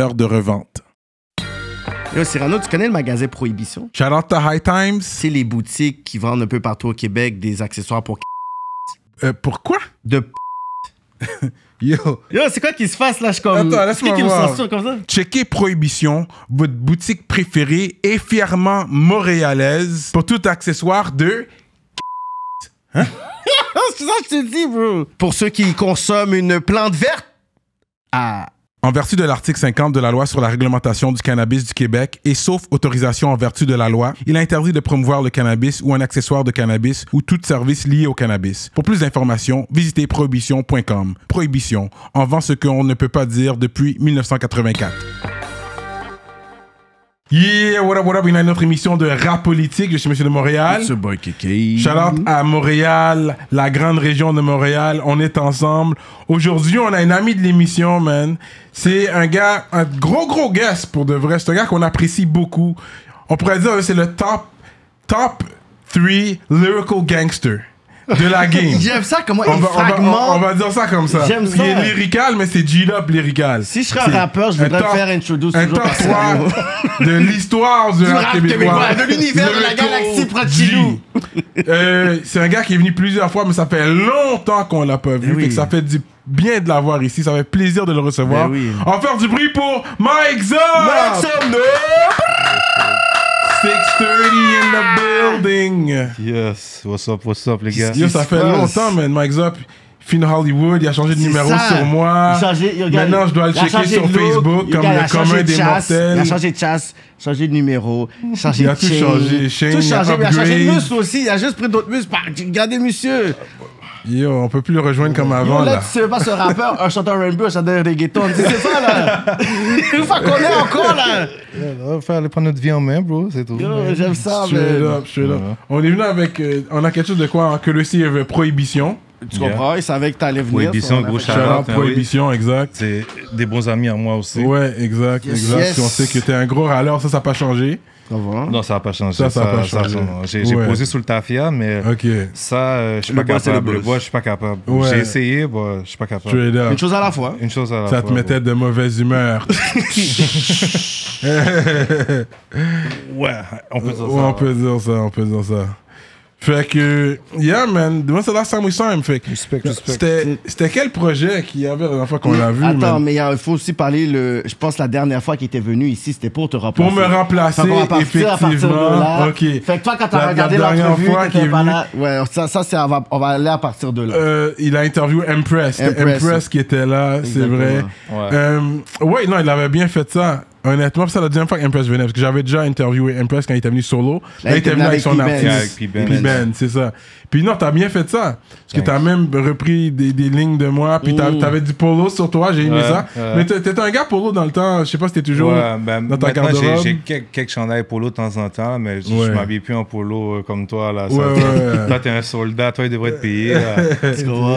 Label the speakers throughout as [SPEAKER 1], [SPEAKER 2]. [SPEAKER 1] de revente.
[SPEAKER 2] Yo, Cyrano, tu connais le magasin Prohibition?
[SPEAKER 1] Shout out to High Times.
[SPEAKER 2] C'est les boutiques qui vendent un peu partout au Québec des accessoires pour
[SPEAKER 1] Euh, pourquoi?
[SPEAKER 2] de p-
[SPEAKER 1] Yo.
[SPEAKER 2] Yo, c'est quoi qui se passe là? Je suis comme.
[SPEAKER 1] Attends, laisse-moi
[SPEAKER 2] C'est qui qui me
[SPEAKER 1] voir.
[SPEAKER 2] censure comme ça?
[SPEAKER 1] Checkez Prohibition, votre boutique préférée et fièrement montréalaise pour tout accessoire de.
[SPEAKER 2] Ah, c'est ça que je te dis, bro. Pour ceux qui consomment une plante verte. Ah.
[SPEAKER 1] En vertu de l'article 50 de la loi sur la réglementation du cannabis du Québec et sauf autorisation en vertu de la loi, il est interdit de promouvoir le cannabis ou un accessoire de cannabis ou tout service lié au cannabis. Pour plus d'informations, visitez prohibition.com. Prohibition, en vend ce qu'on ne peut pas dire depuis 1984. Yeah, what up, what up, une autre émission de Rap Politique, je suis Monsieur de Montréal.
[SPEAKER 2] boy Kiki.
[SPEAKER 1] Shout out à Montréal, la grande région de Montréal. On est ensemble. Aujourd'hui, on a un ami de l'émission, man. C'est un gars, un gros, gros guest pour de vrai. C'est un gars qu'on apprécie beaucoup. On pourrait dire que c'est le top, top 3 lyrical gangster de la game.
[SPEAKER 2] J'aime ça comment
[SPEAKER 1] on,
[SPEAKER 2] il
[SPEAKER 1] va, on va-
[SPEAKER 2] fragmente.
[SPEAKER 1] on va dire ça comme ça.
[SPEAKER 2] J'aime ça.
[SPEAKER 1] Il est lyrical, mais c'est G-Up lyrical.
[SPEAKER 2] Si je serais un
[SPEAKER 1] C'est
[SPEAKER 2] rappeur, je voudrais
[SPEAKER 1] top-
[SPEAKER 2] me faire introduce
[SPEAKER 1] Un
[SPEAKER 2] toujours
[SPEAKER 1] top
[SPEAKER 2] par
[SPEAKER 1] 3 de l'histoire du,
[SPEAKER 2] Du
[SPEAKER 1] rap
[SPEAKER 2] rap
[SPEAKER 1] québécois.
[SPEAKER 2] québécois, de l'univers
[SPEAKER 1] Le
[SPEAKER 2] de la galaxie
[SPEAKER 1] retour
[SPEAKER 2] près de chez nous.
[SPEAKER 1] G. Euh, C'est un gars qui est venu plusieurs fois, mais ça fait longtemps qu'on l'a pas vu.
[SPEAKER 2] Eh oui.
[SPEAKER 1] Fait que ça fait du bien de l'avoir ici. Ça fait plaisir de le recevoir.
[SPEAKER 2] Ben oui.
[SPEAKER 1] On va faire du bruit pour Mike Zop!
[SPEAKER 2] Mike Zop, no!
[SPEAKER 1] 630 in the building.
[SPEAKER 3] Yes, what's up, what's up, les gars?
[SPEAKER 1] Yo, ça
[SPEAKER 2] se
[SPEAKER 1] fait
[SPEAKER 2] passe?
[SPEAKER 1] longtemps, man. Mike Zop, fin Hollywood, il a changé de
[SPEAKER 2] C'est
[SPEAKER 1] numéro
[SPEAKER 2] ça.
[SPEAKER 1] sur moi.
[SPEAKER 2] Il a changé- il regarde-
[SPEAKER 1] Maintenant, je dois le
[SPEAKER 2] il a
[SPEAKER 1] checker
[SPEAKER 2] changé
[SPEAKER 1] sur
[SPEAKER 2] de look,
[SPEAKER 1] Facebook
[SPEAKER 2] il
[SPEAKER 1] comme
[SPEAKER 2] regarde, il a
[SPEAKER 1] le
[SPEAKER 2] changé
[SPEAKER 1] commun
[SPEAKER 2] de
[SPEAKER 1] des
[SPEAKER 2] chasse,
[SPEAKER 1] mortels.
[SPEAKER 2] Il a changé de chasse, changé de numéro, changé
[SPEAKER 1] Il
[SPEAKER 2] de
[SPEAKER 1] a tout
[SPEAKER 2] chain,
[SPEAKER 1] changé, chain,
[SPEAKER 2] tout
[SPEAKER 1] il a
[SPEAKER 2] changé, mais il a changé de
[SPEAKER 1] upgrade.
[SPEAKER 2] muscle aussi. Il a juste pris d'autres muscles. Bah, Regardez, monsieur.
[SPEAKER 1] Yo, on peut plus le rejoindre comme
[SPEAKER 2] Yo,
[SPEAKER 1] avant,
[SPEAKER 2] là,
[SPEAKER 1] là.
[SPEAKER 2] tu sais pas ce rappeur, un chanteur rainbow, un chanteur reggaeton. Tu sais pas, là. Il faut qu'on est encore, là.
[SPEAKER 3] Yeah, là, on fait aller prendre notre vie en main, bro, c'est tout.
[SPEAKER 2] Yo, j'aime ça,
[SPEAKER 1] Straight
[SPEAKER 2] mais.
[SPEAKER 1] up, straight up.
[SPEAKER 3] Ouais.
[SPEAKER 1] On est venu avec. euh, on a quelque chose de quoi hein, Que le CIE veut prohibition.
[SPEAKER 2] Tu comprends? Il savait que t'allais venir.
[SPEAKER 3] Prohibition,
[SPEAKER 2] on a
[SPEAKER 3] gros
[SPEAKER 2] fait-
[SPEAKER 3] Ah,
[SPEAKER 1] Shout out,
[SPEAKER 3] ah oui.
[SPEAKER 1] prohibition, exact.
[SPEAKER 3] C'est des bons amis à moi aussi.
[SPEAKER 1] Ouais, exact,
[SPEAKER 2] Yes,
[SPEAKER 1] exact.
[SPEAKER 2] yes.
[SPEAKER 1] Si on sait que t'es un gros râleur, ça, ça n'a pas changé.
[SPEAKER 2] Ça va?
[SPEAKER 3] Non, ça n'a pas changé.
[SPEAKER 1] Ça, ça a pas changé.
[SPEAKER 3] non. J'ai j'ai
[SPEAKER 1] Ouais.
[SPEAKER 3] posé sous le tafia, mais
[SPEAKER 1] Ok.
[SPEAKER 3] ça, euh, je suis
[SPEAKER 2] Le
[SPEAKER 3] pas
[SPEAKER 2] boss, c'est le
[SPEAKER 3] capable. Le
[SPEAKER 2] boss.
[SPEAKER 3] bois, je suis pas capable.
[SPEAKER 1] Ouais.
[SPEAKER 3] J'ai essayé, bah, je suis pas capable.
[SPEAKER 1] Straight up.
[SPEAKER 2] Une chose à la fois.
[SPEAKER 3] Une chose à la
[SPEAKER 1] Ça
[SPEAKER 3] fois.
[SPEAKER 1] te mettait de mauvaise humeur.
[SPEAKER 3] bro. Ouais, on peut dire ça.
[SPEAKER 1] Ouais, on peut dire ça, on peut dire ça. Fait que, yeah man, moi c'est la time we saw him, fait que-
[SPEAKER 3] Respect, respect.
[SPEAKER 1] C'était, c'était quel projet qu'il y avait la dernière fois qu'on l'a vu,
[SPEAKER 2] Attends,
[SPEAKER 1] man?
[SPEAKER 2] mais il y a- il faut aussi parler, le, je pense, la dernière fois qu'il était venu ici, c'était pour te remplacer.
[SPEAKER 1] Pour me remplacer,
[SPEAKER 2] Fait qu'on va partir à partir de
[SPEAKER 1] effectivement.
[SPEAKER 2] là.
[SPEAKER 1] Ok.
[SPEAKER 2] Fait que toi, quand
[SPEAKER 1] La-
[SPEAKER 2] t'as regardé
[SPEAKER 1] la dernière
[SPEAKER 2] l'entrevue,
[SPEAKER 1] fois qu'il est
[SPEAKER 2] t'étais pas
[SPEAKER 1] venu-
[SPEAKER 2] là. Ouais, ça, ça c'est, on va, on va aller à partir de là.
[SPEAKER 1] Euh, il a interviewé Empress. C'était Empress,
[SPEAKER 2] Empress.
[SPEAKER 1] qui était là, c'est
[SPEAKER 2] Exactement.
[SPEAKER 1] vrai.
[SPEAKER 3] Ouais.
[SPEAKER 1] Euh, ouais, non, il avait bien fait ça. Honnêtement, c'est la deuxième fois qu'Empress venait, parce que j'avais déjà interviewé Empress quand il était venu solo. Là, il était venu avec son
[SPEAKER 2] P-Benz.
[SPEAKER 1] artiste.
[SPEAKER 3] Yeah, avec P-Benz.
[SPEAKER 1] P-Benz, c'est ça. Puis non, t'as bien fait ça. Parce que t'as même repris des, des lignes de moi, puis t'as-
[SPEAKER 2] Mm.
[SPEAKER 1] t'avais du polo sur toi, j'ai aimé
[SPEAKER 3] Ouais,
[SPEAKER 1] ça.
[SPEAKER 3] ouais.
[SPEAKER 1] Mais t'étais un gars polo dans le temps, je sais pas si t'es toujours
[SPEAKER 3] Ouais, ben,
[SPEAKER 1] dans ta
[SPEAKER 3] maintenant, j'ai-
[SPEAKER 1] garde-robe.
[SPEAKER 3] j'ai quelques, quelques chandails polo de temps en temps, mais je-
[SPEAKER 1] Ouais.
[SPEAKER 3] je m'habille plus en polo euh, comme toi. Là, ça,
[SPEAKER 1] Ouais, ouais.
[SPEAKER 3] Toi, t'es un soldat, toi, il devrait te payer. là.
[SPEAKER 2] Tu comprends?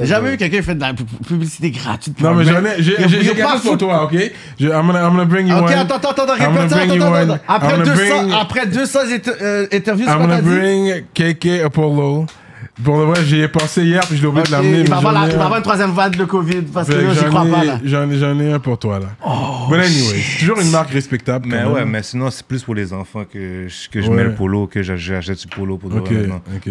[SPEAKER 2] J'ai jamais vu quelqu'un faire de la pu- publicité gratuite. pour
[SPEAKER 1] Euh, Non, mais
[SPEAKER 3] Ah,
[SPEAKER 2] un
[SPEAKER 1] j'en
[SPEAKER 2] mec.
[SPEAKER 1] ai, j'ai,
[SPEAKER 2] Ils ont-
[SPEAKER 1] j'ai,
[SPEAKER 2] ils
[SPEAKER 1] j'ai
[SPEAKER 2] ont
[SPEAKER 1] quelque
[SPEAKER 2] pas
[SPEAKER 1] chose pour
[SPEAKER 2] foutu-
[SPEAKER 1] toi, ok? Je, I'm, gonna, I'm gonna bring you
[SPEAKER 2] Ok,
[SPEAKER 1] one.
[SPEAKER 2] attends, attends, attends,
[SPEAKER 1] I'm gonna
[SPEAKER 2] répète ça,
[SPEAKER 1] bring
[SPEAKER 2] attends,
[SPEAKER 1] you
[SPEAKER 2] attends,
[SPEAKER 1] one.
[SPEAKER 2] attends. Après
[SPEAKER 1] I'm gonna
[SPEAKER 2] 200,
[SPEAKER 1] bring-
[SPEAKER 2] après 200 éte- euh, interviews,
[SPEAKER 1] I'm
[SPEAKER 2] c'est quoi
[SPEAKER 1] gonna
[SPEAKER 2] t'as dit?
[SPEAKER 1] bring KK Apollo. Pour le vrai, j'y ai pensé hier, puis je l'ai oublié de
[SPEAKER 2] Ok, bah
[SPEAKER 1] l'amener.
[SPEAKER 2] Il
[SPEAKER 1] mais
[SPEAKER 2] va avoir
[SPEAKER 1] j'en
[SPEAKER 2] la-
[SPEAKER 1] ai
[SPEAKER 2] il va
[SPEAKER 1] un.
[SPEAKER 2] avoir une troisième vague de Covid, parce que
[SPEAKER 1] Fait que
[SPEAKER 2] là, j'y
[SPEAKER 1] Ben, j'en
[SPEAKER 2] crois
[SPEAKER 1] ai-
[SPEAKER 2] pas, là. Oh,
[SPEAKER 1] J'en ai, j'en ai un pour toi, là. But anyway, c'est toujours une marque respectable.
[SPEAKER 3] Mais
[SPEAKER 1] quand
[SPEAKER 3] ouais,
[SPEAKER 1] même.
[SPEAKER 3] mais sinon, c'est plus pour les enfants que je, que je
[SPEAKER 1] Ouais.
[SPEAKER 3] mets le polo, que je- j'achète du polo pour de
[SPEAKER 1] Ok,
[SPEAKER 3] vrai maintenant.
[SPEAKER 1] ok.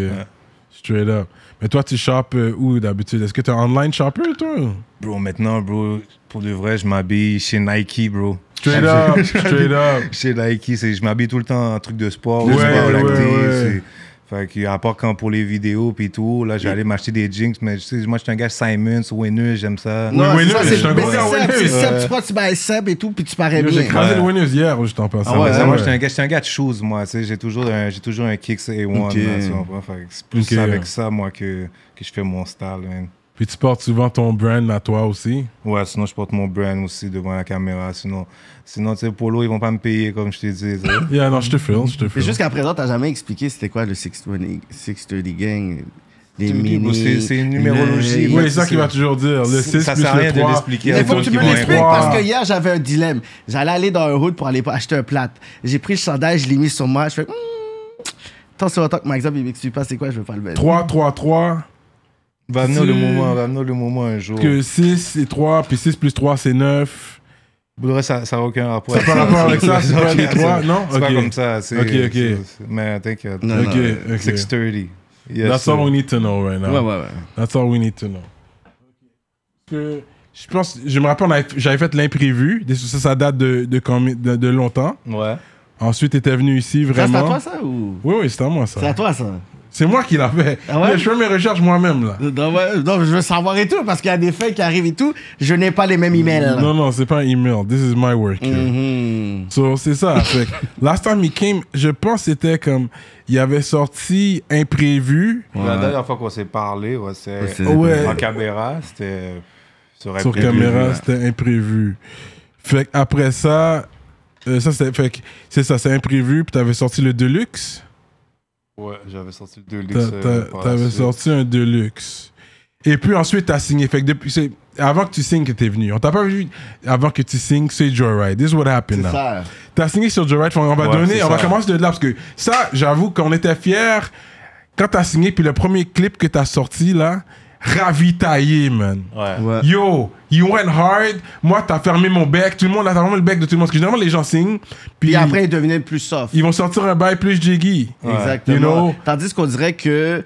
[SPEAKER 1] Straight up. Mais toi, tu shoppes euh, où d'habitude? Est-ce que t'es un online shopper, toi?
[SPEAKER 3] Bro, maintenant, bro, pour de vrai, je m'habille chez Nike, bro.
[SPEAKER 1] Straight up, straight up.
[SPEAKER 3] Chez Nike, c'est- je m'habille tout le temps en truc de sport, de
[SPEAKER 1] Ouais,
[SPEAKER 3] sport
[SPEAKER 1] ouais,
[SPEAKER 3] lacté,
[SPEAKER 1] ouais.
[SPEAKER 3] c'est- Fait que, à part quand pour les vidéos puis tout, là, j'allais m'acheter des jeans, mais tu sais, moi, je suis un gars Simons, Winners, j'aime ça.
[SPEAKER 1] Ouais.
[SPEAKER 2] Non,
[SPEAKER 1] Winners,
[SPEAKER 2] c'est ça, c'est
[SPEAKER 1] je suis un
[SPEAKER 2] mais
[SPEAKER 1] gros gars
[SPEAKER 2] Seb,
[SPEAKER 1] Winners.
[SPEAKER 2] c'est Seb,
[SPEAKER 3] Ouais.
[SPEAKER 2] tu crois que tu bailles Seb et tout, puis tu parais
[SPEAKER 1] J'ai
[SPEAKER 2] bien.
[SPEAKER 1] écrasé le Winners hier, juste en pensant.
[SPEAKER 3] Ah ouais,
[SPEAKER 1] Ouais,
[SPEAKER 3] ça, moi,
[SPEAKER 1] ouais.
[SPEAKER 3] j'étais un gars, j'étais un gars de choses, moi. tu sais, J'ai toujours, un- j'ai toujours un kicks A1,
[SPEAKER 2] Ok.
[SPEAKER 3] man, tu comprends? Fait que c'est plus
[SPEAKER 1] Ok.
[SPEAKER 3] avec ça, moi, que, que je fais mon style, man.
[SPEAKER 1] Puis tu portes souvent ton brand à toi aussi.
[SPEAKER 3] Ouais, sinon, je porte mon brand aussi devant la caméra. Sinon, sinon tu sais, Polo, ils vont pas me payer, comme je te dis. tu sais.
[SPEAKER 1] Yeah, non, je te file, je te
[SPEAKER 2] hein.
[SPEAKER 1] file.
[SPEAKER 2] Mais jusqu'à présent, t'as jamais expliqué c'était quoi le 620 630 gang, les
[SPEAKER 3] C'est-
[SPEAKER 2] mini.
[SPEAKER 3] c'est une numérologie,
[SPEAKER 2] le-
[SPEAKER 1] Oui,
[SPEAKER 3] ouais,
[SPEAKER 1] c'est ça qu'il va toujours dire. Le
[SPEAKER 3] Ça
[SPEAKER 1] 6
[SPEAKER 3] sert
[SPEAKER 1] plus
[SPEAKER 3] à
[SPEAKER 1] le
[SPEAKER 3] rien de
[SPEAKER 1] 3.
[SPEAKER 3] l'expliquer à
[SPEAKER 2] Il
[SPEAKER 3] Les
[SPEAKER 2] faut que
[SPEAKER 3] autres
[SPEAKER 2] tu
[SPEAKER 3] qui
[SPEAKER 2] me
[SPEAKER 3] vont
[SPEAKER 2] l'expliques
[SPEAKER 3] être
[SPEAKER 2] parce que hier, j'avais un dilemme. J'allais aller dans un hood pour aller acheter un plat. J'ai pris le chandail, je l'ai mis sur moi. Je fais. hmm, Tant sur autant que Max Up, il m'explique pas c'est quoi, je veux pas le mettre.
[SPEAKER 1] 3, 3, 3.
[SPEAKER 3] Va venir le
[SPEAKER 1] Tu-
[SPEAKER 3] moment, va venir le moment un jour.
[SPEAKER 1] Que 6 et 3, puis 6 plus 3, c'est 9.
[SPEAKER 3] Pour le reste, ça n'a aucun rapport.
[SPEAKER 1] Ça n'a pas rapport avec ça, c'est pas les trois, non?
[SPEAKER 3] C'est pas
[SPEAKER 1] Ok.
[SPEAKER 3] comme ça. c'est-
[SPEAKER 1] Ok, ok.
[SPEAKER 3] c'est- c'est- Mais t'inquiète.
[SPEAKER 2] Non,
[SPEAKER 1] Ok,
[SPEAKER 3] Euh,
[SPEAKER 1] ok.
[SPEAKER 3] 630. Yes,
[SPEAKER 1] That's
[SPEAKER 3] sir.
[SPEAKER 1] all we need to know right now.
[SPEAKER 2] Ouais, ouais, ouais.
[SPEAKER 1] That's all we need to know. Que, je pense, je me rappelle, on avait- j'avais fait l'imprévu. Ça, ça date de, de, combi- de- de longtemps.
[SPEAKER 3] Ouais.
[SPEAKER 1] Ensuite, t'étais venu ici
[SPEAKER 2] Ça, C'est à
[SPEAKER 1] vraiment.
[SPEAKER 2] toi, ça ou.
[SPEAKER 1] oui, oui, c'est à moi ça.
[SPEAKER 2] C'est à toi, ça.
[SPEAKER 1] C'est moi qui l'a fait.
[SPEAKER 2] Ah ouais?
[SPEAKER 1] Mais Je fais mes recherches moi-même là.
[SPEAKER 2] Non, ouais, non, je veux savoir et tout, parce qu'il y a des faits qui arrivent et tout. Je n'ai pas les mêmes emails.
[SPEAKER 1] Non, non, c'est pas un email. This is my work. here.
[SPEAKER 2] Mhm.
[SPEAKER 1] So, c'est ça. Fait que last time he came, je pense que c'était comme. Il avait sorti imprévu.
[SPEAKER 3] La dernière fois qu'on s'est parlé, ouais, c'est
[SPEAKER 2] C'est-
[SPEAKER 1] Oh, Ouais.
[SPEAKER 3] en caméra, c'était sur,
[SPEAKER 1] Sur caméra, c'était imprévu. Fait que après ça. euh, ça, c'est, fait que c'est ça, c'est imprévu. Puis t'avais sorti le Deluxe.
[SPEAKER 3] Ouais, j'avais sorti le
[SPEAKER 1] T'as-
[SPEAKER 3] Deluxe.
[SPEAKER 1] t'as-
[SPEAKER 3] euh, par la
[SPEAKER 1] T'avais
[SPEAKER 3] suite.
[SPEAKER 1] sorti un Deluxe. Et puis ensuite, t'as signé. Fait que depuis, c'est, avant que tu signes que t'es venu. On t'a pas vu avant que tu signes, c'est Joyride. This is what happened
[SPEAKER 2] C'est
[SPEAKER 1] now.
[SPEAKER 2] ça.
[SPEAKER 1] T'as signé sur Joyride. fait On va
[SPEAKER 3] Ouais,
[SPEAKER 1] donner,
[SPEAKER 3] c'est
[SPEAKER 1] on va
[SPEAKER 3] ça.
[SPEAKER 1] commencer de là. Parce que ça, j'avoue qu'on était fiers quand t'as signé. Puis le premier clip que t'as sorti là, ravitaillé, man.
[SPEAKER 3] Ouais.
[SPEAKER 2] Ouais.
[SPEAKER 1] Yo, you went hard. Moi, t'as fermé mon bec. Tout le monde a fermé le bec de tout le monde. Parce que généralement, les gens signent. Puis,
[SPEAKER 2] Puis après, il devenait plus soft.
[SPEAKER 1] ils vont sortir un bail plus jiggy.
[SPEAKER 2] Exactement.
[SPEAKER 1] You know?
[SPEAKER 2] Tandis qu'on dirait que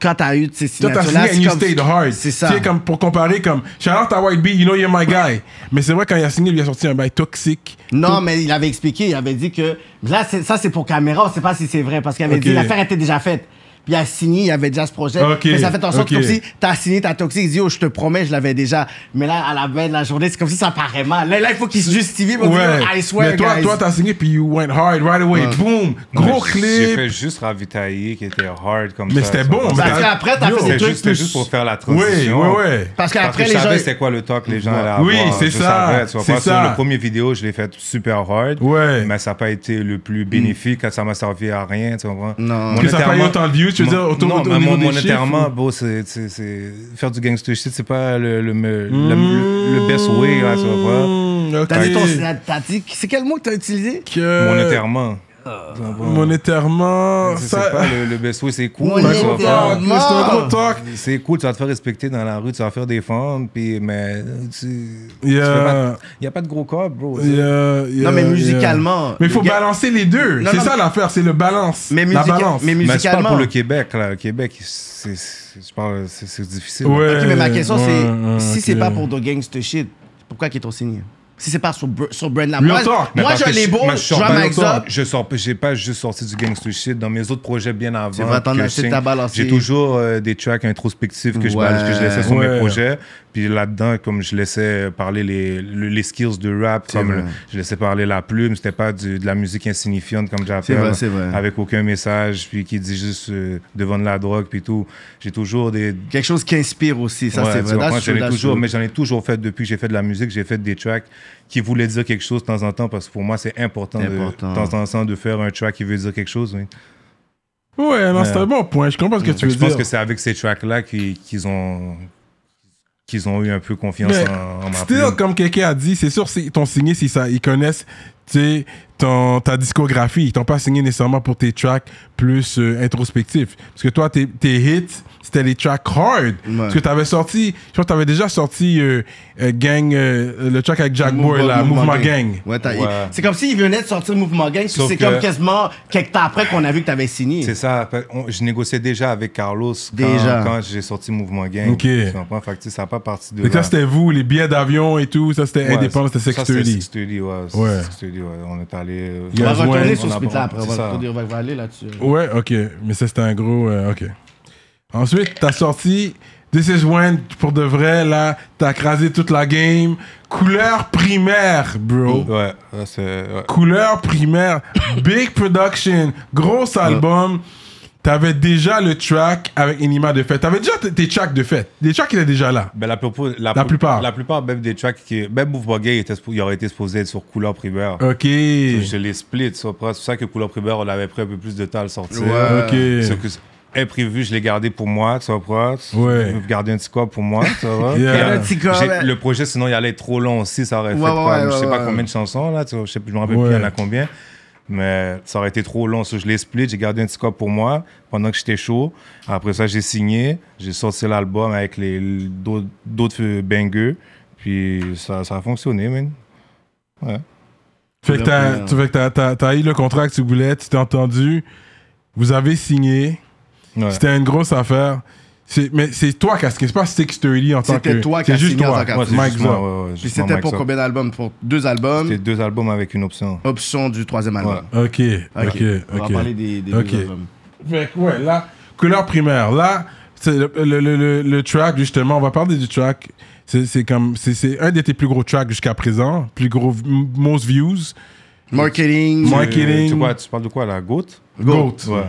[SPEAKER 2] quand t'as eu ces
[SPEAKER 1] Toi, t'as
[SPEAKER 2] signatures
[SPEAKER 1] signé
[SPEAKER 2] là,
[SPEAKER 1] and you stayed hard.
[SPEAKER 2] C'est ça.
[SPEAKER 1] Tu sais, comme pour comparer, comme shout out à White Bee, you know you're my guy. Mais c'est vrai, quand il a signé, il a sorti un bail toxique.
[SPEAKER 2] Non, mais il avait expliqué, il avait dit que. Là, c'est- ça, c'est pour caméra, on sait pas si c'est vrai, parce qu'il avait
[SPEAKER 1] Ok.
[SPEAKER 2] dit l'affaire était déjà faite. Puis il a signé, il avait déjà ce projet.
[SPEAKER 1] Ok,
[SPEAKER 2] Mais ça fait en sorte
[SPEAKER 1] ok.
[SPEAKER 2] comme si t'as signé, t'as toxique, il dit, oh, je te promets, je l'avais déjà. Mais là, à la fin de la journée, c'est comme si ça paraît mal. Là, là, il faut qu'il se justifie pour
[SPEAKER 1] Ouais.
[SPEAKER 2] dire, I swear,
[SPEAKER 1] mais toi,
[SPEAKER 2] guys.
[SPEAKER 1] toi, t'as signé, puis you went hard right away. Boom, gros
[SPEAKER 3] Ouais, J'ai
[SPEAKER 1] clip.
[SPEAKER 3] fait juste ravitailler qui était hard comme ça.
[SPEAKER 1] Mais c'était
[SPEAKER 3] ça.
[SPEAKER 1] bon.
[SPEAKER 2] Parce
[SPEAKER 1] mais
[SPEAKER 2] qu'après, t'as
[SPEAKER 1] Yo.
[SPEAKER 2] fait des
[SPEAKER 3] C'était
[SPEAKER 2] trucs
[SPEAKER 3] juste, c'était
[SPEAKER 2] plus-
[SPEAKER 3] juste pour faire la
[SPEAKER 1] Oui, oui,
[SPEAKER 3] transition.
[SPEAKER 1] ouais.
[SPEAKER 2] Parce
[SPEAKER 3] Parce que
[SPEAKER 2] qu'après,
[SPEAKER 3] je
[SPEAKER 2] les gens.
[SPEAKER 3] savais c'était quoi le talk les gens allaient avoir.
[SPEAKER 1] Oui, c'est
[SPEAKER 3] Je
[SPEAKER 1] ça.
[SPEAKER 3] savais, tu vois
[SPEAKER 1] C'est
[SPEAKER 3] pas,
[SPEAKER 1] ça.
[SPEAKER 3] sur Le premier vidéo, je l'ai fait super hard.
[SPEAKER 1] Ouais.
[SPEAKER 3] Mais ça n'a pas été le plus bénéfique. Ça m'a servi à rien, tu comprends?
[SPEAKER 2] Non.
[SPEAKER 1] Que ça a pas eu
[SPEAKER 3] Monétairement-
[SPEAKER 1] autant de views, tu veux dire, autour-
[SPEAKER 3] Non,
[SPEAKER 1] au
[SPEAKER 3] mais
[SPEAKER 1] niveau
[SPEAKER 3] mon-
[SPEAKER 1] des
[SPEAKER 3] monétairement,
[SPEAKER 1] chiffres,
[SPEAKER 3] bon, c'est, c'est, c'est- faire du gangster shit, c'est pas le, le, me- la- le, le best way, là, tu vois
[SPEAKER 1] Hmm, ok.
[SPEAKER 2] T'as dit ton T'as dit. C'est quel mot que t'as utilisé?
[SPEAKER 3] pas?
[SPEAKER 1] Que-
[SPEAKER 3] Monétairement.
[SPEAKER 1] Monétairement,
[SPEAKER 3] C'est, c'est
[SPEAKER 1] ça.
[SPEAKER 3] pas le, le best way, c'est cool,
[SPEAKER 1] C'est un
[SPEAKER 3] tu vois
[SPEAKER 1] gros
[SPEAKER 3] pas?
[SPEAKER 1] talk,
[SPEAKER 2] Monétairement.
[SPEAKER 1] c'est un gros talk.
[SPEAKER 3] C'est cool, tu vas te faire respecter dans la rue, tu vas faire des fentes, puis, mais tu. Il
[SPEAKER 1] Yeah.
[SPEAKER 3] n'y a pas de gros corps, bro.
[SPEAKER 1] Yeah, yeah,
[SPEAKER 2] Non, mais
[SPEAKER 1] yeah.
[SPEAKER 2] musicalement,
[SPEAKER 1] Euh, Mais il faut
[SPEAKER 2] les gars-
[SPEAKER 1] balancer les deux.
[SPEAKER 2] Non,
[SPEAKER 1] C'est
[SPEAKER 2] non,
[SPEAKER 1] ça
[SPEAKER 2] mais-
[SPEAKER 1] l'affaire, c'est le balance.
[SPEAKER 2] Mais,
[SPEAKER 1] la
[SPEAKER 2] musica-
[SPEAKER 1] balance.
[SPEAKER 2] mais
[SPEAKER 3] Mais je parle
[SPEAKER 2] musicalement.
[SPEAKER 3] pour le Québec, là. Le Québec, c'est, c'est- je parle, c'est, c'est difficile.
[SPEAKER 1] Ouais.
[SPEAKER 2] Ok, mais ma question,
[SPEAKER 1] Ouais,
[SPEAKER 2] c'est
[SPEAKER 1] ouais,
[SPEAKER 2] si
[SPEAKER 1] ok.
[SPEAKER 2] c'est pas pour The Gangsta Shit, pourquoi qu'ils t'ont signé Si c'est pas sur, Br- sur Brand Lab.
[SPEAKER 1] Real
[SPEAKER 2] Moi,
[SPEAKER 1] talk,
[SPEAKER 3] Mais
[SPEAKER 2] moi
[SPEAKER 3] parce
[SPEAKER 2] j'ai un
[SPEAKER 3] que
[SPEAKER 2] label,
[SPEAKER 3] moi,
[SPEAKER 2] je
[SPEAKER 3] sors
[SPEAKER 2] vois
[SPEAKER 3] pas
[SPEAKER 2] Max
[SPEAKER 3] longtemps.
[SPEAKER 2] Up.
[SPEAKER 3] Je sors, pas- j'ai pas juste sorti du gangster shit dans mes autres projets bien avant.
[SPEAKER 2] vas t'en
[SPEAKER 3] que je
[SPEAKER 2] acheter
[SPEAKER 3] signe.
[SPEAKER 2] ta balance.
[SPEAKER 3] J'ai toujours euh, des tracks introspectifs que, je,
[SPEAKER 2] Ouais.
[SPEAKER 3] balance- que je laissais sur
[SPEAKER 1] Ouais.
[SPEAKER 3] mes projets. Puis là-dedans, comme je laissais parler les, le- les skills de rap, comme
[SPEAKER 2] vrai.
[SPEAKER 3] le- je laissais parler la plume, c'était pas du- de la musique insignifiante comme j'appelle.
[SPEAKER 2] vrai, c'est vrai.
[SPEAKER 3] Avec aucun message, puis qui dit juste euh, de vendre la drogue, puis tout. J'ai toujours des,
[SPEAKER 2] Quelque chose qui inspire aussi, ça
[SPEAKER 3] Ouais,
[SPEAKER 2] c'est
[SPEAKER 3] tu
[SPEAKER 2] vrai.
[SPEAKER 3] comprends,
[SPEAKER 2] Là, je
[SPEAKER 3] j'en ai
[SPEAKER 2] suis- là, je
[SPEAKER 3] toujours,
[SPEAKER 2] suis-
[SPEAKER 3] mais j'en ai toujours fait depuis que j'ai fait de la musique, j'ai fait des tracks qui voulaient dire quelque chose de temps en temps parce que pour moi c'est important,
[SPEAKER 2] Important.
[SPEAKER 3] de de temps en temps de faire un track qui veut dire quelque chose. oui.
[SPEAKER 1] Ouais, non, c'est un bon point. Je comprends ce que
[SPEAKER 3] Fait
[SPEAKER 1] tu
[SPEAKER 3] que
[SPEAKER 1] veux
[SPEAKER 3] je pense
[SPEAKER 1] dire.
[SPEAKER 3] que c'est avec ces tracks là qu'ils qu'ils ont qu'ils ont eu un peu confiance
[SPEAKER 1] Mais
[SPEAKER 3] en, en ma
[SPEAKER 1] still,
[SPEAKER 3] plume.
[SPEAKER 1] comme quelqu'un a dit, c'est sûr si t'ont signé si ça, ils connaissent tu sais, ton, ta discographie. Ils t'ont pas signé nécessairement pour tes tracks plus euh, introspectifs. Parce que toi, tes, tes hits, c'était les tracks hard. Parce que t'avais sorti, je pense que t'avais déjà sorti euh, euh, Gang, euh, le track avec Jack Boy, là, Mouvement Gang.
[SPEAKER 2] Ouais, t'as- il-
[SPEAKER 3] Ouais.
[SPEAKER 2] C'est comme s'il venait de sortir Mouvement Gang, puis
[SPEAKER 3] Sauf
[SPEAKER 2] c'est comme
[SPEAKER 3] que-
[SPEAKER 2] quasiment quelques temps après qu'on a vu que t'avais signé.
[SPEAKER 3] C'est ça, fait- on- je négociais déjà avec Carlos quand,
[SPEAKER 2] Déjà.
[SPEAKER 3] quand j'ai sorti Mouvement Gang.
[SPEAKER 1] Ok.
[SPEAKER 3] Tu comprends? Fait que, tu sais, ça n'a pas parti de
[SPEAKER 1] Donc
[SPEAKER 3] là.
[SPEAKER 1] ça, c'était vous, les billets d'avion et tout. Ça, c'était
[SPEAKER 3] Ouais,
[SPEAKER 1] indépendant, c'était
[SPEAKER 3] ça,
[SPEAKER 1] 630.
[SPEAKER 3] c'était 630, ouais,
[SPEAKER 1] Ouais.
[SPEAKER 3] 630, ouais. On est allé aller. euh,
[SPEAKER 1] Il y
[SPEAKER 2] On
[SPEAKER 1] a
[SPEAKER 2] va
[SPEAKER 1] besoin,
[SPEAKER 2] retourner
[SPEAKER 1] on
[SPEAKER 2] sur ce beat-là après. On
[SPEAKER 3] C'est
[SPEAKER 2] va
[SPEAKER 3] ça.
[SPEAKER 2] retourner- on va aller là-dessus.
[SPEAKER 1] Ouais, ok. Mais ça, c'était un gros. euh, ok. Ensuite, t'as sorti This is when, pour de vrai, là, t'as crasé toute la game. Couleur primaire, bro.
[SPEAKER 3] Ouais, ouais, c'est. ouais.
[SPEAKER 1] Couleur primaire. Big production. Gros album. T'avais déjà le track avec Enima de fait. T'avais déjà t- tes tracks de fait. Les tracks étaient déjà là.
[SPEAKER 3] Ben, la, propos- la,
[SPEAKER 1] La plupart.
[SPEAKER 3] La plupart, même des tracks qui. Même Move Buggy, était suppo- il aurait été supposé être sur Couleur Primaire.
[SPEAKER 1] Ok.
[SPEAKER 3] Je les split, so, après, c'est pour ça que Couleur Primaire, on avait pris un peu plus de temps à le sortir.
[SPEAKER 2] Ouais.
[SPEAKER 1] Ok.
[SPEAKER 3] Ce que c'est imprévu, je l'ai gardé pour moi, tu comprends?
[SPEAKER 1] Ouais.
[SPEAKER 3] Je vais garder un petit corps pour moi, tu vois?
[SPEAKER 1] Yeah.
[SPEAKER 3] Puis, euh,
[SPEAKER 2] Un petit corps,
[SPEAKER 3] j'ai-
[SPEAKER 2] ouais.
[SPEAKER 3] Le projet, sinon, il allait être trop long aussi, ça aurait
[SPEAKER 2] Ouais,
[SPEAKER 3] fait
[SPEAKER 2] ouais,
[SPEAKER 3] comme,
[SPEAKER 2] ouais,
[SPEAKER 3] je sais
[SPEAKER 2] ouais,
[SPEAKER 3] pas
[SPEAKER 2] ouais.
[SPEAKER 3] combien de chansons, là, tu vois, je sais plus, je me rappelle
[SPEAKER 1] Ouais.
[SPEAKER 3] plus, il y en a combien. Mais ça aurait été trop long, so, je l'ai split, j'ai gardé un petit corps pour moi pendant que j'étais chaud. Après ça, j'ai signé, j'ai sorti l'album avec les d'autres- d'autres euh, bangers, puis ça, ça a fonctionné, man.
[SPEAKER 1] Fait que t'as,
[SPEAKER 2] Ouais.
[SPEAKER 1] tu- fait que t'as, t'as- t'as eu le contrat que tu voulais, tu t'es entendu, vous avez signé,
[SPEAKER 3] Ouais.
[SPEAKER 1] c'était une grosse affaire. C'est, mais c'est toi qui as ce qui se passe, 630 en tant que.
[SPEAKER 2] C'était toi qui as signé en tant
[SPEAKER 3] Moi, c'est
[SPEAKER 2] Mike
[SPEAKER 3] juste moi, ouais, ouais,
[SPEAKER 2] Puis
[SPEAKER 3] juste moi,
[SPEAKER 2] c'était
[SPEAKER 3] Mike
[SPEAKER 2] pour
[SPEAKER 3] Zop.
[SPEAKER 2] combien d'albums Pour deux albums,
[SPEAKER 3] C'était deux albums avec une option.
[SPEAKER 2] option du troisième album.
[SPEAKER 1] Ok, ok, ok.
[SPEAKER 2] On va parler des, des
[SPEAKER 1] Ok.
[SPEAKER 2] deux albums.
[SPEAKER 1] Fait que, ouais, là, couleur primaire. Là, c'est le, le- le- le- le track, justement, on va parler du track. C'est, c'est comme, c'est, c'est un de tes plus gros tracks jusqu'à présent, plus gros, v- most views.
[SPEAKER 2] Marketing,
[SPEAKER 1] Moi-
[SPEAKER 3] Euh,
[SPEAKER 1] Marketing.
[SPEAKER 3] Tu, vois, tu parles de quoi, la goutte?
[SPEAKER 1] Goat.
[SPEAKER 3] Ouais.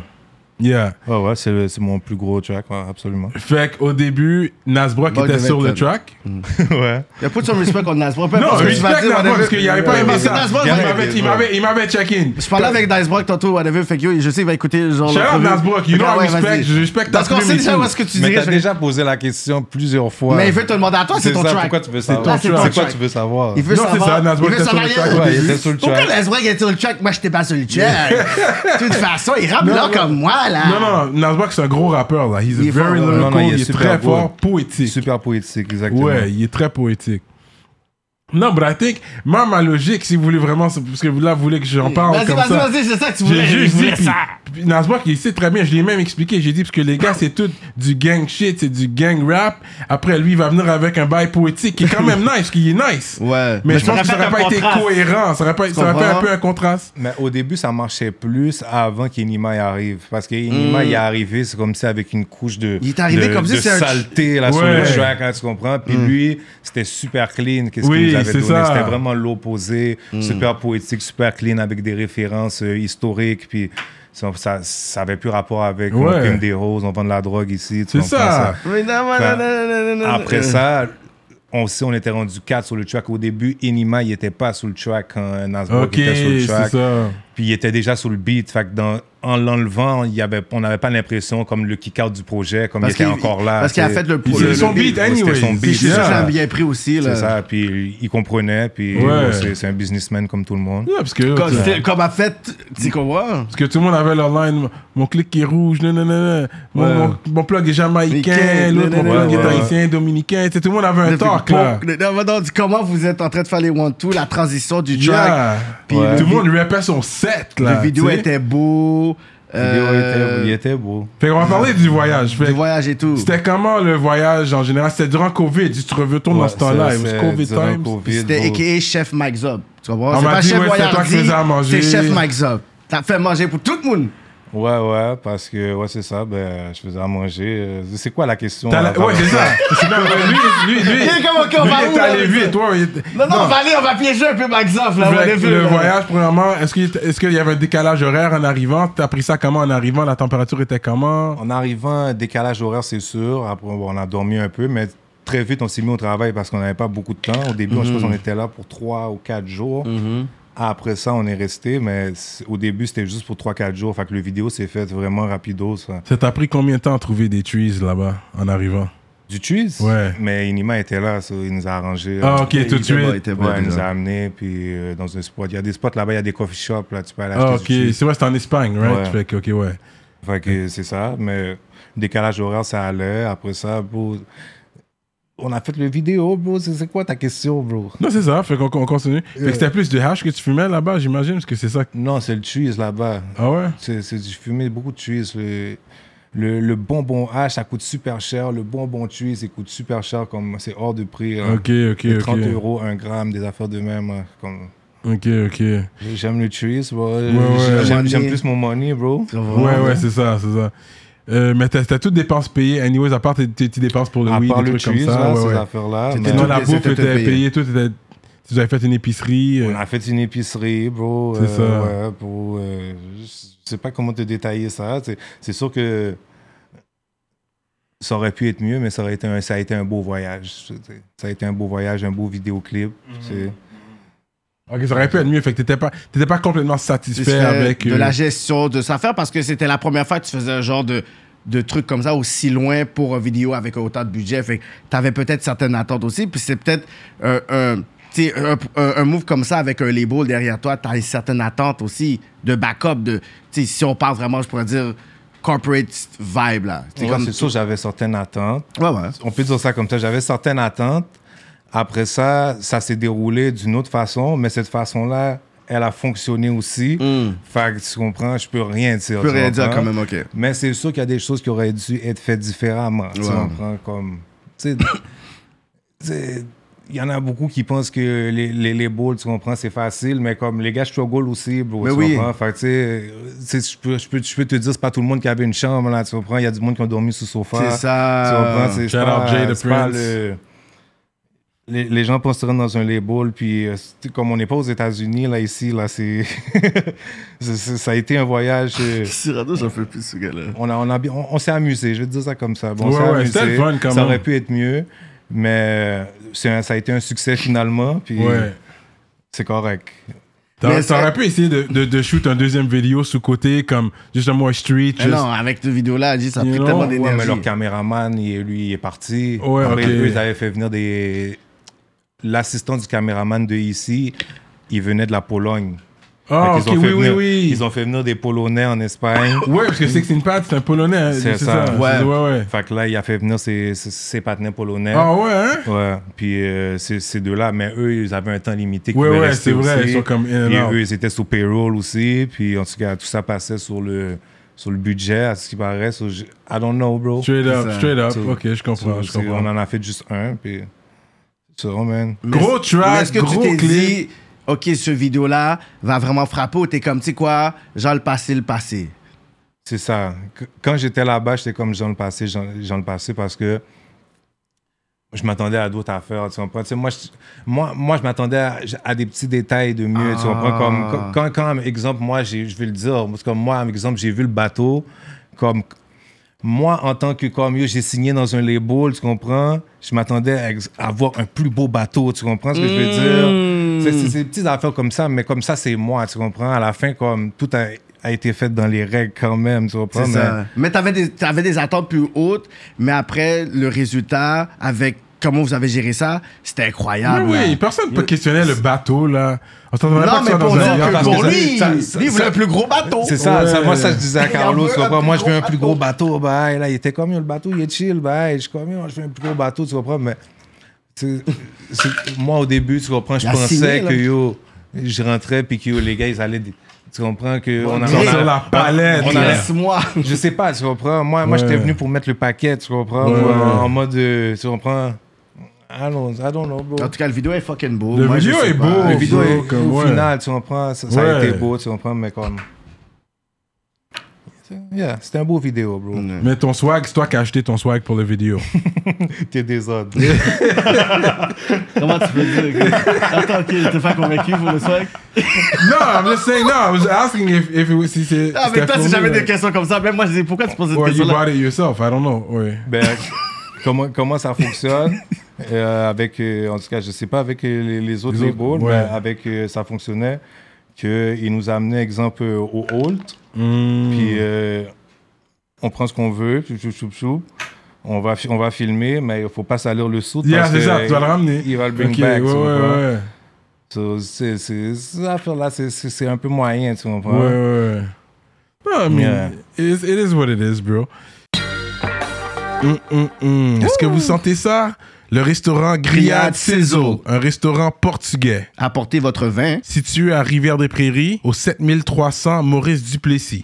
[SPEAKER 1] Yeah.
[SPEAKER 3] Ouais, ouais, c'est, le- c'est mon plus gros track, ouais, absolument.
[SPEAKER 1] Fait qu'au début, Nasbrock
[SPEAKER 2] Bug
[SPEAKER 1] était
[SPEAKER 2] de
[SPEAKER 1] sur le
[SPEAKER 2] 20.
[SPEAKER 1] track.
[SPEAKER 3] ouais.
[SPEAKER 2] il y a pas de son respect contre Nasbrock.
[SPEAKER 1] Non, respect Nasbrock, parce qu'il n'avait pas aimé
[SPEAKER 2] Parce que
[SPEAKER 1] ça.
[SPEAKER 2] Nasbrock,
[SPEAKER 1] Il
[SPEAKER 3] ouais,
[SPEAKER 1] m'avait- il
[SPEAKER 3] ouais.
[SPEAKER 1] m'avait- Il m'avait check-in.
[SPEAKER 2] Je parlais avec Nasbrock tantôt, whatever, fait que yo, je sais, il va écouter genre.
[SPEAKER 1] Shout out
[SPEAKER 2] l'entrevue.
[SPEAKER 1] Nasbrock, you
[SPEAKER 2] Fait
[SPEAKER 1] know
[SPEAKER 2] que,
[SPEAKER 1] I
[SPEAKER 2] ouais,
[SPEAKER 1] respect,
[SPEAKER 2] vas-y.
[SPEAKER 1] je respecte ta
[SPEAKER 2] Parce qu'on
[SPEAKER 1] plume
[SPEAKER 2] sait
[SPEAKER 1] et
[SPEAKER 2] déjà
[SPEAKER 1] tout.
[SPEAKER 2] où est-ce que tu
[SPEAKER 3] Mais
[SPEAKER 2] dirais.
[SPEAKER 3] t'as
[SPEAKER 2] je-
[SPEAKER 3] déjà posé la question plusieurs fois.
[SPEAKER 2] Mais il veut te demander à toi, c'est ton
[SPEAKER 3] ça,
[SPEAKER 2] track.
[SPEAKER 3] Pourquoi tu veux
[SPEAKER 2] C'est
[SPEAKER 3] savoir
[SPEAKER 2] ton
[SPEAKER 3] Ah,
[SPEAKER 1] Ah,
[SPEAKER 3] C'est quoi
[SPEAKER 2] track.
[SPEAKER 3] tu veux savoir
[SPEAKER 2] Il veut
[SPEAKER 1] Non, c'est ça,
[SPEAKER 2] savoir.
[SPEAKER 1] Nasbrock
[SPEAKER 2] il veut
[SPEAKER 1] était sur le
[SPEAKER 2] savoir-
[SPEAKER 1] track,
[SPEAKER 3] ouais, il était sur le
[SPEAKER 2] Pourquoi
[SPEAKER 3] track.
[SPEAKER 2] Nasbrock était sur le track Moi, j'étais pas sur le track. De toute façon, il rappe
[SPEAKER 1] Non,
[SPEAKER 2] là
[SPEAKER 1] non.
[SPEAKER 2] comme moi, là.
[SPEAKER 1] Non, non, Nasbrock, c'est un gros rappeur, là. He's
[SPEAKER 2] Il est
[SPEAKER 1] a very
[SPEAKER 2] fort, ouais.
[SPEAKER 1] lyrical,
[SPEAKER 3] Non, non, il est
[SPEAKER 1] il est
[SPEAKER 3] super
[SPEAKER 1] très
[SPEAKER 3] beau.
[SPEAKER 1] fort, poétique.
[SPEAKER 3] Super poétique, exactement.
[SPEAKER 1] Ouais, il est très poétique. Non, but I think, moi, ma logique, si vous voulez vraiment, parce que là, vous voulez que j'en parle
[SPEAKER 2] Vas-y,
[SPEAKER 1] comme
[SPEAKER 2] vas-y,
[SPEAKER 1] ça.
[SPEAKER 2] vas-y, c'est ça que tu
[SPEAKER 1] J'ai
[SPEAKER 2] voulais.
[SPEAKER 1] juste
[SPEAKER 2] je
[SPEAKER 1] dit,
[SPEAKER 2] voulais
[SPEAKER 1] puis,
[SPEAKER 2] ça.
[SPEAKER 1] puis Nasbrock, il sait très bien, je l'ai même expliqué, j'ai dit, parce que les gars, c'est tout du gang shit, c'est du gang rap. Après, lui, il va venir avec un bail poétique qui est quand même nice, qui est nice.
[SPEAKER 2] Ouais.
[SPEAKER 1] Mais je pense que ça aurait
[SPEAKER 2] fait un
[SPEAKER 1] pas été
[SPEAKER 2] contraste.
[SPEAKER 1] cohérent, ça aurait pas- ça aurait fait un
[SPEAKER 2] comprends?
[SPEAKER 1] peu un contraste.
[SPEAKER 3] Mais au début, ça marchait plus avant qu'Enima y arrive. Parce qu'Enima y est arrivé, c'est comme si avec une couche de,
[SPEAKER 2] Hmm. Il est arrivé
[SPEAKER 3] de,
[SPEAKER 2] comme si
[SPEAKER 3] de
[SPEAKER 2] c'est un- Hmm.
[SPEAKER 3] saleté là, sur
[SPEAKER 1] Ouais.
[SPEAKER 3] le track, hein, tu comprends. Puis lui, c'était super clean, qu'est-ce
[SPEAKER 1] Oui,
[SPEAKER 3] qu'il nous avait
[SPEAKER 1] c'est
[SPEAKER 3] donné.
[SPEAKER 1] ça.
[SPEAKER 3] C'était vraiment l'opposé,
[SPEAKER 2] Hmm.
[SPEAKER 3] super poétique, super clean, avec des références euh, historiques. Puis ça, ça, ça avait plus rapport avec on
[SPEAKER 1] Ouais.
[SPEAKER 3] fume des roses, on vend de la drogue ici. tu
[SPEAKER 1] C'est
[SPEAKER 3] comprends
[SPEAKER 1] ça.
[SPEAKER 2] Mais non, non,
[SPEAKER 3] Enfin,
[SPEAKER 2] non, non, non, non, non.
[SPEAKER 3] Après ça, on sait, on était rendu 4 sur le track. Au début, Enima, il était pas sur le track quand Nasbrook
[SPEAKER 1] Ok,
[SPEAKER 3] était sur le
[SPEAKER 1] c'est
[SPEAKER 3] track.
[SPEAKER 1] ça.
[SPEAKER 3] Puis il était déjà sur le beat. Fait que dans- en l'enlevant, il y avait, on n'avait pas l'impression comme le kick-out du projet, comme
[SPEAKER 2] Parce
[SPEAKER 3] il était
[SPEAKER 2] qu'il-
[SPEAKER 3] encore là.
[SPEAKER 2] parce qu'il a fait le-
[SPEAKER 3] Puis
[SPEAKER 2] le-
[SPEAKER 3] c'était
[SPEAKER 2] le
[SPEAKER 1] beat,
[SPEAKER 3] Ouais, c'était son
[SPEAKER 1] anyways.
[SPEAKER 3] beat,
[SPEAKER 2] Puis je suis sûr
[SPEAKER 3] c'est
[SPEAKER 1] Yeah.
[SPEAKER 2] que
[SPEAKER 3] ça.
[SPEAKER 2] j'ai bien pris aussi,
[SPEAKER 3] C'est
[SPEAKER 2] là.
[SPEAKER 3] ça. Puis il comprenait. Puis
[SPEAKER 1] Ouais.
[SPEAKER 3] ouais, c'est c'est un businessman comme tout le monde.
[SPEAKER 1] Ouais, parce que.
[SPEAKER 2] Comme
[SPEAKER 1] parce
[SPEAKER 2] c'est- Comme a fait, tu comprends?
[SPEAKER 1] que tout le monde avait leur line, mon clic est rouge, non, non, non, non. Mon,
[SPEAKER 3] Ouais.
[SPEAKER 1] mon, mon plug est
[SPEAKER 2] Mickey,
[SPEAKER 1] jamaïcain, l'autre, mon
[SPEAKER 2] nanana.
[SPEAKER 1] plug
[SPEAKER 3] Ouais,
[SPEAKER 1] est
[SPEAKER 3] ouais,
[SPEAKER 1] haïtien, dominicain. Tu sais, tout le monde avait un
[SPEAKER 2] Le
[SPEAKER 1] talk,
[SPEAKER 2] fait-
[SPEAKER 1] là.
[SPEAKER 2] Le- non, mais non, dis comment vous êtes en train de faire les one-two, la transition du track.
[SPEAKER 1] Yeah.
[SPEAKER 2] Puis
[SPEAKER 3] Ouais.
[SPEAKER 2] le
[SPEAKER 1] Tout le
[SPEAKER 2] vi-
[SPEAKER 1] monde lui rappelle son set, là.
[SPEAKER 2] Le vidéo
[SPEAKER 1] tu sais.
[SPEAKER 2] était beau. euh,
[SPEAKER 3] Il, était, il était beau.
[SPEAKER 1] Fait qu'on va parler du voyage. Fait
[SPEAKER 2] Du
[SPEAKER 1] que
[SPEAKER 2] voyage et tout.
[SPEAKER 1] c'était comment le voyage en général C'était durant Covid. Tu te retournes dans
[SPEAKER 3] Ouais,
[SPEAKER 1] ce temps-là.
[SPEAKER 3] c'est-
[SPEAKER 1] It was
[SPEAKER 3] c'est
[SPEAKER 1] COVID
[SPEAKER 3] durant
[SPEAKER 1] times.
[SPEAKER 3] COVID,
[SPEAKER 2] Puis C'était
[SPEAKER 3] beau.
[SPEAKER 2] a.k.a. Chef Mike Zob. Tu comprends?
[SPEAKER 1] On
[SPEAKER 2] C'est
[SPEAKER 1] m'a
[SPEAKER 2] pas
[SPEAKER 1] dit,
[SPEAKER 2] Chef
[SPEAKER 1] ouais, c'est toi qui faisais à
[SPEAKER 2] Voyardi,
[SPEAKER 1] manger.
[SPEAKER 2] c'est Chef Mike Zob. T'as fait manger pour tout le monde.
[SPEAKER 3] Ouais, ouais, parce que ouais, c'est ça. Ben, je faisais à manger. Euh, C'est quoi la question?
[SPEAKER 1] T'as
[SPEAKER 3] là,
[SPEAKER 1] la- Ouais, c'est ça. Non, mais lui, lui, lui.
[SPEAKER 2] Il est comme, OK, on
[SPEAKER 1] lui,
[SPEAKER 2] va
[SPEAKER 1] il
[SPEAKER 2] où,
[SPEAKER 1] est
[SPEAKER 2] là,
[SPEAKER 1] allé
[SPEAKER 2] avec ça?
[SPEAKER 1] vite. ouais, il est-
[SPEAKER 2] Non, non, on va aller, on va piéger un peu Mike Zob, là,
[SPEAKER 1] Fait
[SPEAKER 2] on est
[SPEAKER 1] que
[SPEAKER 2] vu,
[SPEAKER 1] le
[SPEAKER 2] là.
[SPEAKER 1] voyage, premièrement, est-ce qu'il est qu'il y avait un décalage horaire en arrivant T'as pris ça comment en arrivant La température était comment
[SPEAKER 3] En arrivant, décalage horaire, c'est sûr. Après, bon, on a dormi un peu, mais très vite, on s'est mis au travail parce qu'on n'avait pas beaucoup de temps. Au début, on- je pense qu'on était là pour trois ou quatre jours. Après ça, on est resté, mais c- au début, c'était juste pour trois, quatre jours. Fait que le vidéo s'est fait vraiment rapido. ça.
[SPEAKER 1] Ça t'a pris combien de temps à trouver des trees là-bas en arrivant
[SPEAKER 3] Du cheese?
[SPEAKER 1] Ouais.
[SPEAKER 3] Mais Inima était là, ça, il nous a arrangé. euh,
[SPEAKER 1] Ah, ok, tout de
[SPEAKER 2] était bon, il
[SPEAKER 1] suite.
[SPEAKER 2] était bon,
[SPEAKER 3] Ouais, il nous a
[SPEAKER 2] déjà.
[SPEAKER 3] amenés, puis euh, dans un spot. Il y a des spots là-bas, il y a des coffee shops, là, tu peux aller acheter
[SPEAKER 1] Ah,
[SPEAKER 3] du
[SPEAKER 1] ok.
[SPEAKER 3] cheese.
[SPEAKER 1] C'est vrai, c'était en Espagne, right
[SPEAKER 3] Ouais.
[SPEAKER 1] Fait que, ok, ouais.
[SPEAKER 3] Fait que c'est ça, mais décalage horaire, ça allait. Après ça, bro, on a fait le vidéo, bro. C'est c'est quoi ta question, bro?
[SPEAKER 1] Non, c'est ça, fait qu'on qu'on continue. Fait que c'était plus de hash que tu fumais là-bas, j'imagine, parce que c'est ça. que-
[SPEAKER 3] Non, c'est le cheese là-bas.
[SPEAKER 1] Ah ouais
[SPEAKER 3] C'est, c'est, je fumais beaucoup de cheese. Le, le, le bonbon H, ça coûte super cher. Le bonbon cheese, il coûte super cher. Comme, c'est hors de prix. hein.
[SPEAKER 1] Ok, ok,
[SPEAKER 3] C'est
[SPEAKER 1] ok.
[SPEAKER 3] 30 euros, un gramme, des affaires de même. hein, Comme,
[SPEAKER 1] Ok, ok.
[SPEAKER 3] J'aime le trees, bro.
[SPEAKER 1] ouais.
[SPEAKER 3] J'aime- J'aime
[SPEAKER 2] Money.
[SPEAKER 3] plus mon money, bro.
[SPEAKER 2] Tu vois,
[SPEAKER 1] Ouais,
[SPEAKER 2] vraiment,
[SPEAKER 1] ouais, c'est ça, c'est ça. Euh, mais t'as t'as toutes dépenses payées, anyways, à part tes, tes- tes dépenses pour le
[SPEAKER 3] À
[SPEAKER 1] weed,
[SPEAKER 3] part
[SPEAKER 1] des
[SPEAKER 3] le
[SPEAKER 1] trucs comme
[SPEAKER 3] trees,
[SPEAKER 1] ça.
[SPEAKER 3] là,
[SPEAKER 1] ouais,
[SPEAKER 3] ces
[SPEAKER 1] ouais.
[SPEAKER 3] affaires-là.
[SPEAKER 1] T'étais
[SPEAKER 3] mais-
[SPEAKER 1] dans
[SPEAKER 2] toutes
[SPEAKER 1] la
[SPEAKER 2] les
[SPEAKER 1] bouffe,
[SPEAKER 2] étapes
[SPEAKER 1] t'étais
[SPEAKER 2] payées.
[SPEAKER 1] payé, tout, t'étais- tu avais fait une épicerie. euh,
[SPEAKER 3] On a fait une épicerie, bro.
[SPEAKER 1] C'est
[SPEAKER 3] euh, ouais, pour, euh, je sais pas comment te détailler ça. C'est- C'est sûr que ça aurait pu être mieux, mais ça, aurait été un, ça a été un beau voyage. tu sais. Ça a été un beau voyage, un beau vidéoclip. tu sais.
[SPEAKER 1] Ok, ça aurait pu être mieux, fait que t'étais pas, t'étais pas complètement
[SPEAKER 2] tu
[SPEAKER 1] satisfait
[SPEAKER 2] fais
[SPEAKER 1] avec.
[SPEAKER 2] de
[SPEAKER 1] euh,
[SPEAKER 2] la gestion de cette affaire parce que c'était la première fois que tu faisais un genre de, de truc comme ça aussi loin pour une vidéo avec autant de budget. Fait que t'avais peut-être certaines attentes aussi. Puis c'est peut-être euh, un, tu sais, un, un- un move comme ça avec un label derrière toi. T'as une certaine attente aussi de backup. De, tu sais, si on parle vraiment, je pourrais dire corporate vibe là. C'est
[SPEAKER 3] C'est comme- c'est sûr, j'avais certaines attentes.
[SPEAKER 2] Ouais, ouais.
[SPEAKER 3] On peut dire ça comme ça. J'avais certaines attentes. Après ça, ça s'est déroulé d'une autre façon, mais cette façon-là, elle a fonctionné aussi. Fait que tu comprends, je peux rien dire.
[SPEAKER 2] Hmm. Je peux
[SPEAKER 3] tu
[SPEAKER 2] rien dire
[SPEAKER 3] comprends?
[SPEAKER 2] quand même, ok.
[SPEAKER 3] Mais c'est sûr qu'il y a des choses qui auraient dû être faites différemment. Tu
[SPEAKER 2] Ouais.
[SPEAKER 3] comprends? Comme. Tu sais, tu sais. Il y en a beaucoup qui pensent que les, les, les balls, tu comprends, c'est facile, mais comme les gars struggle aussi, bro,
[SPEAKER 2] Mais
[SPEAKER 3] tu
[SPEAKER 2] oui.
[SPEAKER 3] comprends? Fait que, tu sais, tu sais, je peux, je, peux, je peux te dire, c'est pas tout le monde qui avait une chambre, là, tu comprends? Il y a du monde qui a dormi sous le sofa.
[SPEAKER 2] C'est ça.
[SPEAKER 3] Tu comprends? C'est-
[SPEAKER 1] Shout
[SPEAKER 3] c'est pas-
[SPEAKER 1] out Jay the
[SPEAKER 3] c'est pas
[SPEAKER 1] Prince.
[SPEAKER 3] le- Les, les gens pensent rentrer dans un label, puis euh, c'est- comme on n'est pas aux États-Unis, là, ici, là, c'est... c'est- c'est- ça a été un voyage... euh,
[SPEAKER 2] Cyrano, j'en fais plus ce gars-là.
[SPEAKER 3] on, a- on, a bien- on- on s'est amusé, je vais te dire ça comme ça. Bon, on
[SPEAKER 1] Ouais,
[SPEAKER 3] s'est
[SPEAKER 1] ouais,
[SPEAKER 3] amusé.
[SPEAKER 1] c'était le fun quand
[SPEAKER 3] Ça
[SPEAKER 1] même.
[SPEAKER 3] aurait pu être mieux, mais c'est un- ça a été un succès finalement, puis
[SPEAKER 1] Ouais.
[SPEAKER 3] c'est correct.
[SPEAKER 1] T'aurais
[SPEAKER 2] Mais ça-
[SPEAKER 1] t'aurais pu essayer de, de, de shoot un deuxième vidéo sous côté, comme justement un street. juste-
[SPEAKER 2] Mais Eh Non, avec cette vidéo-là, elle dit, ça a
[SPEAKER 1] You
[SPEAKER 2] pris
[SPEAKER 1] know,
[SPEAKER 2] tellement
[SPEAKER 1] ouais, mais
[SPEAKER 3] Ouais, mais
[SPEAKER 2] d'énergie.
[SPEAKER 3] leur caméraman, il- lui, il est parti.
[SPEAKER 1] Ouais,
[SPEAKER 3] Après,
[SPEAKER 1] ok.
[SPEAKER 3] eux, ils avaient fait venir des... L'assistant du caméraman de ici, il venait de la Pologne.
[SPEAKER 1] Ah,
[SPEAKER 3] Fait
[SPEAKER 1] ok,
[SPEAKER 3] qu'ils ont fait
[SPEAKER 1] oui, oui,
[SPEAKER 3] venir-
[SPEAKER 1] oui.
[SPEAKER 3] Ils ont fait venir des Polonais en Espagne.
[SPEAKER 1] Ouais, parce que Sixteen Pat, c'est un Polonais. hein,
[SPEAKER 3] C'est
[SPEAKER 1] ça.
[SPEAKER 3] ça.
[SPEAKER 1] Ouais,
[SPEAKER 2] Ouais.
[SPEAKER 1] ouais.
[SPEAKER 3] fait que là, il a fait venir ses, ses, ses partenaires polonais.
[SPEAKER 1] Ah ouais, hein?
[SPEAKER 3] Ouais, puis euh, ces, ces deux-là, mais eux, ils avaient un temps limité. qu'ils
[SPEAKER 1] Ouais,
[SPEAKER 3] pouvaient
[SPEAKER 1] ouais,
[SPEAKER 3] rester
[SPEAKER 1] c'est vrai,
[SPEAKER 3] aussi.
[SPEAKER 1] ils sont comme in and
[SPEAKER 3] Puis
[SPEAKER 1] out.
[SPEAKER 3] eux, ils étaient sous payroll aussi, puis en tout cas, tout ça passait sur le, sur le budget, à ce qui paraît. so je- I don't know, bro.
[SPEAKER 1] Straight up,
[SPEAKER 2] ça.
[SPEAKER 1] straight up.
[SPEAKER 3] So-
[SPEAKER 1] Ok, je comprends,
[SPEAKER 3] So,
[SPEAKER 1] je
[SPEAKER 3] c'est- On
[SPEAKER 1] comprends.
[SPEAKER 3] en a fait juste un, puis. C'est vrai, man.
[SPEAKER 1] Gros
[SPEAKER 2] Mais- mais
[SPEAKER 1] track,
[SPEAKER 2] est-ce que
[SPEAKER 1] gros
[SPEAKER 2] tu t'es
[SPEAKER 1] clip.
[SPEAKER 2] dit, OK, ce vidéo-là va vraiment frapper ou t'es comme, tu sais quoi, genre le passé, le passé.
[SPEAKER 3] C'est ça. Qu- Quand j'étais là-bas, j'étais comme Jean le passé, Jean, Jean le passé parce que je m'attendais à d'autres affaires, tu comprends? Tu sais, moi, je, moi, moi, je m'attendais à, à des petits détails de mieux, tu comprends?
[SPEAKER 2] Ah.
[SPEAKER 3] Comme, quand- quand, quand, exemple, moi, j'ai- je vais le dire, parce que moi, exemple, j'ai vu le bateau, comme moi, en tant que comme yo, j'ai signé dans un label, tu comprends? Je m'attendais à ex- à avoir un plus beau bateau, tu comprends ce que je
[SPEAKER 2] Hmm.
[SPEAKER 3] veux dire? C'est- C'est c'est des petites affaires comme ça, mais comme ça, c'est moi, tu comprends? À la fin, comme tout a, a été fait dans les règles quand même, tu comprends?
[SPEAKER 2] C'est
[SPEAKER 3] Mais
[SPEAKER 2] ça. Mais t'avais des, t'avais des attentes plus hautes, mais après, le résultat, avec comment vous avez géré ça, c'était
[SPEAKER 1] Mais
[SPEAKER 2] incroyable.
[SPEAKER 1] oui,
[SPEAKER 2] là.
[SPEAKER 1] personne ne questionnait le bateau, là. On s'attendrait pas
[SPEAKER 2] ah ben, Non,
[SPEAKER 1] que
[SPEAKER 2] mais
[SPEAKER 1] ça
[SPEAKER 2] pour,
[SPEAKER 1] dans un
[SPEAKER 2] dire
[SPEAKER 1] avion,
[SPEAKER 2] que
[SPEAKER 1] parce
[SPEAKER 2] pour
[SPEAKER 1] que ça-
[SPEAKER 2] lui,
[SPEAKER 3] ça-
[SPEAKER 2] lui, il voulait un plus gros bateau.
[SPEAKER 3] C'est ça,
[SPEAKER 1] Ouais.
[SPEAKER 3] ça, moi, ça, je disais à
[SPEAKER 2] Il en
[SPEAKER 3] Carlos,
[SPEAKER 2] veut
[SPEAKER 3] tu
[SPEAKER 2] un
[SPEAKER 3] comprends?
[SPEAKER 2] plus
[SPEAKER 3] Moi, je veux un
[SPEAKER 2] gros
[SPEAKER 3] plus gros
[SPEAKER 2] bateau.
[SPEAKER 3] bateau, bah, hey, là, il était comme, yo, le bateau, il est chill, bah, hey, je suis comme, yo, je veux un plus gros bateau, tu comprends? Mais, tu sais, c'est- moi, au début, tu comprends, je
[SPEAKER 2] Il a
[SPEAKER 3] pensais
[SPEAKER 2] signé, là.
[SPEAKER 3] que, yo, je rentrais, puis que, yo, les gars, ils allaient, tu comprends, que on, a-
[SPEAKER 2] dirait-
[SPEAKER 3] a-
[SPEAKER 1] Sur la palette,
[SPEAKER 3] on
[SPEAKER 1] là.
[SPEAKER 3] allait-
[SPEAKER 2] Laisse-moi.
[SPEAKER 3] je sais pas, tu comprends? Moi, moi
[SPEAKER 1] Ouais.
[SPEAKER 3] j'étais venu pour mettre le paquet, tu comprends?
[SPEAKER 1] Ouais.
[SPEAKER 3] Moi, en mode, euh, tu comprends? I don't, I don't know, bro.
[SPEAKER 2] En tout cas, le vidéo est fucking beau.
[SPEAKER 1] Le
[SPEAKER 2] Moi, je
[SPEAKER 1] vidéo
[SPEAKER 2] sais
[SPEAKER 1] est
[SPEAKER 2] pas.
[SPEAKER 1] beau,
[SPEAKER 3] Le vidéo
[SPEAKER 1] bro,
[SPEAKER 3] est-
[SPEAKER 1] comme,
[SPEAKER 3] au
[SPEAKER 1] ouais.
[SPEAKER 3] final, tu comprends? Ça, ça a
[SPEAKER 1] Ouais.
[SPEAKER 3] été beau, tu comprends? Mais comme... Yeah, c'était un beau vidéo, bro.
[SPEAKER 1] Mais ton swag, c'est toi qui as acheté ton swag pour la vidéo.
[SPEAKER 3] T'es désordre.
[SPEAKER 2] Comment tu peux dire que- Attends, ok, je te fais convaincu pour le swag.
[SPEAKER 1] no, I'm just saying, no, I was asking if, if it was, si c'est.
[SPEAKER 2] Ah, mais
[SPEAKER 1] c'était
[SPEAKER 2] toi,
[SPEAKER 1] for
[SPEAKER 2] c'est
[SPEAKER 1] me,
[SPEAKER 2] jamais des
[SPEAKER 1] like,
[SPEAKER 2] questions comme ça. Même moi, je dis pourquoi tu poses cette
[SPEAKER 1] Or you
[SPEAKER 2] question-là
[SPEAKER 1] bought it yourself, I don't know. Ouais.
[SPEAKER 3] Ben, comment, comment ça fonctionne euh, avec, euh, en tout cas, je sais pas avec euh, les, les autres
[SPEAKER 1] Les autres,
[SPEAKER 3] labels,
[SPEAKER 1] ouais.
[SPEAKER 3] mais avec euh, ça fonctionnait qu'ils nous amenaient, exemple, euh, au Holt,
[SPEAKER 1] Hmm.
[SPEAKER 3] puis euh, on prend ce qu'on veut, chou, chou, chou, chou. on va, fi- on va filmer, mais il faut pas salir le soude.
[SPEAKER 1] Yeah,
[SPEAKER 3] parce
[SPEAKER 1] c'est
[SPEAKER 3] que,
[SPEAKER 1] ça, tu vas le ramener.
[SPEAKER 3] Il va le bring
[SPEAKER 1] Ok,
[SPEAKER 3] back. tu
[SPEAKER 1] ouais,
[SPEAKER 3] comprends?
[SPEAKER 1] ouais, ouais.
[SPEAKER 3] So, c'est- c'est- Ces affaires-là, c'est- c'est c'est un peu moyen, tu comprends?
[SPEAKER 1] Ouais, ouais, ouais. Non, I mean,
[SPEAKER 3] Yeah.
[SPEAKER 1] it, is, it is what it is, bro. Hum, hum, hum. Est-ce que vous sentez ça? Le restaurant Grillade
[SPEAKER 2] Grillade
[SPEAKER 1] Cézo,
[SPEAKER 2] Sizzle.
[SPEAKER 1] un restaurant portugais
[SPEAKER 2] apportez votre vin.
[SPEAKER 1] situé à Rivière des Prairies, au 7300 Maurice Duplessis.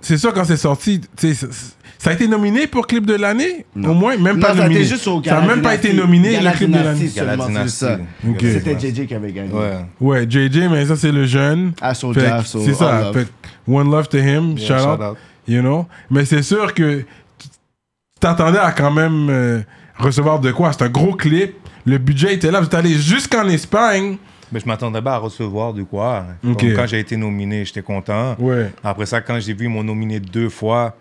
[SPEAKER 1] c'est ça, quand c'est sorti, tu sais, ça- ça a été nominé pour clip de l'année? Au moins, même pas
[SPEAKER 2] non, ça a
[SPEAKER 1] nominé.
[SPEAKER 2] été juste au
[SPEAKER 1] ça a
[SPEAKER 2] Gala
[SPEAKER 1] même pas été
[SPEAKER 2] Dynasty.
[SPEAKER 1] nominé,
[SPEAKER 2] Gala
[SPEAKER 1] le clip de
[SPEAKER 2] Dynasty
[SPEAKER 1] l'année.
[SPEAKER 2] seulement, c'est
[SPEAKER 3] Galatinasty.
[SPEAKER 2] ça.
[SPEAKER 3] Ok.
[SPEAKER 2] C'était JJ qui avait gagné.
[SPEAKER 3] Ouais.
[SPEAKER 1] Ouais, JJ, mais ça, c'est le jeune.
[SPEAKER 2] Ah, so
[SPEAKER 1] Fait que
[SPEAKER 2] Jeff, so
[SPEAKER 1] C'est
[SPEAKER 2] all
[SPEAKER 1] ça.
[SPEAKER 2] love.
[SPEAKER 1] Fait que one love to him,
[SPEAKER 3] Yeah,
[SPEAKER 1] shout, out,
[SPEAKER 3] shout out.
[SPEAKER 1] You know? Mais c'est sûr que tu t'attendais à quand même euh, recevoir de quoi? C'est un gros clip. Le budget était là. Vous êtes allé jusqu'en Espagne.
[SPEAKER 3] Mais je m'attendais pas à recevoir de quoi.
[SPEAKER 1] Ok.
[SPEAKER 3] Donc, quand j'ai été nominé, j'étais content.
[SPEAKER 1] Ouais.
[SPEAKER 3] Après ça, quand j'ai vu mon nominé deux fois,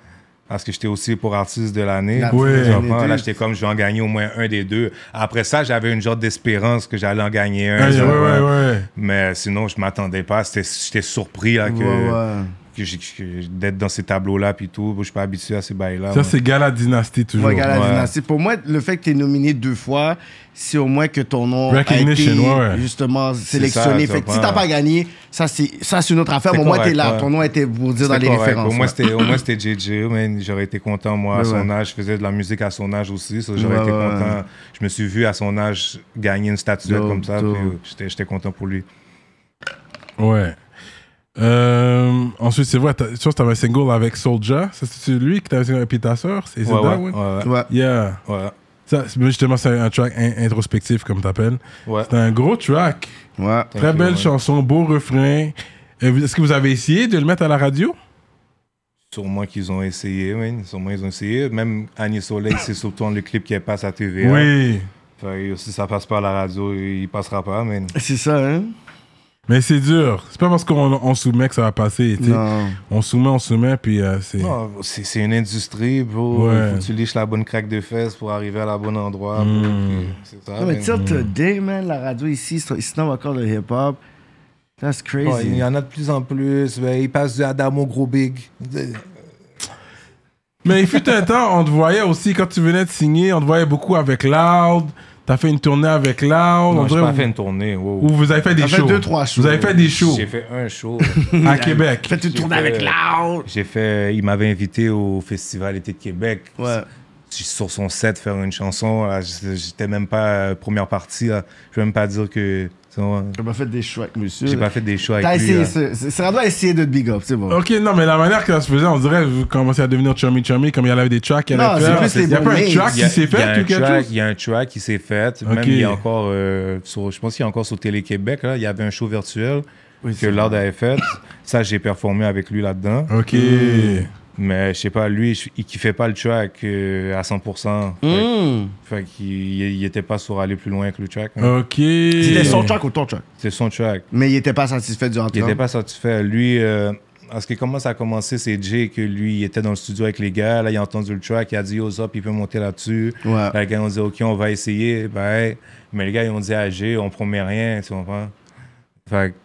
[SPEAKER 3] parce que j'étais aussi pour artiste de l'année,
[SPEAKER 2] L'artiste
[SPEAKER 1] Ouais.
[SPEAKER 3] tu
[SPEAKER 1] de
[SPEAKER 3] comprends?
[SPEAKER 2] l'année.
[SPEAKER 3] là, j'étais comme, je vais en gagner au moins un des deux. Après ça, j'avais une genre d'espérance que j'allais en gagner un.
[SPEAKER 1] Ouais,
[SPEAKER 3] tu
[SPEAKER 1] ouais,
[SPEAKER 3] comprends?
[SPEAKER 1] ouais. ouais.
[SPEAKER 3] Mais sinon, je m'attendais pas. C'était- J'étais surpris là, que,
[SPEAKER 2] Ouais, ouais.
[SPEAKER 3] que j'ai- que- d'être dans ces tableaux-là puis tout. Je suis pas habitué à ces bails-là.
[SPEAKER 1] Ça,
[SPEAKER 3] moi.
[SPEAKER 1] c'est Gala Dynasty toujours.
[SPEAKER 2] Ouais, Gala
[SPEAKER 3] Ouais.
[SPEAKER 2] Dynasty. Pour moi, le fait que tu es nominé deux fois, c'est au moins que ton nom a
[SPEAKER 1] Recognition,
[SPEAKER 2] été
[SPEAKER 1] ouais, ouais.
[SPEAKER 2] justement sélectionné.
[SPEAKER 3] ça,
[SPEAKER 2] fait que
[SPEAKER 3] ça,
[SPEAKER 2] si
[SPEAKER 3] ouais.
[SPEAKER 2] t'as pas gagné, ça c'est ça c'est une autre affaire. mais Au moins
[SPEAKER 3] correct,
[SPEAKER 2] t'es là,
[SPEAKER 3] ouais.
[SPEAKER 2] ton nom a été pour dire dans les
[SPEAKER 3] C'était correct.
[SPEAKER 2] références.
[SPEAKER 3] Au moins,
[SPEAKER 2] ouais.
[SPEAKER 3] c'était, au moins, c'était JJ, man. J'aurais été content, moi, à
[SPEAKER 2] Ouais,
[SPEAKER 3] son
[SPEAKER 2] ouais.
[SPEAKER 3] âge. Je faisais de la musique à son âge aussi. ça, j'aurais
[SPEAKER 2] Ouais,
[SPEAKER 3] été
[SPEAKER 2] ouais,
[SPEAKER 3] content.
[SPEAKER 2] ouais.
[SPEAKER 3] Je me suis vu à son âge gagner une statuette
[SPEAKER 2] Dope,
[SPEAKER 3] comme ça. puis,
[SPEAKER 2] dope.
[SPEAKER 3] euh, j'étais, j'étais content pour lui.
[SPEAKER 1] Ouais. Euh, ensuite, c'est vrai, t'as- tu vois, t'avais un single avec Soulja. Ça, c'est lui qui t'avait single avec ta soeur. C'est
[SPEAKER 3] Ouais,
[SPEAKER 1] ça,
[SPEAKER 3] ouais,
[SPEAKER 1] ouais?
[SPEAKER 3] ouais,
[SPEAKER 2] Ouais.
[SPEAKER 1] Yeah.
[SPEAKER 3] ouais.
[SPEAKER 1] Ça, c'est- justement, c'est un track in- introspectif, comme t'appelles.
[SPEAKER 3] Ouais.
[SPEAKER 1] C'est un gros track.
[SPEAKER 2] Ouais.
[SPEAKER 1] Très
[SPEAKER 3] you,
[SPEAKER 1] belle
[SPEAKER 3] ouais.
[SPEAKER 1] chanson, beau refrain. Euh, vous- Est-ce que vous avez essayé de le mettre à la radio?
[SPEAKER 3] Sûrement qu'ils ont essayé, man. Sûrement ils ont essayé. Même Annie Soleil, c'est surtout le clip qui passe à TVA.
[SPEAKER 1] Oui.
[SPEAKER 3] Fait que si ça passe pas à la radio, il passera pas, man.
[SPEAKER 2] C'est ça, hein?
[SPEAKER 1] Mais c'est dur. C'est pas parce qu'on on soumet que ça va passer. tu sais.
[SPEAKER 2] Non.
[SPEAKER 1] On soumet, on soumet, puis euh, c'est.
[SPEAKER 3] Non, c'est, c'est une industrie, bro.
[SPEAKER 1] Ouais.
[SPEAKER 3] Faut que tu liches la bonne craque de fesses pour arriver à la bonne endroit. bro.
[SPEAKER 2] Hmm.
[SPEAKER 3] Puis, C'est ça,
[SPEAKER 2] Non, Ah, mais
[SPEAKER 3] man.
[SPEAKER 2] till today, man, la radio ici, c'est- ils snobent encore le hip-hop. That's crazy.
[SPEAKER 3] Ouais, il y en a de plus en plus. Ben, il passe du Adamo Gros Big.
[SPEAKER 1] Mais il fut un temps, on te voyait aussi quand tu venais de signer, on te voyait beaucoup avec Loud. T'as fait une tournée avec Loud. on
[SPEAKER 3] Non, j'ai
[SPEAKER 1] dirait
[SPEAKER 3] pas
[SPEAKER 1] vous-
[SPEAKER 3] fait une tournée. wow.
[SPEAKER 1] Ou vous avez fait des
[SPEAKER 2] fait
[SPEAKER 1] shows.
[SPEAKER 2] deux, trois shows.
[SPEAKER 1] Vous avez fait des shows
[SPEAKER 3] J'ai fait un show.
[SPEAKER 1] à Québec.
[SPEAKER 2] Faites une
[SPEAKER 3] J'ai
[SPEAKER 2] tournée
[SPEAKER 3] fait-
[SPEAKER 2] avec Loud.
[SPEAKER 3] j'ai fait. Il m'avait invité au Festival Été de Québec.
[SPEAKER 2] Ouais.
[SPEAKER 3] J- Sur son set, faire une chanson. là, j- J'étais même pas euh, première partie. Là. Je peux même pas dire que. tu vois,
[SPEAKER 2] J'ai pas fait des shows avec monsieur.
[SPEAKER 3] J'ai pas fait des shows avec
[SPEAKER 2] T'as
[SPEAKER 3] lui.
[SPEAKER 2] essayé,
[SPEAKER 3] là.
[SPEAKER 2] ça. C'est ça doit essayer de te big up, c'est bon.
[SPEAKER 1] Ok, non, mais la manière que ça se faisait, on dirait que vous commencez à devenir chummy chummy, comme il y avait des tracks. Il y
[SPEAKER 2] Non,
[SPEAKER 1] avait
[SPEAKER 2] c'est
[SPEAKER 1] fait.
[SPEAKER 2] plus les
[SPEAKER 1] Il y a
[SPEAKER 2] bons
[SPEAKER 1] pas un
[SPEAKER 2] mails.
[SPEAKER 1] track
[SPEAKER 3] Il y a-
[SPEAKER 1] qui s'est
[SPEAKER 3] il y a
[SPEAKER 1] fait
[SPEAKER 3] un
[SPEAKER 1] ou quelque
[SPEAKER 3] track-
[SPEAKER 1] chose
[SPEAKER 3] Il y a un track qui s'est fait.
[SPEAKER 1] Ok.
[SPEAKER 3] Même il y a encore, euh, sur- je pense qu'il y a encore sur Télé-Québec, là, il y avait un show virtuel que Lord avait fait. Ça, j'ai performé avec lui là-dedans.
[SPEAKER 1] Ok.
[SPEAKER 3] Mais je sais pas, lui, je- il kiffait pas le track euh, à 100%. Fait-
[SPEAKER 2] Hmm.
[SPEAKER 3] Fait, qu'il il- il était pas sur aller plus loin que le track. hein.
[SPEAKER 1] Ok.
[SPEAKER 2] C'était son track ou ton track?
[SPEAKER 3] C'est son track.
[SPEAKER 2] Mais il était pas satisfait du
[SPEAKER 3] Il
[SPEAKER 2] rentrée.
[SPEAKER 3] était pas satisfait. Lui, euh, parce que comment ça a commencé, c'est Jay que lui, il était dans le studio avec les gars. Là, il a entendu le track. Il a dit, yo, Zop, il peut monter là-dessus.
[SPEAKER 2] Ouais.
[SPEAKER 3] Là, les gars ont dit, OK, on va essayer. Ben, mais les gars, ils ont dit à Jay, on promet rien, tu comprends? Fait que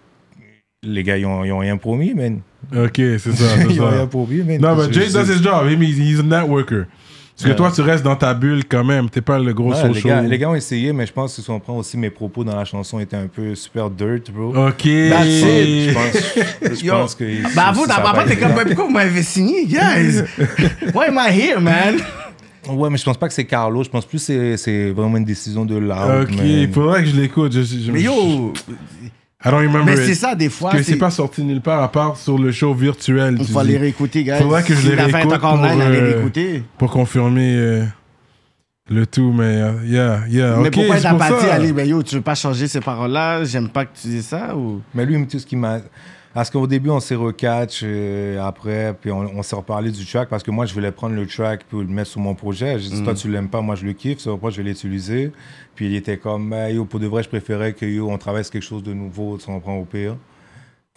[SPEAKER 3] les gars, ils ont, ils ont rien promis, man.
[SPEAKER 1] Ok, c'est ça. c'est
[SPEAKER 3] ils ont rien
[SPEAKER 1] ça.
[SPEAKER 3] promis, man.
[SPEAKER 1] Non, mais
[SPEAKER 3] Je-
[SPEAKER 1] Jay
[SPEAKER 3] je-
[SPEAKER 1] does his job. Him, he's, he's a networker. Parce que
[SPEAKER 3] Ouais.
[SPEAKER 1] toi, tu restes dans ta bulle quand même. T'es pas le gros
[SPEAKER 3] Ouais, les,
[SPEAKER 1] social.
[SPEAKER 3] gars, les gars ont essayé, mais je pense que si on prend aussi mes propos dans la chanson, étaient un peu super dirt, bro.
[SPEAKER 1] Ok.
[SPEAKER 3] Je pense, je
[SPEAKER 2] Yo.
[SPEAKER 3] pense que.
[SPEAKER 2] Bah,
[SPEAKER 3] si-
[SPEAKER 2] vous,
[SPEAKER 3] si
[SPEAKER 2] t'as
[SPEAKER 3] ça
[SPEAKER 2] pas
[SPEAKER 3] va
[SPEAKER 2] t'es
[SPEAKER 3] être-
[SPEAKER 2] comme, pourquoi vous m'avez signé, guys? Why am I here, man?
[SPEAKER 3] Ouais, mais je pense pas que c'est Carlo. Je pense plus que c'est- c'est vraiment une décision de l'art.
[SPEAKER 1] Ok, il faudrait que je l'écoute. Je- je-
[SPEAKER 2] Ah, Mais yo,
[SPEAKER 1] I don't remember
[SPEAKER 2] mais
[SPEAKER 1] it.
[SPEAKER 2] c'est ça, des fois.
[SPEAKER 1] Parce que c'est pas sorti nulle part à part sur le show virtuel.
[SPEAKER 2] Il
[SPEAKER 1] tu
[SPEAKER 2] faut
[SPEAKER 1] dis.
[SPEAKER 2] aller réécouter, guys.
[SPEAKER 1] Faudrait que je
[SPEAKER 2] Si
[SPEAKER 1] les
[SPEAKER 2] l'affaire est
[SPEAKER 1] réécoute
[SPEAKER 2] encore
[SPEAKER 1] pour,
[SPEAKER 2] online, allez
[SPEAKER 1] euh,
[SPEAKER 2] réécouter.
[SPEAKER 1] pour confirmer euh, le tout, mais euh, yeah, yeah.
[SPEAKER 2] Mais
[SPEAKER 1] ok,
[SPEAKER 2] pourquoi
[SPEAKER 1] c'est
[SPEAKER 2] être
[SPEAKER 1] pour
[SPEAKER 2] apathique,
[SPEAKER 1] ça.
[SPEAKER 2] allez, ben yo, tu veux pas changer ces paroles-là? J'aime pas que tu dises ça ou.
[SPEAKER 3] Mais lui, tout ce qui m'a. Parce qu'au début, on s'est recatch euh, après, puis on, on s'est reparlé du track parce que moi, je voulais prendre le track pour le mettre sur mon projet. J'ai
[SPEAKER 2] Mm.
[SPEAKER 3] dit, toi, tu l'aimes pas, moi, je le kiffe, ça pourquoi je vais l'utiliser. Puis il était comme, Eh, yo, pour de vrai, je préférais que yo, on traverse quelque chose de nouveau, tu comprends, au pire.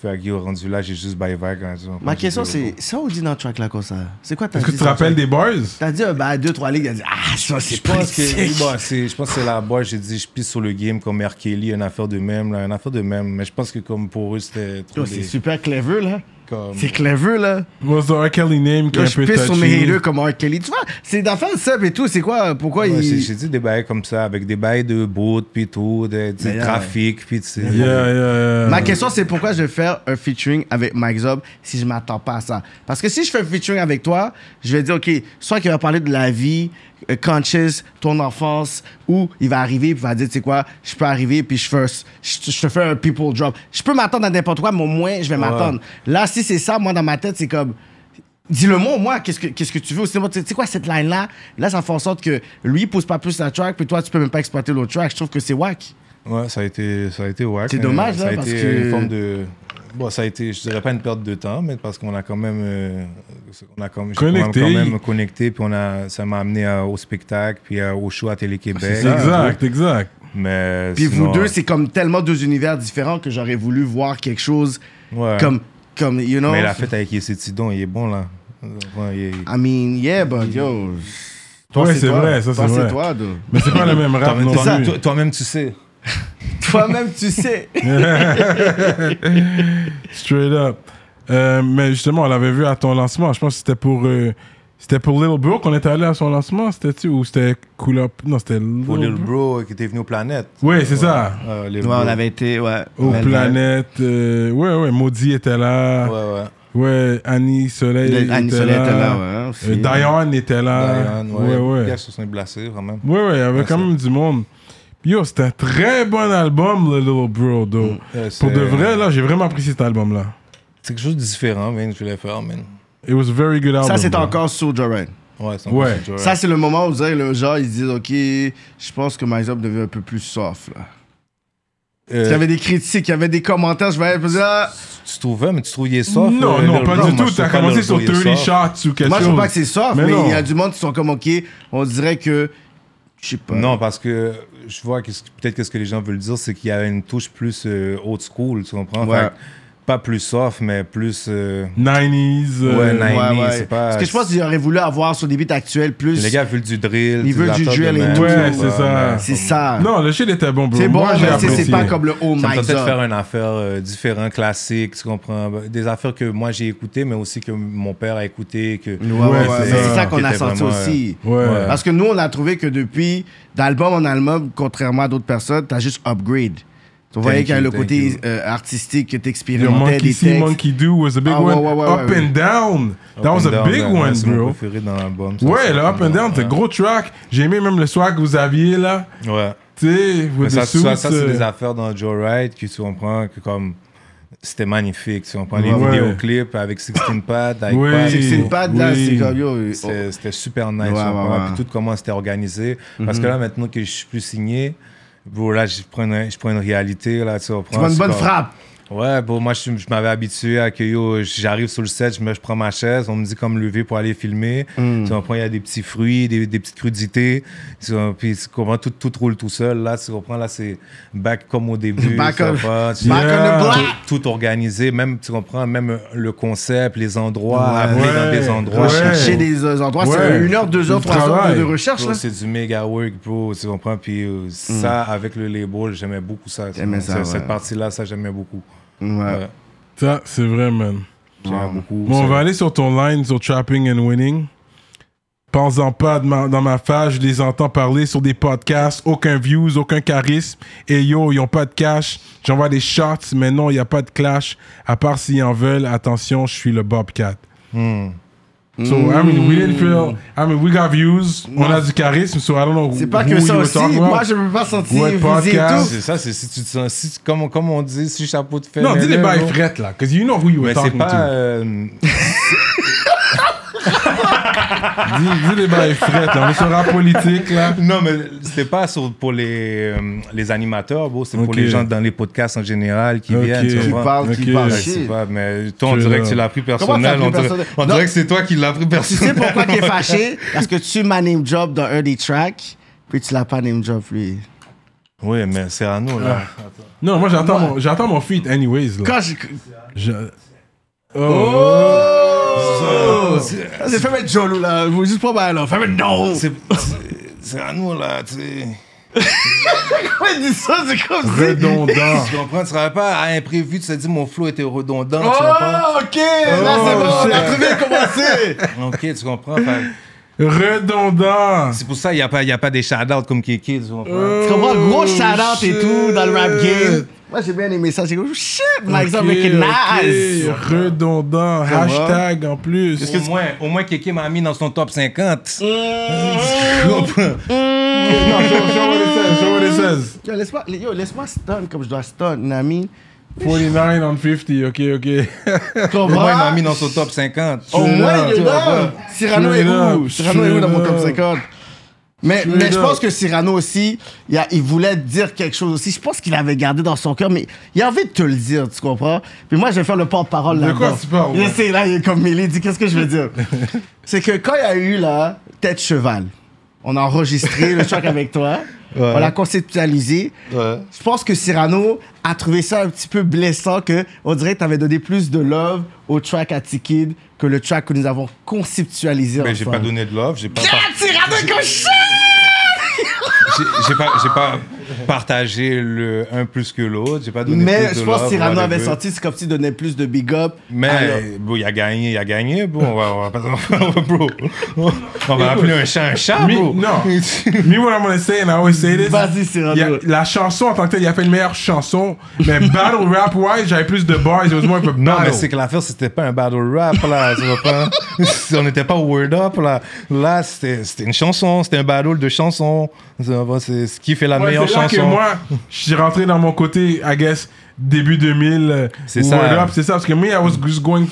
[SPEAKER 3] Fait que yo, rendu là, j'ai juste bye bye. quand tu comprends,
[SPEAKER 2] Ma
[SPEAKER 3] j'ai
[SPEAKER 2] question,
[SPEAKER 3] dit,
[SPEAKER 2] c'est, ça ou dit dans le track là, comme ça? C'est quoi ta
[SPEAKER 1] Est-ce que tu te rappelles des bars?
[SPEAKER 2] T'as dit, euh, bah, deux, trois ligues, t'as dit, ah, ça, c'est
[SPEAKER 3] Je pense que
[SPEAKER 2] politique.
[SPEAKER 3] bon, c'est- je pense que c'est là-bas, j'ai dit je pisse sur le game comme R. Kelly, une affaire de même, là, une affaire de même. Mais je pense que comme pour eux, c'était trop
[SPEAKER 2] Yo,
[SPEAKER 3] des-
[SPEAKER 2] C'est super clever, là.
[SPEAKER 3] Comme...
[SPEAKER 2] C'est clever, là.
[SPEAKER 1] Moi, c'est un R. Kelly name qui est
[SPEAKER 2] Là,
[SPEAKER 1] un
[SPEAKER 2] je
[SPEAKER 1] peu
[SPEAKER 2] pisse sur mes
[SPEAKER 1] touchy.
[SPEAKER 2] haters comme R. Kelly. Tu vois, c'est d'affaires Seb et tout. C'est quoi? Pourquoi
[SPEAKER 3] Ouais, c'est-
[SPEAKER 2] il.
[SPEAKER 3] J'ai dit des bails comme ça, avec des bails de boot, puis tout, de, du
[SPEAKER 2] Mais, euh,
[SPEAKER 3] trafic, puis tu sais.
[SPEAKER 1] Yeah, yeah, yeah.
[SPEAKER 2] Ma question, c'est pourquoi je vais faire un featuring avec Mike Zob si je m'attends pas à ça. Parce que si je fais un featuring avec toi, je vais dire, OK, soit qu'il va parler de la vie, euh, conscious, ton enfance, ou il va arriver et va dire, tu sais quoi, je peux arriver puis je, fais, un- je, je te fais un people drop. Je peux m'attendre à n'importe quoi, mais au moins, je vais m'attendre. Là, si c'est ça, moi, dans ma tête, c'est comme... Dis-le-moi, moi, qu'est-ce que, qu'est-ce que tu veux au cinéma? Tu sais- tu sais quoi, cette line-là? Là, ça fait en sorte que lui, il pousse pas plus la track, puis toi, tu peux même pas exploiter l'autre track. Je trouve que c'est whack.
[SPEAKER 3] Ouais, ça a été, ça a été whack.
[SPEAKER 2] C'est
[SPEAKER 3] mais
[SPEAKER 2] dommage,
[SPEAKER 3] ça
[SPEAKER 2] là,
[SPEAKER 3] a
[SPEAKER 2] parce
[SPEAKER 3] été
[SPEAKER 2] que-
[SPEAKER 3] une forme de. Bon, ça a été, je dirais pas une perte de temps, mais parce qu'on a quand même. euh, on a quand même, j'ai
[SPEAKER 1] Connecté.
[SPEAKER 3] quand même connecté, puis on a, ça m'a amené à- au spectacle, puis à- au show à Télé-Québec.
[SPEAKER 1] C'est Exact, exact.
[SPEAKER 3] Mais.
[SPEAKER 2] Puis
[SPEAKER 3] sinon-
[SPEAKER 2] vous deux, c'est comme tellement deux univers différents que j'aurais voulu voir quelque chose
[SPEAKER 3] Ouais.
[SPEAKER 2] comme, comme, you know.
[SPEAKER 3] Mais la fête avec Yessé Tidon, il est bon, là. Ouais, il est-
[SPEAKER 2] I mean, yeah, but yo. Toi,
[SPEAKER 1] Ouais, c'est
[SPEAKER 2] toi.
[SPEAKER 1] vrai, ça, c'est
[SPEAKER 2] Toi,
[SPEAKER 1] vrai.
[SPEAKER 2] c'est toi, dude.
[SPEAKER 1] Mais c'est pas le même
[SPEAKER 2] Ah,
[SPEAKER 1] rap
[SPEAKER 3] Toi-même,
[SPEAKER 1] non
[SPEAKER 3] tu sais-
[SPEAKER 1] plus.
[SPEAKER 3] toi- Toi-même, tu sais.
[SPEAKER 2] Toi-même, tu sais.
[SPEAKER 1] Straight up. Euh, mais justement, on l'avait vu à ton lancement. Je pense que c'était pour. euh, c'était pour Little Bro qu'on était allé à son lancement, c'était-tu? Ou c'était Cool Up? Non, c'était Little,
[SPEAKER 3] Pour Lil
[SPEAKER 1] Bro.
[SPEAKER 3] Bro qui était venu au Planète.
[SPEAKER 1] Oui, c'est ça.
[SPEAKER 3] Euh, Lil
[SPEAKER 2] ouais, on
[SPEAKER 3] Bro.
[SPEAKER 2] avait été, ouais.
[SPEAKER 1] Au
[SPEAKER 2] Mais-
[SPEAKER 1] Planète. euh, ouais, ouais, Maudit était là.
[SPEAKER 3] Ouais,
[SPEAKER 1] Ouais,
[SPEAKER 3] ouais.
[SPEAKER 1] Annie Soleil.
[SPEAKER 2] Le- Annie
[SPEAKER 1] était,
[SPEAKER 2] Soleil
[SPEAKER 1] là.
[SPEAKER 2] était là, ouais, hein, aussi.
[SPEAKER 1] Euh, Diane était là.
[SPEAKER 3] Diane,
[SPEAKER 1] Ah, ouais, ouais.
[SPEAKER 3] Les gars se sont blessés, quand même.
[SPEAKER 1] Ouais, ouais, il y avait quand même du monde. Puis Yo, c'était un très bon album, le Little Bro, though.
[SPEAKER 2] Mm.
[SPEAKER 3] Euh,
[SPEAKER 1] Pour de
[SPEAKER 3] c'est-
[SPEAKER 1] vrai, là, j'ai vraiment apprécié cet album-là.
[SPEAKER 3] C'est quelque chose de différent, man, je voulais faire, man.
[SPEAKER 1] It was a very good album.
[SPEAKER 2] Ça, c'est
[SPEAKER 1] bro.
[SPEAKER 2] encore Soulja Run.
[SPEAKER 3] Ouais, c'est
[SPEAKER 1] Ouais.
[SPEAKER 3] un
[SPEAKER 2] Ça, c'est le moment où vous savez, le genre, ils se disent, OK, je pense que My Job devient un peu plus soft, là. Il y avait des critiques, il y avait des commentaires, je vais dire, ah,
[SPEAKER 3] Euh, Tu trouvais, mais tu trouvais soft.
[SPEAKER 1] Non,
[SPEAKER 3] euh,
[SPEAKER 1] non,
[SPEAKER 3] Lil
[SPEAKER 1] pas
[SPEAKER 3] Bro,
[SPEAKER 1] du tout.
[SPEAKER 3] moi, je
[SPEAKER 1] T'as
[SPEAKER 3] trouve pas
[SPEAKER 1] commencé
[SPEAKER 3] Lil
[SPEAKER 1] sur
[SPEAKER 3] Bro, il est
[SPEAKER 1] 30
[SPEAKER 3] soft.
[SPEAKER 1] shots ou quelque
[SPEAKER 2] moi, je
[SPEAKER 1] chose.
[SPEAKER 2] trouve pas que c'est soft, mais
[SPEAKER 1] non.
[SPEAKER 2] il y a du monde qui sont comme, OK, on dirait que, je sais pas.
[SPEAKER 3] Non, parce que je vois que ce- peut-être que ce que les gens veulent dire, c'est qu'il y a une touche plus euh, old school, tu comprends?
[SPEAKER 2] Ouais.
[SPEAKER 3] Fait que pas plus soft, mais plus. euh,
[SPEAKER 1] 90s. euh,
[SPEAKER 3] Ouais, 90s,
[SPEAKER 2] Ouais, ouais.
[SPEAKER 3] c'est pas.
[SPEAKER 2] Parce que je pense qu'ils auraient voulu avoir sur des beats actuels plus.
[SPEAKER 3] Les gars euh, veulent du drill.
[SPEAKER 2] Ils veulent du drill et
[SPEAKER 3] et
[SPEAKER 2] tout.
[SPEAKER 1] Ouais, c'est ça.
[SPEAKER 2] c'est ça.
[SPEAKER 1] Non, le shit était bon, bro.
[SPEAKER 2] c'est bon,
[SPEAKER 1] Moi, j'ai
[SPEAKER 2] mais c'est-
[SPEAKER 1] apprécié.
[SPEAKER 2] c'est pas comme le Oh
[SPEAKER 3] Ça me
[SPEAKER 2] My
[SPEAKER 3] tentait de faire
[SPEAKER 2] God.
[SPEAKER 3] une affaire euh, différente, classique, tu comprends? Bah, Des affaires que moi j'ai écoutées, mais aussi que mon père a écoutées. Que...
[SPEAKER 2] Ouais, ouais,
[SPEAKER 1] Ouais,
[SPEAKER 2] ouais.
[SPEAKER 1] c'est
[SPEAKER 2] C'est
[SPEAKER 1] ça.
[SPEAKER 2] ça qu'on
[SPEAKER 3] euh, Qui
[SPEAKER 2] a
[SPEAKER 3] était
[SPEAKER 2] senti
[SPEAKER 3] vraiment, euh,
[SPEAKER 2] aussi.
[SPEAKER 1] Ouais.
[SPEAKER 3] Ouais.
[SPEAKER 2] Parce que nous, on a trouvé que depuis, d'album en album, contrairement à d'autres personnes, t'as juste upgrade. Tu voyais
[SPEAKER 3] Thank
[SPEAKER 2] qu'il y a
[SPEAKER 3] you,
[SPEAKER 2] le
[SPEAKER 3] thank
[SPEAKER 2] côté
[SPEAKER 3] you.
[SPEAKER 2] euh, artistique que
[SPEAKER 1] Le
[SPEAKER 2] t'expérimentais,
[SPEAKER 1] Monkey
[SPEAKER 2] des
[SPEAKER 1] See,
[SPEAKER 2] textes.
[SPEAKER 1] Monkey Do was a big
[SPEAKER 2] Ah, ouais,
[SPEAKER 1] one.
[SPEAKER 2] ouais, ouais,
[SPEAKER 1] up
[SPEAKER 2] ouais.
[SPEAKER 1] and Down.
[SPEAKER 3] euh,
[SPEAKER 1] That was a big one,
[SPEAKER 3] C'est
[SPEAKER 1] bro.
[SPEAKER 3] mon préféré dans l'album. ça,
[SPEAKER 1] Ouais,
[SPEAKER 3] c'est
[SPEAKER 1] le Up and Down, c'est
[SPEAKER 3] ouais.
[SPEAKER 1] gros track. J'ai aimé même le swag que vous aviez, là.
[SPEAKER 3] Ouais.
[SPEAKER 1] Tu sais,
[SPEAKER 3] Mais
[SPEAKER 1] with
[SPEAKER 3] ça,
[SPEAKER 1] the suits.
[SPEAKER 3] ça, ça, c'est
[SPEAKER 1] euh,
[SPEAKER 3] des affaires dans Joe Wright que tu comprends que comme c'était magnifique. Si on prend les
[SPEAKER 1] Ouais.
[SPEAKER 3] vidéoclips avec 16 pads, avec
[SPEAKER 1] Oui.
[SPEAKER 3] pads,
[SPEAKER 2] C'est que c'est une patte, là,
[SPEAKER 1] Oui.
[SPEAKER 2] c'est comme yo. oh.
[SPEAKER 3] c'était c'était super nice.
[SPEAKER 2] Ouais,
[SPEAKER 3] tu
[SPEAKER 2] ouais,
[SPEAKER 3] comprends?
[SPEAKER 2] Mhm. ouais.
[SPEAKER 3] Puis tout comment c'était organisé. Parce que là, maintenant que je suis plus signé, bro, là, je prends une, je prends une réalité. Là, tu
[SPEAKER 2] Tu prends
[SPEAKER 3] comprends?
[SPEAKER 2] une
[SPEAKER 3] C'est
[SPEAKER 2] bonne
[SPEAKER 3] comme-
[SPEAKER 2] frappe.
[SPEAKER 3] Ouais, bon, moi, je, suis- je m'avais habitué à que yo, j'arrive sur le set, je, me, je prends ma chaise, on me dit comme lever pour aller filmer.
[SPEAKER 2] Mhm.
[SPEAKER 3] Tu comprends, il y a des petits fruits, des, des petites crudités. Tu vois, puis tu comprends, tout, tout roule tout seul. Là, tu comprends, là, c'est back comme au début.
[SPEAKER 2] Back
[SPEAKER 3] tu
[SPEAKER 2] on-
[SPEAKER 3] comprends, tu-
[SPEAKER 2] Back
[SPEAKER 1] Yeah.
[SPEAKER 2] on the block.
[SPEAKER 3] tout, tout organisé, même, tu comprends, même le concept, les endroits,
[SPEAKER 2] Ouais.
[SPEAKER 3] appeler dans des
[SPEAKER 1] Ouais.
[SPEAKER 3] endroits.
[SPEAKER 1] Ouais.
[SPEAKER 2] Rechercher des euh, endroits,
[SPEAKER 1] Ouais.
[SPEAKER 2] c'est une heure, deux heures,
[SPEAKER 1] Du
[SPEAKER 2] trois heures
[SPEAKER 1] travail.
[SPEAKER 2] de- de recherche.
[SPEAKER 3] Bro,
[SPEAKER 2] là.
[SPEAKER 3] Oh, c'est du méga work, bro. Tu comprends? Puis euh, ça, avec le label, j'aimais beaucoup ça. tu
[SPEAKER 2] T'aimais ça,
[SPEAKER 3] comprends? Ce-
[SPEAKER 2] ouais.
[SPEAKER 3] Cette partie-là, ça, j'aimais beaucoup.
[SPEAKER 2] Ouais.
[SPEAKER 3] Ouais.
[SPEAKER 1] Ça, c'est vrai, man.
[SPEAKER 3] J'aimais beaucoup.
[SPEAKER 1] Bon, on
[SPEAKER 3] ça.
[SPEAKER 1] va aller sur ton line sur Trapping and Winning. Pensant pas de ma- dans ma face, je les entends parler sur des podcasts, aucun views, aucun charisme. Et yo, ils ont pas de cash. J'envoie des shots, mais non, il y a pas de clash. À part s'ils en veulent, attention, je suis le Bobcat.
[SPEAKER 2] Hmm.
[SPEAKER 1] So, I mean, we didn't feel. I mean, we got views, on a du charisme, so I don't know.
[SPEAKER 2] C'est pas
[SPEAKER 1] who
[SPEAKER 2] que ça
[SPEAKER 1] you were
[SPEAKER 2] aussi.
[SPEAKER 1] talking
[SPEAKER 2] Moi,
[SPEAKER 1] about.
[SPEAKER 2] je me peux pas sentir
[SPEAKER 1] Ouais,
[SPEAKER 2] visé et
[SPEAKER 1] podcast.
[SPEAKER 2] tout.
[SPEAKER 3] C'est ça, c'est si tu te sens. Si, comme, on- comme on dit, si chapeau de fer.
[SPEAKER 1] Non, dis
[SPEAKER 3] mais
[SPEAKER 1] des
[SPEAKER 3] là,
[SPEAKER 1] bails
[SPEAKER 3] non.
[SPEAKER 1] frettes là, because you know who you were
[SPEAKER 3] Mais c'est
[SPEAKER 1] talking
[SPEAKER 3] pas. euh,
[SPEAKER 1] to. Dis, dis des bails frettes là, on est sur la politique là.
[SPEAKER 3] non, mais c'est pas sur, pour les, euh, les animateurs, bro. C'est pour
[SPEAKER 1] Ok.
[SPEAKER 3] les gens dans les podcasts en général qui
[SPEAKER 1] Ok.
[SPEAKER 3] viennent. Tu
[SPEAKER 1] Qui
[SPEAKER 3] vois.
[SPEAKER 2] parlent, qui
[SPEAKER 1] Ok.
[SPEAKER 2] parlent.
[SPEAKER 3] Je sais
[SPEAKER 2] Shit.
[SPEAKER 3] pas, mais toi, on
[SPEAKER 1] Tu
[SPEAKER 3] dirait
[SPEAKER 1] l'as.
[SPEAKER 3] que tu l'as pris
[SPEAKER 2] Comment t'as
[SPEAKER 3] personnel.
[SPEAKER 2] pris
[SPEAKER 3] On dirait,
[SPEAKER 2] personnel?
[SPEAKER 3] on
[SPEAKER 2] Non.
[SPEAKER 3] dirait que c'est toi qui l'as pris
[SPEAKER 2] Tu sais
[SPEAKER 3] personnel.
[SPEAKER 2] pourquoi il est fâché? Parce que tu m'as name job dans un des tracks, puis tu l'as pas name job lui.
[SPEAKER 3] Oui, mais c'est à nous, là.
[SPEAKER 2] Ah.
[SPEAKER 1] Non, moi j'attends mon, j'attends mon feat anyways là.
[SPEAKER 2] Quand je.
[SPEAKER 1] Je... Oh!
[SPEAKER 2] Oh! J'ai ben, fait mettre Jolou là, vous juste pas mal là. Fais mettre non!
[SPEAKER 3] C'est- C'est c'est à nous, là, tu sais.
[SPEAKER 2] Pourquoi il dit ça? C'est comme si-
[SPEAKER 1] Redondant.
[SPEAKER 3] Tu comprends? Tu serais pas à imprévu, tu te dis mon flow était redondant, tu comprends?
[SPEAKER 2] Oh, ok! Là, c'est bon, on a trouvé le commencer!
[SPEAKER 3] Ok, tu comprends? Fait que
[SPEAKER 1] Redondant.
[SPEAKER 3] C'est pour ça qu'il n'y a pas, il y a pas des shout-outs comme Kiki, tu comprends?
[SPEAKER 2] Tu comprends? Gros shout-out et
[SPEAKER 1] shit.
[SPEAKER 2] tout dans le rap game. Oh, Moi, j'ai bien aimé ça. J'ai dit, oh, shit, Mike
[SPEAKER 1] Ok,
[SPEAKER 2] Zop make it
[SPEAKER 1] ok,
[SPEAKER 2] nice.
[SPEAKER 1] Redondant. Hashtag en plus.
[SPEAKER 3] au, moins, au moins, Kiki m'a mis dans son top 50.
[SPEAKER 1] Non, show, show what it says, show what it says.
[SPEAKER 2] Yo, laisse-moi yo, laisse-moi stun comme je dois stun, Nami.
[SPEAKER 1] 49 on 50, ok, ok.
[SPEAKER 2] Tu
[SPEAKER 3] Au moins, il m'a
[SPEAKER 2] comprends?
[SPEAKER 3] mis dans son top 50.
[SPEAKER 2] Au moins, il est
[SPEAKER 3] Tu
[SPEAKER 2] là.
[SPEAKER 3] comprends?
[SPEAKER 2] Cyrano
[SPEAKER 1] Je suis
[SPEAKER 2] est
[SPEAKER 1] là.
[SPEAKER 2] où?
[SPEAKER 1] Je
[SPEAKER 2] Cyrano est
[SPEAKER 1] suis
[SPEAKER 2] où dans mon
[SPEAKER 1] là.
[SPEAKER 2] top 50? Mais,
[SPEAKER 1] Je suis
[SPEAKER 2] mais je
[SPEAKER 1] là.
[SPEAKER 2] pense que Cyrano aussi, il, a- il voulait dire quelque chose aussi. Je pense qu'il avait gardé dans son cœur, mais il a envie de te le dire, tu comprends? Puis moi, je vais faire le porte-parole
[SPEAKER 1] De
[SPEAKER 2] là-bas.
[SPEAKER 1] quoi tu parles, ouais?
[SPEAKER 2] Je sais, là, il est comme Mélie, il dit qu'est-ce que je veux dire? C'est que quand il y a eu, là, Tête Cheval, on a enregistré le track avec toi, on l'a conceptualisé. Je pense que Cyrano a trouvé ça un petit peu blessant que on dirait que tu avais donné plus de love au track à Tikid que le track que nous avons conceptualisé.
[SPEAKER 3] Mais j'ai
[SPEAKER 2] ensemble.
[SPEAKER 3] pas donné de love, j'ai pas,
[SPEAKER 2] Ah, Cyrano, comme shit!
[SPEAKER 3] j'ai, j'ai pas, j'ai pas partagé le un plus que l'autre, j'ai pas donné
[SPEAKER 2] Mais
[SPEAKER 3] plus de
[SPEAKER 2] je pense que
[SPEAKER 3] love,
[SPEAKER 2] Cyrano avait
[SPEAKER 3] whatever.
[SPEAKER 2] sorti, c'est comme s'il donnait plus de big up. Alors,
[SPEAKER 3] Mais bon, il a gagné, il a gagné. Bon, on va, on va pas- on va- bro, on va appeler un chat un chat,
[SPEAKER 1] Me-
[SPEAKER 3] bro.
[SPEAKER 1] non. Me, what I'm gonna say, and I always say this.
[SPEAKER 2] Vas-y, Cyrano.
[SPEAKER 1] il y a- la chanson en tant que telle, il a fait une meilleure chanson, mais battle rap wise, j'avais plus de bars, it was more of a
[SPEAKER 3] Non, mais
[SPEAKER 1] battle.
[SPEAKER 3] c'est que l'affaire, c'était pas un battle rap, là. tu comprends? on n'était pas au word up, là. Là, c'était c'était une chanson, c'était un battle de chansons. Tu comprends? C'est ce qui fait la
[SPEAKER 1] Ouais,
[SPEAKER 3] meilleure
[SPEAKER 1] c'est là que
[SPEAKER 3] chanson.
[SPEAKER 1] moi, je suis rentré dans mon côté, I guess, début 2000. euh,
[SPEAKER 3] C'est
[SPEAKER 1] Word
[SPEAKER 3] ça.
[SPEAKER 1] Up, c'est ça. Parce que me, I was just going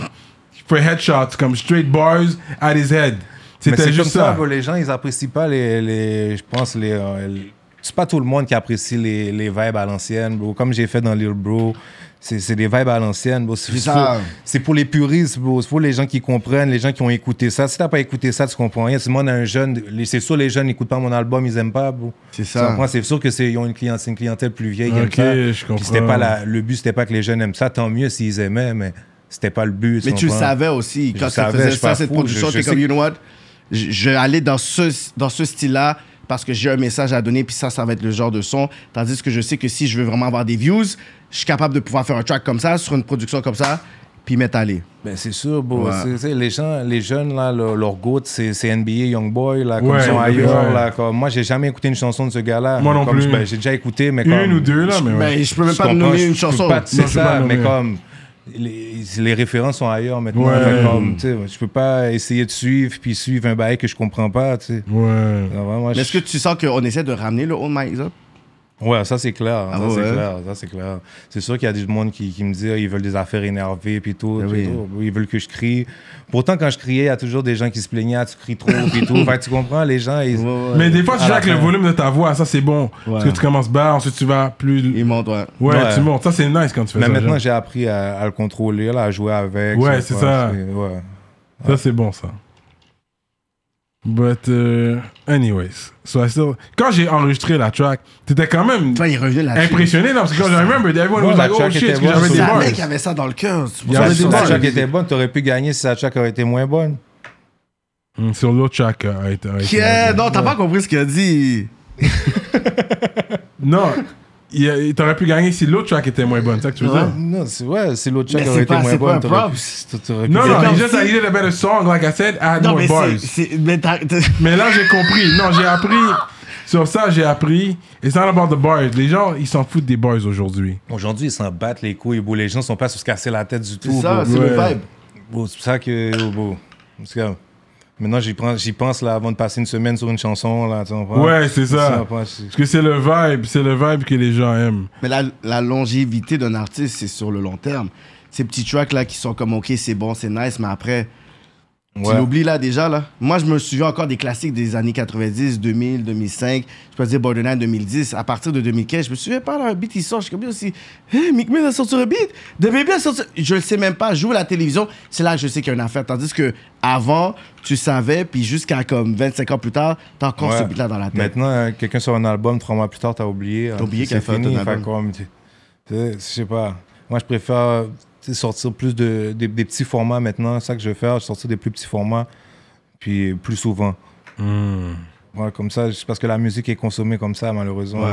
[SPEAKER 1] for headshots, comme straight bars at his head.
[SPEAKER 3] Mais c'est
[SPEAKER 1] C'était
[SPEAKER 3] comme
[SPEAKER 1] juste
[SPEAKER 3] ça.
[SPEAKER 1] ça.
[SPEAKER 3] bro, les gens, ils apprécient pas les, les- je pense, les, euh, les- c'est pas tout le monde qui apprécie les, les vibes à l'ancienne, bro. Comme j'ai fait dans Lil Bro, c'est c'est des vibes à l'ancienne, bro. C'est
[SPEAKER 2] ça.
[SPEAKER 3] pour, c'est pour les puristes, bro. C'est pour les gens qui comprennent, les gens qui ont écouté ça. Si t'as pas écouté ça, tu comprends rien. Si moi, on a un jeune, les- c'est sûr, les jeunes n'écoutent pas mon album, ils aiment pas, bro.
[SPEAKER 2] C'est
[SPEAKER 3] Tu
[SPEAKER 2] ça.
[SPEAKER 3] comprends? C'est sûr que c'est, ils ont une clientèle, une clientèle plus vieille. ils aiment
[SPEAKER 1] Ok,
[SPEAKER 3] ça.
[SPEAKER 1] je
[SPEAKER 3] Puis
[SPEAKER 1] comprends.
[SPEAKER 3] c'était pas la- le but, c'était pas que les jeunes aiment ça. Tant mieux s'ils aimaient, mais c'était pas le but.
[SPEAKER 2] Mais tu le
[SPEAKER 3] comprends?
[SPEAKER 2] savais aussi,
[SPEAKER 3] Je
[SPEAKER 2] quand tu
[SPEAKER 3] savais, je
[SPEAKER 2] faisais
[SPEAKER 3] suis
[SPEAKER 2] ça,
[SPEAKER 3] pas
[SPEAKER 2] cette
[SPEAKER 3] fou,
[SPEAKER 2] production,
[SPEAKER 3] je- je
[SPEAKER 2] t'es comme,
[SPEAKER 3] sais-
[SPEAKER 2] you know what? Je, je vais aller dans ce, dans ce style-là parce que j'ai un message à donner, puis ça, ça va être le genre de son. Tandis que je sais que si je veux vraiment avoir des views, je suis capable de pouvoir faire un track comme ça, sur une production comme ça, puis m'étaler.
[SPEAKER 3] Ben c'est sûr, bro.
[SPEAKER 2] Ouais.
[SPEAKER 3] C'est- c'est- les gens, les jeunes là, leur, leur goût, c'est c'est NBA Youngboy là, comme
[SPEAKER 1] Ouais,
[SPEAKER 3] ils sont ailleurs
[SPEAKER 1] ouais.
[SPEAKER 3] là. Comme, moi, j'ai jamais écouté une chanson de ce gars-là.
[SPEAKER 1] Moi non
[SPEAKER 3] Comme,
[SPEAKER 1] plus.
[SPEAKER 3] ben, j'ai déjà écouté, mais
[SPEAKER 1] Une
[SPEAKER 3] comme-
[SPEAKER 1] ou deux, là, mais ouais.
[SPEAKER 2] Mais je peux même
[SPEAKER 3] je
[SPEAKER 2] pas te
[SPEAKER 3] comprends,
[SPEAKER 2] nommer
[SPEAKER 3] je
[SPEAKER 2] une
[SPEAKER 3] peux
[SPEAKER 2] chanson.
[SPEAKER 3] pas-
[SPEAKER 1] Non,
[SPEAKER 3] C'est
[SPEAKER 1] je peux pas
[SPEAKER 3] ça, mais
[SPEAKER 1] nommer.
[SPEAKER 3] comme les, les références sont ailleurs maintenant.
[SPEAKER 1] Ouais.
[SPEAKER 3] Fait comme, tu sais, je peux pas essayer de suivre puis suivre un bail que je comprends pas. tu sais.
[SPEAKER 1] Ouais.
[SPEAKER 3] Alors, moi,
[SPEAKER 2] Mais est-ce
[SPEAKER 3] je-
[SPEAKER 2] que tu sens qu'on essaie de ramener le Old Mike Up?
[SPEAKER 3] Ouais, ça c'est clair, hein,
[SPEAKER 2] Ah
[SPEAKER 3] ça c'est
[SPEAKER 2] ouais?
[SPEAKER 3] clair, ça c'est clair. C'est sûr qu'il y a du monde qui, qui me dit ah, ils veulent des affaires énervées puis tout,
[SPEAKER 2] Ah
[SPEAKER 3] puis
[SPEAKER 2] oui.
[SPEAKER 3] tout. ils veulent que je crie. Pourtant quand je criais, il y a toujours des gens qui se plaignaient Ah, tu cries trop puis tout. Fait que tu comprends les gens ils
[SPEAKER 1] Mais des fois, tu
[SPEAKER 3] À la
[SPEAKER 1] joues avec le
[SPEAKER 3] fin.
[SPEAKER 1] volume de ta voix, ça c'est bon. Parce que tu commences bas, ensuite tu vas plus.
[SPEAKER 2] Il monte, ouais.
[SPEAKER 1] Ouais,
[SPEAKER 3] Ouais.
[SPEAKER 1] tu montes. Ça c'est nice quand tu fais
[SPEAKER 3] Mais
[SPEAKER 1] ça.
[SPEAKER 3] maintenant
[SPEAKER 1] j'aime.
[SPEAKER 3] j'ai appris à, à le contrôler, là, à jouer avec.
[SPEAKER 1] Ouais,
[SPEAKER 3] tu
[SPEAKER 1] c'est
[SPEAKER 3] vois,
[SPEAKER 1] ça.
[SPEAKER 3] c'est- ouais.
[SPEAKER 1] Ça c'est bon ça. But, euh, anyways. So I still- Quand j'ai enregistré la track, t'étais quand même
[SPEAKER 2] Toi, il revenait là-dessus.
[SPEAKER 1] impressionné, là, parce que quand je remember, everyone
[SPEAKER 3] Ouais,
[SPEAKER 1] was
[SPEAKER 3] la
[SPEAKER 1] like, oh
[SPEAKER 3] track
[SPEAKER 1] shit,
[SPEAKER 3] était
[SPEAKER 1] parce que
[SPEAKER 3] bonne,
[SPEAKER 1] j'avais
[SPEAKER 3] sur
[SPEAKER 1] des
[SPEAKER 2] C'est
[SPEAKER 3] le
[SPEAKER 2] un
[SPEAKER 1] bars.
[SPEAKER 2] mec qui avait ça dans le cœur. C'est pour
[SPEAKER 1] Il y
[SPEAKER 2] ça
[SPEAKER 1] avait
[SPEAKER 2] que je
[SPEAKER 3] Si
[SPEAKER 1] des
[SPEAKER 2] pense
[SPEAKER 3] la
[SPEAKER 1] bars.
[SPEAKER 2] que-
[SPEAKER 3] track était bonne, t'aurais pu gagner si la track aurait été moins bonne.
[SPEAKER 1] Mm, Sur l'autre track, euh, a été- a été-
[SPEAKER 2] Yeah, non, t'as pas compris ce qu'il a dit.
[SPEAKER 1] Non, il y a- il- t'aurais pu gagner si l'autre track était moins bonne, c'est ça que tu veux dire?
[SPEAKER 3] Non, c'est ouais, si l'autre
[SPEAKER 2] Mais
[SPEAKER 3] track
[SPEAKER 2] c'est
[SPEAKER 3] aurait été
[SPEAKER 2] pas- c'est
[SPEAKER 3] moins
[SPEAKER 2] pas un
[SPEAKER 3] bonne, t'aurais pu-
[SPEAKER 2] props.
[SPEAKER 3] t'aurais pu
[SPEAKER 1] Non, non,
[SPEAKER 3] gagner.
[SPEAKER 1] I
[SPEAKER 2] comme
[SPEAKER 1] just
[SPEAKER 2] si-
[SPEAKER 1] I needed a better song, like I said, I had
[SPEAKER 2] Non,
[SPEAKER 1] more
[SPEAKER 2] mais c'est-
[SPEAKER 1] bars.
[SPEAKER 2] c'est. Mais t'as- t'as-
[SPEAKER 1] Mais là, j'ai compris. Non, j'ai appris. Sur ça, j'ai appris. It's not about the bars. Les gens, ils s'en foutent des bars aujourd'hui.
[SPEAKER 3] Aujourd'hui, ils s'en battent les couilles, bro. les gens sont pas sur se casser la tête du tout.
[SPEAKER 2] C'est ça,
[SPEAKER 3] bro.
[SPEAKER 2] c'est le
[SPEAKER 1] Ouais.
[SPEAKER 2] vibe.
[SPEAKER 3] Bon, c'est pour ça que. oh, bon. En tout cas, maintenant, j'y pense, j'y pense là, avant de passer une semaine sur une chanson. Là, tu comprends?
[SPEAKER 1] Ouais, c'est ça.
[SPEAKER 3] Tu comprends? C'est-
[SPEAKER 1] Parce que c'est le vibe. C'est le vibe que les gens aiment.
[SPEAKER 2] Mais la, la longévité d'un artiste, c'est sur le long terme. Ces petits tracks là qui sont comme ok, c'est bon, c'est nice, mais après, tu
[SPEAKER 3] Ouais.
[SPEAKER 2] l'oublies là déjà là. Moi, je me souviens encore des classiques des années 90, 2000, 2005. Je peux dire Borderline 2010. À partir de 2015, je me souviens pas d'un beat il sort. Je suis comme aussi, hey, Mick Mill a sorti un beat, The Baby a sorti. Je le sais même pas. J'ouvre la télévision, c'est là que je sais qu'il y a une affaire. Tandis que avant, tu savais, puis jusqu'à comme 25 ans plus tard, t'as encore
[SPEAKER 3] Ouais.
[SPEAKER 2] ce beat là dans la tête.
[SPEAKER 3] Maintenant, euh, quelqu'un sur un album, trois mois plus tard, t'as oublié. hein, T'as
[SPEAKER 2] oublié qu'elle fait un album.
[SPEAKER 3] comme, tu- tu sais, Je sais pas. Moi, je préfère tu sais, sortir plus de, des- des petits formats
[SPEAKER 1] Hmm.
[SPEAKER 3] maintenant. C'est ça que je vais faire. Je vais sortir des plus petits formats, puis plus souvent. Ouais, comme ça, c'est parce que la musique est consommée comme ça, malheureusement.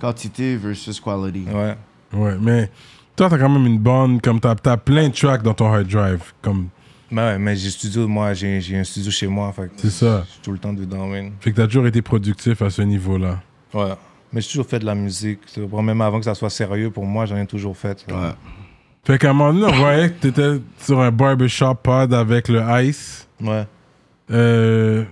[SPEAKER 2] Quantité versus quality.
[SPEAKER 3] Ouais.
[SPEAKER 1] Ouais, mais toi, t'as quand même une bonne. Comme t'as as plein de tracks dans ton hard drive. Comme,
[SPEAKER 3] Mais, Bah ouais, mais j'ai studio, moi, j'ai j'ai un studio chez moi. Fait que
[SPEAKER 1] C'est ça.
[SPEAKER 3] Je suis tout le temps dedans, man.
[SPEAKER 1] fait que t'as toujours été productif à ce niveau-là.
[SPEAKER 3] Ouais. Mais j'ai toujours fait de la musique. tu comprends? Même avant que ça soit sérieux, pour moi, j'en ai toujours fait. là.
[SPEAKER 1] Fait qu'à un moment donné, on voyait que t'étais sur un barbershop pod avec le Ice.
[SPEAKER 3] Ouais.
[SPEAKER 1] Euh,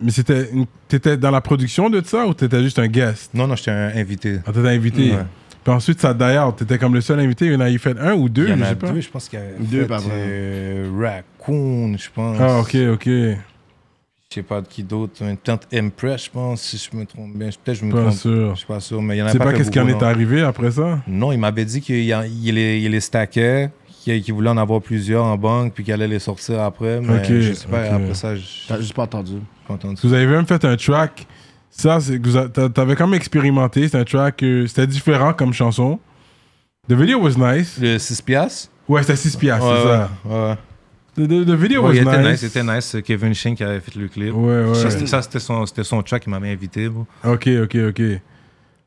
[SPEAKER 1] mais c'était une- t'étais dans la production de ça ou t'étais juste un guest?
[SPEAKER 3] Non, non, j'étais un invité.
[SPEAKER 1] Ah, t'étais invité.
[SPEAKER 3] Ouais.
[SPEAKER 1] Puis ensuite, ça d'ailleurs, t'étais comme le seul invité. Il y en a eu fait un ou deux,
[SPEAKER 3] Il y en
[SPEAKER 1] je
[SPEAKER 3] a
[SPEAKER 1] sais pas.
[SPEAKER 3] deux, je pense qu'il y a
[SPEAKER 2] Deux,
[SPEAKER 3] fait,
[SPEAKER 2] pas vrai.
[SPEAKER 3] euh, Raccoon, je pense.
[SPEAKER 1] Ah, ok, ok.
[SPEAKER 3] Je sais pas de qui d'autre. Une tante Empress, je pense, si je me trompe bien. Peut-être que je me
[SPEAKER 1] Pas
[SPEAKER 3] trompe.
[SPEAKER 1] sûr.
[SPEAKER 3] Je suis pas sûr, mais il y en a
[SPEAKER 1] Tu sais
[SPEAKER 3] pas
[SPEAKER 1] pas
[SPEAKER 3] fait
[SPEAKER 1] qu'est-ce qui en
[SPEAKER 3] beaucoup,
[SPEAKER 1] est
[SPEAKER 3] non.
[SPEAKER 1] arrivé après ça?
[SPEAKER 3] Non, il m'avait dit qu'il y a- il les, il les stackait, qu'il qu'il voulait en avoir plusieurs en banque, puis qu'il allait les sortir après. Mais
[SPEAKER 1] Ok,
[SPEAKER 3] je sais pas,
[SPEAKER 1] ok.
[SPEAKER 3] après ça, je
[SPEAKER 2] T'as juste pas entendu.
[SPEAKER 3] pas entendu.
[SPEAKER 1] Parce que vous avez même fait un track. Ça, c'est que vous a- t'a- t'avais quand même expérimenté. C'est un track, euh, c'était différent comme chanson. The video was nice.
[SPEAKER 3] Le 6 piastres
[SPEAKER 1] Ouais, c'était 6 piastres,
[SPEAKER 3] Ouais,
[SPEAKER 1] c'est ça.
[SPEAKER 3] ouais, ouais.
[SPEAKER 1] The, the- the video
[SPEAKER 3] Ouais,
[SPEAKER 1] was
[SPEAKER 3] il était
[SPEAKER 1] nice.
[SPEAKER 3] nice, c'était nice. C'est Kevin Shane qui avait fait le clip.
[SPEAKER 1] Ouais, ouais.
[SPEAKER 3] Ça, c'était- Ça, c'était son, c'était son track qui m'avait invité. bro.
[SPEAKER 1] Ok, ok, ok.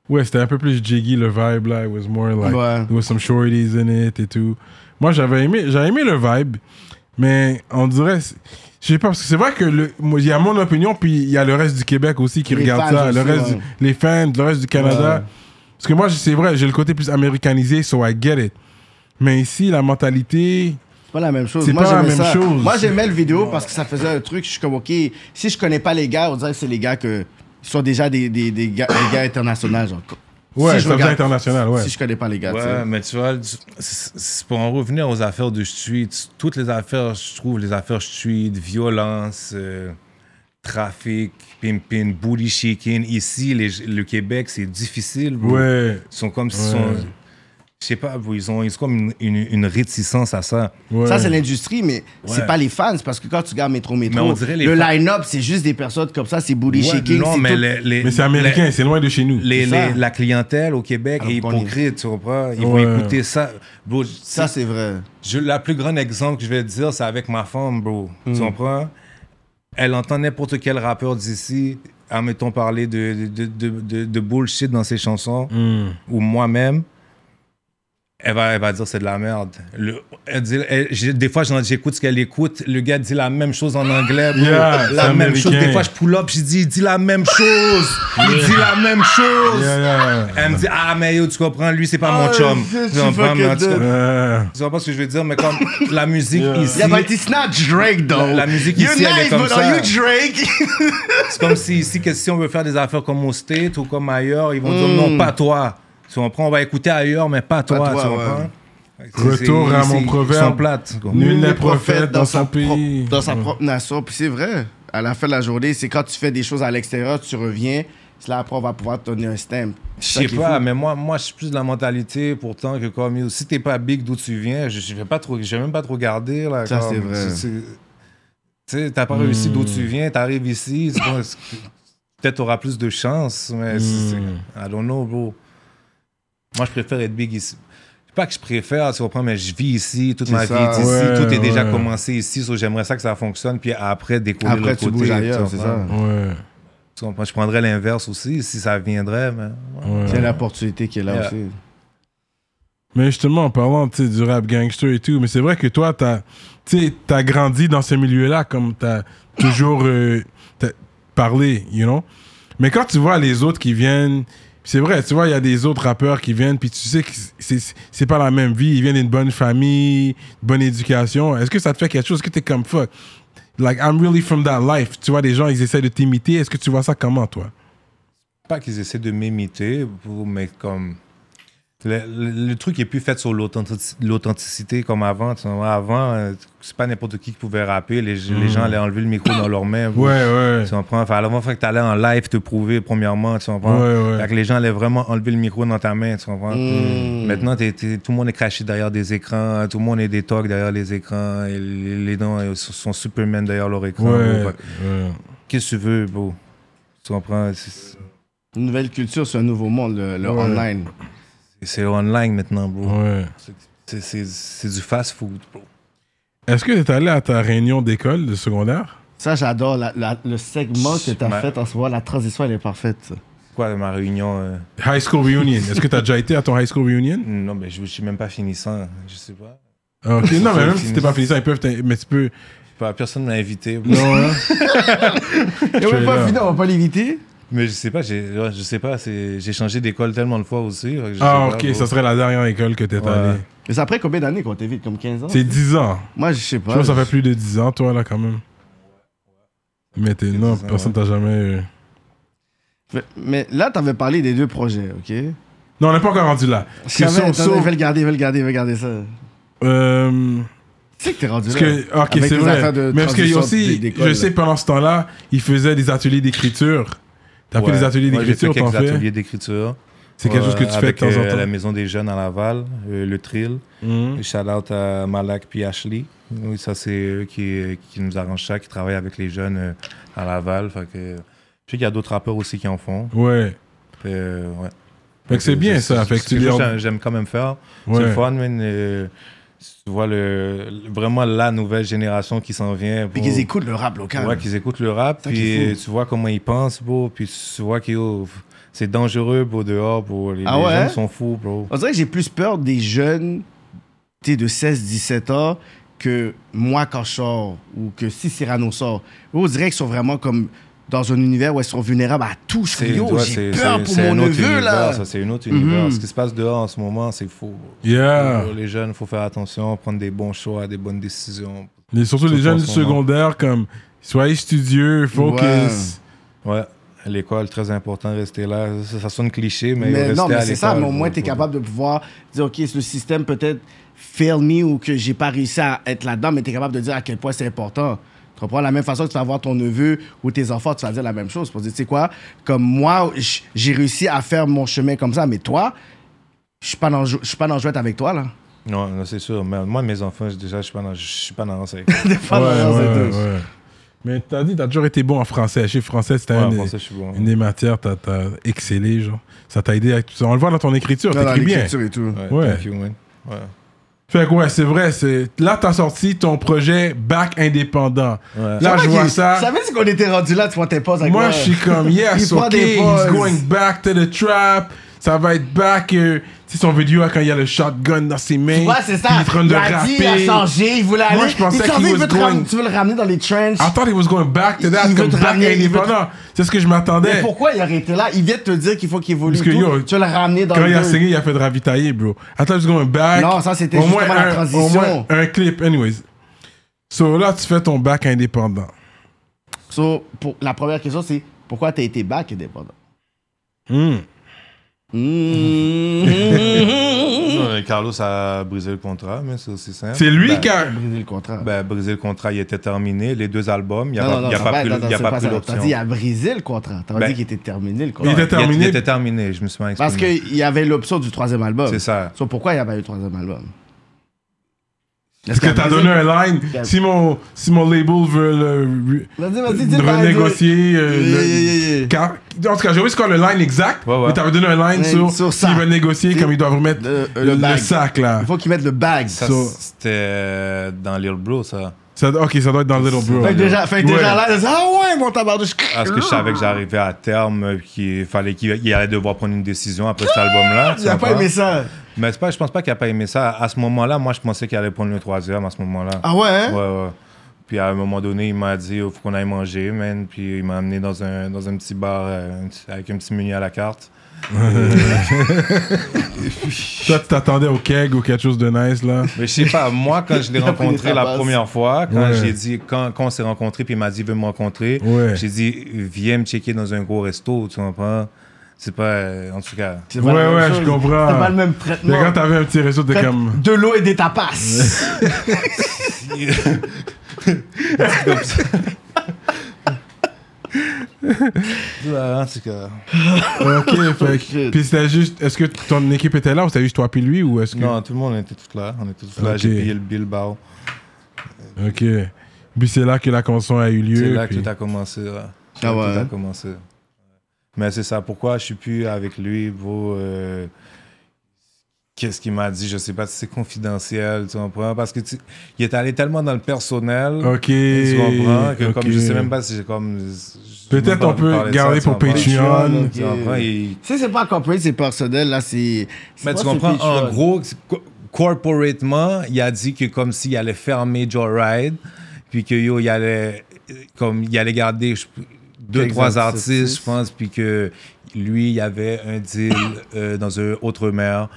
[SPEAKER 1] Ouais, c'était un peu plus jiggy le vibe là. It was more like
[SPEAKER 2] Ouais.
[SPEAKER 1] there was some shorties in it et tout. Moi, j'avais aimé, j'avais aimé le vibe, mais on dirait, c'est- je sais pas parce que c'est vrai que le, moi, il y a mon opinion puis il y a le reste du Québec aussi qui
[SPEAKER 2] Les
[SPEAKER 1] regarde
[SPEAKER 2] fans
[SPEAKER 1] ça, le
[SPEAKER 2] aussi,
[SPEAKER 1] reste,
[SPEAKER 2] ouais.
[SPEAKER 1] du- les fans, le reste du Canada.
[SPEAKER 2] Ouais.
[SPEAKER 1] Parce que moi, c'est vrai, j'ai le côté plus américanisé, so I get it. Mais ici, la mentalité,
[SPEAKER 2] C'est pas la même chose.
[SPEAKER 1] C'est
[SPEAKER 2] Moi,
[SPEAKER 1] pas la
[SPEAKER 2] j'aimais
[SPEAKER 1] même
[SPEAKER 2] ça.
[SPEAKER 1] chose.
[SPEAKER 2] Moi, j'aimais le vidéo parce que ça faisait un truc. Je suis comme, OK, si je connais pas les gars, on dirait que c'est les gars que. Ils sont déjà des, des, des gars, des gars internationaux. Genre.
[SPEAKER 1] ouais,
[SPEAKER 2] Si
[SPEAKER 1] ça
[SPEAKER 2] je
[SPEAKER 1] faisait
[SPEAKER 2] regarde-
[SPEAKER 1] international, ouais.
[SPEAKER 2] Si je connais pas les gars, tu
[SPEAKER 3] Ouais,
[SPEAKER 2] sais.
[SPEAKER 3] mais tu vois, du- c'est- c'est pour en revenir aux affaires de street, toutes les affaires, je trouve, les affaires street, violence, euh, trafic, pimpin, booty shaking, ici, les- le Québec, c'est difficile. bro.
[SPEAKER 1] Ouais,
[SPEAKER 3] Ils sont comme,
[SPEAKER 1] Ouais.
[SPEAKER 3] ils sont, je sais pas, bro, ils ont, ils ont comme une, une- une réticence à ça.
[SPEAKER 1] ouais.
[SPEAKER 2] Ça, c'est l'industrie, mais c'est
[SPEAKER 3] Ouais.
[SPEAKER 2] pas les fans. c'est Parce que quand tu regardes Métro Métro,
[SPEAKER 3] Mais on dirait les
[SPEAKER 2] le
[SPEAKER 3] fans-
[SPEAKER 2] line-up, c'est juste des personnes comme ça. C'est booty
[SPEAKER 3] Ouais,
[SPEAKER 2] shaking.
[SPEAKER 3] non,
[SPEAKER 2] c'est
[SPEAKER 3] mais
[SPEAKER 2] tout-
[SPEAKER 3] les- les-
[SPEAKER 1] mais c'est
[SPEAKER 3] les-
[SPEAKER 1] américain, c'est loin de chez nous.
[SPEAKER 3] les-
[SPEAKER 2] C'est ça.
[SPEAKER 3] les- la clientèle au Québec
[SPEAKER 2] Alors
[SPEAKER 3] est
[SPEAKER 2] qu'on est-
[SPEAKER 3] hypocrite, tu comprends? Ils
[SPEAKER 1] Ouais.
[SPEAKER 3] vont écouter ça. Bro,
[SPEAKER 2] Ça, c'est vrai.
[SPEAKER 3] Je, la plus grande exemple que je vais te dire, c'est avec ma femme, bro.
[SPEAKER 1] Hmm.
[SPEAKER 3] Tu comprends? Elle entend n'importe quel rappeur d'ici, admettons, parler de, de, de, de, de bullshit dans ses chansons,
[SPEAKER 1] Hmm.
[SPEAKER 3] ou moi-même. Elle va, elle va dire c'est de la merde. Le- elle dit- elle- j'ai- des fois, j'en- j'écoute ce qu'elle écoute. Le gars dit la même chose en anglais. bro.
[SPEAKER 1] Yeah, c'est
[SPEAKER 3] la même chose.
[SPEAKER 1] américain.
[SPEAKER 3] Des fois, je pull up, je dis il dit la même chose. Il dit la même chose.
[SPEAKER 1] Yeah, yeah.
[SPEAKER 3] Elle me dit ah, mais yo, tu comprends, lui, c'est pas
[SPEAKER 2] Ah,
[SPEAKER 3] mon chum.
[SPEAKER 2] c'est-
[SPEAKER 3] Tu
[SPEAKER 2] tu
[SPEAKER 3] comprends,
[SPEAKER 2] fucking
[SPEAKER 3] mais en tout cas,
[SPEAKER 2] dead.
[SPEAKER 1] Euh,
[SPEAKER 3] tu vois pas ce que je veux dire, mais comme la musique ici,
[SPEAKER 2] Yeah, but it's not Drake, though.
[SPEAKER 3] La- la musique
[SPEAKER 2] You're
[SPEAKER 3] ici, elle est
[SPEAKER 2] nice,
[SPEAKER 3] comme
[SPEAKER 2] but
[SPEAKER 3] ça.
[SPEAKER 2] Are you Drake?
[SPEAKER 3] c'est comme si ici, que si on veut faire des affaires comme au State ou comme ailleurs, ils vont
[SPEAKER 2] Hmm.
[SPEAKER 3] dire non, pas toi. Tu comprends? On va écouter ailleurs, mais pas toi.
[SPEAKER 2] toi,
[SPEAKER 3] tu
[SPEAKER 2] ouais.
[SPEAKER 3] comprends? C'est-
[SPEAKER 1] Retour
[SPEAKER 3] c'est-
[SPEAKER 1] à
[SPEAKER 3] ici,
[SPEAKER 1] mon
[SPEAKER 3] ils
[SPEAKER 1] proverbe.
[SPEAKER 3] sont plates, quoi.
[SPEAKER 1] Nul n'est
[SPEAKER 2] Les
[SPEAKER 1] prophète
[SPEAKER 2] prophètes
[SPEAKER 1] dans son pays.
[SPEAKER 2] propre- dans sa propre nation. Puis c'est vrai, à la fin de la journée, c'est quand tu fais des choses à l'extérieur, tu reviens, c'est là après on va pouvoir te donner un stem.
[SPEAKER 3] Je sais pas, mais moi, moi je suis plus de la mentalité pourtant que comme yo, si t'es pas big d'où tu viens, je je vais pas trop, je vais même pas trop regarder. Là,
[SPEAKER 2] Ça,
[SPEAKER 3] comme,
[SPEAKER 2] c'est vrai. Hmm.
[SPEAKER 3] Tu tu- tu sais, t'as pas réussi d'où tu viens, t'arrives ici, c'est pas- c'est- peut-être t'auras plus de chance, mais c'est-
[SPEAKER 2] Hmm.
[SPEAKER 3] c'est- I don't know, bro. Moi, je préfère être big ici. C'est Pas que je préfère, tu comprends, mais je vis ici, toute ma
[SPEAKER 2] C'est
[SPEAKER 3] vie est
[SPEAKER 2] ça.
[SPEAKER 3] ici,
[SPEAKER 1] Ouais,
[SPEAKER 3] tout est déjà
[SPEAKER 1] ouais.
[SPEAKER 3] commencé ici, so j'aimerais ça que ça fonctionne, puis après découvrir
[SPEAKER 2] Après,
[SPEAKER 3] l'autre
[SPEAKER 2] tu
[SPEAKER 3] côté.
[SPEAKER 2] bouges ailleurs, c'est
[SPEAKER 3] comprends?
[SPEAKER 2] ça.
[SPEAKER 1] ouais.
[SPEAKER 3] Tu comprends? Je prendrais l'inverse aussi, si ça viendrait, mais...
[SPEAKER 1] ouais.
[SPEAKER 2] C'est l'opportunité qui est là
[SPEAKER 3] Yeah.
[SPEAKER 2] aussi.
[SPEAKER 1] Mais justement, en parlant tu sais, du rap gangster et tout, mais c'est vrai que toi, t'as tu sais, t'as grandi dans ce milieu-là, comme t'as toujours euh, t'as parlé, you know? Mais quand tu vois les autres qui viennent, c'est vrai, tu vois, il y a des autres rappeurs qui viennent, puis tu sais que c'est- c'est pas la même vie, ils viennent d'une bonne famille, bonne éducation. Est-ce que ça te fait quelque chose? Est-ce que t'es comme fuck? Like, I'm really from that life. Tu vois, les gens, ils essaient de t'imiter. Est-ce que tu vois ça comment, toi?
[SPEAKER 3] pas qu'ils essaient de m'imiter, pour- mais comme. Le, le- le truc est plus fait sur l'authentici- l'authenticité comme avant. tu vois. Avant, euh, c'est pas n'importe qui qui pouvait rapper. Les, les gens allaient enlever le micro dans leurs mains.
[SPEAKER 1] Hmm. Ouais, ouais.
[SPEAKER 3] Tu comprends? Fait, avant, faut que t'allais en live te prouver, premièrement. Tu comprends?
[SPEAKER 1] Ouais, ouais.
[SPEAKER 3] Fait que les gens allaient vraiment enlever le micro dans ta main. Tu comprends? Maintenant, t'es- t'es- tout le monde est craché derrière des écrans. Tout le monde est des talks derrière les écrans. et les, les gens euh, sont Superman derrière leur écran.
[SPEAKER 1] Ouais.
[SPEAKER 3] Fait que,
[SPEAKER 1] ouais.
[SPEAKER 3] Qu'est-ce que tu veux, bro? Tu comprends? C'est-
[SPEAKER 2] Une nouvelle culture, c'est un nouveau monde, le, le
[SPEAKER 1] Ouais.
[SPEAKER 2] online.
[SPEAKER 3] C'est online maintenant, bro.
[SPEAKER 1] ouais.
[SPEAKER 3] C'est- C'est c'est du fast food, bro.
[SPEAKER 1] Est-ce que tu es allé à ta réunion d'école de secondaire
[SPEAKER 2] Ça, j'adore la- la- le segment que tu as
[SPEAKER 3] Ouais.
[SPEAKER 2] fait en ce moment. La transition, elle est parfaite. ça.
[SPEAKER 3] Quoi, ma réunion euh,
[SPEAKER 1] High School Reunion. Est-ce que t'as déjà été à ton High School Reunion?
[SPEAKER 3] Non, mais je ne suis même pas fini ça. Je sais pas.
[SPEAKER 1] Ah, Ok, non, mais même si t'es pas fini ça, ils peuvent. t'in- Mais tu peux.
[SPEAKER 3] Pas- Personne m'a invité.
[SPEAKER 1] Non, hein?
[SPEAKER 2] Et on
[SPEAKER 1] es
[SPEAKER 2] est pas
[SPEAKER 1] là.
[SPEAKER 2] fini, on va pas l'éviter.
[SPEAKER 3] Mais je sais pas, j'ai, ouais, je sais pas, c'est, j'ai changé d'école tellement de fois aussi. fait que je
[SPEAKER 1] Ah,
[SPEAKER 3] sais
[SPEAKER 1] ok,
[SPEAKER 3] pas,
[SPEAKER 1] ça
[SPEAKER 3] bon.
[SPEAKER 1] serait la dernière école que t'es
[SPEAKER 3] Ouais.
[SPEAKER 1] allé.
[SPEAKER 2] Mais c'est après combien d'années qu'on t'évite Comme 15 ans
[SPEAKER 1] C'est 10 ans.
[SPEAKER 2] Moi, je sais
[SPEAKER 1] Je
[SPEAKER 2] pas.
[SPEAKER 1] pense que ça fait plus de 10 ans, toi, là, quand même. Mais t'es. Non,
[SPEAKER 3] 10 ans,
[SPEAKER 1] personne t'a jamais. euh.
[SPEAKER 2] Mais- Mais là, t'avais parlé des deux projets, ok Je
[SPEAKER 1] Non, on n'est pas encore rendu là.
[SPEAKER 2] savais,
[SPEAKER 1] Question
[SPEAKER 2] attendez,
[SPEAKER 1] sauf.
[SPEAKER 2] je vais le garder, je vais le garder, je vais garder ça.
[SPEAKER 1] Euh,
[SPEAKER 2] Tu sais que t'es rendu
[SPEAKER 1] parce
[SPEAKER 2] là.
[SPEAKER 1] que, ok,
[SPEAKER 2] Avec
[SPEAKER 1] c'est
[SPEAKER 2] les
[SPEAKER 1] vrai.
[SPEAKER 2] affaires de
[SPEAKER 1] Mais parce que
[SPEAKER 2] transition
[SPEAKER 1] aussi,
[SPEAKER 2] d'école,
[SPEAKER 1] je
[SPEAKER 2] là.
[SPEAKER 1] sais, pendant ce temps-là, ils faisaient des ateliers d'écriture. T'as fait
[SPEAKER 3] Ouais.
[SPEAKER 1] des ateliers
[SPEAKER 3] Moi, j'ai fait
[SPEAKER 1] d'écriture, t'en
[SPEAKER 3] quelques
[SPEAKER 1] fais.
[SPEAKER 3] ateliers d'écriture.
[SPEAKER 1] C'est quelque chose que
[SPEAKER 3] Ouais,
[SPEAKER 1] tu fais de
[SPEAKER 3] avec,
[SPEAKER 1] temps en
[SPEAKER 3] euh, la
[SPEAKER 1] temps.
[SPEAKER 3] maison des jeunes à Laval, euh, le Trill.
[SPEAKER 1] Mhm.
[SPEAKER 3] Shout out à Malak puis Ashley. Oui, ça, c'est eux qui, euh, qui nous arrangent ça, qui travaillent avec les jeunes euh, à Laval. Fait que, je sais qu'il y a d'autres rappeurs aussi qui en font.
[SPEAKER 1] Ouais.
[SPEAKER 3] Euh, ouais.
[SPEAKER 1] Fait que c'est bien,
[SPEAKER 3] je-
[SPEAKER 1] ça. Fait que
[SPEAKER 3] c'est
[SPEAKER 1] tu
[SPEAKER 3] quelque
[SPEAKER 1] les-
[SPEAKER 3] chose que J'aime quand même faire. C'est le
[SPEAKER 1] Ouais.
[SPEAKER 3] fun, man. euh, si tu vois le, le- vraiment la nouvelle génération qui s'en vient.
[SPEAKER 2] Puis
[SPEAKER 3] bro.
[SPEAKER 2] qu'ils écoutent le rap local.
[SPEAKER 3] Oh. Ouais, qu'ils écoutent le rap,
[SPEAKER 2] Ça qui est
[SPEAKER 3] puis
[SPEAKER 2] fou.
[SPEAKER 3] tu vois comment ils pensent, bro, puis tu vois que yo, c'est dangereux, bro, dehors, bro. Les,
[SPEAKER 2] Ah
[SPEAKER 3] les
[SPEAKER 2] ouais, hein?
[SPEAKER 3] gens sont fous, bro.
[SPEAKER 2] On dirait que j'ai plus peur des jeunes t'es de 16-17 ans que moi quand je sors ou que si Cyrano sort. Eux, On dirait qu'ils sont vraiment comme dans un univers où ils sont vulnérables à tout. Je suis yo,
[SPEAKER 3] ouais,
[SPEAKER 2] j'ai peur pour mon
[SPEAKER 3] un autre
[SPEAKER 2] neveu là. Mm-hmm.
[SPEAKER 3] univers, ça, c'est un autre univers. Ce qui se passe dehors en ce moment, c'est fou. bro.
[SPEAKER 1] Yeah.
[SPEAKER 3] Bro, Les jeunes, faut faire attention, prendre des bons choix, des bonnes décisions.
[SPEAKER 1] Les, surtout les
[SPEAKER 3] Surtout
[SPEAKER 1] jeunes
[SPEAKER 3] en ce moment.
[SPEAKER 1] secondaires, comme soyez studieux, focus.
[SPEAKER 3] Ouais, à l'école, très important, rester là. Ça, ça sonne cliché, mais,
[SPEAKER 2] Mais
[SPEAKER 3] rester
[SPEAKER 2] non,
[SPEAKER 3] à
[SPEAKER 2] mais c'est ça,
[SPEAKER 3] l'école,
[SPEAKER 2] mais au moins
[SPEAKER 3] bro,
[SPEAKER 2] t'es
[SPEAKER 3] bro.
[SPEAKER 2] capable de pouvoir dire ok, le système peut-être fail me ou que j'ai pas réussi à être là-dedans, mais t'es capable de dire à quel point c'est important. Tu comprends? La même façon que tu vas voir ton neveu ou tes enfants, tu vas dire la même chose pour dire, tu sais quoi, comme moi, j- j'ai réussi à faire mon chemin comme ça, mais toi, je suis pas dans jou- je suis pas dans le jouette avec toi, là.
[SPEAKER 3] Non, non, c'est sûr. Mais moi, mes enfants, je- déjà, je suis pas dans, je suis pas dans ça.
[SPEAKER 2] Pas dans
[SPEAKER 1] ouais,
[SPEAKER 2] les
[SPEAKER 1] ouais,
[SPEAKER 2] deux.
[SPEAKER 1] ouais. Mais t'as dit, t'as toujours été bon en français. Chez français, c'était
[SPEAKER 3] Ouais,
[SPEAKER 1] une,
[SPEAKER 3] bon, ça, je suis bon. hein.
[SPEAKER 1] une des matières, t'as t'as excellé, genre. Ça t'a aidé à tout ça. On le voit dans ton écriture,
[SPEAKER 2] Dans
[SPEAKER 1] t'écris bien.
[SPEAKER 2] l'écriture et tout.
[SPEAKER 3] Ouais,
[SPEAKER 1] Ouais.
[SPEAKER 3] thank you, man. Ouais.
[SPEAKER 1] Fait que ouais, c'est vrai. c'est- Là, t'as sorti ton projet Bac indépendant.
[SPEAKER 3] Ouais.
[SPEAKER 1] Là, je
[SPEAKER 2] Ok,
[SPEAKER 1] vois ça.
[SPEAKER 2] Tu savais c'est qu'on était rendu là, tu vois tes pauses avec
[SPEAKER 1] Moi, je suis comme, yes,
[SPEAKER 2] Il prend
[SPEAKER 1] ok,
[SPEAKER 2] des
[SPEAKER 1] he's
[SPEAKER 2] pauses.
[SPEAKER 1] going back to the trap. Ça va être back. euh, tu sais, son vidéo, quand il y a le shotgun dans ses mains.
[SPEAKER 2] Ouais, c'est ça.
[SPEAKER 1] puis Il est en train de
[SPEAKER 2] il a dit, il a
[SPEAKER 1] rapper.
[SPEAKER 2] changé, il voulait aller.
[SPEAKER 1] Moi, je pensais
[SPEAKER 2] Il
[SPEAKER 1] qu'il
[SPEAKER 2] s'en dit, il
[SPEAKER 1] was
[SPEAKER 2] veut te
[SPEAKER 1] going-
[SPEAKER 2] ramener- Tu veux le ramener dans les trenches.
[SPEAKER 1] I thought he was going back to that,
[SPEAKER 2] Il veut
[SPEAKER 1] comme
[SPEAKER 2] te
[SPEAKER 1] back
[SPEAKER 2] ramener, il veut te-
[SPEAKER 1] indépendant. C'est ce que je
[SPEAKER 2] Mais
[SPEAKER 1] m'attendais.
[SPEAKER 2] pourquoi il aurait été là Il vient de te dire qu'il faut qu'il évolue.
[SPEAKER 1] Parce que,
[SPEAKER 2] tout.
[SPEAKER 1] yo,
[SPEAKER 2] tu veux le ramener dans
[SPEAKER 1] Quand
[SPEAKER 2] le
[SPEAKER 1] il a
[SPEAKER 2] deux.
[SPEAKER 1] signé, il a fait de ravitailler, bro. Attends, juste un back.
[SPEAKER 2] Non, ça, c'était
[SPEAKER 1] Au moins
[SPEAKER 2] justement la
[SPEAKER 1] un-
[SPEAKER 2] transition.
[SPEAKER 1] Au moins un clip, anyways. So là, tu fais ton bac indépendant.
[SPEAKER 2] So, pour, la première question, c'est pourquoi t'as été back indépendant
[SPEAKER 1] Hmm.
[SPEAKER 2] Mmh.
[SPEAKER 3] Non, mais Carlos a brisé le contrat, mais c'est aussi simple.
[SPEAKER 1] C'est lui
[SPEAKER 3] Ben,
[SPEAKER 1] qui a.
[SPEAKER 2] Briser le contrat.
[SPEAKER 3] ben, brisé le contrat, il était terminé. Les deux albums, il n'y a
[SPEAKER 2] non,
[SPEAKER 3] pas,
[SPEAKER 2] non, non,
[SPEAKER 3] il a
[SPEAKER 2] ça
[SPEAKER 3] pas
[SPEAKER 2] va, hein.
[SPEAKER 3] pris,
[SPEAKER 2] attends,
[SPEAKER 3] il a
[SPEAKER 2] c'est
[SPEAKER 3] pas
[SPEAKER 2] pas
[SPEAKER 3] pris
[SPEAKER 2] ça. T'as
[SPEAKER 3] l'option.
[SPEAKER 2] dit il a brisé le contrat. T'as
[SPEAKER 3] Ben-
[SPEAKER 2] dit qu'il était terminé le
[SPEAKER 1] Il
[SPEAKER 2] contrat.
[SPEAKER 1] était terminé.
[SPEAKER 3] Il était terminé, je me suis mal
[SPEAKER 2] Parce
[SPEAKER 3] exprimé.
[SPEAKER 2] qu'il y avait l'option du troisième album.
[SPEAKER 3] C'est ça.
[SPEAKER 2] So, pourquoi il n'y a pas eu le troisième album
[SPEAKER 1] Est-ce que
[SPEAKER 2] qu'il
[SPEAKER 1] t'as
[SPEAKER 2] a brisé-
[SPEAKER 1] donné un line
[SPEAKER 2] Il a-
[SPEAKER 1] si mon, si mon label veut le
[SPEAKER 2] Vas-y, vas-y, dis
[SPEAKER 1] re-
[SPEAKER 2] pas,
[SPEAKER 1] renégocier. euh,
[SPEAKER 2] Yeah,
[SPEAKER 1] le-
[SPEAKER 2] yeah, yeah, yeah.
[SPEAKER 1] car- en tout cas, j'ai oublié c'est quoi le line exact,
[SPEAKER 3] Ouais, ouais.
[SPEAKER 1] mais t'avais donné un line
[SPEAKER 2] Ouais,
[SPEAKER 1] sur,
[SPEAKER 2] sur ça.
[SPEAKER 1] s'ils veulent négocier,
[SPEAKER 2] C'est-
[SPEAKER 1] comme ils doivent remettre
[SPEAKER 2] Le- euh,
[SPEAKER 1] le,
[SPEAKER 2] le bag.
[SPEAKER 1] sac là.
[SPEAKER 2] Il faut qu'ils mettent le bag.
[SPEAKER 3] Ça,
[SPEAKER 1] So-
[SPEAKER 3] c'était euh, dans Lil Bro, ça.
[SPEAKER 1] Ça- ok, ça doit être dans Little Bro.
[SPEAKER 2] Fait que déjà, fait que
[SPEAKER 1] Ouais.
[SPEAKER 2] déjà là, ils disent, ah ouais, mon tabardouche.
[SPEAKER 3] Parce que je savais que j'arrivais à terme, euh, qu'il fallait qu'il il allait devoir prendre une décision après cet album-là. tu
[SPEAKER 2] Ah! Il a pas
[SPEAKER 3] comprends?
[SPEAKER 2] aimé ça.
[SPEAKER 3] Mais c'est pas, je pense pas qu'il a pas aimé ça. À ce moment-là, moi, je pensais qu'il allait prendre le troisième à ce moment-là.
[SPEAKER 2] Ah ouais, hein?
[SPEAKER 3] Ouais, ouais. Puis à un moment donné, il m'a dit il faut qu'on aille manger, man. Puis il m'a amené dans un, dans un petit bar euh, un petit- avec un petit menu à la carte.
[SPEAKER 1] Toi, tu t'attendais au keg ou quelque chose de nice là.
[SPEAKER 3] Mais je sais pas, moi, quand je l'ai
[SPEAKER 2] a pris des
[SPEAKER 3] rencontré la
[SPEAKER 2] tapas.
[SPEAKER 3] première fois, quand
[SPEAKER 1] Ouais.
[SPEAKER 3] j'ai dit, quand, quand on s'est rencontré, puis il m'a dit veux me rencontrer,
[SPEAKER 1] Ouais.
[SPEAKER 3] j'ai dit viens me checker dans un gros resto, tu comprends C'est pas. euh, en tout cas.
[SPEAKER 2] C'est
[SPEAKER 1] Ouais,
[SPEAKER 2] la même
[SPEAKER 1] ouais, je
[SPEAKER 2] chose.
[SPEAKER 1] comprends.
[SPEAKER 2] C'est pas le même
[SPEAKER 1] Mais
[SPEAKER 2] traitement.
[SPEAKER 1] quand t'avais un petit réseau, t'es
[SPEAKER 2] Fait
[SPEAKER 1] comme.
[SPEAKER 2] De l'eau et des tapas.
[SPEAKER 3] en tout cas.
[SPEAKER 1] Ok, fait. que-
[SPEAKER 2] Oh, Shit.
[SPEAKER 1] Puis c'était juste. Est-ce que ton équipe était là ou c'était juste toi puis lui ou est-ce que.
[SPEAKER 3] Non, tout le monde était tout là. On était tous là.
[SPEAKER 1] Ok.
[SPEAKER 3] J'ai payé le bah, oh. Bilbao.
[SPEAKER 1] Ok. Puis c'est là que la convention a eu lieu.
[SPEAKER 3] C'est là que
[SPEAKER 1] puis-
[SPEAKER 3] tout a commencé. ouais. C'est
[SPEAKER 2] Ah
[SPEAKER 3] là que
[SPEAKER 2] ouais,
[SPEAKER 3] Tout a
[SPEAKER 2] hein?
[SPEAKER 3] commencé. Mais c'est ça. Pourquoi je suis plus avec lui, bro euh, qu'est-ce qu'il m'a dit, je sais pas si c'est confidentiel, tu comprends? Parce que tu- il est allé tellement dans le personnel,
[SPEAKER 1] Ok.
[SPEAKER 3] tu comprends, que comme
[SPEAKER 1] ok.
[SPEAKER 3] je sais même pas si j'ai comme. je-
[SPEAKER 1] Peut-être
[SPEAKER 3] j'ai même pas
[SPEAKER 1] on
[SPEAKER 3] envie
[SPEAKER 1] peut
[SPEAKER 3] de parler de
[SPEAKER 1] garder
[SPEAKER 3] tu
[SPEAKER 1] pour
[SPEAKER 3] comprends?
[SPEAKER 1] Patreon.
[SPEAKER 3] Tu comprends? Il-
[SPEAKER 2] Si c'est pas corporate, c'est personnel, là, c'est. c'est
[SPEAKER 3] Mais tu
[SPEAKER 2] pas
[SPEAKER 3] comprends,
[SPEAKER 2] sur
[SPEAKER 3] en
[SPEAKER 2] Patreon.
[SPEAKER 3] gros, c'est co- corporatement, il a dit que comme s'il allait fermer Joyride, puis que yo, il allait, euh, comme, il allait garder je- deux,
[SPEAKER 2] Quelques
[SPEAKER 3] trois
[SPEAKER 2] artistes.
[SPEAKER 3] artistes, je pense, puis que lui, il y avait un deal euh, dans un autre mer,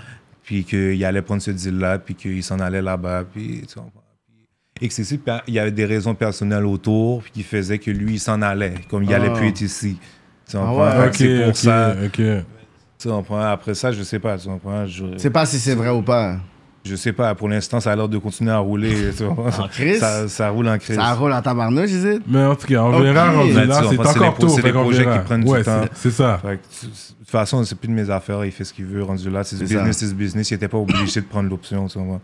[SPEAKER 3] puis qu'il allait prendre ce deal-là, puis qu'il s'en allait là-bas, puis tu comprends. Et que c'est sûr, pa- il y avait des raisons personnelles autour, puis qui faisaient que lui, il s'en allait, comme il allait
[SPEAKER 2] Ah.
[SPEAKER 3] plus être ici. Tu comprends?
[SPEAKER 2] ouais.
[SPEAKER 3] Fait que
[SPEAKER 1] Ok,
[SPEAKER 3] Ah, c'est pour
[SPEAKER 1] ok,
[SPEAKER 3] ça.
[SPEAKER 1] ok.
[SPEAKER 3] Tu comprends? Après ça, je sais pas. Tu comprends? Je-
[SPEAKER 2] C'est pas si c'est vrai ou pas.
[SPEAKER 3] je sais pas, pour l'instant, ça a l'air de continuer à rouler. tu vois.
[SPEAKER 2] En crise?
[SPEAKER 3] Ça, ça roule en crise.
[SPEAKER 2] Ça roule en tabarnouche, je sais.
[SPEAKER 1] Mais en tout cas, on
[SPEAKER 2] Ok.
[SPEAKER 1] verra rendu là,
[SPEAKER 3] Ben, tu vois,
[SPEAKER 1] c'est
[SPEAKER 3] moi, c'est
[SPEAKER 1] encore
[SPEAKER 3] les pro-
[SPEAKER 1] tôt.
[SPEAKER 3] c'est
[SPEAKER 1] fait
[SPEAKER 3] les
[SPEAKER 1] qu'on
[SPEAKER 3] projets
[SPEAKER 1] verra.
[SPEAKER 3] qui prennent du
[SPEAKER 1] ouais,
[SPEAKER 3] temps.
[SPEAKER 1] c'est- C'est ça.
[SPEAKER 3] Fait que tu- de toute façon, c'est plus de mes affaires. Il fait ce qu'il veut, rendu là. C'est du
[SPEAKER 2] C'est ça.
[SPEAKER 3] business, c'est du business. Il était pas obligé de prendre l'option, tu vois.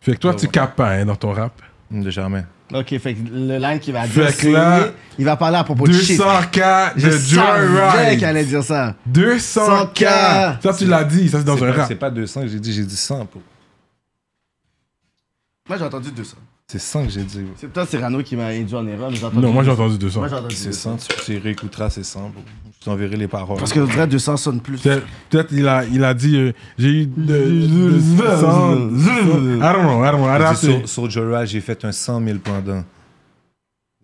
[SPEAKER 1] Fait que toi, tu capes pas hein, dans ton rap.
[SPEAKER 3] De jamais.
[SPEAKER 2] Ok, fait que le line qui va
[SPEAKER 1] Fait
[SPEAKER 2] dire.
[SPEAKER 1] que
[SPEAKER 2] c'est-
[SPEAKER 1] là,
[SPEAKER 2] il va parler à propos
[SPEAKER 3] Oh,
[SPEAKER 2] de shit.
[SPEAKER 1] 200K
[SPEAKER 2] Je
[SPEAKER 1] de
[SPEAKER 2] savais qu'il
[SPEAKER 1] Joyride.
[SPEAKER 2] allait dire ça.
[SPEAKER 1] 200K. Ça, tu l'as dit. Ça, c'est dans
[SPEAKER 3] C'est
[SPEAKER 1] un
[SPEAKER 3] pas-
[SPEAKER 1] rap.
[SPEAKER 3] C'est pas 200 que j'ai dit, j'ai dit 100. bro.
[SPEAKER 2] Moi, j'ai entendu 200.
[SPEAKER 3] C'est 100 que j'ai dit. bro.
[SPEAKER 2] C'est peut-être Cyrano qui m'a induit en erreur, mais j'ai entendu.
[SPEAKER 1] Non, moi, j'ai entendu 200.
[SPEAKER 2] Moi, j'ai entendu
[SPEAKER 3] C'est
[SPEAKER 2] 200.
[SPEAKER 3] 100, tu, tu réécouteras, c'est 100. bro. Je t'enverrai les paroles.
[SPEAKER 2] Parce que vrai, 200 sonne plus.
[SPEAKER 1] Peut-être peut-être il a, il a dit euh, j'ai eu de- de- Ah, 200. I don't know, I don't know. I'd
[SPEAKER 3] J'ai
[SPEAKER 1] have
[SPEAKER 3] dit,
[SPEAKER 1] to-
[SPEAKER 3] sur, sur Joyride, j'ai fait un 100 000 pendant.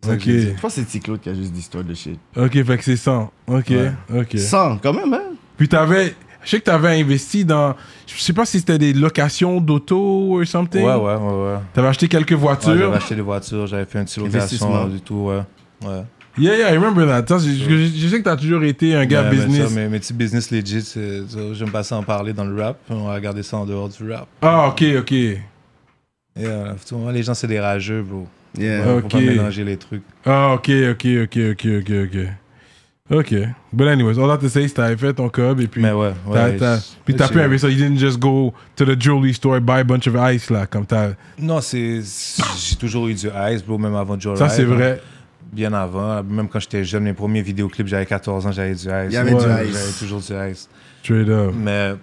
[SPEAKER 3] C'est ça que
[SPEAKER 1] Ok,
[SPEAKER 3] j'ai dit.
[SPEAKER 2] Je pense que c'est Ticlaude qui a juste dit histoire de shit.
[SPEAKER 1] ok, fait que c'est 100. Ok,
[SPEAKER 3] Ouais.
[SPEAKER 1] ok.
[SPEAKER 2] 100, quand même, hein?
[SPEAKER 1] Puis t'avais, je sais que t'avais investi dans, je sais pas si c'était des locations d'auto ou something.
[SPEAKER 3] Ouais, ouais, ouais. ouais.
[SPEAKER 1] T'avais acheté quelques
[SPEAKER 3] Ouais,
[SPEAKER 1] voitures.
[SPEAKER 3] j'avais acheté des voitures, j'avais fait un petit
[SPEAKER 2] Investissement.
[SPEAKER 3] location du tout, ouais. ouais.
[SPEAKER 1] yeah, yeah, I remember that. Ça, c'est- je, je sais que t'as toujours été un gars
[SPEAKER 3] Ouais, mais
[SPEAKER 1] business.
[SPEAKER 3] Ben, ça, mes, mes petits business legit, c'est- ça, j'aime pas ça en parler dans le rap. On va garder ça en dehors du rap.
[SPEAKER 1] Ah, ok, ok.
[SPEAKER 3] Et, euh, tout le monde, les gens, c'est des rageux, bro.
[SPEAKER 2] Yeah.
[SPEAKER 3] Ouais,
[SPEAKER 1] Ok.
[SPEAKER 3] Faut pas mélanger les trucs.
[SPEAKER 1] Ah, ok, ok, ok, ok, ok, ok. Ok. But anyways, all that to say, c'est que t'avais fait ton cob et puis.
[SPEAKER 3] Mais ouais, ouais.
[SPEAKER 1] t'as- t'as-
[SPEAKER 3] je-
[SPEAKER 1] puis t'as
[SPEAKER 3] je-
[SPEAKER 1] pu investir. You didn't just go to the jewelry store, buy a bunch of ice là, comme t'as.
[SPEAKER 3] Non, c'est. J'ai toujours eu du ice, bro, même avant Joe
[SPEAKER 1] Ça, c'est vrai.
[SPEAKER 3] Bien avant. Même quand j'étais jeune, mes premiers vidéoclips, j'avais 14 ans, j'avais du ice.
[SPEAKER 2] Il y avait
[SPEAKER 1] du
[SPEAKER 3] Ouais,
[SPEAKER 2] ice.
[SPEAKER 3] J'avais toujours du ice.
[SPEAKER 1] Straight up.
[SPEAKER 3] Mais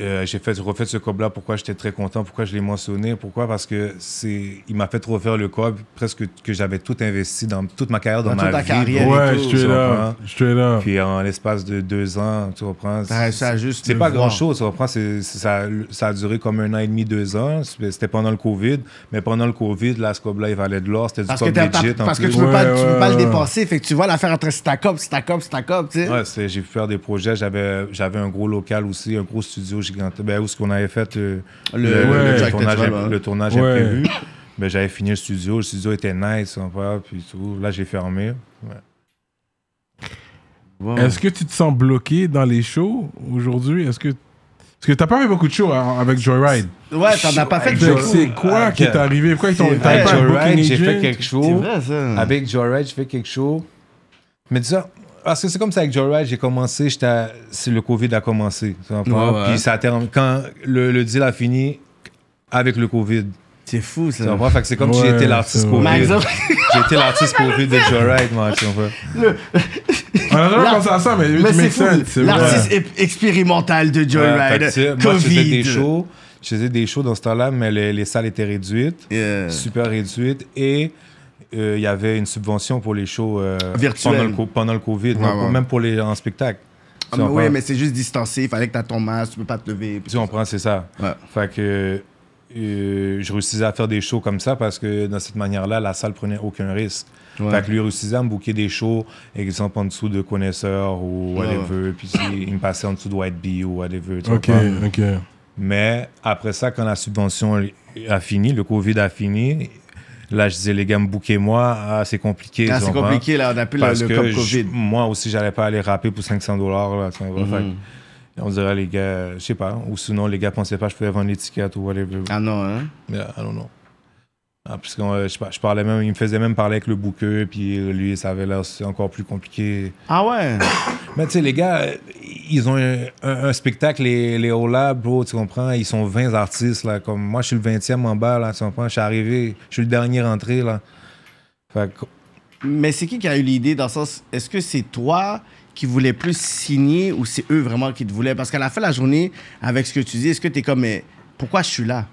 [SPEAKER 3] euh, j'ai fait, refait ce cob-là. Pourquoi j'étais très content? Pourquoi je l'ai mentionné? Pourquoi? Parce que c'est, il m'a fait refaire le cob presque que j'avais tout investi dans toute ma carrière, dans,
[SPEAKER 2] Dans
[SPEAKER 3] ma
[SPEAKER 2] toute ta
[SPEAKER 3] vie.
[SPEAKER 2] carrière.
[SPEAKER 3] bro.
[SPEAKER 1] Ouais,
[SPEAKER 2] tout,
[SPEAKER 1] straight
[SPEAKER 3] tu
[SPEAKER 1] up.
[SPEAKER 3] comprends.
[SPEAKER 1] Straight up.
[SPEAKER 3] Puis en l'espace de deux ans, tu reprends.
[SPEAKER 2] T'as réussi à juste.
[SPEAKER 3] C'est
[SPEAKER 2] le
[SPEAKER 3] pas
[SPEAKER 2] voir.
[SPEAKER 3] grand-chose, tu comprends? C'est- c'est- ça, ça a duré comme un an et demi, deux ans. C'était pendant le COVID. Mais pendant le COVID, là, ce cob-là, il valait de l'or. C'était du
[SPEAKER 2] Parce que,
[SPEAKER 3] cob
[SPEAKER 2] t'as- t'as-
[SPEAKER 3] legit. en
[SPEAKER 2] parce que
[SPEAKER 3] plus.
[SPEAKER 2] tu peux,
[SPEAKER 1] Ouais,
[SPEAKER 2] pas, tu peux
[SPEAKER 1] ouais,
[SPEAKER 2] pas le
[SPEAKER 1] ouais.
[SPEAKER 2] dépasser. Fait que tu vois l'affaire entre c'est ta cop, c'est ta cop, c'est ta cop, tu sais.
[SPEAKER 3] Ouais, c'est- j'ai pu faire des projets. J'avais, j'avais un gros local aussi, un gros studio gigantesque. Ben, où ce qu'on avait fait euh,
[SPEAKER 2] Le-
[SPEAKER 1] ouais. Jack
[SPEAKER 3] tournage,
[SPEAKER 2] Festival,
[SPEAKER 3] imp-
[SPEAKER 2] hein.
[SPEAKER 3] le tournage
[SPEAKER 1] Ouais.
[SPEAKER 3] imprévu. Ben, j'avais fini le studio. Le studio était nice, sympa, puis tout. Là, j'ai fermé. Ouais.
[SPEAKER 1] Est-ce que tu te sens bloqué dans les shows aujourd'hui? Est-ce que. Parce que t'as pas fait beaucoup de shows hein, avec Joyride.
[SPEAKER 2] Ouais, t'en as pas fait
[SPEAKER 1] Fait
[SPEAKER 2] de
[SPEAKER 1] que C'est quoi
[SPEAKER 3] Avec,
[SPEAKER 1] qui
[SPEAKER 3] euh,
[SPEAKER 1] t'est arrivé? Pourquoi ils t'ont-
[SPEAKER 2] c'est
[SPEAKER 1] t'avais
[SPEAKER 2] vrai,
[SPEAKER 1] pas un
[SPEAKER 3] Joyride,
[SPEAKER 1] booking
[SPEAKER 3] j'ai fait
[SPEAKER 1] agent?
[SPEAKER 3] quelque chose.
[SPEAKER 2] C'est vrai, hein. ça.
[SPEAKER 1] Ah,
[SPEAKER 3] Avec Joyride, j'ai fait quelque chose. Mais disons, parce que c'est comme ça avec Joyride, j'ai commencé, j'étais à- c'est le Covid a commencé. tu comprends?
[SPEAKER 2] Ouais, ouais.
[SPEAKER 3] Puis ça termine. Quand le, le deal a fini, avec le Covid.
[SPEAKER 2] C'est fou,
[SPEAKER 3] Tu
[SPEAKER 2] ça.
[SPEAKER 3] comprends? Fait que c'est comme si
[SPEAKER 1] Ouais,
[SPEAKER 3] j'étais l'artiste
[SPEAKER 1] c'est
[SPEAKER 3] Covid.
[SPEAKER 2] Max,
[SPEAKER 3] J'étais l'artiste Covid de Joyride, moi, tu comprends?
[SPEAKER 1] On a jamais
[SPEAKER 2] Là-
[SPEAKER 1] pensé à ça, mais,
[SPEAKER 2] mais
[SPEAKER 1] it
[SPEAKER 2] c'est
[SPEAKER 1] makes
[SPEAKER 2] fou.
[SPEAKER 1] sense, c'est vrai.
[SPEAKER 2] L'artiste ép- expérimental de
[SPEAKER 3] Ouais,
[SPEAKER 2] Joyride.
[SPEAKER 3] fait que, tu sais, moi, je
[SPEAKER 2] Covid.
[SPEAKER 3] faisais des shows. Je faisais des shows dans ce temps-là, mais les, les salles étaient réduites,
[SPEAKER 2] Yeah.
[SPEAKER 3] super réduites, et euh, il y avait une subvention pour les shows euh,
[SPEAKER 2] Virtuels.
[SPEAKER 3] pendant le, co- pendant le Covid, donc,
[SPEAKER 2] ouais.
[SPEAKER 3] même pour les en spectacle.
[SPEAKER 2] Ah,
[SPEAKER 3] Tu
[SPEAKER 2] mais
[SPEAKER 3] comprends?
[SPEAKER 2] oui, mais c'est juste distancé. Il fallait que t'as ton masque, tu peux pas te lever. puis
[SPEAKER 3] Tu comprends, c'est ça.
[SPEAKER 2] Ouais.
[SPEAKER 3] Fait que euh, je réussissais à faire des shows comme ça parce que dans cette manière-là, la salle prenait aucun risque.
[SPEAKER 2] Ouais.
[SPEAKER 3] Fait que lui réussissait à me booker des shows, exemple en dessous de connaisseurs ou
[SPEAKER 2] Ouais,
[SPEAKER 3] whatever, puis si- il me passait en dessous de White Bee ou whatever. tu
[SPEAKER 1] Ok,
[SPEAKER 3] comprends?
[SPEAKER 1] ok.
[SPEAKER 3] Mais après ça, quand la subvention a fini, le COVID a fini, là, je disais, les gars, me bouquez-moi, ah, c'est compliqué.
[SPEAKER 2] Ah,
[SPEAKER 3] tu
[SPEAKER 2] c'est
[SPEAKER 3] comprends?
[SPEAKER 2] compliqué, là. On appelle
[SPEAKER 3] Parce
[SPEAKER 2] le
[SPEAKER 3] que
[SPEAKER 2] cop
[SPEAKER 3] je-
[SPEAKER 2] Covid.
[SPEAKER 3] moi aussi, j'allais pas aller rapper pour 500 dollars.
[SPEAKER 2] Mhm.
[SPEAKER 3] On dirait, les gars, je sais pas. Ou sinon, les gars pensaient pas que je pouvais vendre l'étiquette ou whatever.
[SPEAKER 2] Ah non, hein?
[SPEAKER 3] Yeah, I don't know. Ah, parce que euh, je, par- je parlais même, il me faisait même parler avec le bouqueux, puis euh, lui, ça avait l'air aussi encore plus compliqué.
[SPEAKER 2] Ah ouais?
[SPEAKER 3] Mais tu sais, les gars, euh, ils ont un, un- un spectacle, les, les Ola, bro, tu comprends? Ils sont 20 artistes, là. Comme moi, je suis le 20e en bas, là, tu comprends? Je suis arrivé, je suis le dernier rentré, là. Fait que-
[SPEAKER 2] Mais c'est qui qui a eu l'idée dans le sens, est-ce que c'est toi qui voulaient plus signer ou c'est eux vraiment qui te voulaient? Parce qu'à la fin de la journée, avec ce que tu dis, est-ce que tu es comme, mais pourquoi je suis là?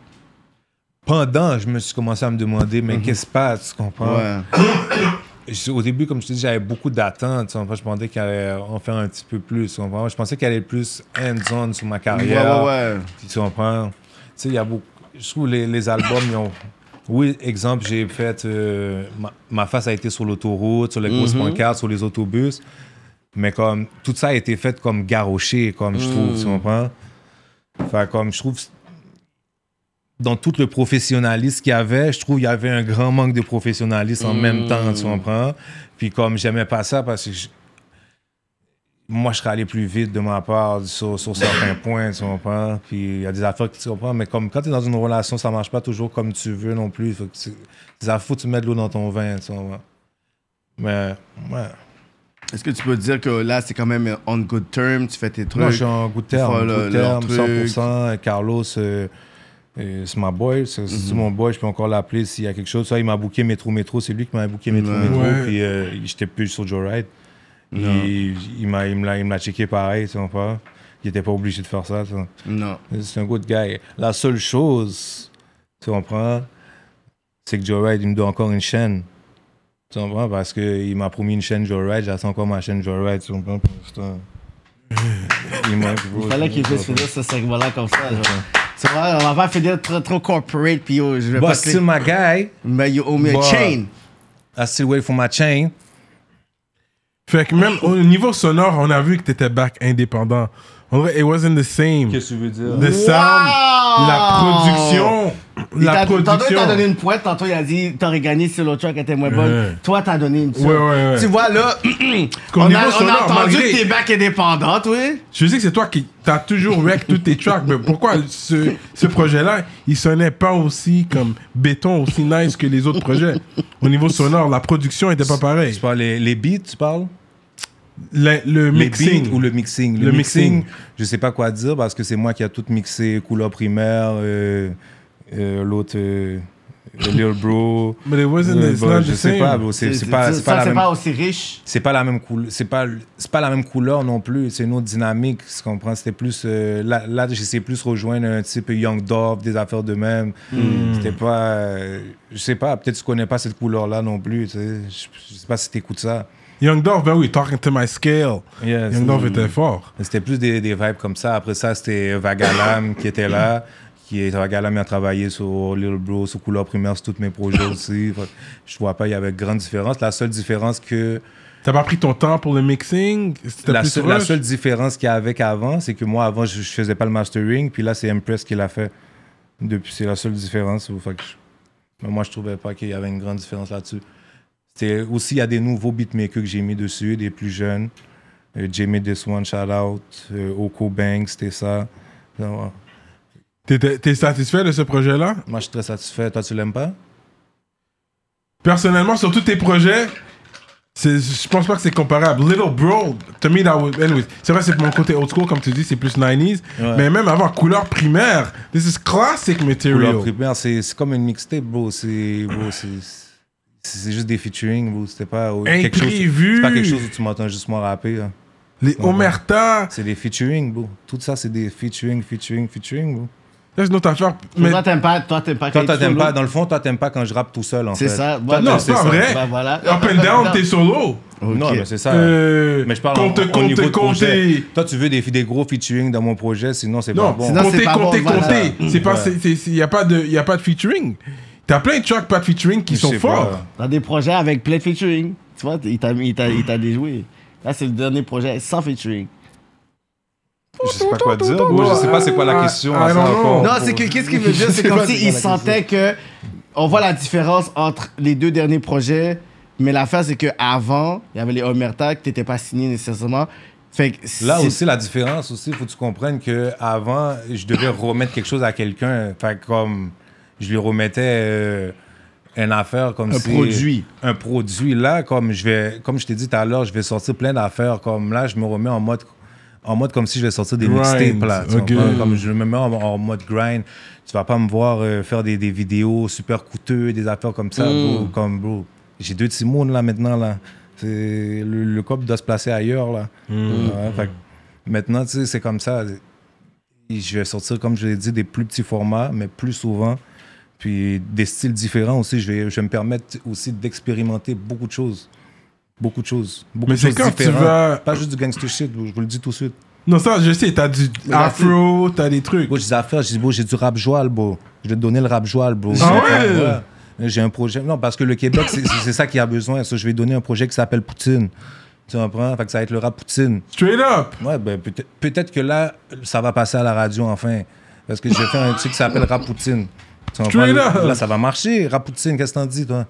[SPEAKER 3] Pendant, je me suis commencé à me demander, mais qu'est-ce qui se passe, tu
[SPEAKER 2] Mhm.
[SPEAKER 3] comprends?
[SPEAKER 2] Ouais.
[SPEAKER 3] Je- Au début, comme je te dis, j'avais beaucoup d'attentes. tu comprends? Je pensais qu'il allait en faire un petit peu plus. tu comprends? Je pensais qu'il allait plus hands-on sur ma carrière.
[SPEAKER 2] Ouais, ouais, ouais.
[SPEAKER 3] Puis tu comprends? Tu sais, il y a beaucoup. Je trouve les, les albums, ils ont. Oui, exemple, j'ai fait. euh, ma, ma face a été sur l'autoroute, sur les grosses pancartes, sur les autobus. Mais comme. Tout ça a été fait comme garroché, comme je trouve, tu comprends? Enfin, comme je trouve. Dans tout le professionnalisme qu'il y avait, je trouve qu'il y avait un grand manque de professionnalisme en même temps, tu comprends? Puis comme j'aimais pas ça parce que je- moi, je serais allé plus vite de ma part sur, sur certains points, tu comprends? Puis il y a des affaires que tu comprends, mais comme quand tu es dans une relation, ça marche pas toujours comme tu veux non plus. Faut que tu, des affaires, faut que tu mettes de l'eau dans ton vin, tu comprends? Mais, ouais.
[SPEAKER 2] Est-ce que tu peux dire que là, c'est quand même on good term, tu fais tes trucs?
[SPEAKER 3] Non, je suis en good terme,
[SPEAKER 2] Ils font le-
[SPEAKER 3] good
[SPEAKER 2] leur
[SPEAKER 3] terme,
[SPEAKER 2] truc.
[SPEAKER 3] 100%. Carlos, euh, euh, c'est ma boy, c'est
[SPEAKER 2] Mhm.
[SPEAKER 3] c'est mon boy, je peux encore l'appeler s'il y a quelque chose. Ça, il m'a booké métro, métro, c'est lui qui m'a booké métro,
[SPEAKER 2] Ouais.
[SPEAKER 3] métro,
[SPEAKER 1] Ouais.
[SPEAKER 3] puis euh, j'étais plus sur Joyride. Il, il, m'a- il me l'a- il me l'a checké pareil, tu comprends? Il était pas obligé de faire ça. tu vois.
[SPEAKER 2] Non.
[SPEAKER 3] C'est un good guy. La seule chose, tu comprends, c'est que Joyride, il me doit encore une chaîne. Tu comprends? Parce qu'il m'a promis une chaîne Joyride, j'attends encore ma chaîne Joyride, tu comprends? Putain. Il, m'a-
[SPEAKER 2] Il fallait qu'il puisse finir ce segment-là comme ça. genre. C'est vrai, on va pas finir trop, trop corporate, puis yo, je vais
[SPEAKER 3] But
[SPEAKER 2] pas...
[SPEAKER 3] still my guy.
[SPEAKER 2] Mais you owe me a
[SPEAKER 3] Bah.
[SPEAKER 2] chain.
[SPEAKER 3] I still wait for my chain.
[SPEAKER 1] Fait que même au niveau sonore, on a vu que t'étais back indépendant. On dirait, it wasn't the same.
[SPEAKER 3] que tu veux dire?
[SPEAKER 1] The sound, la production,
[SPEAKER 2] Il t'a-
[SPEAKER 1] la
[SPEAKER 2] Tantôt, il
[SPEAKER 1] production.
[SPEAKER 2] t'a donné une pointe, tantôt, il a dit, t'aurais gagné si l'autre track était moins bonne.
[SPEAKER 1] Ouais.
[SPEAKER 2] Toi, t'as donné une
[SPEAKER 1] Ouais, ouais, ouais.
[SPEAKER 2] Tu vois, là,
[SPEAKER 1] qu'au
[SPEAKER 2] on,
[SPEAKER 1] niveau
[SPEAKER 2] a, on a
[SPEAKER 1] sonore,
[SPEAKER 2] entendu
[SPEAKER 1] malgré-
[SPEAKER 2] que t'es back indépendante, oui.
[SPEAKER 1] Je sais que c'est toi qui t'as toujours wreck tous tes tracks, mais pourquoi ce, ce projet-là, il sonnait pas aussi comme béton, aussi nice que les autres projets Au niveau sonore, la production était pas
[SPEAKER 3] Tu
[SPEAKER 1] pareille.
[SPEAKER 3] parles les, les beats, tu parles?
[SPEAKER 1] Le, le
[SPEAKER 3] Les
[SPEAKER 1] mixing.
[SPEAKER 3] beats ou le mixing?
[SPEAKER 1] Le mixing.
[SPEAKER 3] je sais pas quoi dire parce que c'est moi qui a tout mixé, couleur primaire, euh, euh, l'autre, euh, Lil Bro.
[SPEAKER 1] But it wasn't-
[SPEAKER 3] Euh,
[SPEAKER 1] it's
[SPEAKER 3] bah,
[SPEAKER 1] not
[SPEAKER 3] je
[SPEAKER 1] the
[SPEAKER 3] sais
[SPEAKER 1] same.
[SPEAKER 3] pas, bro, c'est c'est pas, c'est pas
[SPEAKER 2] ça,
[SPEAKER 3] la
[SPEAKER 2] c'est
[SPEAKER 3] même
[SPEAKER 2] pas aussi riche.
[SPEAKER 3] c'est pas la même couleur c'est pas c'est pas la même couleur non plus c'est une autre dynamique tu comprends c'était plus euh, là là j'essaie plus rejoindre un type Young Dove des affaires de même
[SPEAKER 1] Hmm.
[SPEAKER 3] c'était pas euh, je sais pas peut-être tu connais pas cette couleur là non plus tu sais. je, je sais pas si t'écoutes ça
[SPEAKER 1] Young Dove, ben oui, Talking to My Scale.
[SPEAKER 3] Yeah,
[SPEAKER 1] Young
[SPEAKER 3] c'est-
[SPEAKER 1] Dove était fort.
[SPEAKER 3] Mais C'était plus des, des vibes comme ça. Après ça, c'était Vagalam qui était là. Qui est, Vagalam il a travaillé sur Little Bro, sur Couleur Primaire, sur tous mes projets aussi. Fait que je vois pas, il y avait grande différence. La seule différence que.
[SPEAKER 1] T'as pas pris ton temps pour le mixing C'était
[SPEAKER 3] La,
[SPEAKER 1] plus
[SPEAKER 3] seule- la
[SPEAKER 1] rush?
[SPEAKER 3] seule différence qu'il y avait qu'avant, c'est que moi, avant, je, je faisais pas le mastering. Puis là, c'est Impress qui l'a fait. Depuis, c'est la seule différence. Fait que je- mais moi, je trouvais pas qu'il y avait une grande différence là-dessus. C'était aussi, il y a des nouveaux beatmakers que j'ai mis dessus, des plus jeunes. Euh, Jamie Deswan, shout out. Euh, Oko Banks, c'était ça. Donc, ouais.
[SPEAKER 1] T'étais- T'es satisfait de ce projet-là
[SPEAKER 3] Moi, je suis très satisfait. Toi, tu l'aimes pas?
[SPEAKER 1] Personnellement, sur tous tes projets, c'est- je pense pas que c'est comparable. Little Bro, to me, that was- anyways, c'est vrai, c'est mon côté old school, comme tu dis, c'est plus 90s.
[SPEAKER 3] Ouais.
[SPEAKER 1] Mais même avant, couleur primaire, this is classic material.
[SPEAKER 3] Couleur primaire, c'est c'est comme une mixtape, bro. C'est bro, c'est- c'est- c'est juste des featuring, bro. C'était pas euh, quelque chose.
[SPEAKER 1] Imprévu.
[SPEAKER 3] C'est pas quelque chose où tu m'entends juste moi rapper. hein.
[SPEAKER 1] Les Omerta,
[SPEAKER 3] C'est des featuring, bro. Tout ça, c'est des featuring, featuring, featuring, bro.
[SPEAKER 1] c'est une autre affaire. Mais
[SPEAKER 2] Toi, t'aimes pas, toi, t'aimes pas.
[SPEAKER 3] Toi,
[SPEAKER 2] quand
[SPEAKER 3] toi,
[SPEAKER 2] tu
[SPEAKER 3] t'aimes
[SPEAKER 2] solo.
[SPEAKER 3] pas. Dans le fond, toi, t'aimes pas quand je rappe tout seul, en fait.
[SPEAKER 2] C'est ça.
[SPEAKER 3] Toi,
[SPEAKER 2] Ouais,
[SPEAKER 1] non,
[SPEAKER 3] t'aimes-
[SPEAKER 1] c'est pas vrai.
[SPEAKER 2] Ben voilà.
[SPEAKER 1] Up and down, t'es solo.
[SPEAKER 2] Ok.
[SPEAKER 3] Non, mais c'est ça.
[SPEAKER 1] Euh,
[SPEAKER 3] mais je parle
[SPEAKER 1] compte,
[SPEAKER 3] en, au
[SPEAKER 1] compte,
[SPEAKER 3] niveau de
[SPEAKER 1] compte.
[SPEAKER 3] projet. Toi, tu veux des, des gros featuring dans mon projet, sinon c'est pas
[SPEAKER 1] Non,
[SPEAKER 3] Bah bon.
[SPEAKER 2] Sinon,
[SPEAKER 1] comptez,
[SPEAKER 2] c'est pas bon,
[SPEAKER 1] comptez,
[SPEAKER 2] voilà.
[SPEAKER 1] comptez. C'est pas,
[SPEAKER 3] Ouais.
[SPEAKER 1] c'est- c'est- c'est- y a pas de, y a pas de featuring. T'as plein de tracks pas de featuring qui
[SPEAKER 3] Je
[SPEAKER 1] sont
[SPEAKER 3] sais
[SPEAKER 1] forts.
[SPEAKER 3] pas.
[SPEAKER 2] Dans des projets avec plein de featuring. Tu vois, il t'a, il t'a, il t'a déjoué. Là, c'est le dernier projet sans featuring.
[SPEAKER 3] Je sais pas quoi dire, bro. Je sais pas c'est quoi la question.
[SPEAKER 1] Ah,
[SPEAKER 3] à ça
[SPEAKER 1] non, non.
[SPEAKER 3] encore.
[SPEAKER 2] Non, c'est que qu'est-ce qu'il veut dire? C'est comme si il sentait que on voit la différence entre les deux derniers projets, mais l'affaire c'est que avant, il y avait les Omerta que t'étais pas signé nécessairement. Fait que
[SPEAKER 3] Là
[SPEAKER 2] c'est-
[SPEAKER 3] aussi, la différence aussi, faut que tu comprennes que avant, je devais remettre quelque chose à quelqu'un. Fait que comme je lui remettais euh, une affaire comme
[SPEAKER 2] Un
[SPEAKER 3] si-
[SPEAKER 2] produit.
[SPEAKER 3] Un produit. Là, comme je vais, comme je t'ai dit tout à l'heure, je vais sortir plein d'affaires. Comme là, je me remets en mode, en mode comme si je vais sortir des
[SPEAKER 1] Grind,
[SPEAKER 3] mixtapes là. tu
[SPEAKER 1] ok.
[SPEAKER 3] comprends? Comme je me mets en, en mode grind. Tu vas pas me voir euh, faire des, des
[SPEAKER 1] Mm.
[SPEAKER 3] vidéos super coûteuses, des affaires comme ça, bro, Comme bro, j'ai deux timons là maintenant là. C'est- Le, le cop doit se placer ailleurs, là.
[SPEAKER 1] Mm.
[SPEAKER 3] Ouais, fait que maintenant, tu sais, c'est comme ça. Je vais sortir, comme je l'ai dit, des plus petits formats, mais plus souvent. Puis des styles différents aussi. Je vais, je vais me permettre aussi d'expérimenter beaucoup de choses. Beaucoup de choses. Beaucoup
[SPEAKER 1] Mais
[SPEAKER 3] de
[SPEAKER 1] c'est
[SPEAKER 3] choses
[SPEAKER 1] quand tu
[SPEAKER 3] différentes.
[SPEAKER 1] vas-
[SPEAKER 3] Pas juste du gangster shit, je vous le dis tout de suite.
[SPEAKER 1] Non, ça, je sais, t'as du afro, t'as des trucs.
[SPEAKER 3] Moi, j'ai des affaires, j'ai dit, Bro, j'ai du rap joual, bro. Je vais te donner le rap joual, bro.
[SPEAKER 1] Ah
[SPEAKER 3] J'ai-
[SPEAKER 1] ouais?
[SPEAKER 3] J'ai un projet. Non, parce que le Québec, c'est- c'est c'est ça qui a besoin. Ça, je vais donner un projet qui s'appelle Poutine. Tu comprends? Fait que ça va être le rap Poutine.
[SPEAKER 1] Straight up.
[SPEAKER 3] Ouais, ben, peut-être peut-être que là, ça va passer à la radio enfin. Parce que j'ai fait un truc qui s'appelle Rapoutine. Tu comprends?
[SPEAKER 1] Straight up.
[SPEAKER 3] Là, ça va marcher. Rapoutine, qu'est-ce que t'en dis, toi?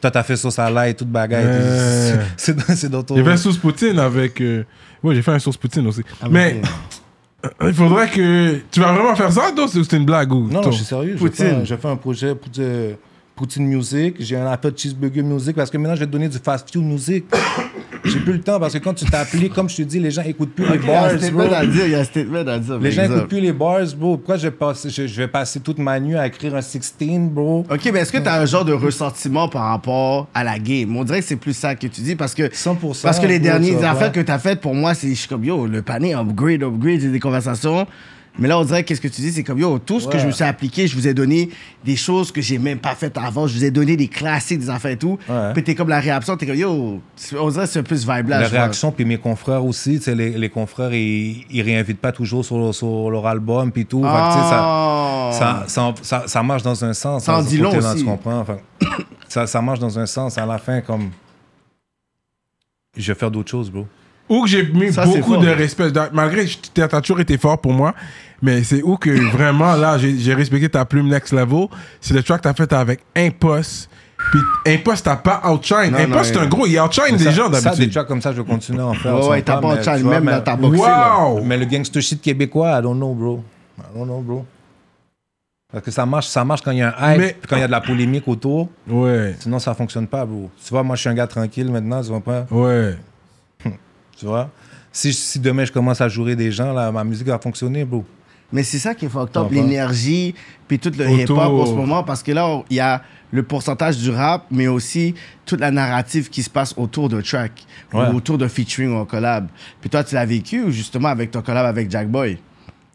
[SPEAKER 3] Toi, t'as fait sauce à l'ail, toute bagaille.
[SPEAKER 1] Ouais.
[SPEAKER 3] C'est dans- C'est dans ton.
[SPEAKER 1] Il y avait un sauce poutine avec. euh, Ouais, j'ai fait un sauce poutine aussi.
[SPEAKER 2] Ah,
[SPEAKER 1] Mais il faudrait que. Tu vas vraiment faire ça, toi, ou c'est une blague ou.
[SPEAKER 3] Non, non,
[SPEAKER 1] toi?
[SPEAKER 3] je suis sérieux. J'ai
[SPEAKER 2] Poutine.
[SPEAKER 3] fait, un- j'ai fait un projet pour de- Poutine Music. J'ai un appel Cheeseburger Music parce que maintenant, je vais te donner du fast food music. J'ai plus le temps parce que quand tu t'appliques, comme je te dis, les gens écoutent plus les
[SPEAKER 2] Il y a
[SPEAKER 3] bars,
[SPEAKER 2] un
[SPEAKER 3] bro.
[SPEAKER 2] statement à dire, il y a un statement à dire.
[SPEAKER 3] Les gens
[SPEAKER 2] par exemple.
[SPEAKER 3] écoutent plus les bars, bro. Pourquoi je vais passer, je, je vais passer toute ma nuit à écrire un 16, bro?
[SPEAKER 2] Ok, mais est-ce que tu as un genre de ressentiment par rapport à la game On dirait que c'est plus ça que tu dis parce que
[SPEAKER 3] 100%,
[SPEAKER 2] parce que les
[SPEAKER 3] bro,
[SPEAKER 2] dernières
[SPEAKER 3] tu vas
[SPEAKER 2] affaires
[SPEAKER 3] voir.
[SPEAKER 2] que tu as faites pour moi, c'est je suis comme yo, le panier upgrade, upgrade, j'ai des conversations. Mais là, on dirait qu'est-ce que tu dis, c'est comme yo, tout ce que
[SPEAKER 3] Ouais.
[SPEAKER 2] je me suis appliqué, je vous ai donné des choses que j'ai même pas faites avant, je vous ai donné des classiques, des affaires et tout.
[SPEAKER 3] Ouais.
[SPEAKER 2] Puis t'es comme la réaction, t'es comme yo, on dirait que c'est un peu ce vibe là.
[SPEAKER 3] La réaction, puis mes confrères aussi, tu sais, les, les confrères, ils, ils réinvitent pas toujours sur, leur- sur leur album, puis tout. Fait que, tu sais,
[SPEAKER 2] Ah.
[SPEAKER 3] ça, ça, ça, ça- ça marche dans un sens.
[SPEAKER 2] Ça en
[SPEAKER 3] dans un
[SPEAKER 2] dit
[SPEAKER 3] côté,
[SPEAKER 2] long
[SPEAKER 3] dans-
[SPEAKER 2] aussi.
[SPEAKER 3] Tu comprends? Fait que ça, ça marche dans un sens. À la fin, comme. Je vais faire d'autres choses, bro.
[SPEAKER 1] Où que j'ai mis
[SPEAKER 2] Ça, c'est
[SPEAKER 1] beaucoup
[SPEAKER 2] fort,
[SPEAKER 1] de
[SPEAKER 2] ouais.
[SPEAKER 1] respect. Dans- Malgré que tu- t'as t'as toujours été fort pour moi, mais c'est où que vraiment, là, j'ai j'ai respecté ta plume next level. C'est le track que t'as fait avec Impost. Puis Impost, t'as pas outshine.
[SPEAKER 2] Non, non,
[SPEAKER 1] Impost, c'est un
[SPEAKER 2] non.
[SPEAKER 1] gros, il outshine des
[SPEAKER 3] Ça-
[SPEAKER 1] gens
[SPEAKER 3] Ça, des
[SPEAKER 1] d'habitude.
[SPEAKER 3] tracks comme ça, je vais continuer à en faire.
[SPEAKER 2] Ah. Ouais,
[SPEAKER 3] on
[SPEAKER 2] ouais,
[SPEAKER 3] s'entend,
[SPEAKER 2] t'as pas
[SPEAKER 3] mais
[SPEAKER 2] de
[SPEAKER 3] tu
[SPEAKER 2] challenge
[SPEAKER 3] vois,
[SPEAKER 2] même
[SPEAKER 3] mais-
[SPEAKER 2] dans ta boxe. là.
[SPEAKER 1] Wow!
[SPEAKER 3] Mais le gangster shit québécois, I don't know, bro. I don't know, bro. Parce que ça marche, ça marche quand il y a un hype,
[SPEAKER 1] Mais-
[SPEAKER 3] puis quand il y a de la polémique autour.
[SPEAKER 1] Ouais,
[SPEAKER 3] Sinon, ça fonctionne pas, bro. Tu vois, moi, je suis un gars tranquille maintenant, tu comprends?
[SPEAKER 1] ouais.
[SPEAKER 3] Tu vois? Si, si demain, je commence à jouer des gens, là, ma musique va fonctionner, bro.
[SPEAKER 2] Mais c'est ça qui est fucked up,
[SPEAKER 3] Ah,
[SPEAKER 2] l'énergie, puis tout le
[SPEAKER 1] Autour.
[SPEAKER 2] hip-hop en ce moment, parce que là, on- il y a le pourcentage du rap, mais aussi toute la narrative qui se passe autour de track,
[SPEAKER 3] Ouais.
[SPEAKER 2] ou autour de featuring ou en collab. Puis toi, tu l'as vécu justement avec ton collab avec Jack Boy.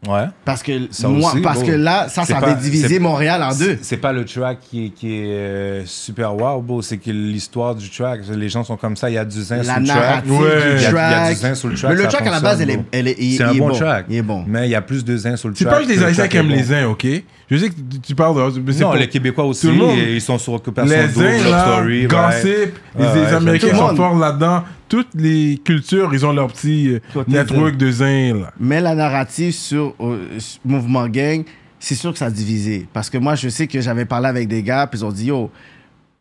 [SPEAKER 3] Ouais.
[SPEAKER 2] Parce que,
[SPEAKER 3] Ça
[SPEAKER 2] moi,
[SPEAKER 3] aussi,
[SPEAKER 2] parce
[SPEAKER 3] bro.
[SPEAKER 2] que là, ça,
[SPEAKER 3] C'est
[SPEAKER 2] ça
[SPEAKER 3] pas-
[SPEAKER 2] avait divisé
[SPEAKER 3] c'est-
[SPEAKER 2] Montréal en deux.
[SPEAKER 3] C'est- C'est pas le track qui est, qui est euh, super wow, bro. C'est que l'histoire du track, les gens sont comme ça. Il y a du zin sur
[SPEAKER 2] La
[SPEAKER 3] le track.
[SPEAKER 2] narrative
[SPEAKER 1] Ouais.
[SPEAKER 2] du
[SPEAKER 3] Il y a-
[SPEAKER 2] track.
[SPEAKER 3] il y a du zin sur le track,
[SPEAKER 2] Mais le
[SPEAKER 3] ça
[SPEAKER 2] track, à la
[SPEAKER 3] fonctionne,
[SPEAKER 2] base, elle est,
[SPEAKER 3] bro.
[SPEAKER 2] elle est, il-
[SPEAKER 3] C'est un
[SPEAKER 2] il est
[SPEAKER 3] bon, track.
[SPEAKER 2] Il est bon.
[SPEAKER 3] Mais il y a plus de zin sur le
[SPEAKER 1] C'est
[SPEAKER 3] track.
[SPEAKER 1] pas que les
[SPEAKER 3] le
[SPEAKER 1] Haïtiens
[SPEAKER 3] track
[SPEAKER 1] qui aiment
[SPEAKER 3] est bon.
[SPEAKER 1] les uns, ok? Je sais que tu- tu parles de. mais c'est
[SPEAKER 3] Non,
[SPEAKER 1] pour-
[SPEAKER 3] les Québécois aussi,
[SPEAKER 1] Tout le monde.
[SPEAKER 3] et ils sont sur Occupation
[SPEAKER 1] Les
[SPEAKER 3] Double,
[SPEAKER 1] uns,
[SPEAKER 3] Love
[SPEAKER 1] là,
[SPEAKER 3] Story, ouais.
[SPEAKER 1] gossip, les,
[SPEAKER 3] Ouais,
[SPEAKER 1] les
[SPEAKER 3] ouais,
[SPEAKER 1] Américains
[SPEAKER 2] tout le
[SPEAKER 1] sont
[SPEAKER 2] monde.
[SPEAKER 1] forts là-dedans. Toutes les cultures, ils ont leur petit euh,
[SPEAKER 2] Côté
[SPEAKER 1] network de zin, là.
[SPEAKER 2] Mais la narrative sur euh, sur Mouvement Gang, c'est sûr que ça a divisé. Parce que moi, je sais que j'avais parlé avec des gars, puis ils ont dit, yo,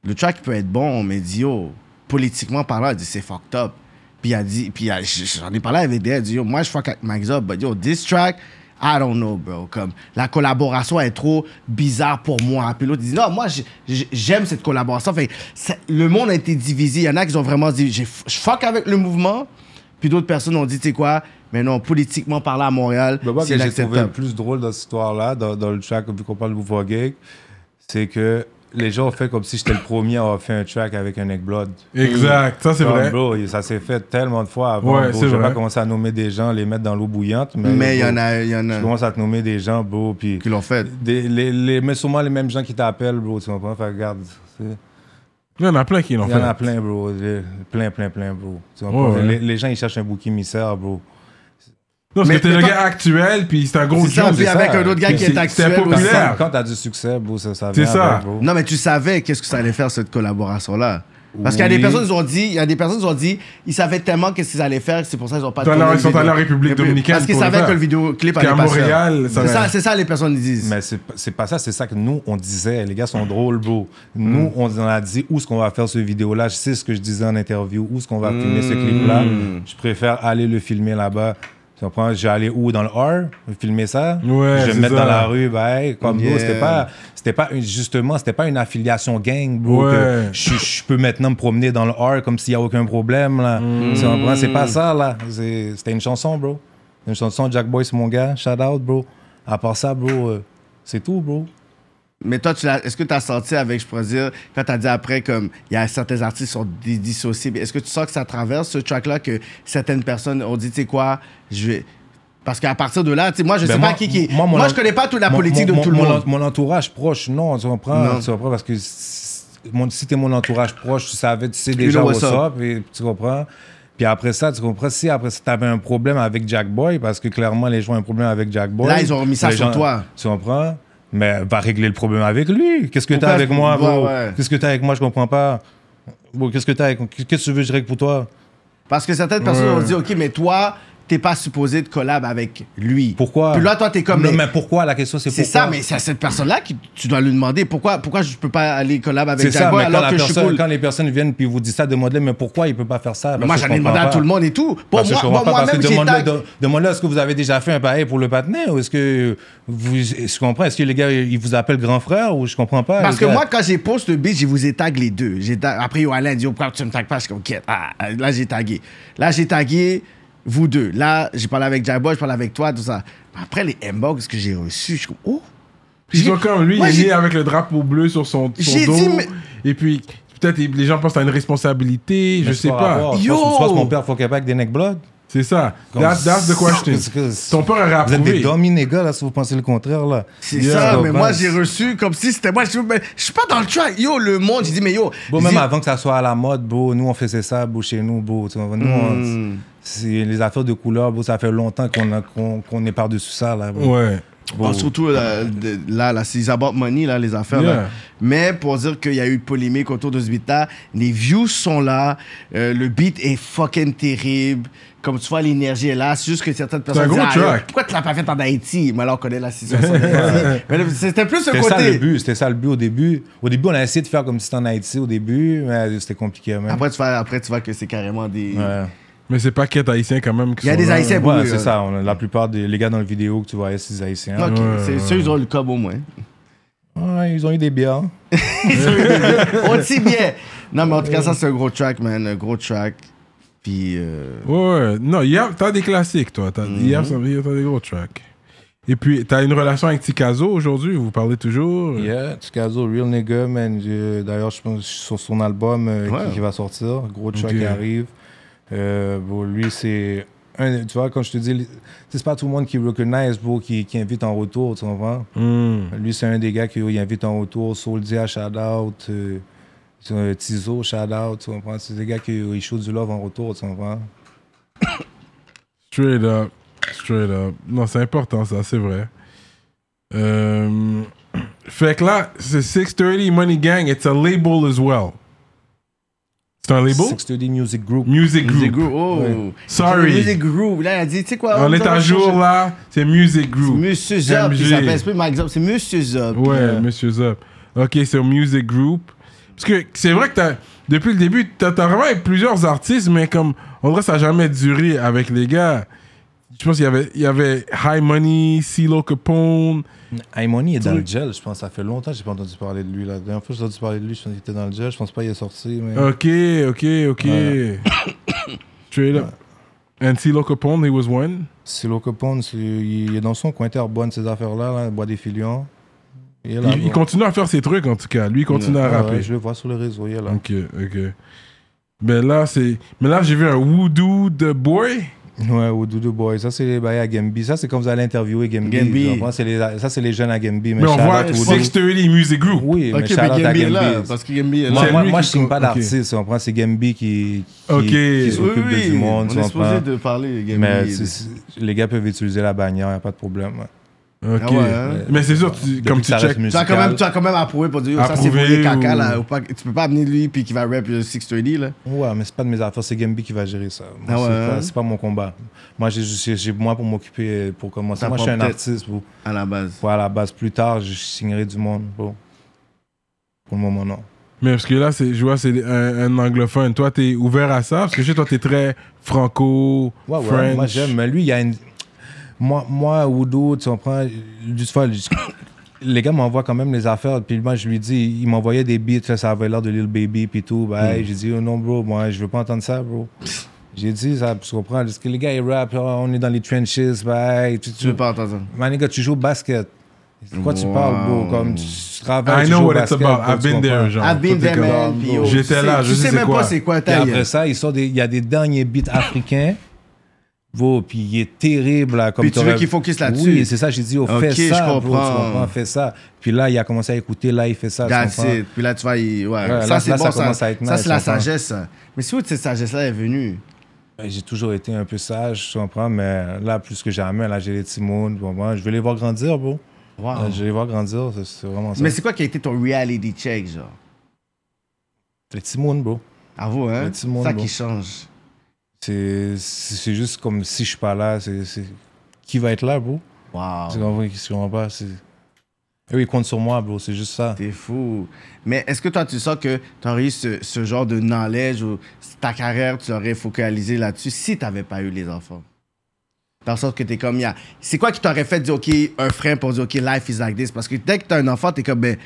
[SPEAKER 2] le track peut être bon, mais dit, yo, politiquement parlant, il dit, c'est fucked up. Puis il a dit, puis il a- j- j'en ai parlé avec des gars, il dit, yo, moi, je fuck avec Max Up, but yo, this track, I don't know, bro. Comme, la collaboration est trop bizarre pour moi. Puis l'autre dit, non, moi, j- j- j'aime cette collaboration. Fait que ça- le monde a été divisé. Il y en a qui ont vraiment dit, j'ai f- je fuck avec le mouvement. Puis d'autres personnes ont dit, tu sais quoi, mais non, politiquement parlant à Montréal,
[SPEAKER 3] Le moi,
[SPEAKER 2] c'est
[SPEAKER 3] que j'ai trouvé le
[SPEAKER 2] inacceptable.
[SPEAKER 3] plus drôle dans cette histoire-là, dans, dans le track, vu qu'on parle de Bouffon Gay, c'est que les gens ont fait comme si j'étais le premier à avoir fait un track avec un Egg Blood.
[SPEAKER 1] Exact, ça c'est
[SPEAKER 3] Comme,
[SPEAKER 1] vrai.
[SPEAKER 3] Bro, ça s'est fait tellement de fois avant.
[SPEAKER 1] Ouais,
[SPEAKER 3] bro.
[SPEAKER 1] c'est
[SPEAKER 3] Je vais
[SPEAKER 1] vrai.
[SPEAKER 3] pas commencer à nommer des gens, les mettre dans l'eau bouillante. Mais,
[SPEAKER 2] Mais il y
[SPEAKER 3] bro,
[SPEAKER 2] en a, il y en
[SPEAKER 3] Je
[SPEAKER 2] a
[SPEAKER 3] commence à te nommer des gens, bro. Puis,
[SPEAKER 2] qui l'ont fait.
[SPEAKER 3] des- les, les- mais sûrement les mêmes gens qui t'appellent, bro. Tu comprends? Fait que regarde. c'est-
[SPEAKER 1] Il y en a plein qui l'ont
[SPEAKER 3] Il
[SPEAKER 1] fait.
[SPEAKER 3] y en a plein, bro. Les- Plein, plein, plein, bro. Tu comprends?
[SPEAKER 1] Ouais, ouais.
[SPEAKER 3] Les, les gens, ils cherchent un bouc émissaire, bro.
[SPEAKER 1] Non, parce
[SPEAKER 2] Mais
[SPEAKER 1] que t'es le
[SPEAKER 2] peut-être-
[SPEAKER 1] gars actuel, puis c'est un gros
[SPEAKER 2] C'est ça,
[SPEAKER 1] job.
[SPEAKER 2] puis
[SPEAKER 3] ça.
[SPEAKER 2] avec un autre gars
[SPEAKER 1] Puis
[SPEAKER 2] qui
[SPEAKER 1] c'est-
[SPEAKER 2] est
[SPEAKER 1] c'est
[SPEAKER 2] actuel aussi.
[SPEAKER 1] populaire. Claire.
[SPEAKER 3] Quand t'as du succès, bro, ça, ça
[SPEAKER 1] C'est
[SPEAKER 3] vient
[SPEAKER 1] ça.
[SPEAKER 3] avec, bro.
[SPEAKER 2] Non, mais tu savais qu'est-ce que ça allait faire, cette collaboration-là. Parce qu'il y a des
[SPEAKER 3] Oui.
[SPEAKER 2] personnes qui ont dit, il y a des personnes qui ont dit, ils savaient tellement qu'est-ce qu'ils allaient faire, c'est pour ça qu'ils n'ont pas
[SPEAKER 1] Dans la-
[SPEAKER 2] tourné le
[SPEAKER 1] ils sont allés en
[SPEAKER 2] vidéo-
[SPEAKER 1] République dominicaine
[SPEAKER 2] Parce qu'ils
[SPEAKER 1] pour le
[SPEAKER 2] savaient
[SPEAKER 1] faire.
[SPEAKER 2] que le vidéoclip
[SPEAKER 1] Puis
[SPEAKER 2] allait
[SPEAKER 1] à
[SPEAKER 2] passer.
[SPEAKER 1] Montréal, ça
[SPEAKER 2] C'est
[SPEAKER 1] va-
[SPEAKER 2] ça, c'est ça, les personnes disent.
[SPEAKER 3] Mais c'est pas- c'est pas ça, c'est ça que nous, on disait. Les gars sont drôles, bro. Nous,
[SPEAKER 1] Mm.
[SPEAKER 3] on en a dit où est-ce qu'on va faire ce vidéo-là. Je sais ce que je disais en interview, où est-ce qu'on va filmer ce
[SPEAKER 1] Mm.
[SPEAKER 3] clip-là. Je préfère aller le filmer là-bas. Tu comprends? Je vais aller où? Dans le R, filmer ça.
[SPEAKER 1] Ouais,
[SPEAKER 3] je vais
[SPEAKER 1] c'est
[SPEAKER 3] me mettre
[SPEAKER 1] ça.
[SPEAKER 3] dans la rue, bye. Comme bro,
[SPEAKER 2] Yeah.
[SPEAKER 3] c'était pas, c'était pas, une- justement, c'était pas une affiliation gang, bro.
[SPEAKER 1] Ouais.
[SPEAKER 3] que je, je peux maintenant me promener dans le R comme s'il y a aucun problème, là. Tu comprends? C'est pas ça, là. C'est- C'était une chanson, bro. Une chanson, Jack Boy, c'est mon gars. Shout out, bro. À part ça, bro, euh, c'est tout, bro.
[SPEAKER 2] Mais toi, tu l'as- est-ce que tu as senti avec, je pourrais dire, quand tu as dit après, comme il y a certains artistes qui sont di- dissociés, mais est-ce que tu sens que ça traverse ce track-là, que certaines personnes ont dit, tu sais quoi, je vais. Parce qu'à partir de là, tu sais, moi, je
[SPEAKER 3] Ben
[SPEAKER 2] sais
[SPEAKER 3] moi-
[SPEAKER 2] pas qui qui.
[SPEAKER 3] moi,
[SPEAKER 2] Moi,
[SPEAKER 3] mon en-
[SPEAKER 2] je connais pas toute la
[SPEAKER 3] mon-
[SPEAKER 2] politique
[SPEAKER 3] mon-
[SPEAKER 2] de tout le
[SPEAKER 3] mon-
[SPEAKER 2] monde.
[SPEAKER 3] Mon entourage proche, non, tu comprends,
[SPEAKER 2] Non.
[SPEAKER 3] tu comprends, parce que si mon- si t'es mon entourage proche, tu savais, tu sais déjà
[SPEAKER 2] know
[SPEAKER 3] what's
[SPEAKER 2] what's
[SPEAKER 3] up, et tu comprends. Puis après ça, tu comprends, si après ça, t'avais un problème avec Jack Boy, parce que clairement, les gens ont un problème avec Jack Boy.
[SPEAKER 2] Là, ils ont remis ça
[SPEAKER 3] les
[SPEAKER 2] sur toi.
[SPEAKER 3] Tu comprends? Mais va régler le problème avec lui. Qu'est-ce que t'as
[SPEAKER 2] Pourquoi
[SPEAKER 3] avec
[SPEAKER 2] je-
[SPEAKER 3] moi,
[SPEAKER 2] Ouais,
[SPEAKER 3] bro?
[SPEAKER 2] ouais.
[SPEAKER 3] Qu'est-ce que t'as avec moi? Je comprends pas. Bon, qu'est-ce que t'as avec... Qu'est-ce que tu veux que je règle pour toi?
[SPEAKER 2] Parce que certaines personnes
[SPEAKER 3] Ouais.
[SPEAKER 2] ont dit, OK, mais toi, t'es pas supposé de collab avec lui.
[SPEAKER 3] Pourquoi?
[SPEAKER 2] Puis là, toi, t'es comme.
[SPEAKER 3] Non,
[SPEAKER 2] mais-
[SPEAKER 3] mais pourquoi? La question, c'est
[SPEAKER 2] C'est
[SPEAKER 3] pourquoi?
[SPEAKER 2] ça, mais c'est à cette personne-là que tu dois lui demander pourquoi, pourquoi je peux pas aller collab avec
[SPEAKER 3] C'est ça,
[SPEAKER 2] Jack Boy
[SPEAKER 3] mais quand,
[SPEAKER 2] alors
[SPEAKER 3] la
[SPEAKER 2] que je suis
[SPEAKER 3] personne-
[SPEAKER 2] cool.
[SPEAKER 3] quand les personnes viennent puis vous disent ça, demandez-le, mais pourquoi il peut pas faire ça Parce
[SPEAKER 2] Moi,
[SPEAKER 3] que
[SPEAKER 2] j'en
[SPEAKER 3] je
[SPEAKER 2] ai demandé
[SPEAKER 3] comprends
[SPEAKER 2] à
[SPEAKER 3] pas.
[SPEAKER 2] tout le monde et tout. Pour
[SPEAKER 3] Parce que je comprends
[SPEAKER 2] moi,
[SPEAKER 3] pas,
[SPEAKER 2] moi,
[SPEAKER 3] parce
[SPEAKER 2] même
[SPEAKER 3] que
[SPEAKER 2] j'ai
[SPEAKER 3] demande-le,
[SPEAKER 2] tag-
[SPEAKER 3] de- demande-le, est-ce que vous avez déjà fait un pareil pour le patinet Ou est-ce que vous, je comprends, est-ce que les gars, ils vous appellent grand frère ou je comprends pas
[SPEAKER 2] Parce
[SPEAKER 3] les
[SPEAKER 2] que
[SPEAKER 3] gars?
[SPEAKER 2] moi, quand j'ai posté le beat, je vous ai tagué les deux. J'ai tag- Après, yo, Alain dit, oh, pourquoi tu me tagues pas? Je suis comme, Ok, ah, ah, là, j'ai tagué. Là, j'ai tagué vous deux. Là, j'ai parlé avec Jack Boy, je parle avec toi, tout ça. Après, les inbox que j'ai reçus, je suis comme, oh!
[SPEAKER 1] Ils sont comme lui,
[SPEAKER 2] Moi,
[SPEAKER 1] il est
[SPEAKER 2] j'ai-
[SPEAKER 1] né avec le drapeau bleu sur son, son
[SPEAKER 2] J'ai
[SPEAKER 1] dos.
[SPEAKER 2] dit, mais-
[SPEAKER 1] Et puis, peut-être les gens pensent à une responsabilité, je
[SPEAKER 3] Mais
[SPEAKER 1] sais
[SPEAKER 3] c'est
[SPEAKER 1] pas.
[SPEAKER 3] rapport. Je
[SPEAKER 2] Yo!
[SPEAKER 3] pense- je pense que mon père, faut qu'il y ait pas avec des neck blood.
[SPEAKER 1] C'est ça.
[SPEAKER 3] Comme
[SPEAKER 1] That- that's the question.
[SPEAKER 3] Parce que-
[SPEAKER 1] Ton père aurait
[SPEAKER 3] Vous êtes des
[SPEAKER 1] approuvé.
[SPEAKER 3] dummies, les gars, là, si vous pensez le contraire, là.
[SPEAKER 2] C'est
[SPEAKER 3] Yeah,
[SPEAKER 2] ça,
[SPEAKER 3] je
[SPEAKER 2] mais
[SPEAKER 3] comprends.
[SPEAKER 2] moi, j'ai reçu comme si c'était moi. Je, suis- mais je suis pas dans le track. Yo, le monde, j'ai dit, mais yo.
[SPEAKER 3] Bon,
[SPEAKER 2] j'ai
[SPEAKER 3] même
[SPEAKER 2] dit-
[SPEAKER 3] avant que ça soit à la mode, bro, nous on faisait ça, bro, chez nous, bro. tu vois, nous, on- c'est les affaires de couleur, bro, ça fait longtemps qu'on a- qu'on qu'on est par-dessus ça, là. bro.
[SPEAKER 1] Ouais.
[SPEAKER 2] Oh, surtout là, de- là, là, c'est about money, là, les affaires. là.
[SPEAKER 1] Yeah.
[SPEAKER 2] Mais pour dire qu'il y a eu polémique autour de ce beat-là, les views sont là, euh, le beat est fucking terrible. Comme tu vois, l'énergie est là. C'est juste que certaines personnes Ah,
[SPEAKER 1] gros
[SPEAKER 2] yo,
[SPEAKER 1] track.
[SPEAKER 2] pourquoi tu l'as pas fait en Haïti Mais alors, on connaît la situation. en Haïti. Mais C'était plus ce
[SPEAKER 3] C'était
[SPEAKER 2] côté.
[SPEAKER 3] ça le but, c'était ça le but au début. Au début, on a essayé de faire comme si c'était en Haïti au début, mais c'était compliqué, même.
[SPEAKER 2] Après, tu vois, après, tu vois que c'est carrément des.
[SPEAKER 3] Ouais.
[SPEAKER 1] Mais c'est pas qu'être haïtien quand même. qui
[SPEAKER 2] Il y a
[SPEAKER 1] sont
[SPEAKER 2] des
[SPEAKER 1] là.
[SPEAKER 2] Haïtiens.
[SPEAKER 3] Ouais,
[SPEAKER 2] oui,
[SPEAKER 3] c'est
[SPEAKER 2] ouais.
[SPEAKER 3] ça. on a- la plupart des les gars dans le vidéo que tu voyais, c'est des Haïtiens.
[SPEAKER 2] Ok, c'est ceux ils ont le cob au moins.
[SPEAKER 3] Ouais, ils ont eu des bières.
[SPEAKER 2] On s'y bien. Non, mais en tout cas, ça, c'est un gros track, man. Un gros track. Puis. euh,
[SPEAKER 1] Ouais, ouais. Non, il y a- t'as des classiques, toi. T'as il y a- t'as des gros tracks. Et puis, t'as une relation avec Tikazo aujourd'hui, vous parlez toujours.
[SPEAKER 3] Yeah, Tsukazo, euh, Real Nigga, man. Je- D'ailleurs, je pense que je suis sur son album euh, qui-
[SPEAKER 2] Ouais.
[SPEAKER 3] qui, va sortir. Gros choc
[SPEAKER 1] Ok.
[SPEAKER 3] qui arrive. Euh, bon, lui, c'est. un- Tu vois, quand je te dis, c'est pas tout le monde qui recognize, bro, qui, qui invite en retour, tu comprends?
[SPEAKER 1] Hmm.
[SPEAKER 3] Lui, c'est un des gars qui il invite en retour. Soldia, shout out. euh, euh, Tizo, shout out, tu comprends? C'est des gars qui euh, ils show du love en retour, tu comprends?
[SPEAKER 1] Straight up. Straight up. Non, c'est important, ça, c'est vrai. Euh, Fait que là, c'est 630 Money Gang, it's a label as well. C'est un label?
[SPEAKER 3] 630 Music Group.
[SPEAKER 1] Music Group.
[SPEAKER 2] Music Group. Oh.
[SPEAKER 1] Sorry.
[SPEAKER 2] Music Group. Là, il a dit, tu sais quoi?
[SPEAKER 1] On est à jour là, c'est Music Group.
[SPEAKER 2] Monsieur Zop.
[SPEAKER 1] MG.
[SPEAKER 2] Il s'appelle c'est plus Mike Zop. C'est Monsieur Zop.
[SPEAKER 1] Ouais,
[SPEAKER 2] Euh,
[SPEAKER 1] Monsieur Zop. Ok, c'est Music Group. Parce que c'est vrai que t'as- depuis le début, t'as t'as vraiment eu plusieurs artistes, mais comme on dirait que ça n'a jamais duré avec les gars. Je pense qu'il y avait, il y avait High Money, CeeLo Capone.
[SPEAKER 3] Imoni est dans le gel, je pense. Ça fait longtemps que j'ai pas entendu parler de lui. La dernière fois que j'ai entendu parler de lui, je pense qu'il était dans le gel. Je pense pas qu'il est sorti. Mais...
[SPEAKER 1] Ok, ok, ok. Straight up. And CeeLo Capone, he was one.
[SPEAKER 3] C'est Locopone, c'est- il est dans son coin Terrebonne, ces affaires-là, là, Bois des Filions. Il est là.
[SPEAKER 1] Il, il
[SPEAKER 3] bon.
[SPEAKER 1] continue à faire ses trucs en tout cas. Lui, il continue à
[SPEAKER 3] Ouais,
[SPEAKER 1] rapper.
[SPEAKER 3] ouais, je le vois sur le réseau, il est là.
[SPEAKER 1] Ok, ok. Mais là, c'est. Mais là, j'ai vu un Voodoo de Boy.
[SPEAKER 3] Ouais, au Doudou Boy. Ça, c'est les bah, bails à Gambi. Ça, c'est quand vous allez interviewer Gambi.
[SPEAKER 2] Gambi.
[SPEAKER 3] genre, moi, c'est les- ça, c'est les jeunes à Gambi. Mais,
[SPEAKER 1] Mais on
[SPEAKER 3] shout-out
[SPEAKER 1] voit
[SPEAKER 3] au Doudou.
[SPEAKER 1] 630 Music Group.
[SPEAKER 3] Oui,
[SPEAKER 2] Ok,
[SPEAKER 3] mais
[SPEAKER 2] mais
[SPEAKER 3] shout-out à
[SPEAKER 2] Gambi est là.
[SPEAKER 3] Gambi.
[SPEAKER 2] Parce que Gambi est là.
[SPEAKER 3] Moi, moi,
[SPEAKER 1] lui
[SPEAKER 3] moi,
[SPEAKER 1] qui
[SPEAKER 3] je signe pas
[SPEAKER 1] co-
[SPEAKER 3] d'artiste, on prend c'est Gambi qui, qui,
[SPEAKER 1] Ok.
[SPEAKER 3] qui
[SPEAKER 2] Oui,
[SPEAKER 3] s'occupe
[SPEAKER 2] oui.
[SPEAKER 3] du monde. tu
[SPEAKER 2] On est supposé
[SPEAKER 3] comprends?
[SPEAKER 2] de parler, Gambi.
[SPEAKER 3] Mais c'est- c'est- les gars peuvent utiliser la bannière, y a pas de problème. ouais.
[SPEAKER 1] Ok.
[SPEAKER 2] Ah ouais, hein?
[SPEAKER 1] Mais c'est sûr, tu- comme
[SPEAKER 3] Depuis que
[SPEAKER 1] tu
[SPEAKER 3] ça
[SPEAKER 1] check.
[SPEAKER 3] reste
[SPEAKER 2] Tu as,
[SPEAKER 3] musical.
[SPEAKER 2] quand même, tu as quand même approuvé pour dire yo, ça c'est pour
[SPEAKER 1] Approuvé
[SPEAKER 2] les caca
[SPEAKER 1] ou-
[SPEAKER 2] là. ou pas- tu peux pas amener lui puis qu'il va rap le 630 là.
[SPEAKER 3] Ouais, mais c'est pas de mes affaires, c'est Gambi qui va gérer ça. Moi,
[SPEAKER 2] Ah
[SPEAKER 3] c'est,
[SPEAKER 2] ouais,
[SPEAKER 3] pas,
[SPEAKER 2] hein?
[SPEAKER 3] c'est pas mon combat. Moi, j'ai, juste- j'ai- j'ai moi pour m'occuper, euh, pour commencer.
[SPEAKER 2] Ça
[SPEAKER 3] Moi, je
[SPEAKER 2] prend
[SPEAKER 3] suis un
[SPEAKER 2] peut-être-
[SPEAKER 3] artiste. Pour,
[SPEAKER 2] À la base.
[SPEAKER 3] à la base, plus tard, je signerai du monde. Pour, pour le moment, non.
[SPEAKER 1] Mais parce que là, c'est- je vois, c'est un, un anglophone. Toi, t'es ouvert à ça parce que chez toi, t'es très franco,
[SPEAKER 3] Ouais, ouais,
[SPEAKER 1] French.
[SPEAKER 3] moi j'aime. Mais lui, il y a une. Moi, moi Oudo, tu comprends, du fois, je- les gars m'envoient quand même les affaires. Puis moi, je lui dis, il m'envoyait des beats, là, ça avait l'air de Lil Baby, puis tout. Ben,
[SPEAKER 2] Hmm.
[SPEAKER 3] hey, j'ai dit, oh non, bro, moi, je veux pas entendre ça, bro. J'ai dit, ça, tu comprends, parce que les gars, ils rappent, oh, on est dans les trenches, ben, hey, tu,
[SPEAKER 2] Tu
[SPEAKER 3] tu,
[SPEAKER 2] veux pas entendre ça.
[SPEAKER 3] My nigga, tu joues au basket. Quoi tu parles, bro? Comme tu travailles.
[SPEAKER 1] I
[SPEAKER 3] tu
[SPEAKER 1] know
[SPEAKER 3] joues au
[SPEAKER 1] what it's
[SPEAKER 3] basket,
[SPEAKER 1] about.
[SPEAKER 3] comme
[SPEAKER 1] I've
[SPEAKER 3] tu
[SPEAKER 1] been
[SPEAKER 3] comprends.
[SPEAKER 1] there, genre.
[SPEAKER 2] I've been
[SPEAKER 3] Tout est
[SPEAKER 2] there, man.
[SPEAKER 3] comme-
[SPEAKER 2] puis yo,
[SPEAKER 1] J'étais
[SPEAKER 2] tu sais-
[SPEAKER 1] là, je
[SPEAKER 2] tu
[SPEAKER 1] sais
[SPEAKER 2] sais
[SPEAKER 1] c'est
[SPEAKER 2] même
[SPEAKER 1] quoi.
[SPEAKER 2] pas c'est quoi
[SPEAKER 3] Puis
[SPEAKER 2] ta
[SPEAKER 3] après ça, il sort des, il y a des derniers beats africains. Bro, puis il est terrible. Là, comme
[SPEAKER 2] Puis tu veux
[SPEAKER 3] t'aurais-
[SPEAKER 2] qu'il focus là-dessus.
[SPEAKER 3] Oui, c'est ça, j'ai dit, oh,
[SPEAKER 2] Ok,
[SPEAKER 3] fais
[SPEAKER 2] je
[SPEAKER 3] ça, bro, tu
[SPEAKER 2] comprends.
[SPEAKER 3] comprends, fais ça. Puis là, il a commencé à écouter, là, il fait ça. tu
[SPEAKER 2] That's
[SPEAKER 3] comprends.
[SPEAKER 2] it. Puis là, tu vas y. Ouais.
[SPEAKER 3] là,
[SPEAKER 2] ça,
[SPEAKER 3] là,
[SPEAKER 2] c'est
[SPEAKER 3] ça
[SPEAKER 2] bon. Ça,
[SPEAKER 3] commence à
[SPEAKER 2] ça,
[SPEAKER 3] être nice,
[SPEAKER 2] c'est la
[SPEAKER 3] on comprend.
[SPEAKER 2] sagesse. ça. Mais c'est où que cette sagesse-là est venue?
[SPEAKER 3] Ben, J'ai toujours été un peu sage, tu comprends, mais là, plus que jamais, là, j'ai les petits moons, tu comprends. Je vais les voir grandir, bro.
[SPEAKER 2] Wow.
[SPEAKER 3] Euh, Je vais les voir grandir, c'est- c'est vraiment ça.
[SPEAKER 2] Mais c'est quoi qui a été ton reality check, genre?
[SPEAKER 3] Les petits moons, bro.
[SPEAKER 2] Avoue, hein?
[SPEAKER 3] Le petit monde,
[SPEAKER 2] ça
[SPEAKER 3] bon.
[SPEAKER 2] qui change.
[SPEAKER 3] C'est c'est- c'est juste comme si je suis pas là, c'est c'est- qui va être là, bro?
[SPEAKER 2] Wow.
[SPEAKER 3] C'est comme qu'est-ce qu'on va pas, c'est. Eh oui, ils comptent sur moi, bro, c'est juste ça.
[SPEAKER 2] T'es fou. Mais est-ce que toi, tu sens que tu aurais eu ce, ce genre de knowledge ou ta carrière, tu l'aurais focalisé là-dessus si tu n'avais pas eu les enfants? Dans le sens que tu es comme, il y a- c'est quoi qui t'aurait fait dire, OK, un frein pour dire, OK, life is like this? Parce que dès que tu as un enfant, tu es comme, ben,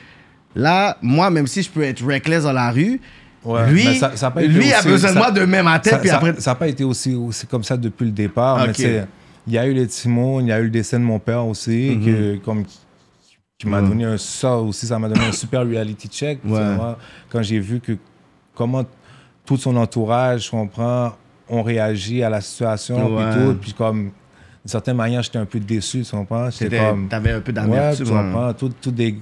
[SPEAKER 2] là, moi, même si je peux être reckless dans la rue,
[SPEAKER 3] Ouais,
[SPEAKER 2] lui,
[SPEAKER 3] mais ça- ça a pas été
[SPEAKER 2] lui a
[SPEAKER 3] aussi-
[SPEAKER 2] besoin de
[SPEAKER 3] ça-
[SPEAKER 2] moi de même à tête,
[SPEAKER 3] Ça
[SPEAKER 2] puis
[SPEAKER 3] ça-
[SPEAKER 2] après.
[SPEAKER 3] ça a pas été aussi, aussi comme ça depuis le départ, mais
[SPEAKER 2] Ok.
[SPEAKER 3] tu sais, il y a eu les Timons, il y a eu le décès de mon père aussi,
[SPEAKER 2] Mhm.
[SPEAKER 3] que, comme, qui, qui m'a donné un ça aussi, ça m'a donné un super reality check. tu
[SPEAKER 2] Ouais.
[SPEAKER 3] sais, moi, quand j'ai vu que comment tout son entourage, je comprends, on réagit à la situation, puis
[SPEAKER 2] Ouais.
[SPEAKER 3] tout, puis comme, d'une certaine manière, j'étais un peu déçu, tu comprends? J'étais
[SPEAKER 2] T'étais-
[SPEAKER 3] comme-
[SPEAKER 2] T'avais un peu
[SPEAKER 3] Ouais, tu
[SPEAKER 2] d'amertume. hein.
[SPEAKER 3] comprends, tout, tout des...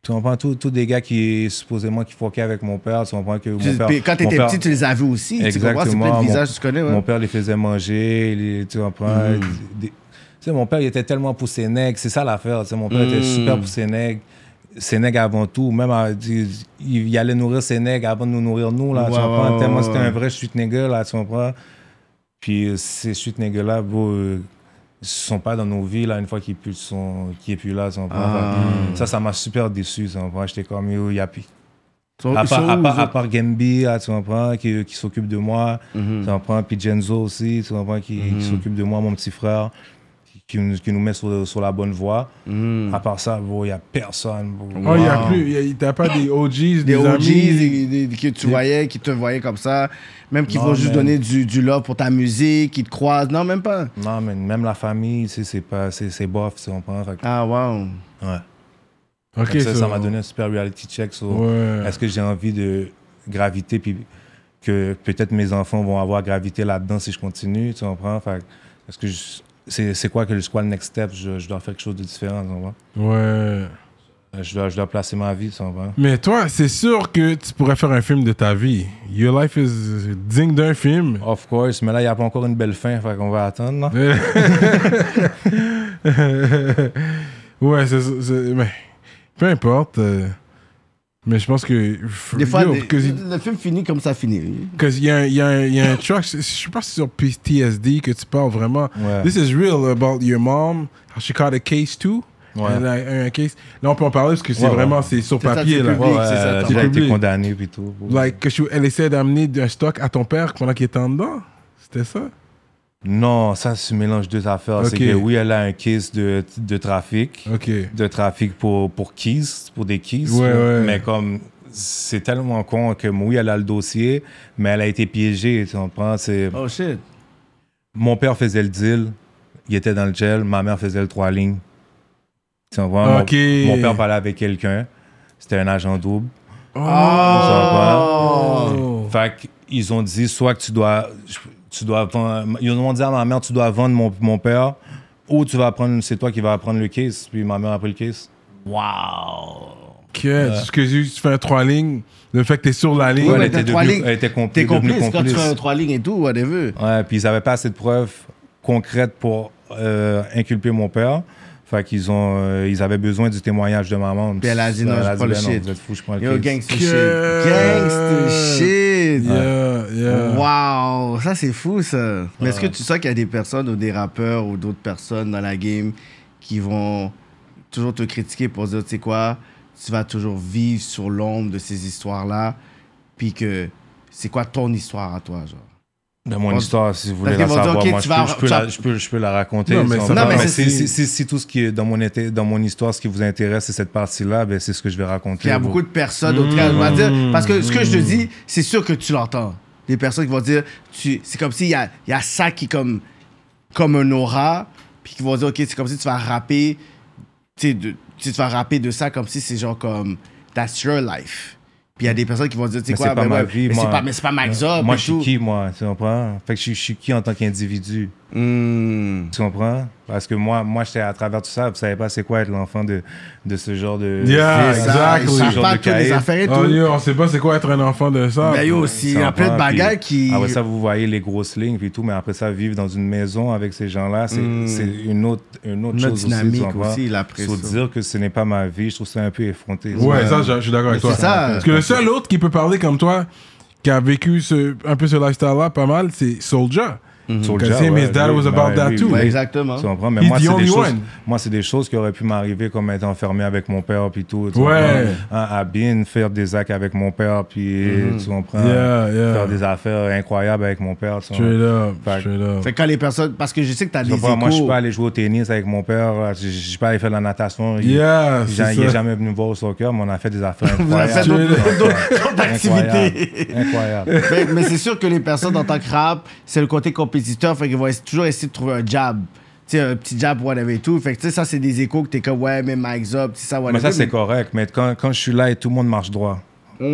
[SPEAKER 3] Tu comprends, tous tous des gars qui supposément qui foquaient avec mon père, tu comprends que
[SPEAKER 2] Tu-
[SPEAKER 3] mon père...
[SPEAKER 2] puis quand tu
[SPEAKER 3] mon
[SPEAKER 2] étais
[SPEAKER 3] père-
[SPEAKER 2] petit, tu les avais aussi. Tu comprends? C'est plein
[SPEAKER 3] Exactement.
[SPEAKER 2] de
[SPEAKER 3] Mon-
[SPEAKER 2] visages, que tu connais. ouais. Hmm.
[SPEAKER 3] Mon père les faisait manger, les- tu comprends. des- tu sais, mon père, il était tellement pour ses nègres, c'est ça l'affaire. tu sais, mon père
[SPEAKER 2] Hmm.
[SPEAKER 3] était super pour ses nègres, ses nègres avant tout. Même, à- il, il allait nourrir ses nègres avant de nous nourrir nous, là, tu
[SPEAKER 2] Ouais,
[SPEAKER 3] comprends.
[SPEAKER 2] ouais,
[SPEAKER 3] Tellement
[SPEAKER 2] ouais,
[SPEAKER 3] c'était
[SPEAKER 2] ouais.
[SPEAKER 3] un vrai chute nègre, là, tu comprends. Puis euh, ces chutes nègres là, bro, euh, ils sont pas dans nos vies, là, une fois qu'ils puent sont, qui est plus là, tu comprends.
[SPEAKER 2] Ah.
[SPEAKER 3] Fait que Ça, ça m'a super déçu, tu comprends. J'étais comme, yo, y a plus-
[SPEAKER 2] Ils sont-
[SPEAKER 3] à
[SPEAKER 2] ils sont
[SPEAKER 3] part, à
[SPEAKER 2] où,
[SPEAKER 3] part-
[SPEAKER 2] eux
[SPEAKER 3] à part Gembi, là, tu comprends, qui, qui s'occupe de moi. Tu comprends, puis Genzo aussi, tu comprends, qui, qui s'occupe de moi, mon petit frère, qui, qui nous- qui nous met sur, sur la bonne voie. À part ça, il n'y a personne. bro.
[SPEAKER 1] Oh, il y a plus. il y a- T'as pas des OGs, des,
[SPEAKER 2] des OGs
[SPEAKER 1] amis.
[SPEAKER 2] des- des- des- que tu voyais, qui te voyaient comme ça, même qui
[SPEAKER 3] Non,
[SPEAKER 2] vont juste
[SPEAKER 3] man.
[SPEAKER 2] donner du, du love pour ta musique, qui te croisent. Non, même pas.
[SPEAKER 3] Non, mais même la famille, tu sais, c'est pas- c'est c'est bof, tu comprends. Fait que-
[SPEAKER 2] Ah, wow.
[SPEAKER 3] ouais.
[SPEAKER 1] Ok,
[SPEAKER 3] Fait que ça, ça
[SPEAKER 1] so-
[SPEAKER 3] m'a donné un super reality check sur
[SPEAKER 1] Ouais.
[SPEAKER 3] est-ce que j'ai envie de graviter, puis que peut-être mes enfants vont avoir gravité là-dedans si je continue, tu comprends? Fait que, est-ce que je- c'est, c'est quoi que le squat next step? Je, je dois faire quelque chose de différent, tu comprends? Euh,
[SPEAKER 1] Ouais.
[SPEAKER 3] Je dois, je dois placer ma vie, tu comprends?
[SPEAKER 1] Mais toi, c'est sûr que tu pourrais faire un film de ta vie. Your life is digne d'un film.
[SPEAKER 3] Of course, mais là, il n'y a pas encore une belle fin, fait qu'on va attendre, non?
[SPEAKER 1] ouais, c'est. c'est- Mais, peu importe. euh, mais je pense que.
[SPEAKER 2] Des fois,
[SPEAKER 1] Yo,
[SPEAKER 2] des-
[SPEAKER 1] cause il-
[SPEAKER 2] le film finit comme ça finit.
[SPEAKER 1] Parce qu'il y a, un- il y a un- il y a un track, je sais pas si sur PTSD que tu parles vraiment.
[SPEAKER 3] Ouais.
[SPEAKER 1] This is real about your mom, how she caught a case too.
[SPEAKER 3] Ouais.
[SPEAKER 1] And I- un case. Là, on peut en parler parce que c'est
[SPEAKER 3] Ouais, ouais.
[SPEAKER 1] vraiment c'est sur
[SPEAKER 2] C'est ça,
[SPEAKER 1] papier.
[SPEAKER 2] c'est
[SPEAKER 1] là.
[SPEAKER 2] public, c'est ça,
[SPEAKER 3] euh,
[SPEAKER 2] t'as
[SPEAKER 3] j'ai
[SPEAKER 1] raison.
[SPEAKER 3] été condamné, puis tout.
[SPEAKER 1] Like, que tu- elle essaie d'amener un stock à ton père pendant qu'il était en dedans. C'était ça?
[SPEAKER 3] Non, ça, se mélange deux affaires. C'est
[SPEAKER 1] Ok.
[SPEAKER 3] que oui, elle a un kiss de, de trafic.
[SPEAKER 1] Ok.
[SPEAKER 3] de trafic pour, pour keys, pour des keys.
[SPEAKER 1] Ouais, ouais.
[SPEAKER 3] Mais comme c'est tellement con que oui, elle a le dossier, mais elle a été piégée, tu comprends? C'est,
[SPEAKER 2] Oh shit.
[SPEAKER 3] Mon père faisait le deal, il était dans le gel, ma mère faisait le trois lignes. Tu comprends? Mon-
[SPEAKER 1] Ok.
[SPEAKER 3] Mon, père parlait avec quelqu'un, c'était un agent double.
[SPEAKER 1] Oh!
[SPEAKER 3] tu comprends?
[SPEAKER 1] Oh.
[SPEAKER 3] Fait qu'ils ont dit soit que tu dois, tu dois vendre, ils ont dit à ma mère, tu dois vendre mon, mon père, ou tu vas prendre, c'est toi qui vas prendre le case. Puis ma mère a pris le case.
[SPEAKER 2] Wow.
[SPEAKER 1] Que, parce que tu fais un trois lignes, le fait que t'es sur la ligne.
[SPEAKER 3] Ouais,
[SPEAKER 2] Ouais,
[SPEAKER 3] elle
[SPEAKER 2] mais
[SPEAKER 3] était
[SPEAKER 2] t'as trois
[SPEAKER 3] devenue-
[SPEAKER 2] lignes.
[SPEAKER 3] elle était compli-
[SPEAKER 2] T'es
[SPEAKER 3] devenue
[SPEAKER 2] complice, quand tu
[SPEAKER 3] complice.
[SPEAKER 2] fais un trois lignes et tout, whatever.
[SPEAKER 3] Ouais, puis ils n'avaient pas assez de preuves concrètes pour euh, inculper mon père. Fait qu'ils ont, euh, ils avaient besoin du témoignage de maman.
[SPEAKER 2] Puis elle a dit non, je prends le
[SPEAKER 3] ben non,
[SPEAKER 2] shit.
[SPEAKER 3] Vous êtes fous, je prends le
[SPEAKER 2] Yo,
[SPEAKER 3] case.
[SPEAKER 2] gangster
[SPEAKER 1] Que-
[SPEAKER 2] shit. Gangster shit.
[SPEAKER 1] Yeah, yeah.
[SPEAKER 2] Wow, ça c'est fou ça. Mais est-ce que tu sens qu'il y a des personnes ou des rappeurs ou d'autres personnes dans la game qui vont toujours te critiquer pour dire, tu sais quoi, tu vas toujours vivre sur l'ombre de ces histoires-là, puis que c'est quoi ton histoire à toi, genre.
[SPEAKER 3] Ben, mon
[SPEAKER 2] Parce-
[SPEAKER 3] histoire, si vous voulez
[SPEAKER 2] parce qu'ils
[SPEAKER 3] la
[SPEAKER 2] vont dire,
[SPEAKER 3] savoir,
[SPEAKER 2] ok,
[SPEAKER 3] moi,
[SPEAKER 2] tu
[SPEAKER 3] je,
[SPEAKER 2] vas-
[SPEAKER 3] peux, je,
[SPEAKER 2] tu
[SPEAKER 3] peux
[SPEAKER 2] vas-
[SPEAKER 3] la, je, peux, je peux la raconter.
[SPEAKER 1] Non, mais
[SPEAKER 3] tu
[SPEAKER 1] ça
[SPEAKER 3] comprends?
[SPEAKER 2] va-
[SPEAKER 3] Mais
[SPEAKER 2] mais
[SPEAKER 3] si,
[SPEAKER 2] c'est-
[SPEAKER 3] si- si- si tout ce qui est dans mon, été- dans mon histoire, ce qui vous intéresse, c'est cette partie-là, ben, c'est ce que je vais raconter.
[SPEAKER 2] Il y a beaucoup de personnes, au cas, je vais dire,
[SPEAKER 3] Mm.
[SPEAKER 2] parce que ce que je te dis, c'est sûr que tu l'entends. Des personnes qui vont dire, tu, c'est comme s'il y a, il y a ça qui est comme, comme un aura, puis qui vont dire, ok, c'est comme si tu vas rapper tu sais, de- tu te fais rapper de ça comme si c'est genre comme that's your life. Puis il y a des personnes qui vont dire, tu sais
[SPEAKER 3] Mais
[SPEAKER 2] quoi,
[SPEAKER 3] c'est pas
[SPEAKER 2] ben
[SPEAKER 3] ma
[SPEAKER 2] ouais,
[SPEAKER 3] vie,
[SPEAKER 2] mais
[SPEAKER 3] moi.
[SPEAKER 2] c'est pas, mais c'est pas ma job.
[SPEAKER 3] Moi,
[SPEAKER 2] et
[SPEAKER 3] je suis
[SPEAKER 2] tout.
[SPEAKER 3] qui, moi, tu comprends? Fait que je, je suis qui en tant qu'individu,
[SPEAKER 2] Hmm.
[SPEAKER 3] tu comprends? Parce que moi, moi j'étais à travers tout ça, je savais pas c'est quoi être l'enfant de, de ce genre de...
[SPEAKER 1] Yeah,
[SPEAKER 3] fils,
[SPEAKER 1] exactly.
[SPEAKER 3] ce
[SPEAKER 2] Ça
[SPEAKER 3] genre
[SPEAKER 2] parle
[SPEAKER 3] de
[SPEAKER 2] que des
[SPEAKER 3] caïd.
[SPEAKER 2] affaires et tout.
[SPEAKER 1] Oh, yo, on sait pas c'est quoi être un enfant de ça.
[SPEAKER 2] Ben yo, aussi, il y a plein de
[SPEAKER 3] Comprends? Puis
[SPEAKER 2] bagages qui.
[SPEAKER 3] Après ça, vous voyez les grosses lignes puis tout, mais après ça, vivre dans une maison avec ces gens-là, c'est c'est une autre,
[SPEAKER 2] Une
[SPEAKER 3] une autre
[SPEAKER 2] autre
[SPEAKER 3] chose aussi, tu
[SPEAKER 2] dynamique
[SPEAKER 3] comprends?
[SPEAKER 2] aussi, la pression.
[SPEAKER 3] Faut dire que ce n'est pas ma vie, je trouve ça un peu effronté.
[SPEAKER 1] Ouais, ça, je je suis d'accord avec
[SPEAKER 2] c'est
[SPEAKER 1] toi.
[SPEAKER 2] ça.
[SPEAKER 1] Parce que le seul autre qui peut parler comme toi, qui a vécu ce, un peu ce lifestyle-là pas mal, c'est Soulja.
[SPEAKER 3] Soulja,
[SPEAKER 1] Cause him,
[SPEAKER 3] ouais,
[SPEAKER 1] his dad
[SPEAKER 3] oui,
[SPEAKER 1] was about
[SPEAKER 3] bah,
[SPEAKER 1] that
[SPEAKER 3] oui,
[SPEAKER 1] too.
[SPEAKER 3] oui.
[SPEAKER 2] Ouais, exactement.
[SPEAKER 3] Tu comprends? Mais
[SPEAKER 1] He's
[SPEAKER 3] moi,
[SPEAKER 1] the
[SPEAKER 3] c'est
[SPEAKER 1] only
[SPEAKER 3] des choses.
[SPEAKER 1] one.
[SPEAKER 3] Moi, c'est des choses qui auraient pu m'arriver comme être enfermé avec mon père puis tout. tu
[SPEAKER 1] Ouais.
[SPEAKER 3] comprends? Hein, À, à bien faire des actes avec mon père puis tu comprends?
[SPEAKER 1] Yeah, yeah.
[SPEAKER 3] Faire des affaires incroyables avec mon père. tu
[SPEAKER 1] Straight
[SPEAKER 3] comprends?
[SPEAKER 1] up,
[SPEAKER 3] Fait-
[SPEAKER 1] straight up.
[SPEAKER 2] Fait que quand les personnes. Parce que je sais que t'as
[SPEAKER 3] Je
[SPEAKER 2] des
[SPEAKER 3] comprends? Moi, je suis
[SPEAKER 2] échos.
[SPEAKER 3] pas allé jouer au tennis avec mon père. là. Je je suis pas allé faire de la natation. Il-
[SPEAKER 1] Yeah,
[SPEAKER 3] il-
[SPEAKER 1] c'est
[SPEAKER 3] il est
[SPEAKER 1] ça.
[SPEAKER 3] jamais venu me voir au soccer, mais on a fait des affaires
[SPEAKER 2] Vous avez fait
[SPEAKER 3] incroyables.
[SPEAKER 2] d'autres-
[SPEAKER 1] Incroyable.
[SPEAKER 2] d'autres d'autres activités.
[SPEAKER 3] Incroyable. Incroyable.
[SPEAKER 2] Fait- mais c'est sûr que les personnes en tant que rap, c'est le côté compétiteur, fait qu'ils vont ess- toujours essayer de trouver un jab. Tu sais, un petit jab, whatever et tout. Fait que tu sais, ça, c'est des échos que t'es comme, ouais, mais Mike Zop, tu sais, ça, whatever.
[SPEAKER 3] Mais ça, c'est correct. Mais quand, quand je suis là et tout le monde marche droit.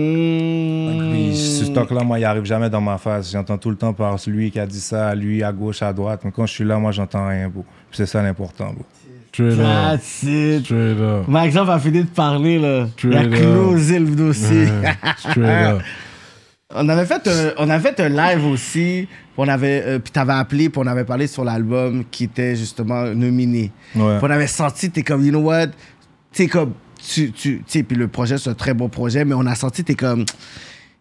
[SPEAKER 2] Hmm.
[SPEAKER 3] Puis, ce stock-là, moi, il arrive jamais dans ma face. J'entends tout le temps par lui qui a dit ça, lui à gauche, à droite. Mais quand je suis là, moi, j'entends rien, bro. Puis C'est ça l'important, bro.
[SPEAKER 1] Straight up.
[SPEAKER 2] That's it.
[SPEAKER 1] Straight up.
[SPEAKER 2] Mike Zop a fini de parler, là. Il a
[SPEAKER 1] Trailer.
[SPEAKER 2] closé le dossier.
[SPEAKER 1] Straight up.
[SPEAKER 2] On avait fait un, on avait fait un live aussi, puis on avait euh, puis t'avais appelé, puis on avait parlé sur l'album qui était justement nominé.
[SPEAKER 3] Ouais.
[SPEAKER 2] Puis on avait senti t'es comme you know what, t'es comme tu tu tu sais puis le projet c'est un très bon projet, mais on a senti t'es comme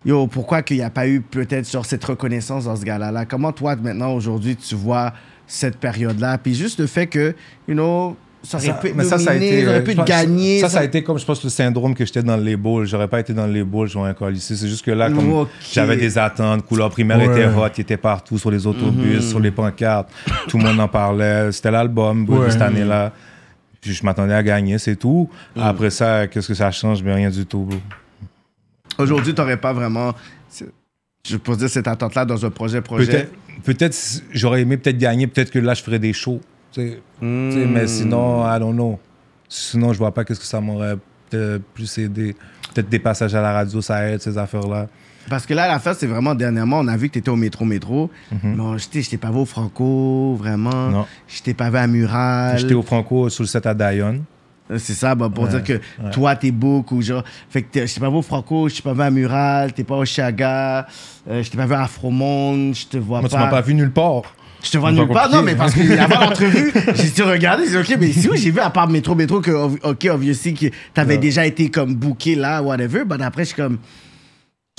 [SPEAKER 2] yo pourquoi qu'il n'y a pas eu peut-être sur cette reconnaissance dans ce gars là. Comment toi maintenant aujourd'hui tu vois cette période là, puis juste le fait que you know ça aurait
[SPEAKER 3] Ça-
[SPEAKER 2] pu être
[SPEAKER 3] mais
[SPEAKER 2] nominé,
[SPEAKER 3] ça,
[SPEAKER 2] ça,
[SPEAKER 3] ça a été.
[SPEAKER 2] aurait
[SPEAKER 3] euh,
[SPEAKER 2] pu
[SPEAKER 3] je
[SPEAKER 2] être
[SPEAKER 3] pense-
[SPEAKER 2] gagné.
[SPEAKER 3] Ça, ça a été comme, je pense, le syndrome que j'étais dans les balls. J'aurais pas été dans les balls, je un col ici. C'est juste que là, comme
[SPEAKER 2] Ok.
[SPEAKER 3] j'avais des attentes, couleur primaire
[SPEAKER 1] Ouais.
[SPEAKER 3] était hot, il était partout, sur les autobus, sur les pancartes. Tout le monde en parlait. C'était l'album bro, de
[SPEAKER 1] Ouais.
[SPEAKER 3] cette année-là. Puis je m'attendais à gagner, c'est tout.
[SPEAKER 2] Mm.
[SPEAKER 3] Après ça, qu'est-ce que ça change? Mais rien du tout, bro.
[SPEAKER 2] Aujourd'hui, t'aurais pas vraiment je peux dire cette attente là dans un projet projet.
[SPEAKER 3] Peut-être, peut-être si- j'aurais aimé peut-être gagner, peut-être que là je ferais des shows. tu sais. Tu sais,
[SPEAKER 2] Hmm.
[SPEAKER 3] Mais sinon, I don't know. Sinon, je vois pas qu'est-ce que ça m'aurait peut-être plus aidé. Peut-être des passages à la radio, ça aide, ces affaires-là.
[SPEAKER 2] Parce que là, l'affaire, c'est vraiment dernièrement, on a vu que tu étais au métro métro. Bon, je t'ai- je t'ai pas vu au Franco, vraiment.
[SPEAKER 3] Mhm. Non.
[SPEAKER 2] Je t'ai pas vu à Mural.
[SPEAKER 3] J'étais au Franco sur le set à Dayon.
[SPEAKER 2] Euh, C'est ça, bah, pour dire que toi, t'es book ou genre. Fait que t'es- je t'ai pas vu au Franco, je t'ai pas vu à Mural, t'es pas au Chaga, euh, je t'ai pas vu à Afromonde, je te vois
[SPEAKER 3] Moi, tu
[SPEAKER 2] pas.
[SPEAKER 3] m'as pas vu nulle part.
[SPEAKER 2] Je te vois
[SPEAKER 3] Pas
[SPEAKER 2] nulle part.
[SPEAKER 3] compliqué.
[SPEAKER 2] Non, mais parce que avant l'entrevue, j'ai été regardé, j'ai dit, OK, mais si oui, j'ai vu à part Métro Métro que, ov- OK, obviously, que t'avais déjà été comme booké là, whatever. Ben après, je suis comme,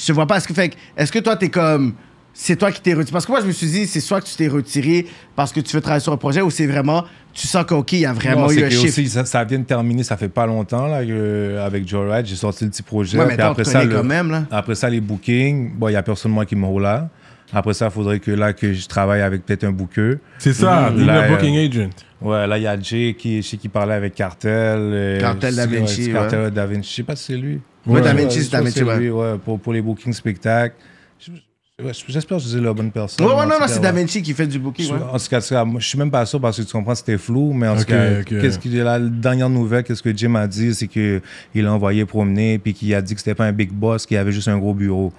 [SPEAKER 2] je te vois pas. Est-ce que, fait que- est-ce que toi, t'es comme, c'est toi qui t'es retiré? Parce que moi, je me suis dit, c'est soit que tu t'es retiré parce que tu veux travailler sur un projet ou c'est vraiment, tu sens qu'OK, il y a vraiment
[SPEAKER 3] Non, c'est
[SPEAKER 2] eu un
[SPEAKER 3] que
[SPEAKER 2] shift.
[SPEAKER 3] aussi, ça, ça vient de terminer, ça fait pas longtemps là, que- avec Joe Ride, j'ai sorti le petit projet.
[SPEAKER 2] Ouais, mais
[SPEAKER 3] puis
[SPEAKER 2] attends,
[SPEAKER 3] après
[SPEAKER 2] on te
[SPEAKER 3] ça,
[SPEAKER 2] connaît
[SPEAKER 3] le-
[SPEAKER 2] quand même, là.
[SPEAKER 3] après ça, les bookings, bon, il y a personne moi qui me roule là. Après ça, il faudrait que là, que je travaille avec peut-être un booker.
[SPEAKER 1] C'est ça,
[SPEAKER 3] Mhm.
[SPEAKER 1] il
[SPEAKER 3] Là,
[SPEAKER 1] a booking agent.
[SPEAKER 3] Ouais, là, il y a Jay qui, je sais qu'il parlait avec Cartel. euh,
[SPEAKER 2] Cartel Da
[SPEAKER 3] ouais,
[SPEAKER 2] Vinci,
[SPEAKER 3] c'est Cartel Da Vinci, je sais pas si c'est lui.
[SPEAKER 2] Ouais, Da Vinci,
[SPEAKER 3] je
[SPEAKER 2] c'est Da
[SPEAKER 3] crois que
[SPEAKER 2] Vinci, ouais.
[SPEAKER 3] lui, ouais, pour, pour les bookings spectacles. Je- je- ouais, J'espère que je disais la bonne personne.
[SPEAKER 2] Ouais, ouais,
[SPEAKER 3] en
[SPEAKER 2] non,
[SPEAKER 3] tout
[SPEAKER 2] non,
[SPEAKER 3] cas,
[SPEAKER 2] c'est
[SPEAKER 3] ouais.
[SPEAKER 2] Da Vinci qui fait du booking.
[SPEAKER 3] Je-
[SPEAKER 2] ouais.
[SPEAKER 3] En tout cas, en tout cas, moi, je suis même pas sûr parce que tu comprends, c'était flou, mais en
[SPEAKER 1] Ok,
[SPEAKER 3] tout cas,
[SPEAKER 1] ok.
[SPEAKER 3] qu'est-ce qu'il la dernière nouvelle, qu'est-ce que Jim a dit, c'est que il a envoyé promener puis qu'il a dit que c'était pas un big boss, qu'il avait juste un gros bureau.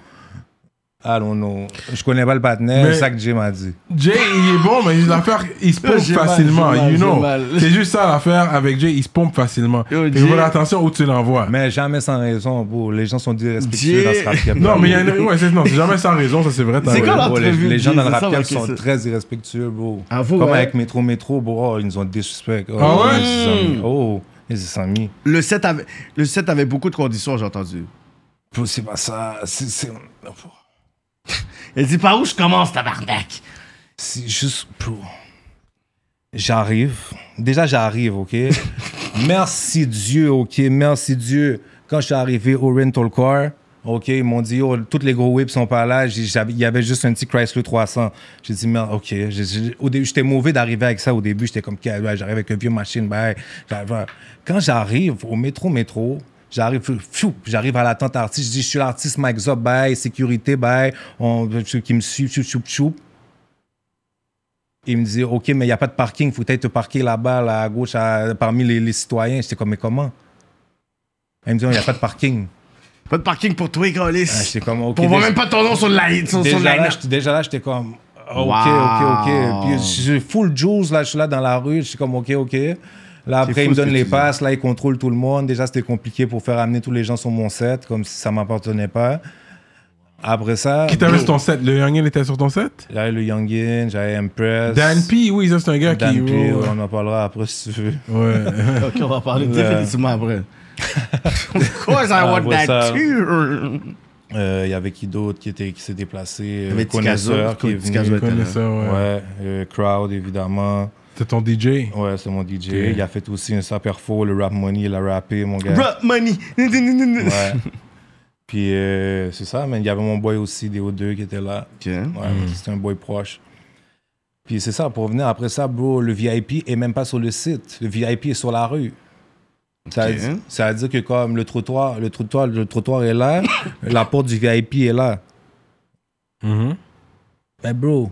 [SPEAKER 3] Allons, non. Je connais pas le partenaire,
[SPEAKER 1] Mais-
[SPEAKER 3] c'est ça que Jim a dit.
[SPEAKER 1] Jay, il est bon, mais l'affaire, il se pompe
[SPEAKER 2] J'ai mal,
[SPEAKER 1] facilement,
[SPEAKER 2] j'ai mal,
[SPEAKER 1] you
[SPEAKER 2] j'ai
[SPEAKER 1] know.
[SPEAKER 2] mal.
[SPEAKER 1] C'est juste ça l'affaire avec Jay, il se pompe facilement.
[SPEAKER 2] Yo,
[SPEAKER 1] Il
[SPEAKER 2] Jay-
[SPEAKER 1] faut faire attention où tu l'envoies.
[SPEAKER 3] Mais jamais sans raison, bro. Les gens sont
[SPEAKER 2] Dieu.
[SPEAKER 3] disrespectueux dans ce rap cap.
[SPEAKER 1] Non, mais il y a une... Ouais, c'est non, c'est jamais sans raison, ça c'est vrai. t'as
[SPEAKER 2] C'est quoi
[SPEAKER 1] raison.
[SPEAKER 2] la-
[SPEAKER 3] Bro, les,
[SPEAKER 2] l'entrevue
[SPEAKER 3] les
[SPEAKER 2] de
[SPEAKER 3] gens dans
[SPEAKER 2] Jay,
[SPEAKER 3] le
[SPEAKER 2] c'est
[SPEAKER 3] rap
[SPEAKER 2] ça,
[SPEAKER 3] cap
[SPEAKER 2] ouais,
[SPEAKER 3] sont
[SPEAKER 2] que c'est-
[SPEAKER 3] très irrespectueux, bro.
[SPEAKER 2] Ah, vous,
[SPEAKER 3] Comme
[SPEAKER 2] ouais.
[SPEAKER 3] avec Métro Métro, bro, oh, ils nous ont disrespect. Oh,
[SPEAKER 1] Ah ouais?
[SPEAKER 3] ils se sont mis- Oh, ils se sont mis.
[SPEAKER 2] Le, set avait, le set avait beaucoup de conditions, j'ai entendu.
[SPEAKER 3] Bro, C'est pas ça. c'est- c'est...
[SPEAKER 2] Elle dit, par où je commence, tabarnak?
[SPEAKER 3] C'est juste pour. J'arrive. Déjà, j'arrive, OK? merci Dieu, OK? Merci Dieu. Quand je suis arrivé au rental car, OK, ils m'ont dit, oh, toutes les gros whips sont pas là. J'ai- j'avais- Il y avait juste un petit Chrysler 300. J'ai dit, merde, OK. J'ai- j'ai- Au début, j'étais mauvais d'arriver avec ça. Au début, j'étais comme, Ouais, j'arrive avec une vieux machine. bye. J'arrive à- Quand j'arrive au métro, métro, J'arrive, fiou, j'arrive à la tente artiste, je dis, je suis l'artiste Mike Zop, bye, sécurité, bye, on, ceux qui me suivent, choup, choup, choup. Il me dit, OK, mais il n'y a pas de parking, faut peut-être te parquer là-bas, là, à gauche, à- parmi les, les citoyens. J'étais comme, mais comment? Il me dit, il n'y a pas de parking.
[SPEAKER 2] Pas de parking pour toi, Golis.
[SPEAKER 3] Ah, j'étais comme, OK.
[SPEAKER 2] On voit
[SPEAKER 3] déjà-
[SPEAKER 2] même pas ton nom sur le line. Sur,
[SPEAKER 3] déjà,
[SPEAKER 2] sur le
[SPEAKER 3] là,
[SPEAKER 2] line-up.
[SPEAKER 3] j'étais- déjà là, j'étais comme, ah, OK,
[SPEAKER 2] Wow.
[SPEAKER 3] OK, OK. Puis je full juice, là, je suis là dans la rue, je suis comme, OK, OK. Là,
[SPEAKER 2] fou
[SPEAKER 3] après, il me
[SPEAKER 2] ce
[SPEAKER 3] donne
[SPEAKER 2] que
[SPEAKER 3] les
[SPEAKER 2] tu dis.
[SPEAKER 3] passes, là, il contrôle tout le monde. Déjà, c'était compliqué pour faire amener tous les gens sur mon set, comme si ça m'appartenait pas. Après ça,
[SPEAKER 1] Qui t'avait sur ton set Le Youngin était sur ton set
[SPEAKER 3] j'avais le Youngin, j'avais Impress.
[SPEAKER 1] Dan P, oui, ça c'est un gars
[SPEAKER 3] Dan
[SPEAKER 1] qui.
[SPEAKER 3] P,
[SPEAKER 1] ouais,
[SPEAKER 2] oh,
[SPEAKER 3] ouais, on en parlera après si tu veux.
[SPEAKER 1] ouais.
[SPEAKER 2] Ok, on va parler
[SPEAKER 3] Ouais.
[SPEAKER 2] définitivement après. of course I
[SPEAKER 3] Ah,
[SPEAKER 2] want
[SPEAKER 3] voilà
[SPEAKER 2] that
[SPEAKER 3] ça.
[SPEAKER 2] too.
[SPEAKER 3] Euh, Il y avait qui d'autre qui, était- qui s'est déplacé
[SPEAKER 2] y avait
[SPEAKER 3] euh,
[SPEAKER 2] Tikazo,
[SPEAKER 3] Connaisseur qui est
[SPEAKER 2] Tikazo
[SPEAKER 3] venu.
[SPEAKER 2] était-
[SPEAKER 1] Connais ça, ouais.
[SPEAKER 3] Ouais, euh, Crowd évidemment.
[SPEAKER 1] C'est ton DJ.
[SPEAKER 3] Ouais, c'est mon DJ. Il a fait aussi un Saperfo, le Rap Money, il a rappé, mon gars.
[SPEAKER 2] Rap money.
[SPEAKER 3] Ouais. Puis euh, c'est ça, mais il y avait mon boy aussi, DO2 qui était là.
[SPEAKER 2] Ok.
[SPEAKER 3] Ouais, c'était un boy proche. Puis c'est ça, pour venir après ça, bro, le VIP est même pas sur le site. Le VIP est sur la rue. Ça,
[SPEAKER 2] Ok.
[SPEAKER 3] veut dire- ça veut dire que comme le trottoir, le trottoir, le trottoir est là, la porte du VIP est là.
[SPEAKER 1] Mm-hmm.
[SPEAKER 3] Ben bro,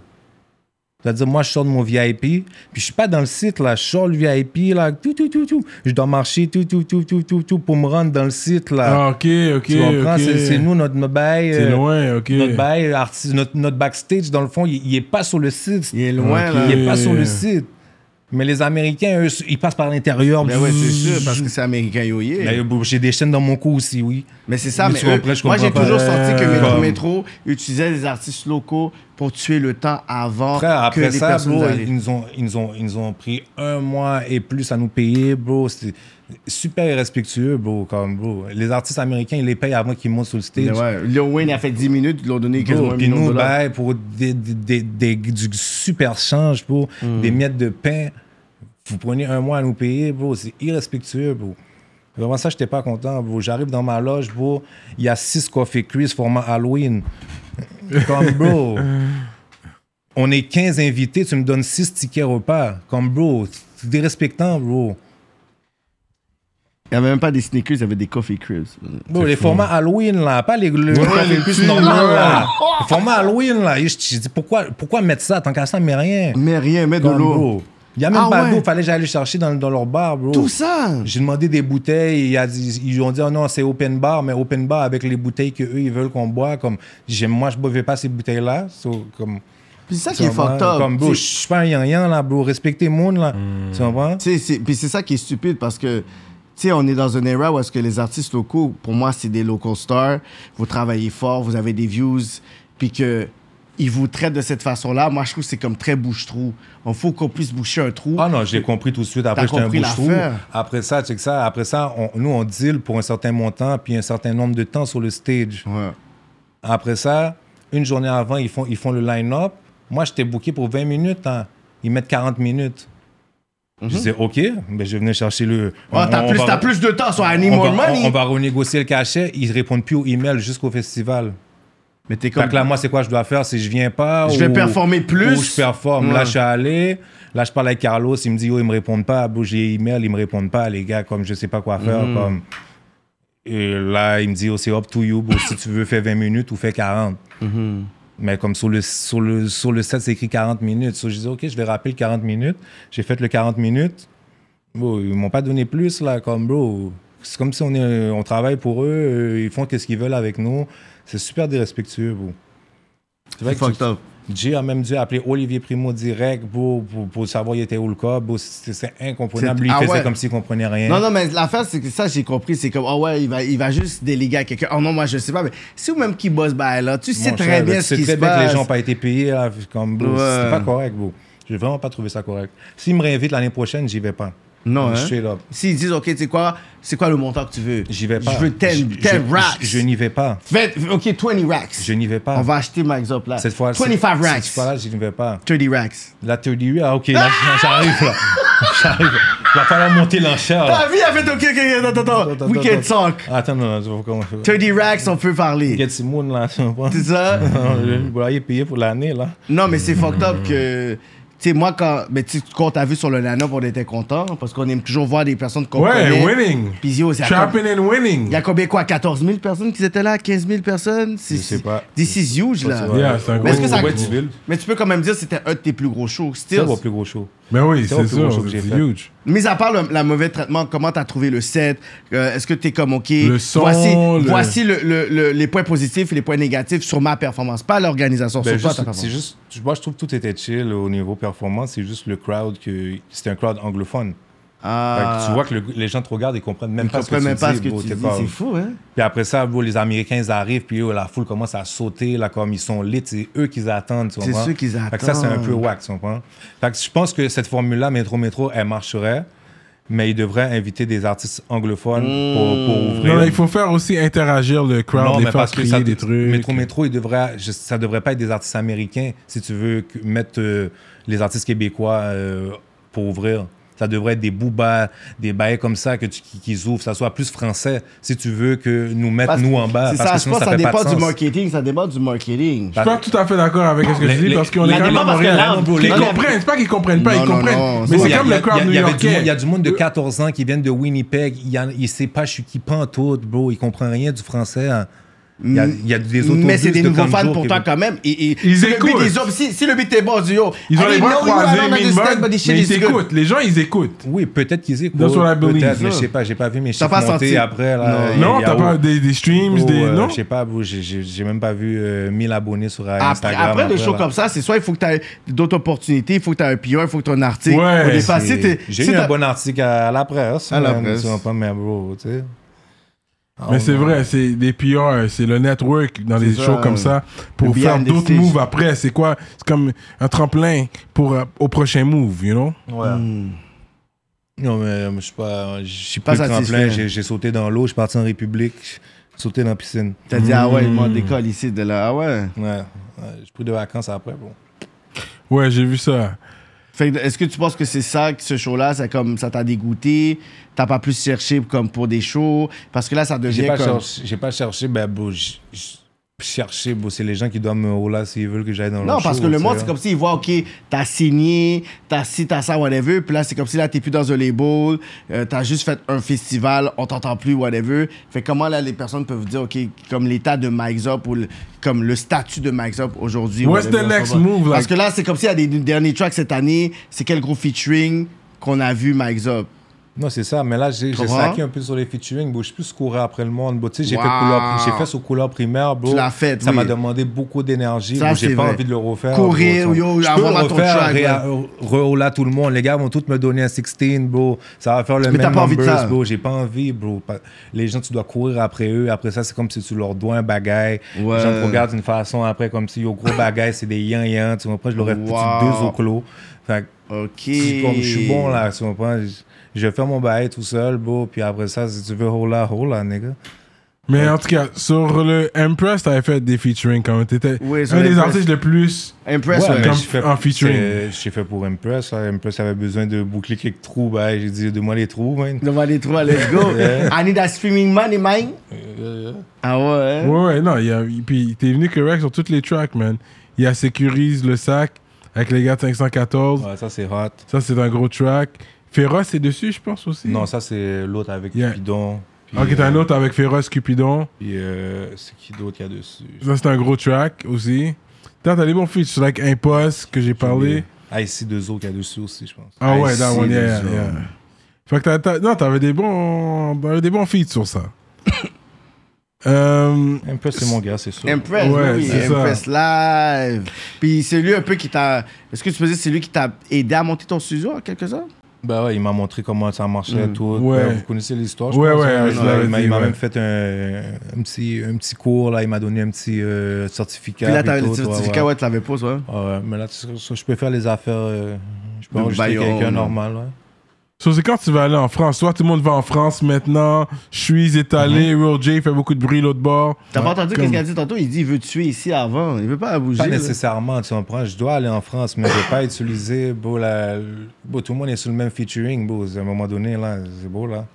[SPEAKER 3] c'est-à-dire moi je sors de mon VIP, puis je suis pas dans le site là, je sors le VIP là, tout tout tout tout, je dois marcher tout tout tout tout tout tout pour me rendre dans le site là.
[SPEAKER 1] Ah, ok, ok.
[SPEAKER 3] tu comprends
[SPEAKER 1] ok.
[SPEAKER 3] C'est- C'est nous notre bail,
[SPEAKER 1] C'est
[SPEAKER 3] euh,
[SPEAKER 1] loin, ok.
[SPEAKER 3] notre bail arti- notre, notre backstage dans le fond, il, il est pas sur le site.
[SPEAKER 2] Il est loin,
[SPEAKER 1] Ok.
[SPEAKER 2] là.
[SPEAKER 3] Il est pas sur
[SPEAKER 1] Euh.
[SPEAKER 3] le site. Mais les Américains, eux, ils passent par l'intérieur.
[SPEAKER 2] Ben ouais, c'est sûr, parce que c'est américain, yo, yeah.
[SPEAKER 3] D'ailleurs, J'ai des chaînes dans mon cou aussi, oui.
[SPEAKER 2] Mais c'est ça,
[SPEAKER 3] Mais
[SPEAKER 2] mais,
[SPEAKER 3] tu
[SPEAKER 2] eux-
[SPEAKER 3] comprends, je
[SPEAKER 2] moi j'ai
[SPEAKER 3] comprends pas.
[SPEAKER 2] toujours senti que
[SPEAKER 1] Euh,
[SPEAKER 2] Métro
[SPEAKER 3] comme-
[SPEAKER 2] Métro utilisait les artistes locaux pour tuer le temps avant
[SPEAKER 3] Frère,
[SPEAKER 2] que
[SPEAKER 3] après
[SPEAKER 2] les
[SPEAKER 3] ça,
[SPEAKER 2] personnes
[SPEAKER 3] bro,
[SPEAKER 2] arrivent.
[SPEAKER 3] ils nous, ont, ils, nous ont, ils nous ont pris un mois et plus à nous payer, bro. C'était super irrespectueux, bro, comme, bro. Les artistes américains, ils les payent avant qu'ils montent sur le
[SPEAKER 2] Mais
[SPEAKER 3] stage.
[SPEAKER 2] ouais, Lil Wayne a fait 10 minutes, ils l'ont donné
[SPEAKER 3] Bro,
[SPEAKER 2] quasiment un
[SPEAKER 3] puis
[SPEAKER 2] million de
[SPEAKER 3] nous, ben,
[SPEAKER 2] dollars.
[SPEAKER 3] bail pour des, des, des- des- du super change, bro,
[SPEAKER 2] Mm.
[SPEAKER 3] des miettes de pain. Vous prenez un mois à nous payer, bro. C'est irrespectueux, bro. Vraiment, ça, j'étais pas content, bro. J'arrive dans ma loge, bro. Il y a six coffee Chris format Halloween. Comme, bro. On est 15 invités, tu me donnes 6 tickets repas. Comme, bro. C'est dérespectant, bro.
[SPEAKER 2] Il n'y avait même pas des sneakers, il y avait des coffee cribs.
[SPEAKER 3] Bro, les formats Halloween, là, pas les, le coffee
[SPEAKER 2] les
[SPEAKER 3] Chris
[SPEAKER 2] petits,
[SPEAKER 3] normal,
[SPEAKER 2] là.
[SPEAKER 3] là. Les formats Halloween, là. Et Je je dis, pourquoi, pourquoi mettre ça? Tant qu'à ça, mais rien.
[SPEAKER 2] Mais rien, mais de
[SPEAKER 3] Comme,
[SPEAKER 2] l'eau.
[SPEAKER 3] bro. Il n'y a même
[SPEAKER 2] Ah
[SPEAKER 3] pas
[SPEAKER 2] ouais.
[SPEAKER 3] d'eau, fallait que j'aille le chercher dans, dans leur bar, bro.
[SPEAKER 2] Tout ça.
[SPEAKER 3] J'ai demandé des bouteilles, il a dit- ils ont dit oh non, c'est open bar, mais open bar avec les bouteilles que eux ils veulent qu'on boit. Comme, j'ai- moi, je ne buvais pas ces bouteilles-là. so, comme,
[SPEAKER 2] Puis c'est ça qui est
[SPEAKER 3] tu comprends?
[SPEAKER 2] fucked up.
[SPEAKER 3] Comme, bro, je suis pas un yan là, bro. Respectez le monde, là. Tu comprends?
[SPEAKER 2] Tu sais, c'est- Puis c'est ça qui est stupide parce que, tu sais, on est dans une era où est-ce que les artistes locaux, pour moi, c'est des local stars. Vous travaillez fort, vous avez des views, puis que ils vous traitent de cette façon-là. Moi, je trouve que c'est comme très bouche-trou. Il faut qu'on puisse boucher un trou.
[SPEAKER 3] Ah non, j'ai compris tout de suite. Après,
[SPEAKER 2] T'as
[SPEAKER 3] j'étais un
[SPEAKER 2] compris
[SPEAKER 3] bouche-trou.
[SPEAKER 2] l'affaire.
[SPEAKER 3] Après ça, check ça. Après ça, on- nous, on deal pour un certain montant, puis un certain nombre de temps sur le stage.
[SPEAKER 2] Ouais.
[SPEAKER 3] Après ça, une journée avant, ils font, ils font le line-up. Moi, j'étais booké pour 20 minutes. hein. Ils mettent 40 minutes. Je disais, OK, mais je venais chercher le.
[SPEAKER 2] Ah, Mhm. t'as
[SPEAKER 3] on- on
[SPEAKER 2] plus,
[SPEAKER 3] va-
[SPEAKER 2] t'as plus de temps sur
[SPEAKER 3] on
[SPEAKER 2] Annie
[SPEAKER 3] va-
[SPEAKER 2] More
[SPEAKER 3] on-
[SPEAKER 2] Money.
[SPEAKER 3] on va renégocier le cachet. Ils répondent plus aux emails jusqu'au festival.
[SPEAKER 2] Mais t'es
[SPEAKER 3] Fait
[SPEAKER 2] comme.
[SPEAKER 3] que là, moi, c'est quoi je dois faire? C'est je viens pas.
[SPEAKER 2] Je
[SPEAKER 3] ou-
[SPEAKER 2] vais performer plus.
[SPEAKER 3] Ou je performe. Là,
[SPEAKER 2] Ouais.
[SPEAKER 3] je suis allé. Là, je parle avec Carlos. Il me dit, yo, ils me répondent pas. Bro, J'ai email, ils me répondent pas, les gars. Comme je sais pas quoi faire.
[SPEAKER 2] Mhm.
[SPEAKER 3] Comme... Et là, il me dit, oh, c'est up to you. bro. si tu veux, fais 20 minutes ou fais 40.
[SPEAKER 2] Mhm.
[SPEAKER 3] Mais comme sur le, sur le, sur le set, c'est écrit 40 minutes. So, je dis, OK, je vais rappeler le 40 minutes. J'ai fait le 40 minutes. Bro, ils m'ont pas donné plus, là, comme, bro. C'est comme si on, est, on travaille pour eux, euh, ils font ce qu'ils veulent avec nous. C'est super dérespectueux, bro. C'est vrai
[SPEAKER 2] C'est
[SPEAKER 3] que
[SPEAKER 2] fucked
[SPEAKER 3] tu-
[SPEAKER 2] up.
[SPEAKER 3] Jay a même dû appeler Olivier Primo direct bro, pour, pour savoir il était où le cas. bro. C'est c'est incomprenable.
[SPEAKER 2] C'est-
[SPEAKER 3] Lui, il
[SPEAKER 2] Ah
[SPEAKER 3] faisait
[SPEAKER 2] ouais.
[SPEAKER 3] comme s'il comprenait rien.
[SPEAKER 2] Non, non, mais l'affaire, c'est que ça, j'ai compris. C'est comme, ah ouais, il va, il va juste déléguer à quelqu'un. Oh non, moi, je sais pas. Mais c'est ou même qui bosse, bah là, tu sais
[SPEAKER 3] Mon
[SPEAKER 2] très
[SPEAKER 3] cher,
[SPEAKER 2] bien
[SPEAKER 3] tu
[SPEAKER 2] ce
[SPEAKER 3] sais
[SPEAKER 2] qui se
[SPEAKER 3] très bien que
[SPEAKER 2] passe.
[SPEAKER 3] les gens n'ont pas été payés. là, comme, bro,
[SPEAKER 2] Ouais.
[SPEAKER 3] C'est pas correct, bro. J'ai vraiment pas trouvé ça correct. S'ils me réinvitent l'année prochaine, j'y vais pas.
[SPEAKER 2] Non, hein?
[SPEAKER 3] Straight up.
[SPEAKER 2] S'ils disent, OK, tu sais quoi, c'est quoi le montant que tu veux?
[SPEAKER 3] J'y vais pas.
[SPEAKER 2] Je veux 10,
[SPEAKER 3] Je-
[SPEAKER 2] 10
[SPEAKER 3] je-
[SPEAKER 2] racks.
[SPEAKER 3] Je, je n'y vais pas.
[SPEAKER 2] 20, OK, 20 racks.
[SPEAKER 3] Je n'y vais pas.
[SPEAKER 2] On va acheter, par exemple, là.
[SPEAKER 3] Cette fois,
[SPEAKER 2] 25
[SPEAKER 3] cette-
[SPEAKER 2] racks.
[SPEAKER 3] Cette fois-là, je n'y vais pas.
[SPEAKER 2] 30 racks.
[SPEAKER 3] La 38, ah, ok, là, j'arrive, là. J'arrive. Il va falloir monter l'enchère, là.
[SPEAKER 2] Ta vie a Ah, fait OK, OK, attends, attends, attends. We can talk.
[SPEAKER 3] Ah. Attends, non, non, je vais commencer.
[SPEAKER 2] 30 racks, on peut parler.
[SPEAKER 3] Get Simone, là, tu comprends?
[SPEAKER 2] C'est ça?
[SPEAKER 3] Non, Le loyer payé pour l'année, là.
[SPEAKER 2] Non, mais c'est fucked up que. Tu sais, moi, quand, mais tu sais, quand t'as vu sur le line-up, on était content parce qu'on aime toujours voir des personnes qu'on
[SPEAKER 1] Ouais,
[SPEAKER 2] connaît.
[SPEAKER 1] winning.
[SPEAKER 2] Puis yo, c'est à com-
[SPEAKER 1] Trapping and winning.
[SPEAKER 2] il y a combien, quoi, 14 000 personnes qui étaient là, 15 000 personnes? C'est-
[SPEAKER 3] Je sais pas.
[SPEAKER 2] This is huge, là.
[SPEAKER 3] Ouais.
[SPEAKER 1] Yeah, c'est un
[SPEAKER 2] Mais est-ce
[SPEAKER 1] gros-
[SPEAKER 2] que ça...
[SPEAKER 3] Ouais, tu veux.
[SPEAKER 2] Mais tu peux quand même dire que c'était un de tes plus gros shows.
[SPEAKER 3] C'est
[SPEAKER 2] Still,
[SPEAKER 3] mon plus gros show.
[SPEAKER 1] Mais Ben oui,
[SPEAKER 3] C'est mon
[SPEAKER 1] c'est
[SPEAKER 3] plus gros
[SPEAKER 1] sûr,
[SPEAKER 3] show que
[SPEAKER 1] c'est
[SPEAKER 3] j'ai fait.
[SPEAKER 1] huge.
[SPEAKER 2] Mis à part le, la mauvais traitement, comment t'as trouvé le set Euh, Est-ce que t'es comme ok
[SPEAKER 1] Le son,
[SPEAKER 2] Voici,
[SPEAKER 1] le-
[SPEAKER 2] voici le- le- le- les points positifs et les points négatifs sur ma performance, pas l'organisation, sur
[SPEAKER 3] Ben,
[SPEAKER 2] toi
[SPEAKER 3] juste-
[SPEAKER 2] ta performance.
[SPEAKER 3] c'est juste, tu- moi je trouve que tout était chill au niveau performance, c'est juste le crowd que c'était un crowd anglophone. Fait
[SPEAKER 2] Ah.
[SPEAKER 3] que tu vois que le- les gens te regardent et comprennent même
[SPEAKER 2] Ils
[SPEAKER 3] pas,
[SPEAKER 2] comprennent même pas ce que
[SPEAKER 3] bro,
[SPEAKER 2] tu
[SPEAKER 3] t'es
[SPEAKER 2] dis,
[SPEAKER 3] pas-
[SPEAKER 2] c'est fou, hein
[SPEAKER 3] Puis après ça, bro, les Américains ils arrivent, puis yo, la foule commence à sauter, là comme ils sont lit, c'est eux qu'ils attendent, tu
[SPEAKER 2] C'est
[SPEAKER 3] comprends?
[SPEAKER 2] ceux qu'ils
[SPEAKER 3] Fait que ça c'est un peu
[SPEAKER 2] attendent.
[SPEAKER 3] whack, tu comprends? Fait que je pense que cette formule là, métro métro, elle marcherait, mais ils devraient inviter des artistes anglophones pour,
[SPEAKER 2] Hmm.
[SPEAKER 3] pour ouvrir.
[SPEAKER 1] Non, il faut faire aussi interagir le crowd,
[SPEAKER 3] Non,
[SPEAKER 1] les
[SPEAKER 3] mais
[SPEAKER 1] faire
[SPEAKER 3] parce que
[SPEAKER 1] crier
[SPEAKER 3] ça,
[SPEAKER 1] des trucs.
[SPEAKER 3] Métro Métro, il devrait, je- ça devrait pas être des artistes américains si tu veux que- mettre euh, les artistes québécois euh, pour ouvrir. Ça devrait être des boobas, des bails comme ça que tu- qui- qu'ils ouvrent, ça soit plus français si tu veux que nous mettre
[SPEAKER 2] Parce-
[SPEAKER 3] nous en bas.
[SPEAKER 2] C'est
[SPEAKER 3] Parce
[SPEAKER 2] ça,
[SPEAKER 3] que
[SPEAKER 2] je
[SPEAKER 3] sinon,
[SPEAKER 2] pense que
[SPEAKER 3] ça
[SPEAKER 2] ça
[SPEAKER 3] fait pas
[SPEAKER 2] dépend
[SPEAKER 3] de
[SPEAKER 2] du
[SPEAKER 3] sens.
[SPEAKER 2] marketing, ça dépend du marketing.
[SPEAKER 1] Je suis pas tout à fait d'accord avec ce que
[SPEAKER 3] Les-
[SPEAKER 1] tu dis
[SPEAKER 3] les-
[SPEAKER 1] parce qu'on est
[SPEAKER 3] les-
[SPEAKER 1] quand même
[SPEAKER 3] les-
[SPEAKER 1] à
[SPEAKER 3] parce que
[SPEAKER 1] Montréal.
[SPEAKER 3] là, bro,
[SPEAKER 1] Ils
[SPEAKER 3] les-
[SPEAKER 1] comprennent, c'est pas qu'ils comprennent pas,
[SPEAKER 2] Non,
[SPEAKER 1] ils
[SPEAKER 2] non,
[SPEAKER 1] comprennent.
[SPEAKER 2] non,
[SPEAKER 1] Mais
[SPEAKER 3] Bro,
[SPEAKER 1] c'est
[SPEAKER 3] il y a-
[SPEAKER 1] comme
[SPEAKER 3] il y a-
[SPEAKER 1] le crowd
[SPEAKER 3] il y a- il y avait du monde-
[SPEAKER 1] new-yorkais.
[SPEAKER 3] Il y a du monde de 14 ans qui viennent de Winnipeg. Il y en- Il sait pas je suis qui pantoute, bro. Il comprend rien du français. hein. Il y a, il y a des autobus
[SPEAKER 2] Mm. Mais c'est des
[SPEAKER 3] de
[SPEAKER 2] nouveaux
[SPEAKER 3] comme
[SPEAKER 2] fans
[SPEAKER 3] jour
[SPEAKER 2] pour
[SPEAKER 3] qui-
[SPEAKER 2] toi quand même. Et, et-
[SPEAKER 1] Ils
[SPEAKER 2] si le beat
[SPEAKER 1] écoutent.
[SPEAKER 2] est- si, si le beat est bon, du yo.
[SPEAKER 1] Ils ont
[SPEAKER 2] I
[SPEAKER 1] les
[SPEAKER 2] know
[SPEAKER 1] bras
[SPEAKER 2] you, I
[SPEAKER 1] croisés,
[SPEAKER 2] don't
[SPEAKER 1] mine
[SPEAKER 2] understand,
[SPEAKER 1] bonne,
[SPEAKER 2] but
[SPEAKER 1] mais
[SPEAKER 2] this shit
[SPEAKER 1] ils
[SPEAKER 2] is good.
[SPEAKER 1] t'écoutent. Les gens, ils écoutent.
[SPEAKER 3] Oui, peut-être qu'ils écoutent.
[SPEAKER 1] That's
[SPEAKER 3] bro.
[SPEAKER 1] what I believe.
[SPEAKER 3] Peut-être, mais
[SPEAKER 2] Ça.
[SPEAKER 3] je sais pas, j'ai pas vu mes
[SPEAKER 2] T'as
[SPEAKER 3] chiffres
[SPEAKER 2] pas
[SPEAKER 3] monter
[SPEAKER 2] senti?
[SPEAKER 3] après. Là, Il y a-
[SPEAKER 1] Non,
[SPEAKER 3] il y a-
[SPEAKER 1] t'as pas des des streams,
[SPEAKER 3] Bro,
[SPEAKER 1] des...
[SPEAKER 3] euh,
[SPEAKER 1] Non?
[SPEAKER 3] Je sais pas, bro, j'ai- j'ai j'ai même pas vu euh, 1000 abonnés sur euh,
[SPEAKER 2] Après,
[SPEAKER 3] Instagram.
[SPEAKER 2] après des shows
[SPEAKER 3] là.
[SPEAKER 2] comme ça, c'est soit il faut que tu aies d'autres opportunités, il faut que tu aies un P1, il faut que tu aies un article.
[SPEAKER 1] Ouais,
[SPEAKER 2] Au départ,
[SPEAKER 3] C'est-
[SPEAKER 2] si t'es-
[SPEAKER 3] J'ai
[SPEAKER 2] si
[SPEAKER 3] eu
[SPEAKER 2] t'as-
[SPEAKER 3] un bon article à, à la presse.
[SPEAKER 2] À la
[SPEAKER 3] man,
[SPEAKER 2] presse.
[SPEAKER 3] Tu vois pas, mais bro, tu sais. Ah,
[SPEAKER 1] Mais c'est vrai, c'est des PR, c'est le network dans les
[SPEAKER 2] ça,
[SPEAKER 1] shows comme
[SPEAKER 2] euh,
[SPEAKER 1] ça pour
[SPEAKER 2] le
[SPEAKER 1] faire
[SPEAKER 2] behind the
[SPEAKER 1] d'autres
[SPEAKER 2] stage.
[SPEAKER 1] moves après. C'est quoi C'est comme un tremplin pour euh, au prochain move, you know
[SPEAKER 3] Non, mais euh, je suis pas. Je suis
[SPEAKER 2] Pas
[SPEAKER 3] pas tremplin.
[SPEAKER 2] satisfait.
[SPEAKER 3] J'ai j'ai sauté dans l'eau, je suis parti en République, j'ai sauté dans la piscine.
[SPEAKER 2] T'as dit, ah ouais, ils
[SPEAKER 1] Mm.
[SPEAKER 2] m'ont décolle ici, de là, ah ouais.
[SPEAKER 3] Ouais. ouais, J'ai pris des vacances après, bro.
[SPEAKER 1] Ouais, j'ai vu ça.
[SPEAKER 2] Fait que, est-ce que tu penses que c'est ça, que ce show-là, ça comme ça t'a dégoûté, t'as pas plus cherché comme pour des shows, parce que là, ça devient
[SPEAKER 3] J'ai pas,
[SPEAKER 2] comme...
[SPEAKER 3] cherché- j'ai pas cherché, ben, bro, j- j- chercher, bro, c'est les gens qui doivent me rouler s'ils veulent que j'aille dans leur
[SPEAKER 2] Non, parce
[SPEAKER 3] show,
[SPEAKER 2] que le
[SPEAKER 3] tu
[SPEAKER 2] monde,
[SPEAKER 3] sais.
[SPEAKER 2] c'est comme s'il voit, OK, t'as signé, t'as ci, t'as ça, whatever. Puis là, c'est comme si là, t'es plus dans un label, euh, t'as juste fait un festival, on t'entend plus, whatever. Fait comment là, les personnes peuvent dire, OK, comme l'état de Mike's Up ou le- comme le statut de Mike's Up aujourd'hui.
[SPEAKER 1] What's
[SPEAKER 2] whatever,
[SPEAKER 1] the
[SPEAKER 2] on
[SPEAKER 1] next
[SPEAKER 2] s'en va.
[SPEAKER 1] move, like-
[SPEAKER 2] Parce que là, c'est comme s'il y a des derniers tracks cette année, c'est quel gros featuring qu'on a vu Mike's Up.
[SPEAKER 3] Non, c'est ça, mais là, j'ai j'ai
[SPEAKER 2] Comprends?
[SPEAKER 3] slacké un peu sur les featuring. bro. Je suis plus couru après le monde. bro. Tu sais, j'ai
[SPEAKER 2] Wow.
[SPEAKER 3] fait, couleur- j'ai fait sur couleur primaire. Bro.
[SPEAKER 2] Tu l'as fait,
[SPEAKER 3] Ça
[SPEAKER 2] oui.
[SPEAKER 3] m'a demandé beaucoup d'énergie.
[SPEAKER 2] Ça,
[SPEAKER 3] bro.
[SPEAKER 2] c'est
[SPEAKER 3] J'ai pas
[SPEAKER 2] vrai.
[SPEAKER 3] envie de le refaire.
[SPEAKER 2] Courir,
[SPEAKER 3] bro.
[SPEAKER 2] yo,
[SPEAKER 3] je peux
[SPEAKER 2] avoir
[SPEAKER 3] le
[SPEAKER 2] ton
[SPEAKER 3] refaire,
[SPEAKER 2] track,
[SPEAKER 3] ré- re là tout le monde. Les gars vont tous me donner un 16, bro. Ça va faire le
[SPEAKER 2] Mais t'as
[SPEAKER 3] même
[SPEAKER 2] pas envie de
[SPEAKER 3] numbers,
[SPEAKER 2] ça.
[SPEAKER 3] bro. J'ai pas envie, bro. Pa- Les gens, tu dois courir après eux. Après ça, c'est comme si tu leur dois un bagaille.
[SPEAKER 2] Ouais.
[SPEAKER 3] Les gens te regardent d'une façon après, comme si, yo, gros bagaille, c'est des yan-yan. Tu comprends? Je leur ai foutu
[SPEAKER 2] Wow.
[SPEAKER 3] deux au clos. Fait que-
[SPEAKER 2] OK.
[SPEAKER 3] si comme je suis bon là, tu comprends? Je- Je fais mon bail tout seul, bro, puis après ça, si tu veux, hola, hola, nigga.
[SPEAKER 1] Mais en tout cas, sur le Empress, t'avais fait des featuring quand même. T'étais
[SPEAKER 2] Oui, sur
[SPEAKER 1] un des
[SPEAKER 2] Empress.
[SPEAKER 1] artistes le plus.
[SPEAKER 2] Impress, ouais.
[SPEAKER 3] mais
[SPEAKER 1] Comme
[SPEAKER 3] j'ai fait-
[SPEAKER 1] en featuring.
[SPEAKER 3] c'est- J'ai fait pour Impress, là. Impress avait besoin de boucler quelques trous, bah, j'ai dit, donne-moi les trous, man.
[SPEAKER 2] Devant les trois, let's go. I need that streaming money, man. Ah ouais, hein?
[SPEAKER 1] Ouais, ouais, non. il Y a... Puis t'es venu correct sur toutes les tracks, man. Il y a Sécurise le sac avec les gars de 514.
[SPEAKER 3] Ouais, ça, c'est hot.
[SPEAKER 1] Ça, c'est un gros track. Féroce est dessus, je pense aussi.
[SPEAKER 3] Non, ça, c'est l'autre avec
[SPEAKER 1] Yeah.
[SPEAKER 3] Cupidon. puis,
[SPEAKER 1] Ok, t'as un
[SPEAKER 3] euh,
[SPEAKER 1] autre avec Féroce Cupidon.
[SPEAKER 3] Puis, euh, c'est qui d'autre qu'il y a dessus?
[SPEAKER 1] Ça, c'est un gros track aussi. T'as t'as des bons feats, like Impost, que j'ai parlé.
[SPEAKER 3] Ah, ici, deux autres qu'il y a dessus aussi, je pense.
[SPEAKER 1] Ah ouais,
[SPEAKER 3] ici,
[SPEAKER 1] that one,
[SPEAKER 3] deux
[SPEAKER 1] yeah,
[SPEAKER 3] autres.
[SPEAKER 1] yeah. Fait que t'as- t'as- non, t'avais des bons, t'avais des bons feats sur ça. euh,
[SPEAKER 3] Impress, c'est mon gars, c'est sûr.
[SPEAKER 2] Impress,
[SPEAKER 1] Ouais,
[SPEAKER 2] oui,
[SPEAKER 1] c'est ça.
[SPEAKER 2] Impress Live. Puis c'est lui un peu qui t'a. Est-ce que tu peux dire que c'est lui qui t'a aidé à monter ton studio en quelque sorte?
[SPEAKER 3] Bah ouais, il m'a montré comment ça marchait, tout.
[SPEAKER 1] Ouais.
[SPEAKER 3] Ouais, Vous connaissez l'histoire, je
[SPEAKER 1] Ouais,
[SPEAKER 3] pense,
[SPEAKER 1] ouais,
[SPEAKER 3] hein.
[SPEAKER 1] je l'avais
[SPEAKER 3] Il m'a-
[SPEAKER 1] dit,
[SPEAKER 3] il m'a
[SPEAKER 1] ouais.
[SPEAKER 3] même fait un, un petit, un petit cours, là. Il m'a donné un petit euh, certificat.
[SPEAKER 2] Puis là,
[SPEAKER 3] puis
[SPEAKER 2] t'avais le
[SPEAKER 3] tout, ouais,
[SPEAKER 2] certificat,
[SPEAKER 3] ouais.
[SPEAKER 2] ouais, tu l'avais pas, ça.
[SPEAKER 3] Ah ouais, mais là, tu sais, je peux faire les affaires. euh, je peux
[SPEAKER 2] De
[SPEAKER 3] enregistrer
[SPEAKER 2] Bayonne.
[SPEAKER 3] quelqu'un normal, ouais.
[SPEAKER 1] so, c'est quand tu vas aller en France. Soit tout le monde va en France maintenant. Je suis
[SPEAKER 3] Mhm.
[SPEAKER 1] étalé. Real J fait beaucoup de bruit l'autre bord.
[SPEAKER 2] T'as pas entendu
[SPEAKER 1] Comme-
[SPEAKER 2] qu'est-ce qu'il a dit tantôt? Il dit, il veut te tuer ici avant. Il veut pas bouger.
[SPEAKER 3] Pas
[SPEAKER 2] là.
[SPEAKER 3] nécessairement, tu comprends. Je dois aller en France, mais je vais pas utiliser, beau, la... beau, tout le monde est sur le même featuring, beau, à un moment donné, là, c'est beau, là.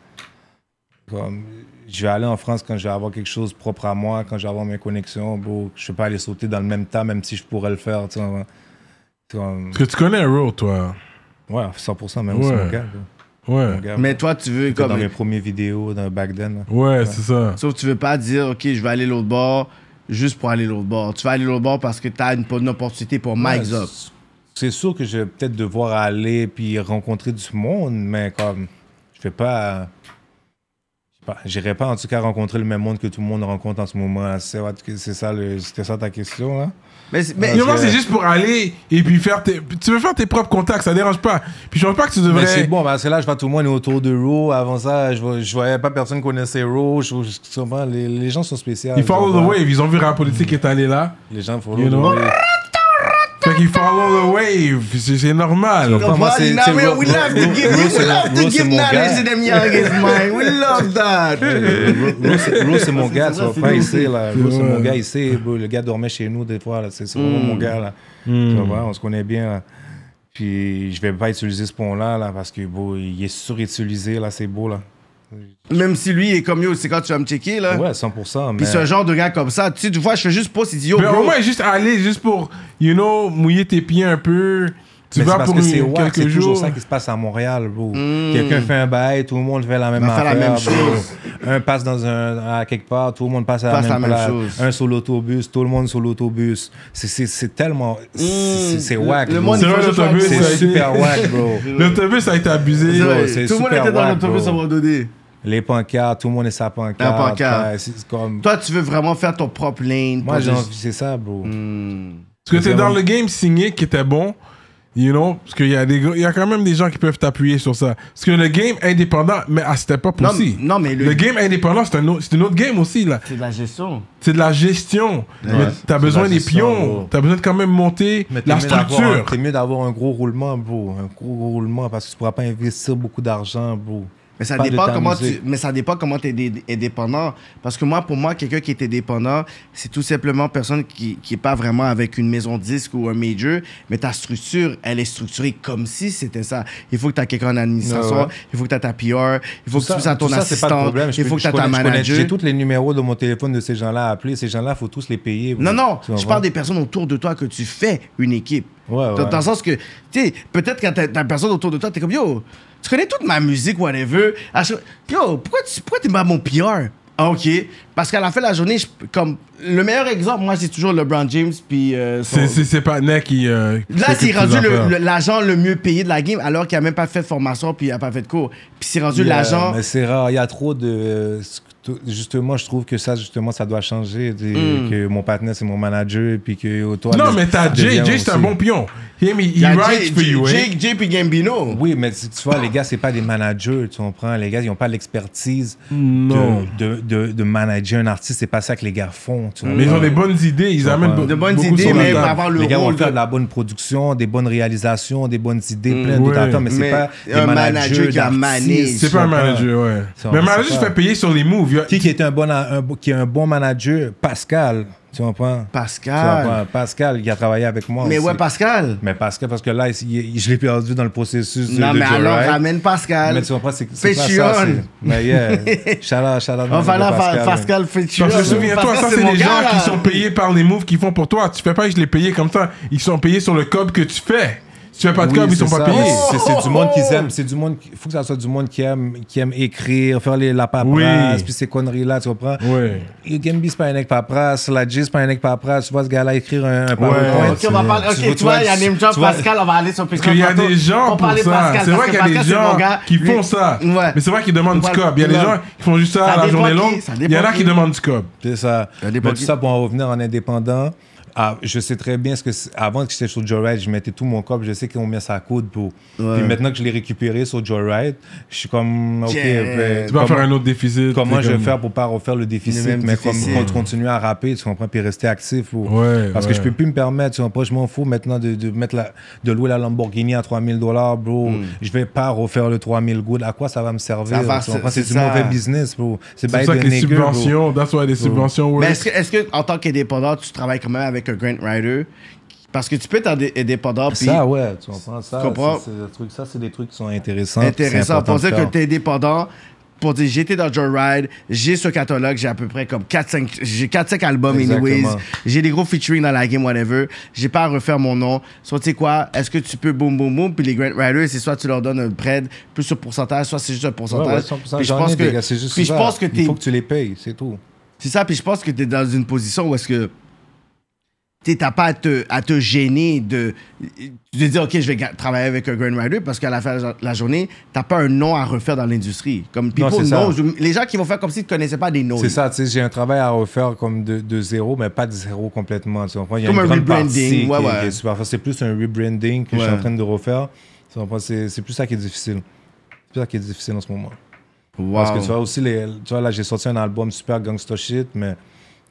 [SPEAKER 3] Comme, je vais aller en France quand je vais avoir quelque chose propre à moi, quand je vais avoir mes connexions, beau, je vais pas aller sauter dans le même temps, même si je pourrais le faire, tu comprends. C'est comme-
[SPEAKER 1] Parce que tu connais Ro, toi.
[SPEAKER 3] Ouais, 100%, même
[SPEAKER 1] Ouais.
[SPEAKER 3] c'est mon gars. là.
[SPEAKER 1] Ouais.
[SPEAKER 3] Mon gars,
[SPEAKER 2] Mais toi, tu veux
[SPEAKER 3] c'était dans
[SPEAKER 2] comme.
[SPEAKER 3] mes premières vidéos dans back then. là.
[SPEAKER 1] Ouais, c'est ça.
[SPEAKER 2] Sauf que tu veux pas dire, OK, je vais aller l'autre bord juste pour aller l'autre bord. Tu vas aller l'autre bord parce que tu as une, une opportunité pour Mike
[SPEAKER 3] Ouais,
[SPEAKER 2] Zop.
[SPEAKER 3] c'est- C'est sûr que je vais peut-être devoir aller puis rencontrer du monde, mais comme je vais pas. je sais pas, J'irai pas en tout cas rencontrer le même monde que tout le monde rencontre en ce moment. C'est c'est ça, le- c'était ça ta question hein? là.
[SPEAKER 2] Mais, c'est- mais-
[SPEAKER 1] Non, non, c'est juste pour aller et puis faire tes. Tu veux faire tes propres contacts, ça dérange pas. Puis je pense pas que tu
[SPEAKER 3] Mais
[SPEAKER 1] devrais.
[SPEAKER 3] c'est bon parce que là je vois tout le monde est autour de Raw. Avant ça, je, vois- je voyais pas personne connaissait Raw. Je- je- souvent, les, les gens sont spéciaux.
[SPEAKER 1] Ils follow
[SPEAKER 3] genre,
[SPEAKER 1] the wave, ils ont vu Rap Politique est allé là.
[SPEAKER 3] Les gens follow
[SPEAKER 1] You
[SPEAKER 3] the
[SPEAKER 1] know?
[SPEAKER 3] wave.
[SPEAKER 1] Fait qu'ils follow the wave, c'est c'est normal.
[SPEAKER 3] Pour moi, c'est-
[SPEAKER 2] Nah,
[SPEAKER 3] c'est
[SPEAKER 2] we-
[SPEAKER 3] Ro-
[SPEAKER 2] we love to
[SPEAKER 3] Ro-
[SPEAKER 2] give-
[SPEAKER 3] Ro-
[SPEAKER 2] we
[SPEAKER 3] c'est
[SPEAKER 2] love
[SPEAKER 3] mon-
[SPEAKER 2] to
[SPEAKER 3] Ro, c'est
[SPEAKER 2] give
[SPEAKER 3] mon
[SPEAKER 2] knowledge
[SPEAKER 3] gars.
[SPEAKER 2] to them youngest, man. We love that.
[SPEAKER 3] Euh, Ro- Ro, c'est- Ro, c'est mon gars, tu
[SPEAKER 2] ça,
[SPEAKER 3] vois
[SPEAKER 2] c'est
[SPEAKER 3] pas
[SPEAKER 2] nous.
[SPEAKER 3] ici, là. Ro, c'est
[SPEAKER 1] Ouais.
[SPEAKER 3] mon gars ici. Bro, Le gars dormait chez nous des fois, là. C'est c'est vraiment
[SPEAKER 2] Hmm.
[SPEAKER 3] mon gars, là. Tu vois, ouais, on se connaît bien, là. Puis je vais pas utiliser ce pont-là, là, parce que, beau, il est surutilisé, là. C'est beau, là.
[SPEAKER 2] Même si lui est comme yo, c'est quand tu vas me checker, là.
[SPEAKER 3] Ouais, 100%. Mais
[SPEAKER 2] Puis ce genre de gars comme ça, tu sais, tu vois, je fais juste pas, il dit yo,
[SPEAKER 1] Mais au
[SPEAKER 2] bro.
[SPEAKER 1] moins, juste aller, juste pour, you know, mouiller tes pieds un peu. Tu
[SPEAKER 3] mais c'est
[SPEAKER 1] vas
[SPEAKER 3] parce
[SPEAKER 1] pour
[SPEAKER 3] que c'est
[SPEAKER 1] une-
[SPEAKER 3] wack, c'est
[SPEAKER 1] quelques
[SPEAKER 3] toujours
[SPEAKER 1] jours.
[SPEAKER 3] ça qui se passe à Montréal, bro. Quelqu'un fait un bail, tout le monde fait la même
[SPEAKER 2] Hmm. Va faire
[SPEAKER 3] affaire.
[SPEAKER 2] la même
[SPEAKER 3] bro.
[SPEAKER 2] chose.
[SPEAKER 3] Un passe dans un, à quelque part, tout le monde passe à
[SPEAKER 2] Passe la
[SPEAKER 3] la même,
[SPEAKER 2] même
[SPEAKER 3] place.
[SPEAKER 2] chose.
[SPEAKER 3] Un sur l'autobus, tout le monde sur l'autobus. C'est- C'est c'est tellement. c'est- C'est
[SPEAKER 2] Hmm. Le-
[SPEAKER 3] wack,
[SPEAKER 2] le
[SPEAKER 3] bro.
[SPEAKER 2] monde,
[SPEAKER 1] C'est vrai,
[SPEAKER 2] ils font juste
[SPEAKER 1] l'autobus,
[SPEAKER 2] faire-
[SPEAKER 3] C'est
[SPEAKER 1] ça a été-
[SPEAKER 3] super wack, bro.
[SPEAKER 1] L'autobus a été abusé.
[SPEAKER 2] C'est vrai,
[SPEAKER 3] c'est
[SPEAKER 2] Tout le monde
[SPEAKER 3] super
[SPEAKER 2] était dans
[SPEAKER 3] wack,
[SPEAKER 2] l'autobus à
[SPEAKER 3] bro.
[SPEAKER 2] un moment donné.
[SPEAKER 3] Les pancartes, tout le monde est sa pancarte.
[SPEAKER 2] La pancarte.
[SPEAKER 3] Ouais, c'est c'est comme...
[SPEAKER 2] Toi, tu veux vraiment faire ton propre lane.
[SPEAKER 3] Moi,
[SPEAKER 2] pour
[SPEAKER 3] j'ai
[SPEAKER 2] juste- Mm.
[SPEAKER 3] envie, c'est ça, bro.
[SPEAKER 1] Parce que t'es dans le game signé qui était bon, you know, parce qu'il y, a des gars- il y a quand même des gens qui peuvent t'appuyer sur ça. Parce que le game indépendant, mais ah, c'était pas
[SPEAKER 2] Non,
[SPEAKER 1] possible.
[SPEAKER 2] mais- non, mais le-
[SPEAKER 1] le... game indépendant, c'est un autre- c'est une autre game aussi, là.
[SPEAKER 2] C'est de la gestion.
[SPEAKER 1] C'est de la gestion. Mais t'as
[SPEAKER 3] c'est
[SPEAKER 1] besoin
[SPEAKER 3] de la
[SPEAKER 1] des
[SPEAKER 3] gestion,
[SPEAKER 1] pions.
[SPEAKER 3] gros.
[SPEAKER 1] T'as besoin de quand même monter
[SPEAKER 3] Mais t'es
[SPEAKER 1] la
[SPEAKER 3] mieux d'avoir un-
[SPEAKER 1] structure.
[SPEAKER 3] T'es mieux d'avoir un gros roulement, bro. Un gros, gros roulement parce que tu pourras pas investir beaucoup d'argent, bro.
[SPEAKER 2] Mais ça,
[SPEAKER 3] Pas de
[SPEAKER 2] dépend
[SPEAKER 3] ta
[SPEAKER 2] comment tu,
[SPEAKER 3] musique.
[SPEAKER 2] mais ça dépend comment tu es dépendant. Parce que moi, pour moi, quelqu'un qui était dépendant, c'est tout simplement personne qui n'est pas vraiment avec une maison de disque ou un major, mais ta structure, elle est structurée comme si c'était ça. Il faut que tu as quelqu'un en administration,
[SPEAKER 3] Ouais, ouais.
[SPEAKER 2] il faut que tu as ta PR, il faut que tu puisses à ton
[SPEAKER 3] tout ça, c'est pas le
[SPEAKER 2] assistant,
[SPEAKER 3] problème. Je
[SPEAKER 2] il
[SPEAKER 3] peux-
[SPEAKER 2] faut que tu
[SPEAKER 3] je
[SPEAKER 2] as ta
[SPEAKER 3] connais- je connais-
[SPEAKER 2] manager.
[SPEAKER 3] J'ai tous les numéros de mon téléphone de ces gens-là à appeler. Ces gens-là, faut tous les payer. bro.
[SPEAKER 2] Non, non,
[SPEAKER 3] Tu
[SPEAKER 2] je
[SPEAKER 3] comprends?
[SPEAKER 2] parle des personnes autour de toi que tu fais une équipe.
[SPEAKER 3] Ouais, ouais.
[SPEAKER 2] Dans, dans le sens que, tu sais, peut-être quand t'as t'as une personne autour de toi, t'es comme, yo, tu connais toute ma musique, whatever. À chaque- Yo, pourquoi tu pourquoi t'es pas mon PR? Ah, ok. Parce qu'à la fin de la journée, je- comme le meilleur exemple, moi, c'est toujours LeBron James, puis. euh, son-
[SPEAKER 1] C'est- C'est c'est pas Ney qui. euh, qui
[SPEAKER 2] Là, c'est
[SPEAKER 1] s'occupe
[SPEAKER 2] rendu
[SPEAKER 1] des
[SPEAKER 2] le-
[SPEAKER 1] affaires.
[SPEAKER 2] le- l'agent le, mieux payé de la game, alors qu'il a même pas fait de formation, puis il a pas fait de cours. Puis c'est rendu
[SPEAKER 3] Il y a-
[SPEAKER 2] l'agent.
[SPEAKER 3] Euh, Mais c'est rare. Il y a trop de. euh, ce que tout- Justement, je trouve que ça, justement, ça doit changer. des-
[SPEAKER 2] Hmm.
[SPEAKER 3] Que mon partenaire, c'est mon manager. Puis que oh, toi.
[SPEAKER 1] Non,
[SPEAKER 3] le-
[SPEAKER 1] mais t'as Jay.
[SPEAKER 3] deviens
[SPEAKER 1] Jay, c'est un
[SPEAKER 3] aussi.
[SPEAKER 1] bon pion. Him, he,
[SPEAKER 2] Il
[SPEAKER 1] he
[SPEAKER 2] y a
[SPEAKER 1] writes
[SPEAKER 2] Jay-
[SPEAKER 1] for you,
[SPEAKER 2] Jay-
[SPEAKER 1] eh?
[SPEAKER 2] Jay- Jay puis Gambino.
[SPEAKER 3] Oui, mais tu tu vois, les gars, c'est pas des managers, tu comprends? Les gars, ils ont pas l'expertise
[SPEAKER 1] Non.
[SPEAKER 3] de, de, de, de manager un artiste. C'est pas ça que les gars font, tu
[SPEAKER 1] Mais ils
[SPEAKER 3] comprends?
[SPEAKER 1] ont des bonnes idées. Ils amènent be-
[SPEAKER 2] De bonnes
[SPEAKER 1] beaucoup
[SPEAKER 2] idées,
[SPEAKER 1] sur la
[SPEAKER 2] mais
[SPEAKER 1] table.
[SPEAKER 2] pas avoir le
[SPEAKER 3] les gars vont
[SPEAKER 2] rôle.
[SPEAKER 3] faire
[SPEAKER 2] de- Hmm.
[SPEAKER 3] de la bonne production, des bonnes réalisations, des bonnes idées, plein
[SPEAKER 1] Mm.
[SPEAKER 3] d'autres
[SPEAKER 1] Ouais.
[SPEAKER 3] affaires, mais,
[SPEAKER 2] Mais
[SPEAKER 3] c'est pas des
[SPEAKER 2] un manager
[SPEAKER 3] managers
[SPEAKER 2] qui a
[SPEAKER 3] d'artistes.
[SPEAKER 2] mané.
[SPEAKER 1] C'est pas un manager, ouais.
[SPEAKER 3] Ça, on
[SPEAKER 1] Mais un
[SPEAKER 3] sait
[SPEAKER 1] manager se
[SPEAKER 3] pas.
[SPEAKER 1] fait payer sur les moves. Il y a-
[SPEAKER 3] Qui, qui est un bon, un bon- qui est un bon manager? Pascal, tu comprends? Tu
[SPEAKER 2] Pascal.
[SPEAKER 3] comprends? Pascal, qui a travaillé avec moi
[SPEAKER 2] Ah. Mais
[SPEAKER 3] aussi.
[SPEAKER 2] ouais, Pascal.
[SPEAKER 3] Mais Pascal, parce que là, il- il- je l'ai perdu dans le processus de-
[SPEAKER 2] Non,
[SPEAKER 3] de
[SPEAKER 2] mais alors,
[SPEAKER 3] Joyride.
[SPEAKER 2] ramène Pascal.
[SPEAKER 3] Mais tu comprends, c'est c'est pas
[SPEAKER 2] Patreon.
[SPEAKER 3] ça. c'est- Mais yeah. Chala, chala.
[SPEAKER 2] On va là, Pascal, Pascal Fitchio.
[SPEAKER 1] Parce que souviens-toi, ça, c'est
[SPEAKER 2] mon
[SPEAKER 1] les gens
[SPEAKER 2] gars, là.
[SPEAKER 1] qui sont payés par les moves qu'ils font pour toi. Tu fais pas, je les payais comme ça. Ils sont payés sur le cob que tu fais. Si tu fais pas de
[SPEAKER 3] Oui,
[SPEAKER 1] cob, ils
[SPEAKER 3] c'est
[SPEAKER 1] sont pas
[SPEAKER 3] ça, Oh!
[SPEAKER 1] payés.
[SPEAKER 3] mais C'est c'est du monde qui aime. C'est du monde. Il faut que ça soit du monde qui aime, qui aime écrire, faire les, la paperasse,
[SPEAKER 1] Oui.
[SPEAKER 3] puis ces conneries-là, tu comprends?
[SPEAKER 1] Ouais.
[SPEAKER 3] Et Gambi, c'est pas un mec paperasse. La G, c'est pas un mec paperasse. Tu vois ce gars-là écrire un, un PowerPoint.
[SPEAKER 2] Ok, on va parler. Ok,
[SPEAKER 3] vois-
[SPEAKER 2] tu vois, il y a
[SPEAKER 3] tu-
[SPEAKER 2] Name Drop,
[SPEAKER 3] tu vois-
[SPEAKER 2] Pascal, on va aller sur Patreon.
[SPEAKER 1] Parce qu'il y a
[SPEAKER 2] tantôt.
[SPEAKER 1] des gens
[SPEAKER 2] On va
[SPEAKER 1] pour
[SPEAKER 2] parler
[SPEAKER 1] ça.
[SPEAKER 2] Pascal,
[SPEAKER 1] C'est vrai
[SPEAKER 2] parce
[SPEAKER 1] qu'il y
[SPEAKER 2] que
[SPEAKER 1] a des
[SPEAKER 2] Pascal, c'est
[SPEAKER 1] gens
[SPEAKER 2] mon gars.
[SPEAKER 1] qui
[SPEAKER 2] Lui-
[SPEAKER 1] font ça.
[SPEAKER 2] Ouais.
[SPEAKER 1] Mais c'est vrai qu'ils demandent du
[SPEAKER 2] Ouais.
[SPEAKER 1] cob. Il y a des
[SPEAKER 2] Ouais.
[SPEAKER 1] gens qui font juste ça
[SPEAKER 2] Ça
[SPEAKER 1] à la
[SPEAKER 2] dépend
[SPEAKER 1] journée
[SPEAKER 2] qui,
[SPEAKER 1] longue.
[SPEAKER 2] ça
[SPEAKER 1] Il y en a
[SPEAKER 2] dépend
[SPEAKER 1] qui
[SPEAKER 2] qui.
[SPEAKER 1] demandent du cob.
[SPEAKER 3] C'est ça.
[SPEAKER 2] Ça
[SPEAKER 3] Mais
[SPEAKER 2] dépend
[SPEAKER 3] tout
[SPEAKER 2] qui.
[SPEAKER 3] ça pour en revenir en indépendant. Ah, je sais très bien ce que c'est- avant que j'étais sur Joyride, je mettais tout mon corps, je sais qu'on met ça à coude pour. Puis maintenant que je l'ai récupéré sur Joyride, je suis comme OK,
[SPEAKER 2] Yeah.
[SPEAKER 3] ben,
[SPEAKER 1] Tu vas
[SPEAKER 3] comment-
[SPEAKER 1] faire un autre déficit.
[SPEAKER 3] Comment
[SPEAKER 1] c'est
[SPEAKER 3] je vais
[SPEAKER 1] comme-
[SPEAKER 3] faire pour pas refaire le
[SPEAKER 2] Le
[SPEAKER 3] déficit,
[SPEAKER 2] même
[SPEAKER 3] mais comme
[SPEAKER 2] déficit.
[SPEAKER 3] con- continuer à rapper, tu comprends, puis rester actif. ou-
[SPEAKER 1] Ouais,
[SPEAKER 3] parce
[SPEAKER 1] ouais.
[SPEAKER 3] que je peux plus me permettre, tu comprends, je m'en fous maintenant de, de mettre la, de louer la Lamborghini à 3000 dollars, bro.
[SPEAKER 1] Hmm.
[SPEAKER 3] Je vais pas refaire le 3000 good. À quoi ça va me servir?
[SPEAKER 2] Ça va,
[SPEAKER 3] tu comprends?
[SPEAKER 2] c'est-
[SPEAKER 3] c'est
[SPEAKER 2] c'est
[SPEAKER 3] du
[SPEAKER 2] ça.
[SPEAKER 3] mauvais business, bro. C'est
[SPEAKER 1] C'est
[SPEAKER 3] by
[SPEAKER 1] pour ça
[SPEAKER 3] the
[SPEAKER 1] que les
[SPEAKER 3] nigger, bro.
[SPEAKER 1] subventions, that's why les subventions
[SPEAKER 2] Mais
[SPEAKER 1] work.
[SPEAKER 2] est-ce que, est-ce que, en tant qu'indépendant, tu travailles quand même avec un grant writer Parce que tu peux être indé- indépendant. puis
[SPEAKER 3] Ça, ouais, tu comprends ça.
[SPEAKER 2] Tu comprends?
[SPEAKER 3] c'est- c'est des trucs- Ça, c'est des trucs qui sont intéressants.
[SPEAKER 2] intéressant.
[SPEAKER 3] c'est important
[SPEAKER 2] Pour dire
[SPEAKER 3] de
[SPEAKER 2] que
[SPEAKER 3] faire.
[SPEAKER 2] tu es dépendant, pour dire j'étais dans Joyride, j'ai ce catalogue, j'ai à peu près comme 4-5 j'ai 4-5 albums
[SPEAKER 3] Exactement.
[SPEAKER 2] anyways, j'ai des gros featuring dans la game, whatever, j'ai pas à refaire mon nom, soit tu sais quoi, est-ce que tu peux boum boum boum, puis les Grant Riders, c'est soit tu leur donnes un prêt plus ce pourcentage, soit c'est juste un
[SPEAKER 3] Ouais,
[SPEAKER 2] pourcentage.
[SPEAKER 3] ouais, 100%,
[SPEAKER 2] Puis je
[SPEAKER 3] j'en ai
[SPEAKER 2] pense
[SPEAKER 3] des
[SPEAKER 2] que,
[SPEAKER 3] gars, c'est juste
[SPEAKER 2] puis je
[SPEAKER 3] ça.
[SPEAKER 2] pense que
[SPEAKER 3] Il
[SPEAKER 2] t'es
[SPEAKER 3] faut que tu les payes, c'est tout.
[SPEAKER 2] c'est ça, puis je pense que t'es dans une position où est-ce que tu t'as pas à te, à te gêner de, de dire, OK, je vais ga- travailler avec un Grand Rider parce qu'à la fin de la- la journée, t'as pas un nom à refaire dans l'industrie. Comme people
[SPEAKER 3] c'est ça.
[SPEAKER 2] knows, ou- les gens qui vont faire comme s'ils ne connaissaient pas des noms.
[SPEAKER 3] C'est ça, tu sais, j'ai un travail à refaire comme de, de zéro, mais pas de zéro complètement. tu comprends? Il y a
[SPEAKER 2] Comme
[SPEAKER 3] une
[SPEAKER 2] un
[SPEAKER 3] grande
[SPEAKER 2] rebranding,
[SPEAKER 3] partie
[SPEAKER 2] ouais,
[SPEAKER 3] qui est-
[SPEAKER 2] ouais.
[SPEAKER 3] qui est super forte. C'est plus un rebranding que je suis
[SPEAKER 2] Ouais.
[SPEAKER 3] en train de refaire. Tu comprends? C'est c'est plus ça qui est difficile. C'est plus ça qui est difficile en ce moment.
[SPEAKER 2] Wow.
[SPEAKER 3] Parce que tu vois aussi, les, tu vois, là, j'ai sorti un album super gangsta shit, mais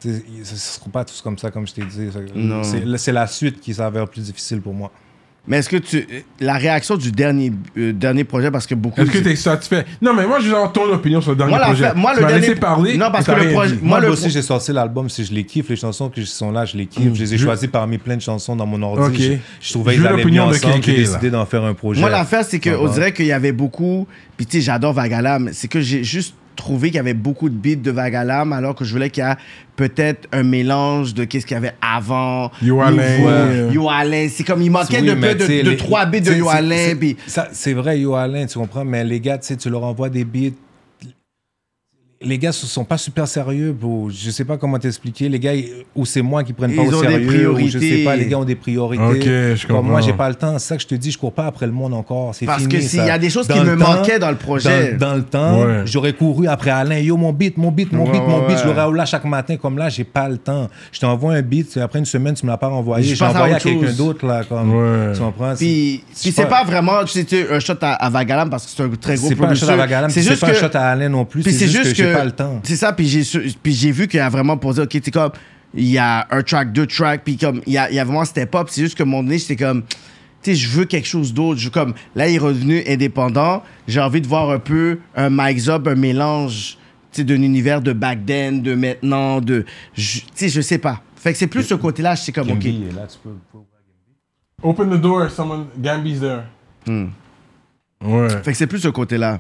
[SPEAKER 3] tu sais, ils- ça ne se trouve pas tous comme ça, comme je t'ai dit. Ça-
[SPEAKER 2] Non.
[SPEAKER 3] c'est- là, C'est la suite qui s'avère plus difficile pour moi.
[SPEAKER 2] Mais est-ce que tu. La réaction du dernier, euh, dernier projet, parce que beaucoup.
[SPEAKER 1] Est-ce que t'es satisfait? Non, mais moi, je veux avoir ton opinion sur le dernier
[SPEAKER 2] Moi, la
[SPEAKER 1] projet.
[SPEAKER 2] fa- moi,
[SPEAKER 1] tu
[SPEAKER 2] le
[SPEAKER 1] m'as
[SPEAKER 2] dernier-
[SPEAKER 1] laissé parler.
[SPEAKER 2] Non,
[SPEAKER 1] mais
[SPEAKER 2] parce
[SPEAKER 1] t'as
[SPEAKER 2] que le
[SPEAKER 1] rien
[SPEAKER 2] projet-
[SPEAKER 1] dit.
[SPEAKER 3] Moi,
[SPEAKER 2] le
[SPEAKER 3] aussi,
[SPEAKER 2] pro-
[SPEAKER 3] j'ai sorti l'album, si je les kiffe, les chansons qui sont là, je les kiffe. Je les ai choisies parmi plein de chansons dans mon ordi.
[SPEAKER 1] Ok.
[SPEAKER 3] Je, je trouvais
[SPEAKER 1] Je
[SPEAKER 3] qu'ils
[SPEAKER 1] veux
[SPEAKER 3] allaient bien
[SPEAKER 1] l'opinion de
[SPEAKER 3] ensemble. J'ai
[SPEAKER 1] Kéké, là.
[SPEAKER 3] décidé d'en faire un projet.
[SPEAKER 2] Moi, l'affaire, c'est
[SPEAKER 3] Ça
[SPEAKER 2] qu'on
[SPEAKER 3] va.
[SPEAKER 2] dirait qu'il y avait beaucoup. Puis, tu sais, j'adore Vagalam. C'est que j'ai juste trouvé qu'il y avait beaucoup de beats de Vagalam, alors que je voulais qu'il y a peut-être un mélange de qu'est-ce qu'il y avait avant.
[SPEAKER 1] Yo Alain,
[SPEAKER 2] nouveau.
[SPEAKER 1] euh.
[SPEAKER 2] Yo Alain. C'est comme il manquait
[SPEAKER 3] Oui,
[SPEAKER 2] de, peu
[SPEAKER 3] mais
[SPEAKER 2] de,
[SPEAKER 3] tu sais,
[SPEAKER 2] de
[SPEAKER 3] les-
[SPEAKER 2] trois beats
[SPEAKER 3] tu
[SPEAKER 2] de
[SPEAKER 3] sais,
[SPEAKER 2] Yo
[SPEAKER 3] c'est-
[SPEAKER 2] Alain.
[SPEAKER 3] c'est-
[SPEAKER 2] Puis,
[SPEAKER 3] ça, C'est vrai, Yo Alain, tu comprends, mais les gars, tu sais, tu leur envoies des beats. Les gars ne sont pas super sérieux, bro. Je sais pas comment t'expliquer. Les gars, ils- ou c'est moi qui prenne pas
[SPEAKER 2] Ils
[SPEAKER 3] au
[SPEAKER 2] ont des
[SPEAKER 3] sérieux. Ou je sais
[SPEAKER 2] priorités.
[SPEAKER 3] pas, les gars ont des priorités.
[SPEAKER 1] Ok, je
[SPEAKER 3] Comme
[SPEAKER 1] comprends.
[SPEAKER 3] Moi, j'ai pas le temps. C'est ça que je te dis, je cours pas après le monde encore. C'est
[SPEAKER 2] Parce
[SPEAKER 3] fini,
[SPEAKER 2] que s'il
[SPEAKER 3] ça.
[SPEAKER 2] y a des choses qui
[SPEAKER 3] Dans
[SPEAKER 2] me
[SPEAKER 3] le temps-
[SPEAKER 2] manquaient dans le projet.
[SPEAKER 3] Dans, dans le temps,
[SPEAKER 1] Ouais.
[SPEAKER 3] j'aurais couru après Alain. Yo, mon beat, mon beat, mon
[SPEAKER 2] Ouais,
[SPEAKER 3] beat, mon
[SPEAKER 2] ouais,
[SPEAKER 3] beat.
[SPEAKER 2] ouais.
[SPEAKER 3] Je l'aurais là chaque matin. Comme là, j'ai pas le temps. Je t'envoie un beat. Après une semaine, tu me l'as pas renvoyé.
[SPEAKER 2] Je
[SPEAKER 3] Je,
[SPEAKER 2] passe à
[SPEAKER 3] l'envoie à,
[SPEAKER 2] autre
[SPEAKER 3] quelqu'un
[SPEAKER 2] chose.
[SPEAKER 3] d'autre. là. Comme,
[SPEAKER 1] Ouais.
[SPEAKER 3] Tu comprends?
[SPEAKER 2] puis,
[SPEAKER 3] je
[SPEAKER 2] puis
[SPEAKER 3] sais
[SPEAKER 2] c'est pas
[SPEAKER 3] pas-
[SPEAKER 2] vraiment tu sais, tu sais, un shot à, à Vagalam parce que c'est un très gros
[SPEAKER 3] C'est pas un shot
[SPEAKER 2] producer.
[SPEAKER 3] à Vagalam,
[SPEAKER 2] C'est
[SPEAKER 3] puis c'est
[SPEAKER 2] juste
[SPEAKER 3] pas un
[SPEAKER 2] que-
[SPEAKER 3] shot à Alain non plus.
[SPEAKER 2] Puis c'est juste que.
[SPEAKER 3] j'ai pas le temps.
[SPEAKER 2] C'est ça, puis j'ai su- puis j'ai vu qu'il y a vraiment pour dire, OK, tu sais, comme, il y a un track, deux tracks, puis comme, il y a, il y a vraiment step up. C'est juste que mon nez, j'étais comme, tu sais, je veux quelque chose d'autre. Je veux comme, là, il est revenu indépendant. J'ai envie de voir un peu un Mike Up, un mélange, tu sais, d'un univers de back then, de maintenant, de. je- Tu sais, je sais pas. Fait que c'est plus ce côté-là, je sais comme, OK.
[SPEAKER 3] Gimby est là, tu peux-
[SPEAKER 1] Open the door, someone. Gambi's there.
[SPEAKER 3] Hmm.
[SPEAKER 1] Ouais.
[SPEAKER 2] Fait que c'est plus ce côté-là.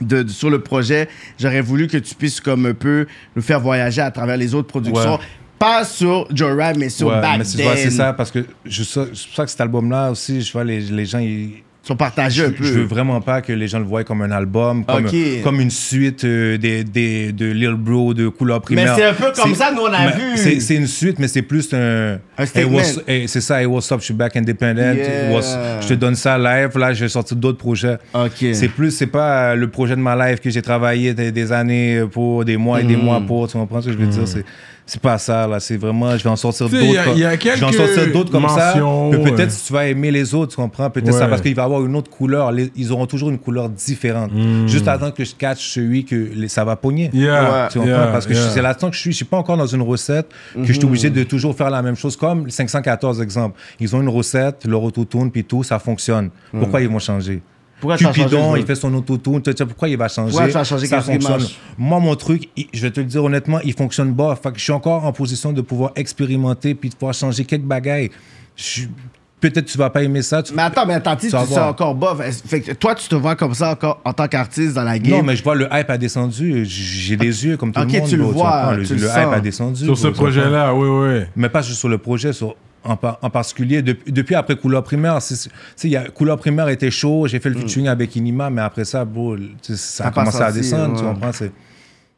[SPEAKER 2] De, de- sur le projet, j'aurais voulu que tu puisses comme un peu nous faire voyager à travers les autres productions.
[SPEAKER 3] Ouais.
[SPEAKER 2] Pas sur Joyride, mais sur
[SPEAKER 3] Ouais,
[SPEAKER 2] Back
[SPEAKER 3] mais
[SPEAKER 2] Then.
[SPEAKER 3] tu vois, c'est ça, parce que je sais- c'est pour ça que cet album-là aussi, je vois, les, les gens, ils,
[SPEAKER 2] Sur partager un
[SPEAKER 3] Je,
[SPEAKER 2] peu.
[SPEAKER 3] je veux vraiment pas que les gens le voient comme un album, comme,
[SPEAKER 2] Ok.
[SPEAKER 3] comme une suite euh, des, des- de Lil Bro, de couleur primaire.
[SPEAKER 2] c'est un peu comme
[SPEAKER 3] C'est-
[SPEAKER 2] ça que nous, on a
[SPEAKER 3] mais
[SPEAKER 2] vu.
[SPEAKER 3] C'est, c'est une suite, mais c'est plus un.
[SPEAKER 2] Un
[SPEAKER 3] Hey,
[SPEAKER 2] statement.
[SPEAKER 3] what's- hey, c'est ça, hey, what's up, je suis back independent.
[SPEAKER 2] Yeah.
[SPEAKER 3] What's- je te donne ça live, là, j'ai sorti d'autres projets.
[SPEAKER 2] Ok.
[SPEAKER 3] C'est plus, c'est pas euh, le projet de ma life que j'ai travaillé des, des années pour, des mois et des
[SPEAKER 2] Mm-hmm.
[SPEAKER 3] mois pour. Tu comprends ce que je veux dire? C'est, c'est pas ça, là. C'est vraiment, je vais en sortir
[SPEAKER 1] Tu sais,
[SPEAKER 3] d'autres.
[SPEAKER 1] il y a-
[SPEAKER 3] comme-
[SPEAKER 1] il y a
[SPEAKER 3] je vais en
[SPEAKER 1] quelques
[SPEAKER 3] sortir d'autres comme
[SPEAKER 1] mentions,
[SPEAKER 3] ça. que
[SPEAKER 1] ouais.
[SPEAKER 3] peut-être si tu vas aimer les autres, tu comprends? Peut-être
[SPEAKER 1] Ouais.
[SPEAKER 3] ça parce qu'il va avoir une autre couleur. Les- ils auront toujours une couleur différente.
[SPEAKER 1] Hmm.
[SPEAKER 3] Juste attendre que je catch celui que les- ça va pogner.
[SPEAKER 1] Yeah,
[SPEAKER 3] Tu comprends?
[SPEAKER 1] yeah,
[SPEAKER 3] parce que je-
[SPEAKER 1] yeah.
[SPEAKER 3] c'est là-dedans que je suis. Je suis pas encore dans une recette que je
[SPEAKER 2] Mhm.
[SPEAKER 3] suis obligé de toujours faire la même chose. Comme le 514, exemple. Ils ont une recette, leur auto-tune, puis tout, ça fonctionne. Pourquoi ils vont changer?
[SPEAKER 2] Hmm. Pourquoi ça a
[SPEAKER 3] Cupidon,
[SPEAKER 2] changé,
[SPEAKER 3] il fait son auto-tune. Tu sais pourquoi il va changer?
[SPEAKER 2] Pourquoi ça a changé
[SPEAKER 3] Ça
[SPEAKER 2] quelque chose qui
[SPEAKER 3] fonctionne.
[SPEAKER 2] marche?
[SPEAKER 3] Moi, mon truc, il- je vais te le dire honnêtement, il fonctionne bas. Fait que je suis encore en position de pouvoir expérimenter puis de pouvoir changer quelques bagailles. Je suis- Peut-être tu vas pas aimer ça. tu-
[SPEAKER 2] Mais attends, mais attends, tu
[SPEAKER 3] Ça
[SPEAKER 2] sais,
[SPEAKER 3] va
[SPEAKER 2] tu
[SPEAKER 3] voir.
[SPEAKER 2] sens encore bas. Fait- Fait que toi, tu te vois comme ça encore en tant qu'artiste dans la game.
[SPEAKER 3] Non, mais je vois le hype a descendu. J'ai des yeux comme tout
[SPEAKER 2] Ok,
[SPEAKER 3] le monde.
[SPEAKER 2] tu le
[SPEAKER 3] bro,
[SPEAKER 2] vois,
[SPEAKER 3] comprends?
[SPEAKER 2] tu le
[SPEAKER 3] le
[SPEAKER 2] sens.
[SPEAKER 3] hype a descendu.
[SPEAKER 1] Sur ce
[SPEAKER 3] bro, tu comprends?
[SPEAKER 1] projet-là, oui, oui.
[SPEAKER 3] mais pas juste sur le projet, sur, en, par- en particulier. Depuis- depuis après Couleur Primaire, c'est- c'est- c'est- il y a- Couleur Primaire était chaud, j'ai fait le featuring avec Inima, mais après ça, bro, tu
[SPEAKER 2] Mm.
[SPEAKER 3] sais, ça
[SPEAKER 2] Ça
[SPEAKER 3] a commencé
[SPEAKER 2] passe
[SPEAKER 3] à
[SPEAKER 2] aussi,
[SPEAKER 3] descendre, tu
[SPEAKER 2] ouais.
[SPEAKER 3] comprends? c'est-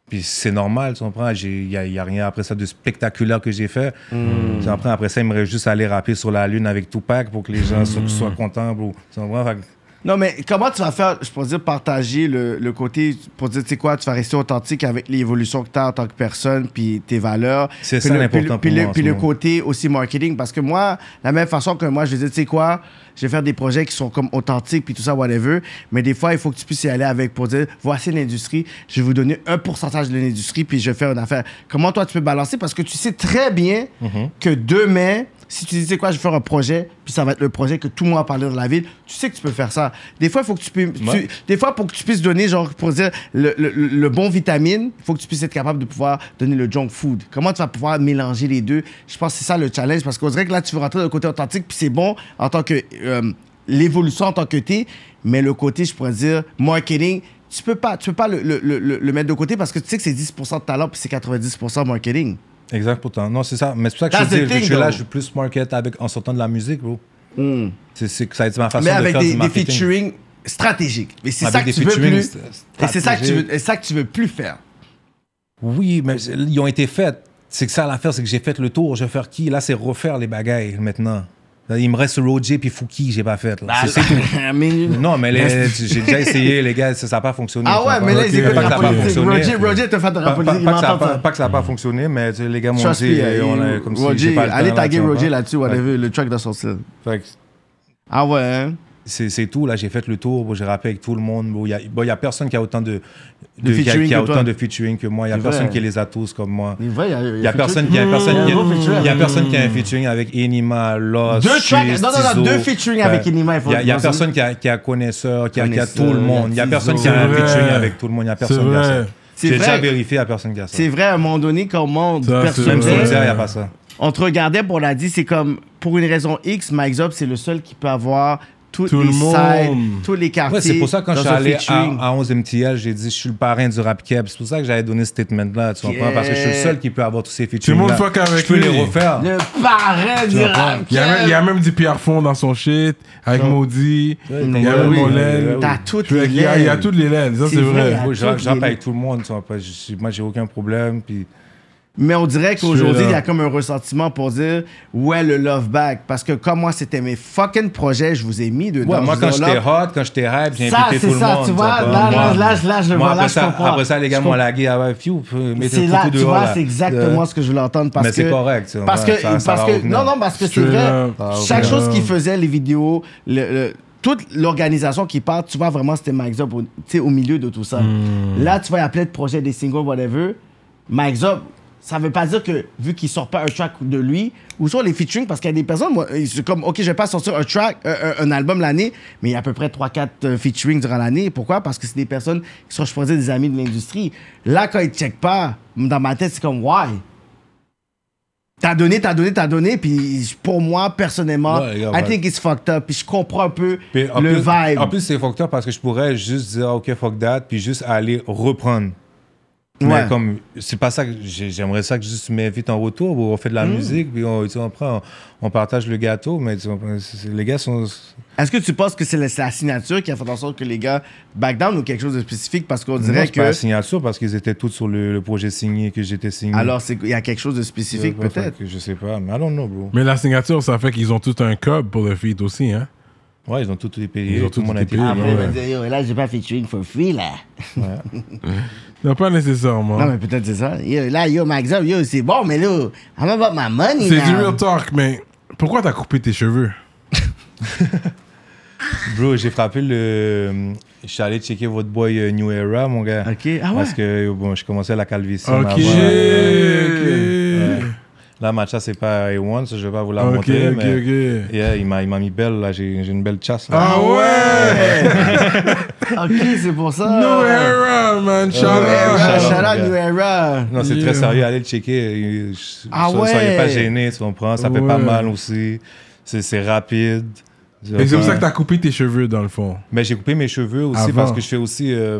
[SPEAKER 3] Puis c'est normal, tu comprends? j'ai- Il n'y a, il y a rien après ça de spectaculaire que j'ai fait.
[SPEAKER 2] Mm.
[SPEAKER 3] Tu comprends? Après ça, il me reste juste à aller rapper sur la lune avec Tupac pour que les
[SPEAKER 2] Mm.
[SPEAKER 3] gens soient, soient contents, bro. Tu comprends? Fait que-
[SPEAKER 2] Non, mais comment tu vas faire, je pourrais dire, partager le, le côté, pour dire, tu sais quoi, tu vas rester authentique avec l'évolution que tu as en tant que personne, puis tes valeurs.
[SPEAKER 3] C'est
[SPEAKER 2] Puis
[SPEAKER 3] ça
[SPEAKER 2] le-
[SPEAKER 3] l'important
[SPEAKER 2] puis le-
[SPEAKER 3] pour
[SPEAKER 2] Puis,
[SPEAKER 3] moi
[SPEAKER 2] le,
[SPEAKER 3] en
[SPEAKER 2] puis
[SPEAKER 3] ce
[SPEAKER 2] le
[SPEAKER 3] moment.
[SPEAKER 2] côté aussi marketing, parce que moi, la même façon que moi, je vais dire, tu sais quoi, je vais faire des projets qui sont comme authentiques, puis tout ça, whatever, mais des fois, il faut que tu puisses y aller avec pour dire, voici l'industrie, je vais vous donner un pourcentage de l'industrie, puis je vais faire une affaire. Comment toi, tu peux balancer? Parce que tu sais très bien
[SPEAKER 3] Mm-hmm.
[SPEAKER 2] que demain, si tu dis, tu sais quoi, je vais faire un projet, puis ça va être le projet que tout le monde a parlé dans la ville, tu sais que tu peux faire ça. Des fois, il faut que tu puisses. tu-
[SPEAKER 3] Ouais.
[SPEAKER 2] des fois, pour que tu puisses donner, genre, pour dire, le, le- le bon vitamine, il faut que tu puisses être capable de pouvoir donner le junk food. Comment tu vas pouvoir mélanger les deux Je pense que c'est ça le challenge, parce qu'on dirait que là, tu veux rentrer dans le côté authentique, puis c'est bon en tant que. euh, L'évolution en tant que t'es, mais le côté, je pourrais dire, marketing, tu peux pas, tu peux pas le, le- le- le- le mettre de côté parce que tu sais que c'est 10% de talent puis c'est 90% marketing.
[SPEAKER 3] Exact, pourtant. Non, c'est ça. Mais c'est pour ça que
[SPEAKER 2] That's
[SPEAKER 3] je te
[SPEAKER 2] the
[SPEAKER 3] dis,
[SPEAKER 2] thing,
[SPEAKER 3] je suis là,
[SPEAKER 2] though. Mm.
[SPEAKER 3] je suis plus market avec, en sortant de la musique, bro. C'est, c'est, que ça a été ma façon
[SPEAKER 2] mais
[SPEAKER 3] de
[SPEAKER 2] avec
[SPEAKER 3] faire
[SPEAKER 2] des,
[SPEAKER 3] du
[SPEAKER 2] des
[SPEAKER 3] marketing.
[SPEAKER 2] featuring stratégiques. Mais c'est
[SPEAKER 3] Avec
[SPEAKER 2] ça que
[SPEAKER 3] des
[SPEAKER 2] tu veux
[SPEAKER 3] featuring
[SPEAKER 2] plus.
[SPEAKER 3] st-
[SPEAKER 2] Et c'est ça que tu
[SPEAKER 3] stratégiques.
[SPEAKER 2] veux, et ça que tu veux plus faire.
[SPEAKER 3] Oui, mais c'est- ils ont été faits. C'est que ça, l'affaire, c'est que j'ai fait le tour. Je vais faire qui Là, c'est refaire les bagailles maintenant. Là, il me reste Roger puis Fouki, j'ai pas
[SPEAKER 2] Bah,
[SPEAKER 3] fait. là. C'est- c'est tout. Non, mais les- j'ai déjà essayé, les gars, ça n'a pas fonctionné.
[SPEAKER 2] Ah ouais, mais là, ils
[SPEAKER 3] c'est
[SPEAKER 2] écoutent
[SPEAKER 3] pas que ça
[SPEAKER 2] la
[SPEAKER 3] n'a pas
[SPEAKER 2] politique.
[SPEAKER 3] fonctionné.
[SPEAKER 2] Roger, Roger te fait de la
[SPEAKER 3] Pas, pas-
[SPEAKER 2] politique, il
[SPEAKER 3] pas que ça a
[SPEAKER 2] m'entend
[SPEAKER 3] pas,
[SPEAKER 2] ça.
[SPEAKER 3] pas que ça n'a pas fonctionné, mais tu sais, les gars m'ont
[SPEAKER 2] Trust
[SPEAKER 3] dit,
[SPEAKER 2] me,
[SPEAKER 3] eh, on a-
[SPEAKER 2] il-
[SPEAKER 3] comme si j'ai
[SPEAKER 2] Roger,
[SPEAKER 3] pas le
[SPEAKER 2] allez
[SPEAKER 3] temps, là,
[SPEAKER 2] taguer
[SPEAKER 3] tu
[SPEAKER 2] Roger
[SPEAKER 3] comprends?
[SPEAKER 2] là-dessus, whatever, le track doit sortir.
[SPEAKER 3] Fait que
[SPEAKER 2] Ah ouais, hein?
[SPEAKER 3] c'est, c'est tout. Là, j'ai fait le tour. Bon, j'ai rappé avec tout le monde. Bon, Il n'y a, bon, il y a personne qui a autant de, de- qui a-
[SPEAKER 2] featuring
[SPEAKER 3] qui a
[SPEAKER 2] que toi.
[SPEAKER 3] autant de featuring que moi. Il n'y a
[SPEAKER 2] C'est
[SPEAKER 3] personne
[SPEAKER 2] vrai.
[SPEAKER 3] qui les a tous comme moi.
[SPEAKER 2] Il est vrai,
[SPEAKER 3] Il n'y a personne qui a personne qui a- il y a personne qui a un featuring avec Enima, Lost,
[SPEAKER 2] Deux tracks-
[SPEAKER 3] Swiss,
[SPEAKER 2] non, non, non,
[SPEAKER 3] Tizo.
[SPEAKER 2] deux featuring
[SPEAKER 3] Enfin,
[SPEAKER 2] avec Enima, il faut-
[SPEAKER 3] Il n'y a,
[SPEAKER 2] faut-
[SPEAKER 3] personne qui a, qui a connaisseur, qui a, qui a
[SPEAKER 2] Connaisseur,
[SPEAKER 3] tout le
[SPEAKER 2] il y a
[SPEAKER 3] monde. Il n'y a, personne
[SPEAKER 2] Tizo.
[SPEAKER 3] qui a un
[SPEAKER 1] C'est vrai.
[SPEAKER 3] featuring avec tout le monde. Il n'y a
[SPEAKER 1] C'est
[SPEAKER 3] personne qui a ça.
[SPEAKER 1] vrai.
[SPEAKER 2] C'est
[SPEAKER 3] J'ai déjà
[SPEAKER 2] vrai.
[SPEAKER 3] vérifié, il n'y a personne qui a ça.
[SPEAKER 2] C'est vrai, à un moment donné, comment on te
[SPEAKER 1] Ça, c'est
[SPEAKER 3] Même
[SPEAKER 1] vrai.
[SPEAKER 3] sur
[SPEAKER 2] percevait,
[SPEAKER 3] Deezer, il n'y a pas ça.
[SPEAKER 2] on te regardait, puis on l'a dit, c'est comme, pour une raison X, Mike Zop, c'est le seul qui peut avoir toutes
[SPEAKER 1] Tout
[SPEAKER 2] les
[SPEAKER 1] le monde.
[SPEAKER 2] sides, tous les quartiers.
[SPEAKER 3] Ouais, c'est pour ça que quand je
[SPEAKER 2] dans
[SPEAKER 3] suis
[SPEAKER 2] un
[SPEAKER 3] allé
[SPEAKER 2] featuring.
[SPEAKER 3] à, à 11 MTL, j'ai dit je suis le parrain du rap keb. C'est pour ça que j'avais donné ce statement-là, tu comprends? Parce que je suis le seul qui peut avoir tous ces featuring.
[SPEAKER 1] monde fuck avec
[SPEAKER 3] Je peux
[SPEAKER 1] lui.
[SPEAKER 3] les refaire.
[SPEAKER 2] Le parrain du rap.
[SPEAKER 1] Il y, a même, il y a même du Pierre Fond dans son shit, avec Maudit, il y a même
[SPEAKER 3] oui,
[SPEAKER 1] Molène.
[SPEAKER 3] oui, oui.
[SPEAKER 2] T'as toutes
[SPEAKER 1] Il y a-
[SPEAKER 2] les
[SPEAKER 1] il y a- il y a
[SPEAKER 2] lèvres.
[SPEAKER 1] toutes les lèvres, ça
[SPEAKER 2] C'est
[SPEAKER 1] c'est
[SPEAKER 2] vrai. hein.
[SPEAKER 1] vrai.
[SPEAKER 3] Moi, je
[SPEAKER 2] toutes
[SPEAKER 3] je rappe
[SPEAKER 2] les-
[SPEAKER 3] avec tout le monde, tu vois, pas- je- moi j'ai aucun problème. Puis
[SPEAKER 2] Mais on dirait qu'aujourd'hui,
[SPEAKER 1] là.
[SPEAKER 2] il y a comme un ressentiment pour dire ouais, le love back. Parce que comme moi, c'était mes fucking projets, je vous ai mis dedans.
[SPEAKER 3] Ouais,
[SPEAKER 2] je
[SPEAKER 3] moi
[SPEAKER 2] vous
[SPEAKER 3] quand
[SPEAKER 2] ai dit,
[SPEAKER 3] j'étais
[SPEAKER 2] là,
[SPEAKER 3] hot, quand j'étais hype, j'ai
[SPEAKER 2] Ça,
[SPEAKER 3] invité
[SPEAKER 2] c'est
[SPEAKER 3] tout le
[SPEAKER 2] ça,
[SPEAKER 3] monde.
[SPEAKER 2] tu vois,
[SPEAKER 3] comprends?
[SPEAKER 2] là, là,
[SPEAKER 3] Moi-
[SPEAKER 2] là, là, je-
[SPEAKER 3] moi,
[SPEAKER 2] voilà,
[SPEAKER 3] après
[SPEAKER 2] je
[SPEAKER 3] ça-
[SPEAKER 2] comprends.
[SPEAKER 3] Après ça, les gars
[SPEAKER 2] Je
[SPEAKER 3] m'ont
[SPEAKER 2] comprends.
[SPEAKER 3] lagué, ah ouais, phew, phew, mettez
[SPEAKER 2] C'est
[SPEAKER 3] le
[SPEAKER 2] là,
[SPEAKER 3] couteau
[SPEAKER 2] tu
[SPEAKER 3] dehors,
[SPEAKER 2] vois,
[SPEAKER 3] là. Euh,
[SPEAKER 2] c'est exactement ce que je voulais entendre. Parce
[SPEAKER 3] Mais c'est
[SPEAKER 2] que,
[SPEAKER 3] correct, ça,
[SPEAKER 2] Parce que,
[SPEAKER 3] ouais, ça- ça
[SPEAKER 2] parce
[SPEAKER 3] va
[SPEAKER 2] que
[SPEAKER 3] revenir.
[SPEAKER 2] non, non, parce que c'est
[SPEAKER 1] Straight
[SPEAKER 2] vrai.
[SPEAKER 1] up. Ça
[SPEAKER 3] va
[SPEAKER 2] Chaque
[SPEAKER 3] revenir.
[SPEAKER 2] chose qui faisait, les vidéos, le- le- toute l'organisation qui part, tu vois vraiment, c'était Mike Zop au, tu sais, au milieu de tout ça. Là, tu vois, il y a plein de projets, des singles, whatever. Mike Zop, ça veut pas dire que, vu qu'il sort pas un track de lui, ou soit les featuring, parce qu'il y a des personnes, moi, ils sont comme, OK, je vais pas sortir un track, euh, un, un album l'année, mais il y a à peu près 3-4 euh, featuring durant l'année. Pourquoi? Parce que c'est des personnes qui sont, je pourrais dire, des amis de l'industrie. Là, quand ils checkent pas, dans ma tête, c'est comme, why? T'as donné, t'as donné, t'as donné, puis pour moi, personnellement,
[SPEAKER 3] Ouais, les gars,
[SPEAKER 2] I
[SPEAKER 3] ouais.
[SPEAKER 2] think it's fucked up, puis je comprends un peu
[SPEAKER 3] Puis en
[SPEAKER 2] le
[SPEAKER 3] plus-
[SPEAKER 2] vibe.
[SPEAKER 3] En plus, c'est fucked up parce que je pourrais juste dire, OK, fuck that, puis juste aller reprendre.
[SPEAKER 2] Ouais.
[SPEAKER 3] Mais comme, c'est pas ça que j'ai- j'aimerais ça que juste tu m'invites en retour, bro. on fait de la
[SPEAKER 2] Hmm.
[SPEAKER 3] musique, puis on, tu sais, on prend, on, on partage le gâteau, mais tu comprends, c'est- c'est- les gars sont.
[SPEAKER 2] Est-ce que tu penses que c'est la, c'est la signature qui a fait en sorte que les gars back down ou quelque chose de spécifique parce qu'on
[SPEAKER 3] Non,
[SPEAKER 2] dirait
[SPEAKER 3] c'est pas
[SPEAKER 2] que.
[SPEAKER 3] la signature parce qu'ils étaient tous sur le, le projet signé que j'étais signé.
[SPEAKER 2] Alors, c'est- il y a quelque chose de
[SPEAKER 3] Je
[SPEAKER 2] spécifique
[SPEAKER 3] sais pas,
[SPEAKER 2] peut-être.
[SPEAKER 3] fait que Je sais pas, mais I don't know, bro.
[SPEAKER 1] Mais la signature, ça fait qu'ils ont tout un cob pour le feat aussi, hein.
[SPEAKER 3] Ouais, ils ont tout été
[SPEAKER 1] Ils
[SPEAKER 3] payé.
[SPEAKER 1] ont
[SPEAKER 3] tout
[SPEAKER 1] tout
[SPEAKER 3] le monde a
[SPEAKER 1] été
[SPEAKER 3] été
[SPEAKER 1] payé,
[SPEAKER 3] payé.
[SPEAKER 2] Après, il va
[SPEAKER 1] ouais.
[SPEAKER 2] dire, Ah, Yo, là, j'ai pas fait featuring for free, là.
[SPEAKER 1] Non, pas nécessairement.
[SPEAKER 2] Non, mais peut-être c'est ça. Yo, là, yo, Max, Up, yo, c'est bon, mais là, I'm about my money,
[SPEAKER 1] C'est
[SPEAKER 2] now.
[SPEAKER 1] du
[SPEAKER 3] hein.
[SPEAKER 1] real talk, mais pourquoi t'as coupé tes cheveux
[SPEAKER 3] Bro, j'ai frappé le. Je suis allé checker votre boy euh, New Era, mon gars.
[SPEAKER 2] Ok, ah ouais.
[SPEAKER 3] Parce que bon, je commençais la calvitie.
[SPEAKER 1] Ok.
[SPEAKER 3] ma voix.
[SPEAKER 1] ok.
[SPEAKER 3] Là, Matcha, c'est pas A1, ça, je vais pas vous la
[SPEAKER 1] Ok,
[SPEAKER 3] montrer.
[SPEAKER 1] ok,
[SPEAKER 3] mais...
[SPEAKER 1] ok.
[SPEAKER 3] Yeah, il m'a il m'a mis belle, là, j'ai j'ai une belle chasse. Là.
[SPEAKER 1] Ah ouais
[SPEAKER 2] Ok, c'est pour ça.
[SPEAKER 1] New era, man. Shout
[SPEAKER 2] New Era,
[SPEAKER 1] out.
[SPEAKER 3] Shout out,
[SPEAKER 2] shout out,
[SPEAKER 3] gars.
[SPEAKER 2] New Era.
[SPEAKER 3] Non, c'est
[SPEAKER 1] Yeah.
[SPEAKER 3] très sérieux, allez le checker. Je-
[SPEAKER 2] Ah
[SPEAKER 3] so- Soyez
[SPEAKER 2] ouais.
[SPEAKER 3] pas gênés, tu comprends, ça fait pas
[SPEAKER 1] Ouais.
[SPEAKER 3] mal aussi. C'est c'est rapide.
[SPEAKER 1] Et c'est pour ça que
[SPEAKER 3] Enfin,
[SPEAKER 1] t'as coupé tes cheveux, dans le fond.
[SPEAKER 3] Mais j'ai coupé mes cheveux aussi
[SPEAKER 1] Avant.
[SPEAKER 3] parce que je fais aussi euh,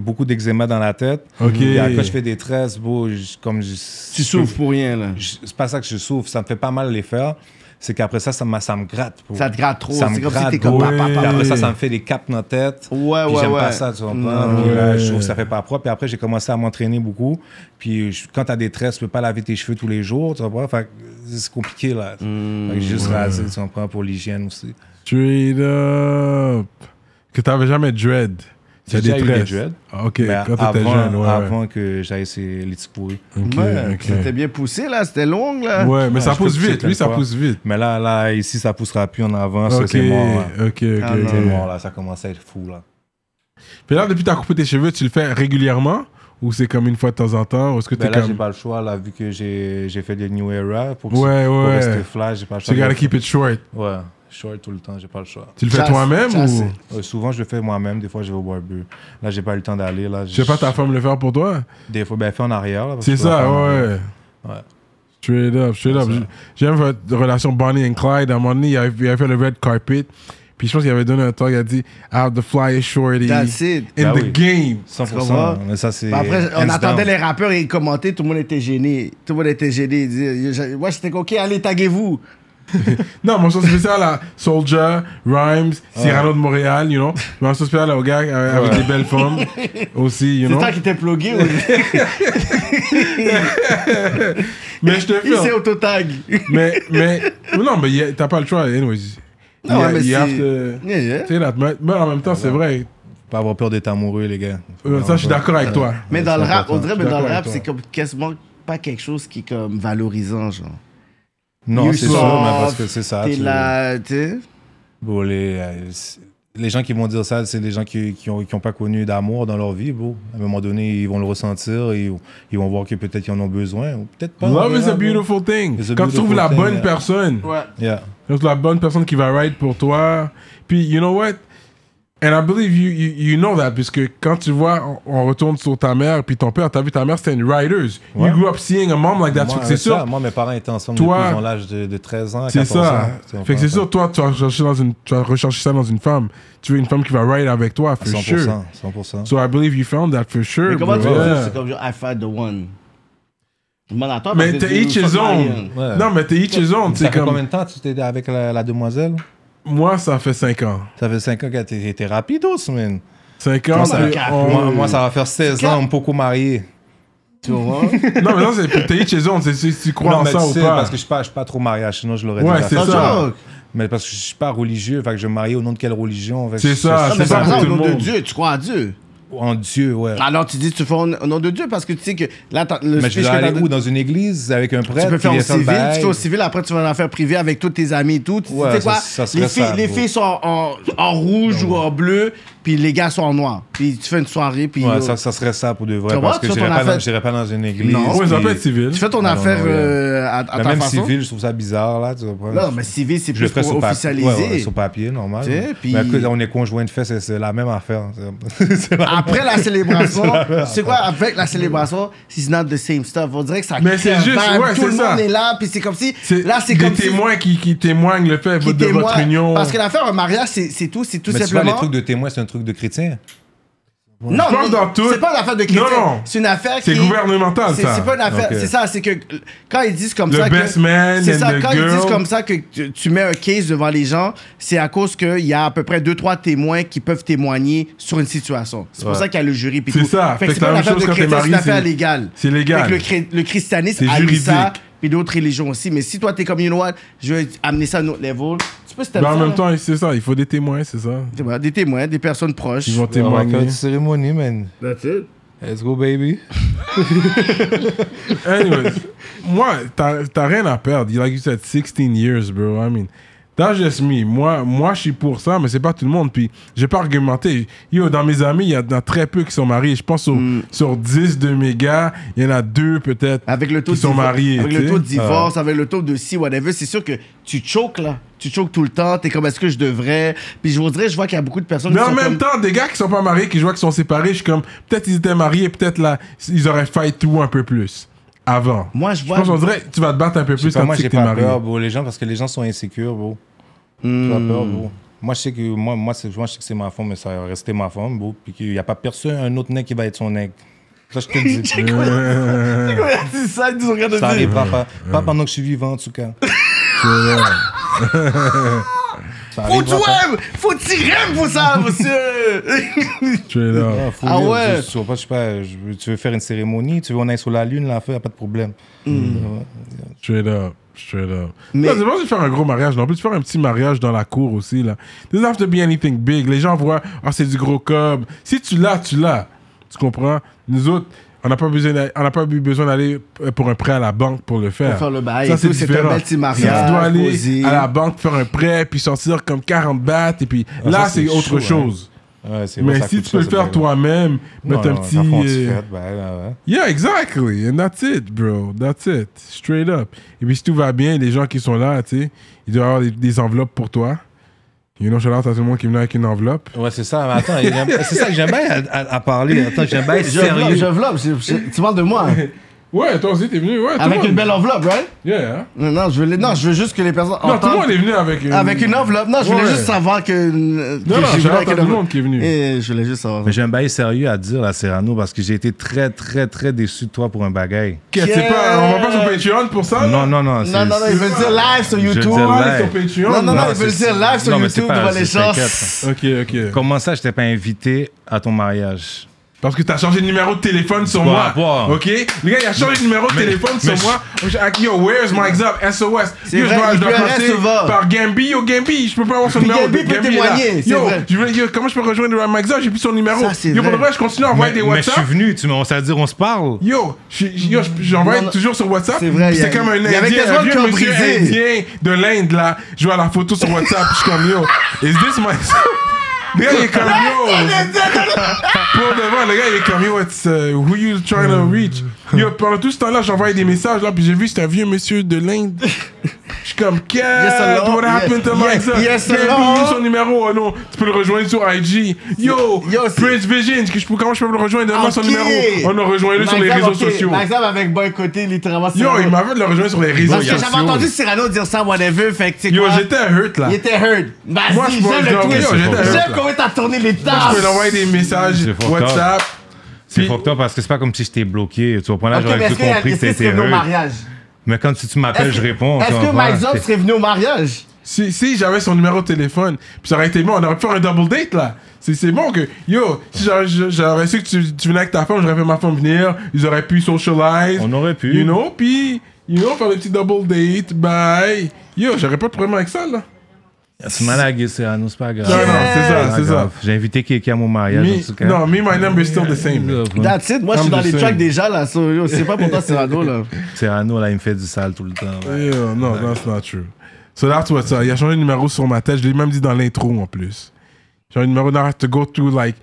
[SPEAKER 3] beaucoup d'eczéma dans la tête.
[SPEAKER 1] Ok.
[SPEAKER 3] Et quand je fais des tresses, bro, je- comme je,
[SPEAKER 2] Tu souffres pour rien, là.
[SPEAKER 3] je- C'est pas ça que je souffre, ça me fait pas mal les faire. C'est qu'après ça, ça, m'a- ça me gratte. bro.
[SPEAKER 2] Ça te gratte trop.
[SPEAKER 3] Ça me
[SPEAKER 2] C'est comme si
[SPEAKER 3] gratte,
[SPEAKER 2] t'es comme
[SPEAKER 3] bro.
[SPEAKER 2] papa,
[SPEAKER 3] Puis
[SPEAKER 2] papa.
[SPEAKER 3] après ça, ça me fait des capes dans la tête.
[SPEAKER 2] Ouais,
[SPEAKER 3] Puis
[SPEAKER 2] ouais,
[SPEAKER 3] j'aime
[SPEAKER 2] ouais. Mm.
[SPEAKER 3] pas ça, tu comprends.
[SPEAKER 2] Non.
[SPEAKER 3] Puis là,
[SPEAKER 1] Ouais.
[SPEAKER 3] je trouve que ça fait pas propre. Puis après, j'ai commencé à m'entraîner beaucoup. Puis je- quand t'as des tresses, tu peux pas laver tes cheveux tous les jours, tu comprends. Fait que c'est compliqué, là.
[SPEAKER 2] Mm.
[SPEAKER 3] Fait que j'ai juste rasé, tu comprends, pour l'hygiène aussi.
[SPEAKER 1] Straight up. Que t'avais jamais dread.
[SPEAKER 3] J'ai
[SPEAKER 1] T'as des
[SPEAKER 3] déjà eu des
[SPEAKER 1] tresses.
[SPEAKER 3] dreads.
[SPEAKER 1] Ah, Ok,
[SPEAKER 3] Mais
[SPEAKER 1] quand t'étais
[SPEAKER 3] avant,
[SPEAKER 1] jeune, ouais, ouais.
[SPEAKER 3] avant que j'aille ces les petits pourris.
[SPEAKER 1] Ok,
[SPEAKER 2] Ouais,
[SPEAKER 1] ok.
[SPEAKER 2] C'était bien poussé, là. C'était long, là.
[SPEAKER 1] Ouais, mais ça
[SPEAKER 3] je
[SPEAKER 1] pousse
[SPEAKER 3] peux pousser
[SPEAKER 1] vite. Lui, ça
[SPEAKER 3] quelquefois.
[SPEAKER 1] pousse vite.
[SPEAKER 3] Mais là, là, ici, ça poussera plus en avant. ça,
[SPEAKER 1] Ok,
[SPEAKER 3] C'est mort, là.
[SPEAKER 1] ok, ok.
[SPEAKER 2] Ah,
[SPEAKER 1] ok.
[SPEAKER 2] non.
[SPEAKER 3] C'est mort, là. Ça commence à être fou, là.
[SPEAKER 1] Puis là, depuis que t'as coupé tes cheveux, tu le fais régulièrement Ou c'est comme une fois de temps en temps Ou est-ce que t'es
[SPEAKER 3] Ben là, j'ai
[SPEAKER 1] comme.
[SPEAKER 3] pas le choix, là, vu que j'ai j'ai fait des New Era. Pour, que-
[SPEAKER 1] Ouais,
[SPEAKER 3] pour
[SPEAKER 1] ouais.
[SPEAKER 3] rester flash, j'ai pas le
[SPEAKER 1] Tu
[SPEAKER 3] choix.
[SPEAKER 1] gotta keep it short.
[SPEAKER 3] Ouais, short tout le temps, j'ai pas le choix.
[SPEAKER 1] Tu le fais
[SPEAKER 2] Ça,
[SPEAKER 1] toi-même
[SPEAKER 2] ça,
[SPEAKER 1] ou.
[SPEAKER 2] c'est-
[SPEAKER 3] Euh, souvent, je le fais moi-même. Des fois, je vais au barbu. Là, j'ai pas eu le temps d'aller. Là,
[SPEAKER 1] Je sais pas, ta femme le faire pour toi
[SPEAKER 3] Des fois, ben, elle fait en arrière. là, parce
[SPEAKER 1] C'est
[SPEAKER 3] que la
[SPEAKER 1] ça,
[SPEAKER 3] femme,
[SPEAKER 1] ouais.
[SPEAKER 3] Ouais.
[SPEAKER 1] Straight up, straight up. J'aime votre relation Bonnie and Clyde. À un moment donné, il avait, il avait fait le red carpet. Puis Puis je pense qu'il avait donné un talk, il a dit Out the flyest shorty
[SPEAKER 2] That's it. Ben
[SPEAKER 1] in
[SPEAKER 3] Bah
[SPEAKER 1] the
[SPEAKER 3] oui.
[SPEAKER 1] game.
[SPEAKER 2] Tu comprends?
[SPEAKER 3] 100%. Mais ça, c'est.
[SPEAKER 2] Ben Après, on
[SPEAKER 3] hands
[SPEAKER 2] attendait les
[SPEAKER 3] down.
[SPEAKER 2] rappeurs et ils commentaient, tout le monde était gêné. Tout le monde était gêné. Ils disaient, je- Moi, j'étais OK, allez, taguez-vous.
[SPEAKER 1] Non, mention spéciale à Soldier, Rhymes, Cyrano de Montréal, you know. Mention spéciale au gars euh, avec
[SPEAKER 3] Ouais.
[SPEAKER 1] des belles femmes aussi, you
[SPEAKER 2] C'est
[SPEAKER 1] know.
[SPEAKER 2] toi qui t'es plugué. ou-
[SPEAKER 1] Mais je te
[SPEAKER 2] Il
[SPEAKER 1] fais.
[SPEAKER 2] s'est autotag.
[SPEAKER 1] Mais, mais, non, mais y a- t'as pas le choix, anyways.
[SPEAKER 2] Non,
[SPEAKER 1] You-
[SPEAKER 2] mais
[SPEAKER 1] you
[SPEAKER 2] c'est- Ah
[SPEAKER 1] have to-
[SPEAKER 2] Yeah, yeah.
[SPEAKER 1] Tu sais, là, mais, mais en même temps, c'est vrai.
[SPEAKER 3] Pas avoir peur d'être amoureux, les gars.
[SPEAKER 1] Euh, Ça, je suis d'accord avec toi.
[SPEAKER 2] Mais dans
[SPEAKER 3] c'est
[SPEAKER 2] le rap,
[SPEAKER 3] important.
[SPEAKER 2] on dirait,
[SPEAKER 1] Je
[SPEAKER 2] mais
[SPEAKER 1] suis
[SPEAKER 2] dans le
[SPEAKER 1] d'accord
[SPEAKER 2] rap, c'est
[SPEAKER 1] avec
[SPEAKER 2] comme quasiment pas quelque chose qui est comme valorisant, genre.
[SPEAKER 3] Non,
[SPEAKER 2] You
[SPEAKER 3] c'est sûr,
[SPEAKER 2] soft,
[SPEAKER 3] mais parce que c'est ça.
[SPEAKER 2] T'es
[SPEAKER 3] tu-
[SPEAKER 2] là, tu sais.
[SPEAKER 3] Bon, les, euh, c'est- les gens qui vont dire ça, c'est les gens qui n'ont qui ont, qui ont pas connu d'amour dans leur vie. Bon, à un moment donné, ils vont le ressentir, et ils, vont- ils vont voir que peut-être ils en ont besoin, ou peut-être pas.
[SPEAKER 1] Love is
[SPEAKER 3] Voilà,
[SPEAKER 1] a
[SPEAKER 3] bon.
[SPEAKER 1] beautiful thing.
[SPEAKER 3] It's a
[SPEAKER 1] Quand tu trouves
[SPEAKER 3] beautiful
[SPEAKER 1] la
[SPEAKER 3] thing,
[SPEAKER 1] bonne
[SPEAKER 3] yeah.
[SPEAKER 1] personne,
[SPEAKER 2] Ouais.
[SPEAKER 3] Yeah.
[SPEAKER 1] quand tu trouves la bonne personne qui va ride pour toi. Puis, you know what? And I believe you, you, you know that, puisque quand tu vois, on, on retourne sur ta mère, puis ton père, t'as vu ta mère, c'était une riders.
[SPEAKER 3] Ouais.
[SPEAKER 1] You grew up seeing a mom like that.
[SPEAKER 3] Moi,
[SPEAKER 1] Fait que
[SPEAKER 3] avec
[SPEAKER 1] c'est sûr,
[SPEAKER 3] ça, moi, mes parents étaient ensemble
[SPEAKER 1] Toi-
[SPEAKER 3] depuis ils ont l'âge de, de 13 ans. à
[SPEAKER 1] C'est
[SPEAKER 3] 14
[SPEAKER 1] ça.
[SPEAKER 3] ans. Tu vois,
[SPEAKER 1] Fait que c'est
[SPEAKER 3] enfin,
[SPEAKER 1] sûr, toi, tu vas, rechercher dans une, tu vas rechercher ça dans une femme. Tu veux une femme qui va ride avec toi, for
[SPEAKER 3] 100%.
[SPEAKER 1] sure.
[SPEAKER 3] 100%.
[SPEAKER 1] So I believe you found that for sure.
[SPEAKER 2] Mais comment tu
[SPEAKER 1] bro.
[SPEAKER 2] veux dire,
[SPEAKER 1] Yeah.
[SPEAKER 2] c'est comme genre, I find the one. Je demande à toi,
[SPEAKER 1] Mais
[SPEAKER 2] parce que
[SPEAKER 1] t'es
[SPEAKER 2] tu-
[SPEAKER 1] each
[SPEAKER 2] fuck
[SPEAKER 1] his
[SPEAKER 2] my,
[SPEAKER 1] own.
[SPEAKER 3] Ouais.
[SPEAKER 1] Non, mais t'es each his own.
[SPEAKER 3] Ça
[SPEAKER 1] C'est
[SPEAKER 3] fait combien
[SPEAKER 1] comme,
[SPEAKER 3] de temps tu t'es avec la, la demoiselle
[SPEAKER 1] moi, ça fait 5 ans.
[SPEAKER 3] Ça fait 5 ans que t'es t'es rapidos, man.
[SPEAKER 1] 5 ans,
[SPEAKER 3] Moi, ça-
[SPEAKER 1] puis Ah, on-
[SPEAKER 3] Moi, moi, ça va faire 16 ans, on peut beaucoup marié.
[SPEAKER 2] Tu vois?
[SPEAKER 1] Non, mais non, c'est- t'es each his own. C'est si tu crois
[SPEAKER 3] Non,
[SPEAKER 1] en
[SPEAKER 3] mais
[SPEAKER 1] ça
[SPEAKER 3] tu
[SPEAKER 1] ou
[SPEAKER 3] sais,
[SPEAKER 1] pas.
[SPEAKER 3] parce que je suis pas, je suis pas trop mariage, sinon je l'aurais
[SPEAKER 1] Ouais,
[SPEAKER 3] déjà
[SPEAKER 1] c'est
[SPEAKER 3] fait.
[SPEAKER 2] Pas de
[SPEAKER 1] ça.
[SPEAKER 2] joke.
[SPEAKER 3] Mais parce que je suis pas religieux, fait que je vais me marier au nom de quelle religion fait que
[SPEAKER 1] C'est
[SPEAKER 3] je-
[SPEAKER 1] ça,
[SPEAKER 3] je-
[SPEAKER 2] Non, mais
[SPEAKER 1] ça
[SPEAKER 2] par
[SPEAKER 1] pour
[SPEAKER 2] exemple,
[SPEAKER 1] tout
[SPEAKER 2] au
[SPEAKER 1] le
[SPEAKER 2] nom de
[SPEAKER 1] monde.
[SPEAKER 2] Dieu, tu crois à Dieu.
[SPEAKER 3] En Dieu, ouais.
[SPEAKER 2] Alors tu dis, tu fais au au nom de Dieu parce que tu sais que là, t'as- le
[SPEAKER 3] mais je
[SPEAKER 2] speech
[SPEAKER 3] vais
[SPEAKER 2] que t'as
[SPEAKER 3] aller
[SPEAKER 2] donné-
[SPEAKER 3] où Dans une église avec un prêtre
[SPEAKER 2] Tu peux
[SPEAKER 3] qui
[SPEAKER 2] faire au
[SPEAKER 3] descend le
[SPEAKER 2] civil, tu
[SPEAKER 3] bail?
[SPEAKER 2] fais au civil, après tu vas en faire privé avec tous tes amis et tout. Tu
[SPEAKER 3] Ouais,
[SPEAKER 2] sais
[SPEAKER 3] ça-
[SPEAKER 2] quoi?
[SPEAKER 3] ça serait
[SPEAKER 2] les, filles,
[SPEAKER 3] ça,
[SPEAKER 2] les
[SPEAKER 3] gros.
[SPEAKER 2] filles sont en, en rouge ou en bleu, puis les gars sont en noir. Puis tu fais une soirée, puis
[SPEAKER 3] Ouais,
[SPEAKER 2] yo,
[SPEAKER 3] ça, ça serait ça pour de vrai.
[SPEAKER 2] Tu
[SPEAKER 3] parce
[SPEAKER 2] vois, tu
[SPEAKER 3] que
[SPEAKER 2] fais
[SPEAKER 3] j'irais
[SPEAKER 2] ton
[SPEAKER 3] pas, dans-
[SPEAKER 2] affaire-
[SPEAKER 3] j'irais pas dans une église.
[SPEAKER 2] Non.
[SPEAKER 1] Ouais, ça
[SPEAKER 3] puis-
[SPEAKER 1] peut être civil.
[SPEAKER 2] tu fais ton
[SPEAKER 3] Ah non,
[SPEAKER 2] affaire
[SPEAKER 3] non, ouais.
[SPEAKER 2] euh, à, à
[SPEAKER 3] Mais
[SPEAKER 2] ta
[SPEAKER 3] même
[SPEAKER 2] façon.
[SPEAKER 3] civil, je trouve ça bizarre, là. Tu comprends?
[SPEAKER 2] Non, mais civil, c'est
[SPEAKER 3] je le
[SPEAKER 2] plus
[SPEAKER 3] ferais
[SPEAKER 2] pour
[SPEAKER 3] sur papier.
[SPEAKER 2] officialiser.
[SPEAKER 3] Ouais, ouais, sur papier, normal.
[SPEAKER 2] Tu sais,
[SPEAKER 3] Mais
[SPEAKER 2] puis-
[SPEAKER 3] que- on est conjoint de fait, c'est- c'est la même affaire. hein, C'est- c'est la-
[SPEAKER 2] Après la célébration, c'est quoi avec la célébration, it's not the same stuff. On dirait que ça
[SPEAKER 1] Mais
[SPEAKER 2] crée
[SPEAKER 1] c'est
[SPEAKER 2] un
[SPEAKER 1] juste,
[SPEAKER 2] vibe,
[SPEAKER 1] ouais,
[SPEAKER 2] tout le
[SPEAKER 1] c'est ça.
[SPEAKER 2] monde est là, puis c'est comme si
[SPEAKER 1] C'est
[SPEAKER 2] là c'est
[SPEAKER 1] des
[SPEAKER 2] comme si
[SPEAKER 1] témoins qui, qui témoignent le fait
[SPEAKER 2] qui
[SPEAKER 1] de votre
[SPEAKER 2] témoignent.
[SPEAKER 1] union.
[SPEAKER 2] parce que l'affaire un mariage c'est c'est tout, c'est tout
[SPEAKER 3] Mais tu vois, les
[SPEAKER 2] simplement
[SPEAKER 3] trucs de témoin, c'est un truc de chrétien.
[SPEAKER 2] Non,
[SPEAKER 1] Je parle
[SPEAKER 2] non,
[SPEAKER 1] dans tout.
[SPEAKER 2] C'est pas une affaire de chrétien.
[SPEAKER 1] Non, non.
[SPEAKER 2] C'est une affaire qui.
[SPEAKER 1] C'est gouvernemental,
[SPEAKER 2] c'est-
[SPEAKER 1] ça.
[SPEAKER 2] C'est pas une affaire.
[SPEAKER 3] Ok.
[SPEAKER 2] C'est ça, c'est que euh, quand ils disent comme
[SPEAKER 1] Le
[SPEAKER 2] ça. que-
[SPEAKER 1] best man
[SPEAKER 2] C'est
[SPEAKER 1] and
[SPEAKER 2] ça,
[SPEAKER 1] the
[SPEAKER 2] quand ils
[SPEAKER 1] girl.
[SPEAKER 2] disent comme ça que tu, tu mets un case devant les gens, c'est à cause qu'il y a à peu près 2-3 témoins qui peuvent témoigner sur une situation. C'est pour ça qu'il y a le jury. puis
[SPEAKER 1] C'est
[SPEAKER 2] tout.
[SPEAKER 1] ça.
[SPEAKER 2] Fait
[SPEAKER 1] Fait
[SPEAKER 2] que
[SPEAKER 1] que
[SPEAKER 2] c'est pas
[SPEAKER 1] la
[SPEAKER 2] une
[SPEAKER 1] même
[SPEAKER 2] affaire
[SPEAKER 1] chose
[SPEAKER 2] de
[SPEAKER 1] quand t'es
[SPEAKER 2] chrétien, c'est une
[SPEAKER 1] marié,
[SPEAKER 2] affaire
[SPEAKER 1] c'est-
[SPEAKER 2] légale.
[SPEAKER 1] c'est légal.
[SPEAKER 2] Fait que le, chré- le christianisme
[SPEAKER 1] C'est
[SPEAKER 2] a eu ça.
[SPEAKER 1] juridique.
[SPEAKER 2] Puis d'autres religions aussi. Mais si toi, t'es comme, you know what, je vais amener ça à un autre level. Tu peux se
[SPEAKER 1] Mais Ben, en même temps, c'est ça, il faut des témoins, c'est ça.
[SPEAKER 2] Des témoins, des personnes proches.
[SPEAKER 1] Ils vont
[SPEAKER 3] On va faire
[SPEAKER 1] témoigner.
[SPEAKER 3] une cérémonie, man.
[SPEAKER 2] That's it.
[SPEAKER 3] Let's go, baby.
[SPEAKER 1] Anyways, moi, t'as t'as rien à perdre. Like you said, 16 years, bro. I mean, that's just me. Moi, moi je suis pour ça, mais c'est pas tout le monde. Puis, j'ai pas argumenté. Yo, dans mes amis, il y en a très peu qui sont mariés. Je pense sur,
[SPEAKER 2] Mm.
[SPEAKER 1] sur 10 de mes gars, il y en a deux peut-être
[SPEAKER 2] Avec le taux
[SPEAKER 1] qui
[SPEAKER 2] de
[SPEAKER 1] sont
[SPEAKER 2] divorce-
[SPEAKER 1] mariés.
[SPEAKER 2] Avec
[SPEAKER 1] tu
[SPEAKER 2] le
[SPEAKER 1] sais. Ah.
[SPEAKER 2] taux de divorce, avec le taux de si, whatever, c'est sûr que tu choques là. Tu choques tout le temps. T'es comme, est-ce que je devrais. Puis je vous dirais, je vois qu'il y a beaucoup de personnes
[SPEAKER 1] Mais
[SPEAKER 2] qui
[SPEAKER 1] en
[SPEAKER 2] sont
[SPEAKER 1] même
[SPEAKER 2] comme-
[SPEAKER 1] temps, des gars qui sont pas mariés, qui je vois qu'ils sont séparés, je suis comme, peut-être ils étaient mariés, peut-être là, ils auraient fight tout un peu plus avant.
[SPEAKER 2] Moi, je
[SPEAKER 1] je
[SPEAKER 2] vois.
[SPEAKER 1] pense qu'on dirait que tu vas te battre un peu plus
[SPEAKER 3] Enfin,
[SPEAKER 1] quand
[SPEAKER 3] moi,
[SPEAKER 1] tu sais
[SPEAKER 3] j'ai
[SPEAKER 1] que t'es
[SPEAKER 3] pas
[SPEAKER 1] marié.
[SPEAKER 3] peur, bro, les gens, parce que les gens sont insécures, bro. J'ai pas peur, bro. Moi, je sais que, moi, moi, c'est- moi, je sais que c'est ma femme, mais ça va rester ma femme, bro. Puis qu'il n'y a pas personne, un autre nec qui va être son nec. Ça, je te le dis.
[SPEAKER 2] C'est ça, ils nous regardent
[SPEAKER 3] ça
[SPEAKER 2] dire-
[SPEAKER 3] arrivera pas, pas pendant que je suis vivant, en tout cas. ça
[SPEAKER 2] Faut
[SPEAKER 3] arrivera pas.
[SPEAKER 2] web! Faut tirer pour ça, monsieur!
[SPEAKER 1] Tu es là.
[SPEAKER 3] Ah, faut
[SPEAKER 2] Ah
[SPEAKER 3] lire,
[SPEAKER 2] ouais.
[SPEAKER 3] tu- tu vois pas, je sais pas, je veux- tu veux faire une cérémonie, tu veux on aille sur la lune, là, fait, y a pas de problème. Ouais.
[SPEAKER 1] Straight up, straight up.
[SPEAKER 2] Mais-
[SPEAKER 1] Non, c'est pas juste faire un gros mariage. Non, plus faire un petit mariage dans la cour aussi, là. Doesn't have to be anything big. Les gens voient, ah, c'est du gros cob. Si tu l'as, tu l'as. Tu comprends? Nous autres, on n'a pas besoin d'a- on n'a pas eu besoin d'aller euh, pour un prêt à la banque pour le faire.
[SPEAKER 2] Pour faire le bail et tout, c'est un
[SPEAKER 1] différent.
[SPEAKER 2] bel petit
[SPEAKER 1] Si
[SPEAKER 2] mariage,
[SPEAKER 1] tu dois aller
[SPEAKER 2] posé.
[SPEAKER 1] à la banque faire un prêt, puis sortir comme 40 bahts, et puis
[SPEAKER 3] Ah,
[SPEAKER 1] là,
[SPEAKER 3] ça,
[SPEAKER 1] c'est
[SPEAKER 3] c'est
[SPEAKER 1] autre
[SPEAKER 3] chaud,
[SPEAKER 1] chose.
[SPEAKER 3] Ouais, c'est vrai,
[SPEAKER 1] Mais
[SPEAKER 3] ça
[SPEAKER 1] si
[SPEAKER 3] coûte
[SPEAKER 1] tu peux
[SPEAKER 3] ça,
[SPEAKER 1] le
[SPEAKER 3] c'est
[SPEAKER 1] faire
[SPEAKER 3] pas grave.
[SPEAKER 1] toi-même, mettre
[SPEAKER 3] Non,
[SPEAKER 1] un
[SPEAKER 3] non,
[SPEAKER 1] petit...
[SPEAKER 3] ça, faut en
[SPEAKER 1] euh,
[SPEAKER 3] faire, ben, ouais, ouais.
[SPEAKER 1] Yeah, exactly. And that's it, bro. That's it. Straight up. Et puis si tout va bien, les gens qui sont là, tu sais, ils doivent avoir des, des enveloppes pour toi. You know, shout out à tout le monde qui me avec une enveloppe.
[SPEAKER 3] Ouais, c'est ça. Mais attends, il y a- c'est ça que j'aime bien à, à- à parler. Attends, j'aime bien être
[SPEAKER 2] Je vlog,
[SPEAKER 3] sérieux.
[SPEAKER 2] je vlog, je- je- tu parles de moi.
[SPEAKER 1] Ouais, toi aussi, t'es venu. Ouais, tout le
[SPEAKER 2] Avec
[SPEAKER 1] monde.
[SPEAKER 2] une belle enveloppe, right?
[SPEAKER 1] Yeah. hein.
[SPEAKER 2] Non, non, je veux, les- non, je veux juste que les personnes
[SPEAKER 1] Non, tout le
[SPEAKER 2] entendent-
[SPEAKER 1] monde est venu avec une.
[SPEAKER 2] Avec une enveloppe. Non, je voulais
[SPEAKER 1] Ouais.
[SPEAKER 2] juste savoir que.
[SPEAKER 1] Non, non, j'ai entendu le monde qui est venu.
[SPEAKER 2] Et Eh, je voulais juste savoir.
[SPEAKER 3] Mais j'ai un bail sérieux à dire, là, Serrano, parce que j'ai été très, très, très déçu de toi pour un bagage.
[SPEAKER 1] Qu'est-ce que c'est pas. On va pas sur Patreon pour ça?
[SPEAKER 3] Non, non, non.
[SPEAKER 2] Non,
[SPEAKER 3] c'est-
[SPEAKER 2] non, non, il veut
[SPEAKER 3] c'est-
[SPEAKER 2] dire live sur
[SPEAKER 3] Je veux
[SPEAKER 2] YouTube.
[SPEAKER 3] dire
[SPEAKER 1] On va
[SPEAKER 3] live.
[SPEAKER 1] aller sur Patreon.
[SPEAKER 2] Non, non, non,
[SPEAKER 3] Non,
[SPEAKER 2] il veut le
[SPEAKER 3] c'est-
[SPEAKER 2] dire live sur
[SPEAKER 3] non, mais c'est
[SPEAKER 2] YouTube
[SPEAKER 3] pas-
[SPEAKER 2] devant les
[SPEAKER 3] c'est-
[SPEAKER 2] gens.
[SPEAKER 3] t'inquiète.
[SPEAKER 1] Ok, ok.
[SPEAKER 3] Comment ça, je t'ai pas invité à ton mariage?
[SPEAKER 1] Parce que t'as changé de numéro de téléphone sur
[SPEAKER 3] Bon,
[SPEAKER 1] moi.
[SPEAKER 3] bon.
[SPEAKER 1] Ok? Le gars, il a changé de numéro de téléphone sur moi. J'ai dit, yo, where's my exam? SOS. Yo,
[SPEAKER 2] vrai,
[SPEAKER 1] je dois,
[SPEAKER 2] il
[SPEAKER 1] je
[SPEAKER 2] pleurait
[SPEAKER 1] dois passer
[SPEAKER 2] souvent.
[SPEAKER 1] par Gambi. Yo, Gambi, je peux pas avoir son numéro.
[SPEAKER 2] Gambi peut
[SPEAKER 1] est là.
[SPEAKER 2] témoigner, c'est
[SPEAKER 1] Yo,
[SPEAKER 2] vrai.
[SPEAKER 1] je veux- yo, comment je peux rejoindre my exam? J'ai plus son numéro.
[SPEAKER 2] Ça, c'est
[SPEAKER 1] yo, pour
[SPEAKER 2] vrai.
[SPEAKER 1] le vrai, je continue à envoyer
[SPEAKER 3] mais,
[SPEAKER 1] des
[SPEAKER 3] mais je suis
[SPEAKER 1] WhatsApp.
[SPEAKER 3] venu, tu m'en à dire, on se parle.
[SPEAKER 1] Yo, je- yo, je- j'envoie
[SPEAKER 2] Non, non.
[SPEAKER 1] toujours sur WhatsApp.
[SPEAKER 2] C'est vrai, il y
[SPEAKER 1] C'est
[SPEAKER 2] a-
[SPEAKER 1] comme un
[SPEAKER 2] il y avait
[SPEAKER 1] Indien,
[SPEAKER 2] quasiment
[SPEAKER 1] un vieux
[SPEAKER 2] le cœur
[SPEAKER 1] monsieur
[SPEAKER 2] brisé.
[SPEAKER 1] indien de l'Inde là. Je vois la photo sur WhatsApp, je suis comme yo. Is this my son? Le gars il est comme yo. Pour de vrai, le gars il est comme yo. It's uh, who you trying to
[SPEAKER 2] Euh.
[SPEAKER 1] reach? Yo, pendant tout ce temps-là, j'envoyais des messages là, puis j'ai vu c'était un vieux monsieur de l'Inde. Je suis comme Cat,
[SPEAKER 2] hello.
[SPEAKER 1] what happened to my
[SPEAKER 2] Yes,
[SPEAKER 1] son?
[SPEAKER 2] yes,
[SPEAKER 1] Maybe
[SPEAKER 2] hello.
[SPEAKER 1] you son numéro, oh non, tu peux le rejoindre sur IG. Yo,
[SPEAKER 2] Yo, c'est-
[SPEAKER 1] Prince Vision, que je peux- comment je peux le rejoindre? Donne-moi son
[SPEAKER 2] Ah, Ok.
[SPEAKER 1] numéro. On le rejoint sur les
[SPEAKER 2] Maxime,
[SPEAKER 1] réseaux
[SPEAKER 2] ok,
[SPEAKER 1] sociaux.
[SPEAKER 2] Maxime avec boycotté littéralement.
[SPEAKER 1] Yo,
[SPEAKER 2] Cyrano.
[SPEAKER 1] il m'avait de le rejoindre sur les réseaux
[SPEAKER 2] Parce que
[SPEAKER 1] sociaux.
[SPEAKER 2] j'avais entendu Cyrano dire ça, whatever. Fait que tu sais
[SPEAKER 1] Yo,
[SPEAKER 2] quoi,
[SPEAKER 1] j'étais hurt là.
[SPEAKER 2] Il était hurt.
[SPEAKER 1] Moi, je
[SPEAKER 2] Vas-y,
[SPEAKER 1] pense
[SPEAKER 2] j'aime
[SPEAKER 1] que-
[SPEAKER 2] le twist.
[SPEAKER 1] yo, j'étais hurt,
[SPEAKER 2] J'aime
[SPEAKER 1] là.
[SPEAKER 2] comment t'as tourné les
[SPEAKER 1] Je
[SPEAKER 2] tasses.
[SPEAKER 1] peux lui envoyer
[SPEAKER 2] Ah,
[SPEAKER 1] des messages
[SPEAKER 3] C'est fucked
[SPEAKER 1] WhatsApp.
[SPEAKER 3] C'est
[SPEAKER 1] Puis-
[SPEAKER 3] fucked up parce que c'est pas comme si je t'ai bloqué. Tu comprends là,
[SPEAKER 2] Ok, mais
[SPEAKER 3] j'aurais
[SPEAKER 2] est-ce
[SPEAKER 3] tout
[SPEAKER 2] qu'il y a-
[SPEAKER 3] compris
[SPEAKER 2] est-ce
[SPEAKER 3] que
[SPEAKER 2] qu'il
[SPEAKER 3] t'étais
[SPEAKER 2] serait venu au
[SPEAKER 3] heureux.
[SPEAKER 2] mariage?
[SPEAKER 3] Mais quand tu, tu m'appelles,
[SPEAKER 2] Est-ce
[SPEAKER 3] je
[SPEAKER 2] que-
[SPEAKER 3] réponds. tu
[SPEAKER 2] Est-ce que
[SPEAKER 3] comprends?
[SPEAKER 2] Mike Zop
[SPEAKER 3] C'est-
[SPEAKER 2] serait venu au mariage?
[SPEAKER 1] Si, si j'avais son numéro de téléphone, puis ça aurait été bon, on aurait pu faire un double date là. C'est c'est bon que, yo, si j'aurais- j'aurais su que tu, tu venais avec ta femme, j'aurais fait ma femme venir, ils auraient pu socialize.
[SPEAKER 3] On aurait pu.
[SPEAKER 1] You know, puis, you know, faire des petits double dates, bye. Yo, j'aurais pas de problème avec ça là.
[SPEAKER 3] Tu m'as lagué, c'est ah, non, c'est pas grave.
[SPEAKER 1] Non, non, c'est ça,
[SPEAKER 3] pas
[SPEAKER 1] c'est ça.
[SPEAKER 3] grave. J'ai invité quelqu'un à mon mariage, en tout
[SPEAKER 1] Me,
[SPEAKER 3] cas.
[SPEAKER 1] non, me, my number is still the same.
[SPEAKER 2] That's it. Moi, je suis
[SPEAKER 1] I'm
[SPEAKER 2] dans
[SPEAKER 1] the
[SPEAKER 2] les
[SPEAKER 1] same.
[SPEAKER 2] tracks déjà, là. so, yo, C'est pas pour toi, Cyrano, là.
[SPEAKER 3] Serrano, là, il me fait du sale tout le temps. ouais.
[SPEAKER 1] Yeah, no, Eh, oh, that's not true. So that's what's up. Il a changé de numéro sur ma tête. Je l'ai même dit dans l'intro en plus. J'ai un numéro now I have to go through like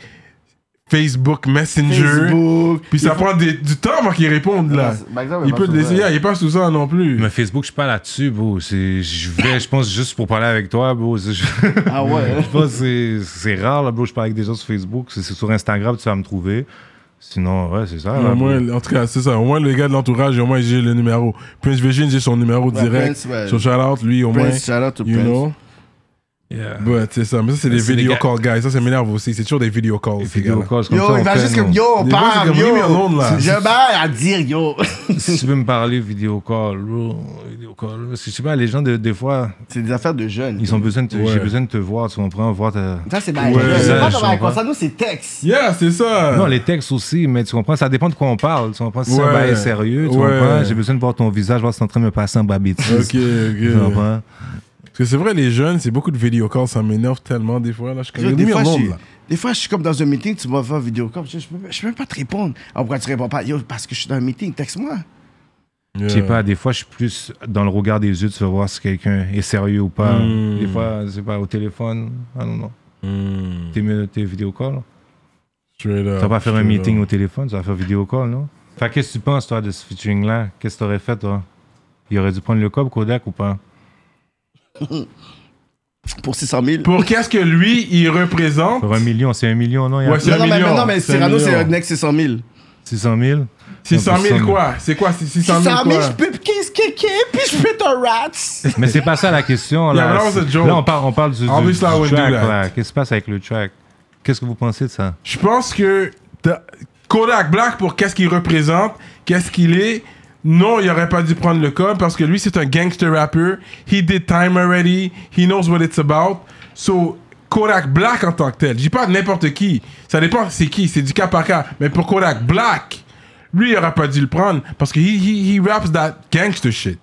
[SPEAKER 1] Facebook Messenger.
[SPEAKER 2] Facebook.
[SPEAKER 1] Puis ça prend des- du temps avant qu'ils répondent là.
[SPEAKER 2] c'est- par exemple, il
[SPEAKER 1] Il
[SPEAKER 2] va
[SPEAKER 1] peut
[SPEAKER 2] sur-
[SPEAKER 1] l'essayer, il est pas sous ça non plus.
[SPEAKER 3] Mais Facebook, je suis pas là-dessus, bro. C'est- Je vais, je pense, juste pour parler avec toi, bro. C'est- Je...
[SPEAKER 2] Ah ouais.
[SPEAKER 3] je pense que c'est- c'est rare, là, bro. Je parle avec des gens sur Facebook. C'est c'est sur Instagram, tu vas me trouver. Sinon, ouais, c'est ça. là,
[SPEAKER 1] Au
[SPEAKER 3] bro.
[SPEAKER 1] moins, en tout cas, c'est ça. Au moins, les gars de l'entourage, au moins, j'ai le numéro. Prince Virgin, j'ai son numéro direct.
[SPEAKER 2] Prince, ouais.
[SPEAKER 1] Sur Shout-Out, lui, au
[SPEAKER 2] Prince,
[SPEAKER 1] moins.
[SPEAKER 2] shout out to
[SPEAKER 1] You
[SPEAKER 2] Prince.
[SPEAKER 1] know?
[SPEAKER 3] Yeah.
[SPEAKER 1] But, c'est ça. Mais ça, c'est des
[SPEAKER 3] c'est des
[SPEAKER 1] video
[SPEAKER 3] gars-
[SPEAKER 1] call, guys. Ça, ça m'énerve aussi. C'est toujours des video calls, ces
[SPEAKER 3] Vidéo
[SPEAKER 1] gars-là.
[SPEAKER 3] calls comme ça,
[SPEAKER 2] Yo,
[SPEAKER 3] on
[SPEAKER 2] il va
[SPEAKER 3] fait,
[SPEAKER 2] juste
[SPEAKER 3] nous.
[SPEAKER 2] comme yo,
[SPEAKER 1] Des fois, c'est
[SPEAKER 2] bam,
[SPEAKER 1] comme, leave me alone,
[SPEAKER 2] yo.
[SPEAKER 1] là.
[SPEAKER 2] J'ai mal à dire yo.
[SPEAKER 3] si tu veux me parler vidéo call, bro, vidéo call, parce que je sais pas, les gens, de- des fois,
[SPEAKER 2] C'est des affaires de jeunes.
[SPEAKER 3] ils ont besoin de te,
[SPEAKER 1] Ouais.
[SPEAKER 3] j'ai besoin de te voir, tu comprends, voir ta...
[SPEAKER 2] Ça, c'est mal.
[SPEAKER 1] Ouais,
[SPEAKER 2] C'est pas
[SPEAKER 3] je
[SPEAKER 2] comme avec
[SPEAKER 3] comprends.
[SPEAKER 2] ça, nous, c'est texte.
[SPEAKER 1] Yeah, c'est ça.
[SPEAKER 3] Non, les textes aussi, mais tu comprends, ça dépend de quoi on parle, tu comprends, si c'est
[SPEAKER 1] Euh. Ouais.
[SPEAKER 3] un bail sérieux, tu
[SPEAKER 1] Ouais.
[SPEAKER 3] comprends, j'ai besoin de voir ton visage, voir si t'es en train de me passer un babitis,
[SPEAKER 1] Ok,
[SPEAKER 3] tu
[SPEAKER 1] ok.
[SPEAKER 3] comprends.
[SPEAKER 1] Parce que c'est vrai, les jeunes, c'est beaucoup de vidéo calls, ça m'énerve tellement des fois. Là, je suis comme,
[SPEAKER 2] Yo,
[SPEAKER 1] il y a
[SPEAKER 2] des,
[SPEAKER 1] mille
[SPEAKER 2] fois, je
[SPEAKER 1] mondes,
[SPEAKER 2] suis,
[SPEAKER 1] là.
[SPEAKER 2] des fois, je suis comme dans un meeting, tu vas faire vidéo comme je, je, peux, je peux même pas te répondre. Ah, pourquoi tu réponds pas Yo, parce que je suis dans un meeting, texte-moi.
[SPEAKER 3] Je sais pas, des fois, je suis plus dans le regard des yeux, tu vas voir si quelqu'un est sérieux ou pas.
[SPEAKER 1] Mm.
[SPEAKER 3] Des fois, je sais pas, au téléphone, ah non, non,
[SPEAKER 1] Mm.
[SPEAKER 3] t'es mieux, t'es vidéo call.
[SPEAKER 1] Straight up,
[SPEAKER 3] Tu vas pas faire un
[SPEAKER 1] straight
[SPEAKER 3] meeting
[SPEAKER 1] up.
[SPEAKER 3] au téléphone, tu vas faire vidéo call, non? Fait qu'est-ce que tu penses, toi, de ce featuring-là? Qu'est-ce que t'aurais fait, toi? Il aurait dû prendre le cob Kodak ou pas?
[SPEAKER 2] Pour 600 000.
[SPEAKER 1] Pour qu'est-ce que lui, il représente
[SPEAKER 3] Pour un million, c'est un million, non? Il y a
[SPEAKER 1] Ouais, c'est-
[SPEAKER 2] non, non, mais,
[SPEAKER 1] million,
[SPEAKER 2] non, mais
[SPEAKER 1] c'est un
[SPEAKER 2] Cyrano, c'est
[SPEAKER 1] million.
[SPEAKER 2] un next 600 000.
[SPEAKER 3] 600 000?
[SPEAKER 1] 600 000
[SPEAKER 3] 100
[SPEAKER 1] quoi C'est quoi c'est 600
[SPEAKER 2] 600
[SPEAKER 1] 000
[SPEAKER 2] 000,
[SPEAKER 1] quoi
[SPEAKER 2] je peux kiss, kick, kick, puis je pète un rats.
[SPEAKER 3] Mais c'est pas ça la question,
[SPEAKER 1] Yeah,
[SPEAKER 3] là.
[SPEAKER 1] but that was a joke.
[SPEAKER 3] là, on parle, on parle du, du-
[SPEAKER 1] Obviously, I
[SPEAKER 3] du
[SPEAKER 1] wouldn't do
[SPEAKER 3] track,
[SPEAKER 1] that.
[SPEAKER 3] là. Qu'est-ce qui se passe avec le track? Qu'est-ce que vous pensez de ça?
[SPEAKER 1] Je pense que t'as- Kodak Black, pour qu'est-ce qu'il représente, qu'est-ce qu'il est, non, il aurait pas dû prendre le code parce que lui, c'est un gangster rapper. He did time already. He knows what it's about. So, Kodak Black en tant que tel, je dis pas n'importe qui. Ça dépend c'est qui, c'est du cas par cas. Mais pour Kodak Black, lui, il aurait pas dû le prendre parce que he, he, he raps that gangster shit.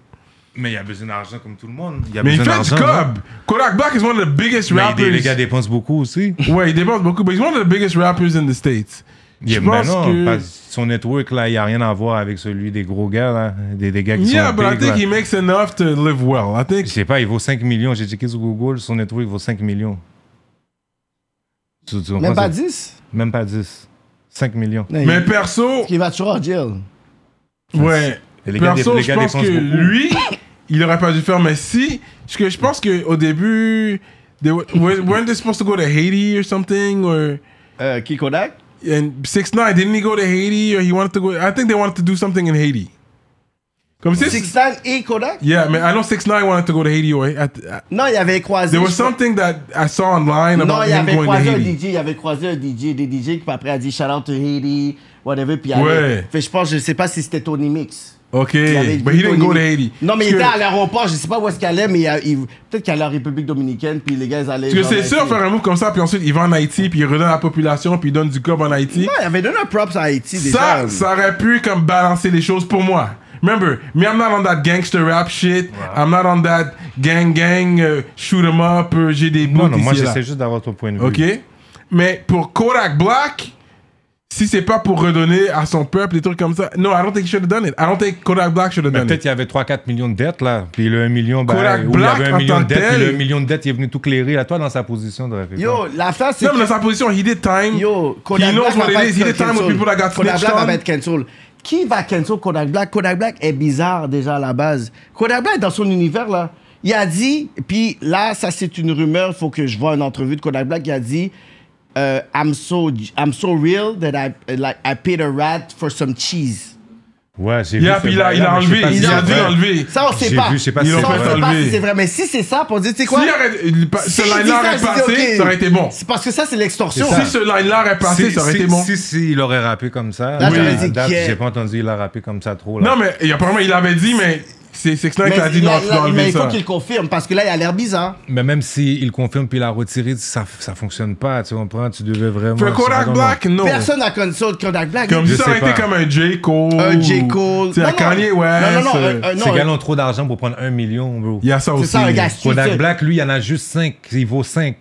[SPEAKER 3] Mais il y a besoin d'argent comme tout le monde. Il y a
[SPEAKER 1] Mais il fait du cob. Kodak Black is one of the biggest rappers.
[SPEAKER 3] les gars dépensent beaucoup aussi.
[SPEAKER 1] Ouais, il dépense beaucoup, mais he's one of the biggest rappers in the States.
[SPEAKER 3] Yeah,
[SPEAKER 1] je pense
[SPEAKER 3] mais non,
[SPEAKER 1] que...
[SPEAKER 3] parce que son network, là, il n'y a rien à voir avec celui des gros gars, là. Des, des gars qui
[SPEAKER 1] Yeah,
[SPEAKER 3] sont
[SPEAKER 1] but I
[SPEAKER 3] big,
[SPEAKER 1] think
[SPEAKER 3] là.
[SPEAKER 1] he makes enough to live well. I
[SPEAKER 3] Je
[SPEAKER 1] think.
[SPEAKER 3] sais pas, il vaut 5 millions. J'ai checké sur Google, son network il vaut 5 millions. Tu- tu comprends,
[SPEAKER 2] Même pas
[SPEAKER 3] c'est-
[SPEAKER 2] 10.
[SPEAKER 3] Même pas 10. 5 millions.
[SPEAKER 2] Non,
[SPEAKER 1] Mais
[SPEAKER 2] il-
[SPEAKER 1] perso,
[SPEAKER 2] Il va toujours en jail.
[SPEAKER 1] ouais.
[SPEAKER 3] Et les gars,
[SPEAKER 1] Perso,
[SPEAKER 3] les
[SPEAKER 1] je
[SPEAKER 3] gars
[SPEAKER 1] pense que
[SPEAKER 3] dépensent beaucoup.
[SPEAKER 1] lui, il aurait pas dû faire, mais si, parce que je pense que au début, they were, weren't they supposed to go to Haiti or something or
[SPEAKER 2] Euh, qui Kodak
[SPEAKER 1] And Six Nine didn't he go to Haiti or he wanted to go? I think they wanted to do something in Haiti. Comme si.
[SPEAKER 2] Six Nine et Kodak?
[SPEAKER 1] Yeah, man. I know Six Nine wanted to go to Haiti or at, at-
[SPEAKER 2] Non, il avait croisé.
[SPEAKER 1] there was something that I saw online
[SPEAKER 2] Non,
[SPEAKER 1] about
[SPEAKER 2] il
[SPEAKER 1] him
[SPEAKER 2] avait
[SPEAKER 1] going to
[SPEAKER 2] croisé un
[SPEAKER 1] Haiti.
[SPEAKER 2] DJ, il avait croisé un DJ, des DJ qui après a dit shout out to Haiti, whatever, puis il avait-
[SPEAKER 1] Ouais.
[SPEAKER 2] Fait je pense, je sais pas si c'était Tony Mix. Il avait
[SPEAKER 1] Okay,
[SPEAKER 2] dit
[SPEAKER 1] but he didn't
[SPEAKER 2] Tony
[SPEAKER 1] go to
[SPEAKER 2] Mix.
[SPEAKER 1] Haiti.
[SPEAKER 2] Non,
[SPEAKER 1] Parce
[SPEAKER 2] mais il
[SPEAKER 1] que-
[SPEAKER 2] était à l'aéroport, je sais pas où est-ce qu'il allait, mais il a- il- peut-être qu'il allait en République Dominicaine, puis les gars, ils allaient.
[SPEAKER 1] Parce que
[SPEAKER 2] genre,
[SPEAKER 1] c'est
[SPEAKER 2] dans-
[SPEAKER 1] sûr, faire un move comme ça, puis ensuite il va en Haïti, puis il redonne à la population, puis il donne du cob en Haïti.
[SPEAKER 2] Non, il avait donné un props à Haïti déjà.
[SPEAKER 1] Ça, ça aurait pu comme balancer les choses pour moi. Remember, me, I'm not on that gangster rap shit. I'm not on that gang gang euh, shoot 'em up. euh, J'ai des bouts.
[SPEAKER 3] Non, non, moi
[SPEAKER 1] ici et là.
[SPEAKER 3] j'essaie juste d'avoir ton point de vue.
[SPEAKER 1] Ok. Mais pour Kodak Black, si c'est pas pour redonner à son peuple des trucs comme ça, no, I don't think he should have done it. I don't think Kodak Black should have
[SPEAKER 3] Mais
[SPEAKER 1] done
[SPEAKER 3] Ben, peut-être
[SPEAKER 1] it.
[SPEAKER 3] qu'il y avait 3-4 millions de dettes, là. Puis le 1 million, bah,
[SPEAKER 1] Kodak
[SPEAKER 3] ou il y
[SPEAKER 1] Black,
[SPEAKER 3] avait
[SPEAKER 1] en
[SPEAKER 3] 1 million
[SPEAKER 1] tant
[SPEAKER 3] de
[SPEAKER 1] que
[SPEAKER 3] dettes, puis
[SPEAKER 1] tel.
[SPEAKER 3] le 1 million de dettes, il est venu tout clairer. Là, toi, dans sa position de
[SPEAKER 2] Yo,
[SPEAKER 3] réflexion.
[SPEAKER 2] l'affaire, c'est.
[SPEAKER 1] Non,
[SPEAKER 2] que-
[SPEAKER 1] mais dans sa position, he did time.
[SPEAKER 2] Yo,
[SPEAKER 1] he
[SPEAKER 2] Kodak
[SPEAKER 1] knows
[SPEAKER 2] Black
[SPEAKER 1] what
[SPEAKER 2] va pas
[SPEAKER 1] it is. He did
[SPEAKER 2] être
[SPEAKER 1] time with
[SPEAKER 2] cancel.
[SPEAKER 1] people that got
[SPEAKER 2] Kodak
[SPEAKER 1] snitched
[SPEAKER 2] Black va
[SPEAKER 1] on.
[SPEAKER 2] pas être cancel. Qui va cancel Kodak Black? Kodak Black est bizarre déjà à la base. Kodak Black dans son univers là. Il a dit, puis là, ça c'est une rumeur, faut que je vois une entrevue de Kodak Black, il a dit euh, I'm, so, I'm so real that I, like, I paid a rat for some cheese.
[SPEAKER 3] Ouais, j'ai
[SPEAKER 1] Yeah,
[SPEAKER 3] vu. ce
[SPEAKER 1] puis il a-
[SPEAKER 3] bail-là,
[SPEAKER 1] il a
[SPEAKER 3] mais je sais
[SPEAKER 1] enlevé,
[SPEAKER 3] pas si
[SPEAKER 1] il a
[SPEAKER 3] c'est
[SPEAKER 1] dû
[SPEAKER 3] vrai.
[SPEAKER 1] l'enlever.
[SPEAKER 2] Ça, on sait
[SPEAKER 3] J'ai
[SPEAKER 2] pas.
[SPEAKER 3] vu, je sais pas
[SPEAKER 2] Ça,
[SPEAKER 3] si
[SPEAKER 2] on
[SPEAKER 1] c'est
[SPEAKER 2] sait
[SPEAKER 1] vrai.
[SPEAKER 2] pas
[SPEAKER 1] Enlevé.
[SPEAKER 2] si c'est vrai. Mais si c'est ça, pour dire, tu sais quoi?
[SPEAKER 1] S'il aurait- il- pa- ce
[SPEAKER 2] Si il dit
[SPEAKER 1] line-là
[SPEAKER 2] ça,
[SPEAKER 1] aurait
[SPEAKER 2] je dis,
[SPEAKER 1] passé,
[SPEAKER 2] ok.
[SPEAKER 1] ça aurait été bon.
[SPEAKER 2] C'est parce que ça, c'est l'extorsion.
[SPEAKER 3] C'est
[SPEAKER 1] Si ce line-là aurait passé,
[SPEAKER 3] Si,
[SPEAKER 1] ça aurait
[SPEAKER 3] si-
[SPEAKER 1] été bon.
[SPEAKER 3] Si, si, il aurait rappé comme ça.
[SPEAKER 2] Là,
[SPEAKER 3] mais
[SPEAKER 2] j'aurais
[SPEAKER 3] à
[SPEAKER 2] dit,
[SPEAKER 3] date,
[SPEAKER 2] yeah.
[SPEAKER 3] J'ai pas entendu, il a rappé comme ça trop. Là.
[SPEAKER 1] Non, mais et apparemment, il avait dit, mais c'est Six Nine
[SPEAKER 2] Mais
[SPEAKER 1] qui a dit
[SPEAKER 2] il
[SPEAKER 1] non,
[SPEAKER 2] a-
[SPEAKER 1] tu
[SPEAKER 2] il
[SPEAKER 1] dois
[SPEAKER 2] a- mais
[SPEAKER 1] enlever
[SPEAKER 2] il faut
[SPEAKER 1] ça.
[SPEAKER 2] qu'il confirme, parce que là, il a l'air bizarre.
[SPEAKER 3] Mais même s'il confirme puis il l'a retiré, ça, ça fonctionne pas. Tu comprends? Tu devais vraiment.
[SPEAKER 1] Fait
[SPEAKER 3] tu- I
[SPEAKER 1] Kodak
[SPEAKER 3] don't
[SPEAKER 1] Black,
[SPEAKER 3] know.
[SPEAKER 1] non.
[SPEAKER 2] Personne n'a connu ça de Kodak Black.
[SPEAKER 1] Comme si
[SPEAKER 3] Je
[SPEAKER 1] ça aurait
[SPEAKER 3] sais
[SPEAKER 1] été
[SPEAKER 3] pas.
[SPEAKER 1] comme un J. Cole.
[SPEAKER 2] un J. Cole.
[SPEAKER 1] Tu sais,
[SPEAKER 2] Non,
[SPEAKER 1] un
[SPEAKER 2] non.
[SPEAKER 1] Kanye West.
[SPEAKER 2] Non, non, non,
[SPEAKER 1] euh,
[SPEAKER 2] un- un- non,
[SPEAKER 3] Ces
[SPEAKER 2] un-
[SPEAKER 3] gars ont trop d'argent pour prendre un million, bro.
[SPEAKER 1] Il y a ça aussi.
[SPEAKER 2] C'est ça, un gars street.
[SPEAKER 3] Kodak Black, lui, il en a juste 5. Il vaut 5.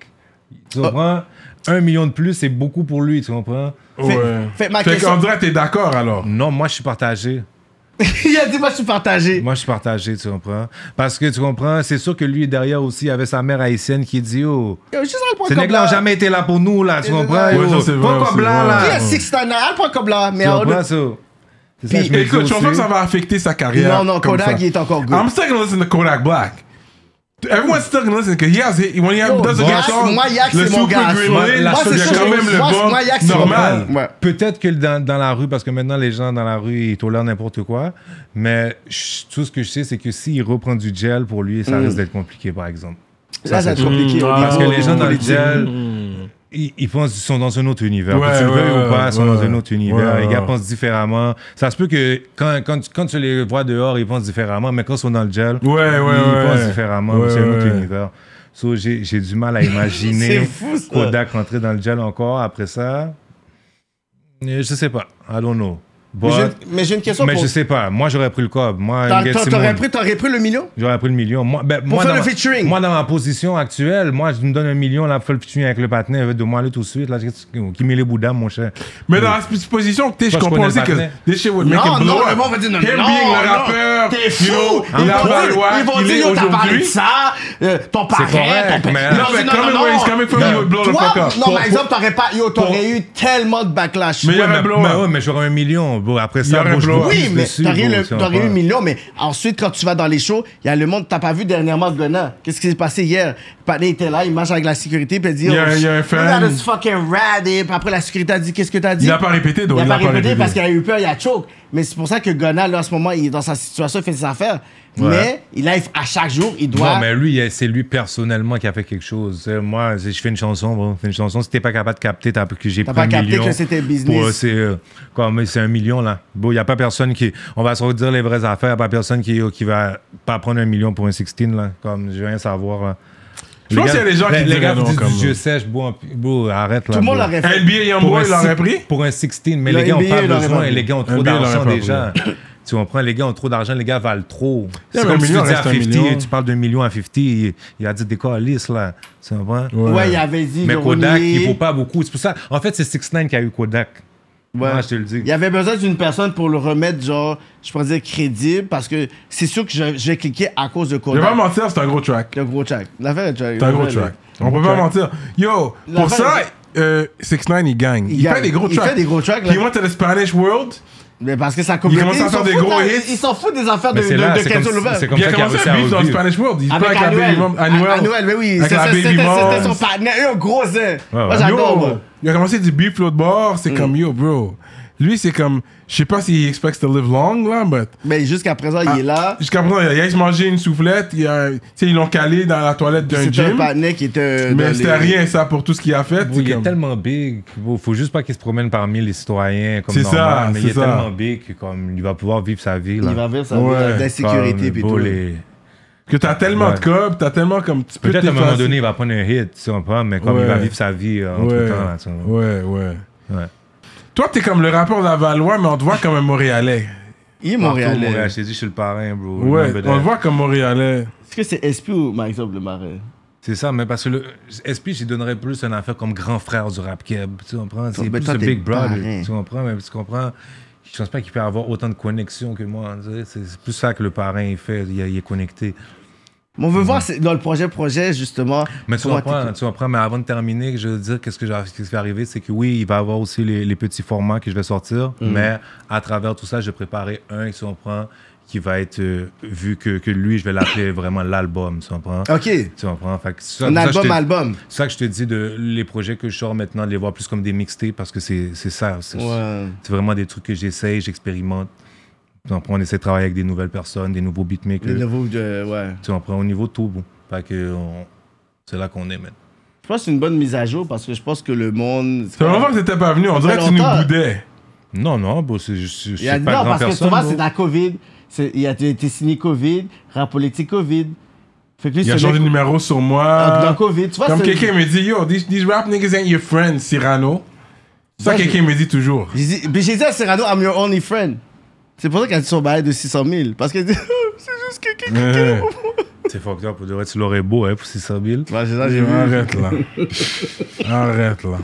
[SPEAKER 2] Oh.
[SPEAKER 3] Tu comprends? Un million de plus, c'est beaucoup pour lui, tu comprends?
[SPEAKER 1] Ouais.
[SPEAKER 2] Fait- fait ma
[SPEAKER 1] Fait
[SPEAKER 2] question-
[SPEAKER 1] qu'André, t'es d'accord alors?
[SPEAKER 3] Non, moi, je suis partagé.
[SPEAKER 2] il a dit, moi, je suis partagé.
[SPEAKER 3] Moi, je suis partagé, tu comprends? Parce que, tu comprends, c'est sûr que lui, derrière aussi, il y avait sa mère haïtienne qui dit, oh,
[SPEAKER 2] Yo, Euh, Juste un point
[SPEAKER 3] ces
[SPEAKER 2] comme
[SPEAKER 3] nègres-là n'ont
[SPEAKER 2] là.
[SPEAKER 3] jamais été là pour nous, là, tu
[SPEAKER 2] Ouais,
[SPEAKER 3] comprends?
[SPEAKER 2] ça,
[SPEAKER 3] yo?
[SPEAKER 1] c'est vrai
[SPEAKER 3] pas
[SPEAKER 1] aussi,
[SPEAKER 3] comme blanc,
[SPEAKER 1] ouais.
[SPEAKER 3] là.
[SPEAKER 2] Il a 6'9", un point comme là. Mais
[SPEAKER 3] Tu
[SPEAKER 2] on-
[SPEAKER 3] comprends ça? C'est ça
[SPEAKER 2] Puis-
[SPEAKER 3] que je me dis
[SPEAKER 1] Écoute, je pense
[SPEAKER 3] aussi.
[SPEAKER 1] pas que ça va affecter sa carrière.
[SPEAKER 2] Non, non,
[SPEAKER 1] comme
[SPEAKER 2] Kodak,
[SPEAKER 1] ça.
[SPEAKER 2] il est encore good.
[SPEAKER 1] I'm still gonna listen to Kodak Black. Everyone's still gonna listen, because he has, hit- when he
[SPEAKER 2] Yo,
[SPEAKER 1] does a good
[SPEAKER 2] Yak,
[SPEAKER 1] song,
[SPEAKER 2] moi, Yak,
[SPEAKER 1] le
[SPEAKER 2] c'est mon gars.
[SPEAKER 1] Super Green
[SPEAKER 2] Moi,
[SPEAKER 1] Lane,
[SPEAKER 3] la seule
[SPEAKER 1] il y a quand
[SPEAKER 3] chose-
[SPEAKER 1] même le
[SPEAKER 2] moi, moi, Yak,
[SPEAKER 1] bon
[SPEAKER 2] c'est mon
[SPEAKER 1] normal.
[SPEAKER 2] gars. Ouais.
[SPEAKER 3] Peut-être que dans, dans la rue, parce que maintenant les gens dans la rue, ils tolèrent n'importe quoi, mais je- tout ce que je sais, c'est que s'il reprend du gel, pour lui, ça risque d'être compliqué, par exemple.
[SPEAKER 2] Là, ça va être compliqué.
[SPEAKER 1] Mm,
[SPEAKER 2] au
[SPEAKER 3] Parce que
[SPEAKER 2] niveau
[SPEAKER 3] les gens dans le
[SPEAKER 2] politique.
[SPEAKER 3] gel, ils, ils pensent qu'ils sont dans un autre univers.
[SPEAKER 1] Ouais,
[SPEAKER 3] que tu le
[SPEAKER 1] ouais,
[SPEAKER 3] veuilles
[SPEAKER 1] ouais,
[SPEAKER 3] ou pas, ils sont dans
[SPEAKER 1] ouais.
[SPEAKER 3] un autre univers.
[SPEAKER 1] Ouais,
[SPEAKER 3] les gars
[SPEAKER 1] ouais.
[SPEAKER 3] pensent différemment. Ça se peut que quand, quand, tu- quand tu les vois dehors, ils pensent différemment, mais quand ils sont dans le gel,
[SPEAKER 1] Ouais, ouais,
[SPEAKER 3] ils
[SPEAKER 1] ouais.
[SPEAKER 3] pensent différemment.
[SPEAKER 1] Ouais,
[SPEAKER 3] c'est un autre
[SPEAKER 1] ouais.
[SPEAKER 3] univers. So, j'ai j'ai du mal à imaginer
[SPEAKER 2] C'est fou, ça.
[SPEAKER 3] Kodak rentrer dans le gel encore après ça. Euh, Je sais pas. I don't know. But-
[SPEAKER 2] Mais j'ai- Mais j'ai une question
[SPEAKER 3] mais
[SPEAKER 2] pour...
[SPEAKER 3] je sais pas. Moi, j'aurais pris le cob. Moi,
[SPEAKER 2] T'as-
[SPEAKER 3] Get
[SPEAKER 2] t'as- T'aurais
[SPEAKER 3] Simone.
[SPEAKER 2] pris, t'aurais pris le million?
[SPEAKER 3] J'aurais pris le million. Moi, ben, moi,
[SPEAKER 2] faire
[SPEAKER 3] dans
[SPEAKER 2] le
[SPEAKER 3] ma-
[SPEAKER 2] featuring.
[SPEAKER 3] Moi, dans ma position actuelle, moi, je me donne un million, là, pour faire le featuring avec le partenaire, de moi, là, tout de suite, là, j'ai- qui met les bouddhas, mon cher. Euh,
[SPEAKER 1] Mais dans la position que t'es, je
[SPEAKER 3] Moi, je
[SPEAKER 1] comprends
[SPEAKER 3] connais
[SPEAKER 1] aussi
[SPEAKER 3] le
[SPEAKER 1] que
[SPEAKER 3] partenaire.
[SPEAKER 1] this shit would make
[SPEAKER 2] Non,
[SPEAKER 1] it blow
[SPEAKER 2] non,
[SPEAKER 1] up.
[SPEAKER 2] le monde va dire non,
[SPEAKER 1] Him
[SPEAKER 2] non,
[SPEAKER 1] being le
[SPEAKER 2] non,
[SPEAKER 1] rappeur,
[SPEAKER 2] t'es
[SPEAKER 1] you know,
[SPEAKER 2] fou.
[SPEAKER 1] il
[SPEAKER 2] Ils
[SPEAKER 1] a
[SPEAKER 2] vont
[SPEAKER 1] pas le
[SPEAKER 2] dire-
[SPEAKER 1] droit,
[SPEAKER 2] Ils vont
[SPEAKER 1] il est
[SPEAKER 2] dire, yo, t'as parlé de
[SPEAKER 1] aujourd'hui.
[SPEAKER 2] ça, euh, ton parrain,
[SPEAKER 3] correct,
[SPEAKER 2] ton
[SPEAKER 3] mais-
[SPEAKER 2] père.
[SPEAKER 3] Non,
[SPEAKER 1] mais coming where he's coming from,
[SPEAKER 2] Non.
[SPEAKER 1] he would blow the
[SPEAKER 2] Toi,
[SPEAKER 1] fuck up.
[SPEAKER 2] Non,
[SPEAKER 1] Pour-
[SPEAKER 2] par exemple, t'aurais pas, yo, t'aurais eu tellement de backlash.
[SPEAKER 1] Mais il y
[SPEAKER 3] Ouais,
[SPEAKER 1] aurait
[SPEAKER 3] mais,
[SPEAKER 1] blow
[SPEAKER 3] mais
[SPEAKER 1] up.
[SPEAKER 3] ouais, mais j'aurais un million. Bon, après
[SPEAKER 1] Il y
[SPEAKER 3] ça,
[SPEAKER 1] aurait
[SPEAKER 3] bon, je
[SPEAKER 1] blow up.
[SPEAKER 3] vous
[SPEAKER 2] Oui,
[SPEAKER 3] pisse
[SPEAKER 2] mais
[SPEAKER 3] dessus,
[SPEAKER 2] t'aurais eu,
[SPEAKER 3] bon,
[SPEAKER 2] le-
[SPEAKER 3] si on
[SPEAKER 2] t'aurais eu
[SPEAKER 3] parle.
[SPEAKER 2] million, mais ensuite, quand tu vas dans les shows, il y a le monde, t'as pas vu dernièrement Ghana. Qu'est-ce qui s'est passé hier? Pané était là, il marche avec la sécurité, puis il dit,
[SPEAKER 1] Il y a-
[SPEAKER 2] oh,
[SPEAKER 1] il y a un fan.
[SPEAKER 2] That is fucking rad. Et puis après, la sécurité a dit, qu'est-ce que t'as dit?
[SPEAKER 1] Il a pas répété, donc
[SPEAKER 2] Il a
[SPEAKER 1] il
[SPEAKER 2] pas répété parce qu'il a eu peur, il a choke. Mais c'est pour ça que Ghana, là, en ce moment, il est dans sa situation, il fait ses affaires. Mais, il a, à chaque jour, il doit.
[SPEAKER 3] Non, mais lui, il- c'est lui personnellement qui a fait quelque chose. C'est Moi, si je fais une chanson, bon, c'est une chanson. Si t'es pas capable de capter, t'as- que j'ai
[SPEAKER 2] T'as
[SPEAKER 3] pris
[SPEAKER 2] pas
[SPEAKER 3] un
[SPEAKER 2] capté
[SPEAKER 3] million
[SPEAKER 2] que c'était business.
[SPEAKER 3] pour, euh, c'est euh, comme c'est un million là. Bon, il y a pas personne qui. On va se redire les vraies affaires. Y a pas personne qui qui va pas prendre un million pour un 16 là. Comme je veux rien savoir là.
[SPEAKER 1] Je pense qu'il y a des gens qui
[SPEAKER 3] les, les
[SPEAKER 1] diraient
[SPEAKER 3] gars
[SPEAKER 1] non,
[SPEAKER 3] disent
[SPEAKER 1] comme-
[SPEAKER 3] du Dieu sèche, bon, bon, arrête là.
[SPEAKER 2] Tout le monde
[SPEAKER 3] bon.
[SPEAKER 2] l'aurait fait.
[SPEAKER 1] NBA
[SPEAKER 3] Pour un
[SPEAKER 1] Youngboy, il l'aurait
[SPEAKER 3] six-
[SPEAKER 1] pris.
[SPEAKER 3] Pour un 16, mais
[SPEAKER 2] Le
[SPEAKER 3] les gars ont
[SPEAKER 2] NBA,
[SPEAKER 3] pas
[SPEAKER 2] il aurait
[SPEAKER 3] besoin.
[SPEAKER 2] pris.
[SPEAKER 3] Les gars ont trop
[SPEAKER 1] NBA, il aurait
[SPEAKER 3] d'argent
[SPEAKER 1] pas pris.
[SPEAKER 3] déjà. Tu comprends, les gars ont trop d'argent, les gars valent trop.
[SPEAKER 1] Yeah,
[SPEAKER 3] C'est
[SPEAKER 1] mais
[SPEAKER 3] comme si tu
[SPEAKER 1] million
[SPEAKER 3] dis à
[SPEAKER 1] reste un
[SPEAKER 3] 50,
[SPEAKER 1] million.
[SPEAKER 3] et tu parles d'un million à 50, il, il a dit des calices, là. Tu comprends?
[SPEAKER 2] Ouais, il avait dit.
[SPEAKER 3] Mais
[SPEAKER 2] de
[SPEAKER 3] Kodak,
[SPEAKER 2] renier.
[SPEAKER 3] il faut pas beaucoup. C'est pour ça, en fait, c'est 6 9 qui a eu Kodak.
[SPEAKER 2] Ouais.
[SPEAKER 3] Moi, je te le dis.
[SPEAKER 2] Il y avait besoin d'une personne pour le remettre, genre, je pourrais dire crédible, parce que c'est sûr que je, je vais cliquer à cause de
[SPEAKER 1] Je vais pas
[SPEAKER 2] Kodak.
[SPEAKER 1] mentir, c'est un gros track.
[SPEAKER 2] Le gros track. L'affaire est track.
[SPEAKER 1] C'est un gros
[SPEAKER 2] Ouais,
[SPEAKER 1] track.
[SPEAKER 2] là.
[SPEAKER 1] On peut pas mentir. Yo,
[SPEAKER 2] La
[SPEAKER 1] pour
[SPEAKER 2] fin,
[SPEAKER 1] ça, euh, 6 9 il gagne. Il,
[SPEAKER 2] gagne.
[SPEAKER 1] fait des gros
[SPEAKER 2] Il
[SPEAKER 1] tracks.
[SPEAKER 2] fait des gros tracks, là.
[SPEAKER 1] He went to the Spanish world.
[SPEAKER 2] Mais parce que ça communauté.
[SPEAKER 1] commence à
[SPEAKER 2] ils
[SPEAKER 1] faire
[SPEAKER 2] s'en
[SPEAKER 1] des
[SPEAKER 2] foutent,
[SPEAKER 1] gros
[SPEAKER 2] là.
[SPEAKER 1] hits.
[SPEAKER 2] Ils s'en foutent des affaires de,
[SPEAKER 3] Mais
[SPEAKER 2] de,
[SPEAKER 3] c'est là,
[SPEAKER 2] de
[SPEAKER 3] c'est
[SPEAKER 2] Kenzo
[SPEAKER 3] comme,
[SPEAKER 2] Lopez.
[SPEAKER 3] c'est comme
[SPEAKER 1] Bien
[SPEAKER 3] ça qu'il a
[SPEAKER 1] commencé
[SPEAKER 3] réussi
[SPEAKER 1] à
[SPEAKER 3] à
[SPEAKER 1] vivre dans le
[SPEAKER 3] vivre.
[SPEAKER 1] Spanish World. Il
[SPEAKER 2] Avec
[SPEAKER 1] avec la
[SPEAKER 2] Anuel.
[SPEAKER 1] Baby Mom. Anuel.
[SPEAKER 2] Anuel, mais oui.
[SPEAKER 1] Avec
[SPEAKER 2] c'est-
[SPEAKER 1] la Baby
[SPEAKER 2] c'est- C'était
[SPEAKER 1] Mom.
[SPEAKER 2] c'était son partenaire. Eux, gros zin. Moi,
[SPEAKER 3] ouais.
[SPEAKER 2] j'adore.
[SPEAKER 1] Yo,
[SPEAKER 2] moi.
[SPEAKER 1] il a commencé du beef l'autre bord,
[SPEAKER 2] Mm.
[SPEAKER 1] c'est comme yo, bro. Lui, c'est comme, je sais pas s'il expects to live long, là, but
[SPEAKER 2] Mais jusqu'à présent, il est là.
[SPEAKER 1] jusqu'à présent, il a, il a mangé une soufflette, il a- tu sais, ils l'ont calé dans la toilette d'un
[SPEAKER 2] C'était un
[SPEAKER 1] gym,
[SPEAKER 2] partenaire qui était. dans
[SPEAKER 1] mais
[SPEAKER 2] les-
[SPEAKER 1] c'était rien, ça, pour tout ce qu'il a fait.
[SPEAKER 3] Bro,
[SPEAKER 1] c'est
[SPEAKER 3] il est
[SPEAKER 1] comme-
[SPEAKER 3] tellement big, il faut juste pas qu'il se promène parmi les citoyens comme
[SPEAKER 1] C'est ça,
[SPEAKER 3] normal, mais il
[SPEAKER 1] c'est
[SPEAKER 3] est
[SPEAKER 1] ça.
[SPEAKER 3] tellement big que comme il va pouvoir vivre sa vie là.
[SPEAKER 2] Il va vers sa
[SPEAKER 1] Ouais.
[SPEAKER 2] vie d'insécurité
[SPEAKER 3] Comme,
[SPEAKER 2] puis
[SPEAKER 3] bro,
[SPEAKER 2] tout.
[SPEAKER 3] les-
[SPEAKER 1] Que t'as tellement
[SPEAKER 3] Ouais.
[SPEAKER 1] de cobs, t'as tellement comme, tu peux
[SPEAKER 3] Peut-être à un moment
[SPEAKER 1] t'effacer.
[SPEAKER 3] donné, il va prendre un hit, tu sais, on parle, mais comme
[SPEAKER 1] Ouais.
[SPEAKER 3] il va vivre sa vie euh, entre
[SPEAKER 1] Ouais,
[SPEAKER 3] temps là, tu vois.
[SPEAKER 1] ouais, ouais.
[SPEAKER 3] Ouais.
[SPEAKER 1] Toi, t'es comme le rapport de la Valois, mais on te voit comme un Montréalais.
[SPEAKER 2] Il est
[SPEAKER 3] Partout au
[SPEAKER 2] Montréalais.
[SPEAKER 3] Montréal, je t'ai dit, je suis le parrain, bro.
[SPEAKER 1] Ouais,
[SPEAKER 3] Remember
[SPEAKER 1] on
[SPEAKER 3] that.
[SPEAKER 1] te voit comme Montréalais.
[SPEAKER 2] Est-ce que c'est SP ou, par exemple, le marais
[SPEAKER 3] C'est ça, mais parce que le SP, j'y donnerais plus un affaire comme grand frère du rap keb. Tu comprends? C'est
[SPEAKER 2] mais
[SPEAKER 3] plus
[SPEAKER 2] toi,
[SPEAKER 3] le
[SPEAKER 2] t'es
[SPEAKER 3] Big
[SPEAKER 2] parrain.
[SPEAKER 3] Brother. Tu comprends? Mais tu comprends? Je pense pas qu'il peut avoir autant de connexions que moi. tu sais. C'est c'est plus ça que le parrain il fait. Il, il est connecté.
[SPEAKER 2] Mais on
[SPEAKER 1] Mhm.
[SPEAKER 2] veut voir c'est- dans le projet projet justement.
[SPEAKER 3] Mais tu
[SPEAKER 2] comment
[SPEAKER 3] comprends,
[SPEAKER 2] t'écoutes.
[SPEAKER 3] tu comprends, mais avant de terminer, je veux dire qu'est-ce que j'a- qu'est-ce qui va arriver, c'est que oui, il va y avoir aussi les, les petits formats que je vais sortir,
[SPEAKER 2] Mm.
[SPEAKER 3] mais à travers tout ça, j'ai préparé un, tu comprends, qui va être euh, vu que, que lui, je vais l'appeler vraiment l'album, tu comprends.
[SPEAKER 2] Ok.
[SPEAKER 3] Tu comprends? Fait que ça-
[SPEAKER 2] Un
[SPEAKER 3] ça, je te-
[SPEAKER 2] album, album.
[SPEAKER 3] C'est ça que je te dis de les projets que je sors maintenant, de les voir plus comme des mixtapes parce que c'est c'est ça. C'est
[SPEAKER 2] Ouais.
[SPEAKER 3] c'est vraiment des trucs que j'essaye, j'expérimente. Tu comprends? On essaie de travailler avec des nouvelles personnes, des nouveaux
[SPEAKER 2] Le
[SPEAKER 3] beatmakers.
[SPEAKER 2] nouveau de. Ouais.
[SPEAKER 3] Tu comprends? Au niveau tout, bon. Fait que on- c'est là qu'on est maintenant.
[SPEAKER 2] Je pense que c'est une bonne mise à jour parce que je pense que le monde.
[SPEAKER 1] Ça fait longtemps que t'étais pas venu, on
[SPEAKER 2] Ça fait
[SPEAKER 1] dirait que tu nous
[SPEAKER 2] longtemps.
[SPEAKER 1] boudais.
[SPEAKER 3] Non, non, bon, c'est juste.
[SPEAKER 2] Il y a,
[SPEAKER 3] C'est
[SPEAKER 2] non,
[SPEAKER 3] pas grand
[SPEAKER 2] parce que
[SPEAKER 3] personne.
[SPEAKER 2] souvent,
[SPEAKER 3] bon.
[SPEAKER 2] c'est de la COVID. C'est- Il a été signé COVID, rap politique COVID. Fait que lui,
[SPEAKER 1] Il a
[SPEAKER 2] ce
[SPEAKER 1] changé de
[SPEAKER 2] mec-
[SPEAKER 1] numéro sur moi.
[SPEAKER 2] Ah, Dans COVID, tu vois,
[SPEAKER 1] Comme
[SPEAKER 2] c'est-
[SPEAKER 1] quelqu'un me dit, yo, these, these rap niggas ain't your friends, Cyrano. Ça,
[SPEAKER 2] Ouais,
[SPEAKER 1] quelqu'un me dit toujours.
[SPEAKER 2] J'ai dit, mais j'ai dit à Serrano, I'm your only friend. C'est pour ça qu'elle a dit son bail de 600 000. Parce qu'elle dit, c'est juste que
[SPEAKER 1] Ouais.
[SPEAKER 2] quelqu'un.
[SPEAKER 3] C'est fucked up. Pour de vrai, tu l'aurais beau, hein, pour 600 000.
[SPEAKER 2] Ouais, c'est ça, j'ai vu.
[SPEAKER 1] Arrête là. Arrête là.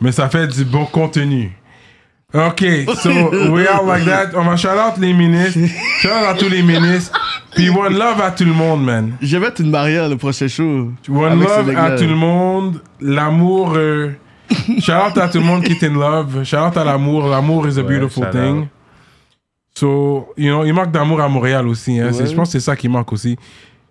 [SPEAKER 1] Mais ça fait du bon contenu. Ok, so we are like that. On va shout out les ministres. Shout out à tous les ministres. Puis one love à tout le monde, man.
[SPEAKER 2] Je vais être une barrière le prochain show.
[SPEAKER 1] One
[SPEAKER 2] Avec ce
[SPEAKER 1] love à
[SPEAKER 2] mec-là.
[SPEAKER 1] tout le monde. L'amour. Euh, shout out à tout le monde qui est in love. Shout out à l'amour. L'amour is a
[SPEAKER 3] Ouais,
[SPEAKER 1] beautiful
[SPEAKER 3] shout
[SPEAKER 1] thing.
[SPEAKER 3] out.
[SPEAKER 1] So, you know, il manque d'amour à Montréal aussi. Hein. C'est-
[SPEAKER 2] Ouais.
[SPEAKER 1] Je pense que c'est ça qui manque aussi.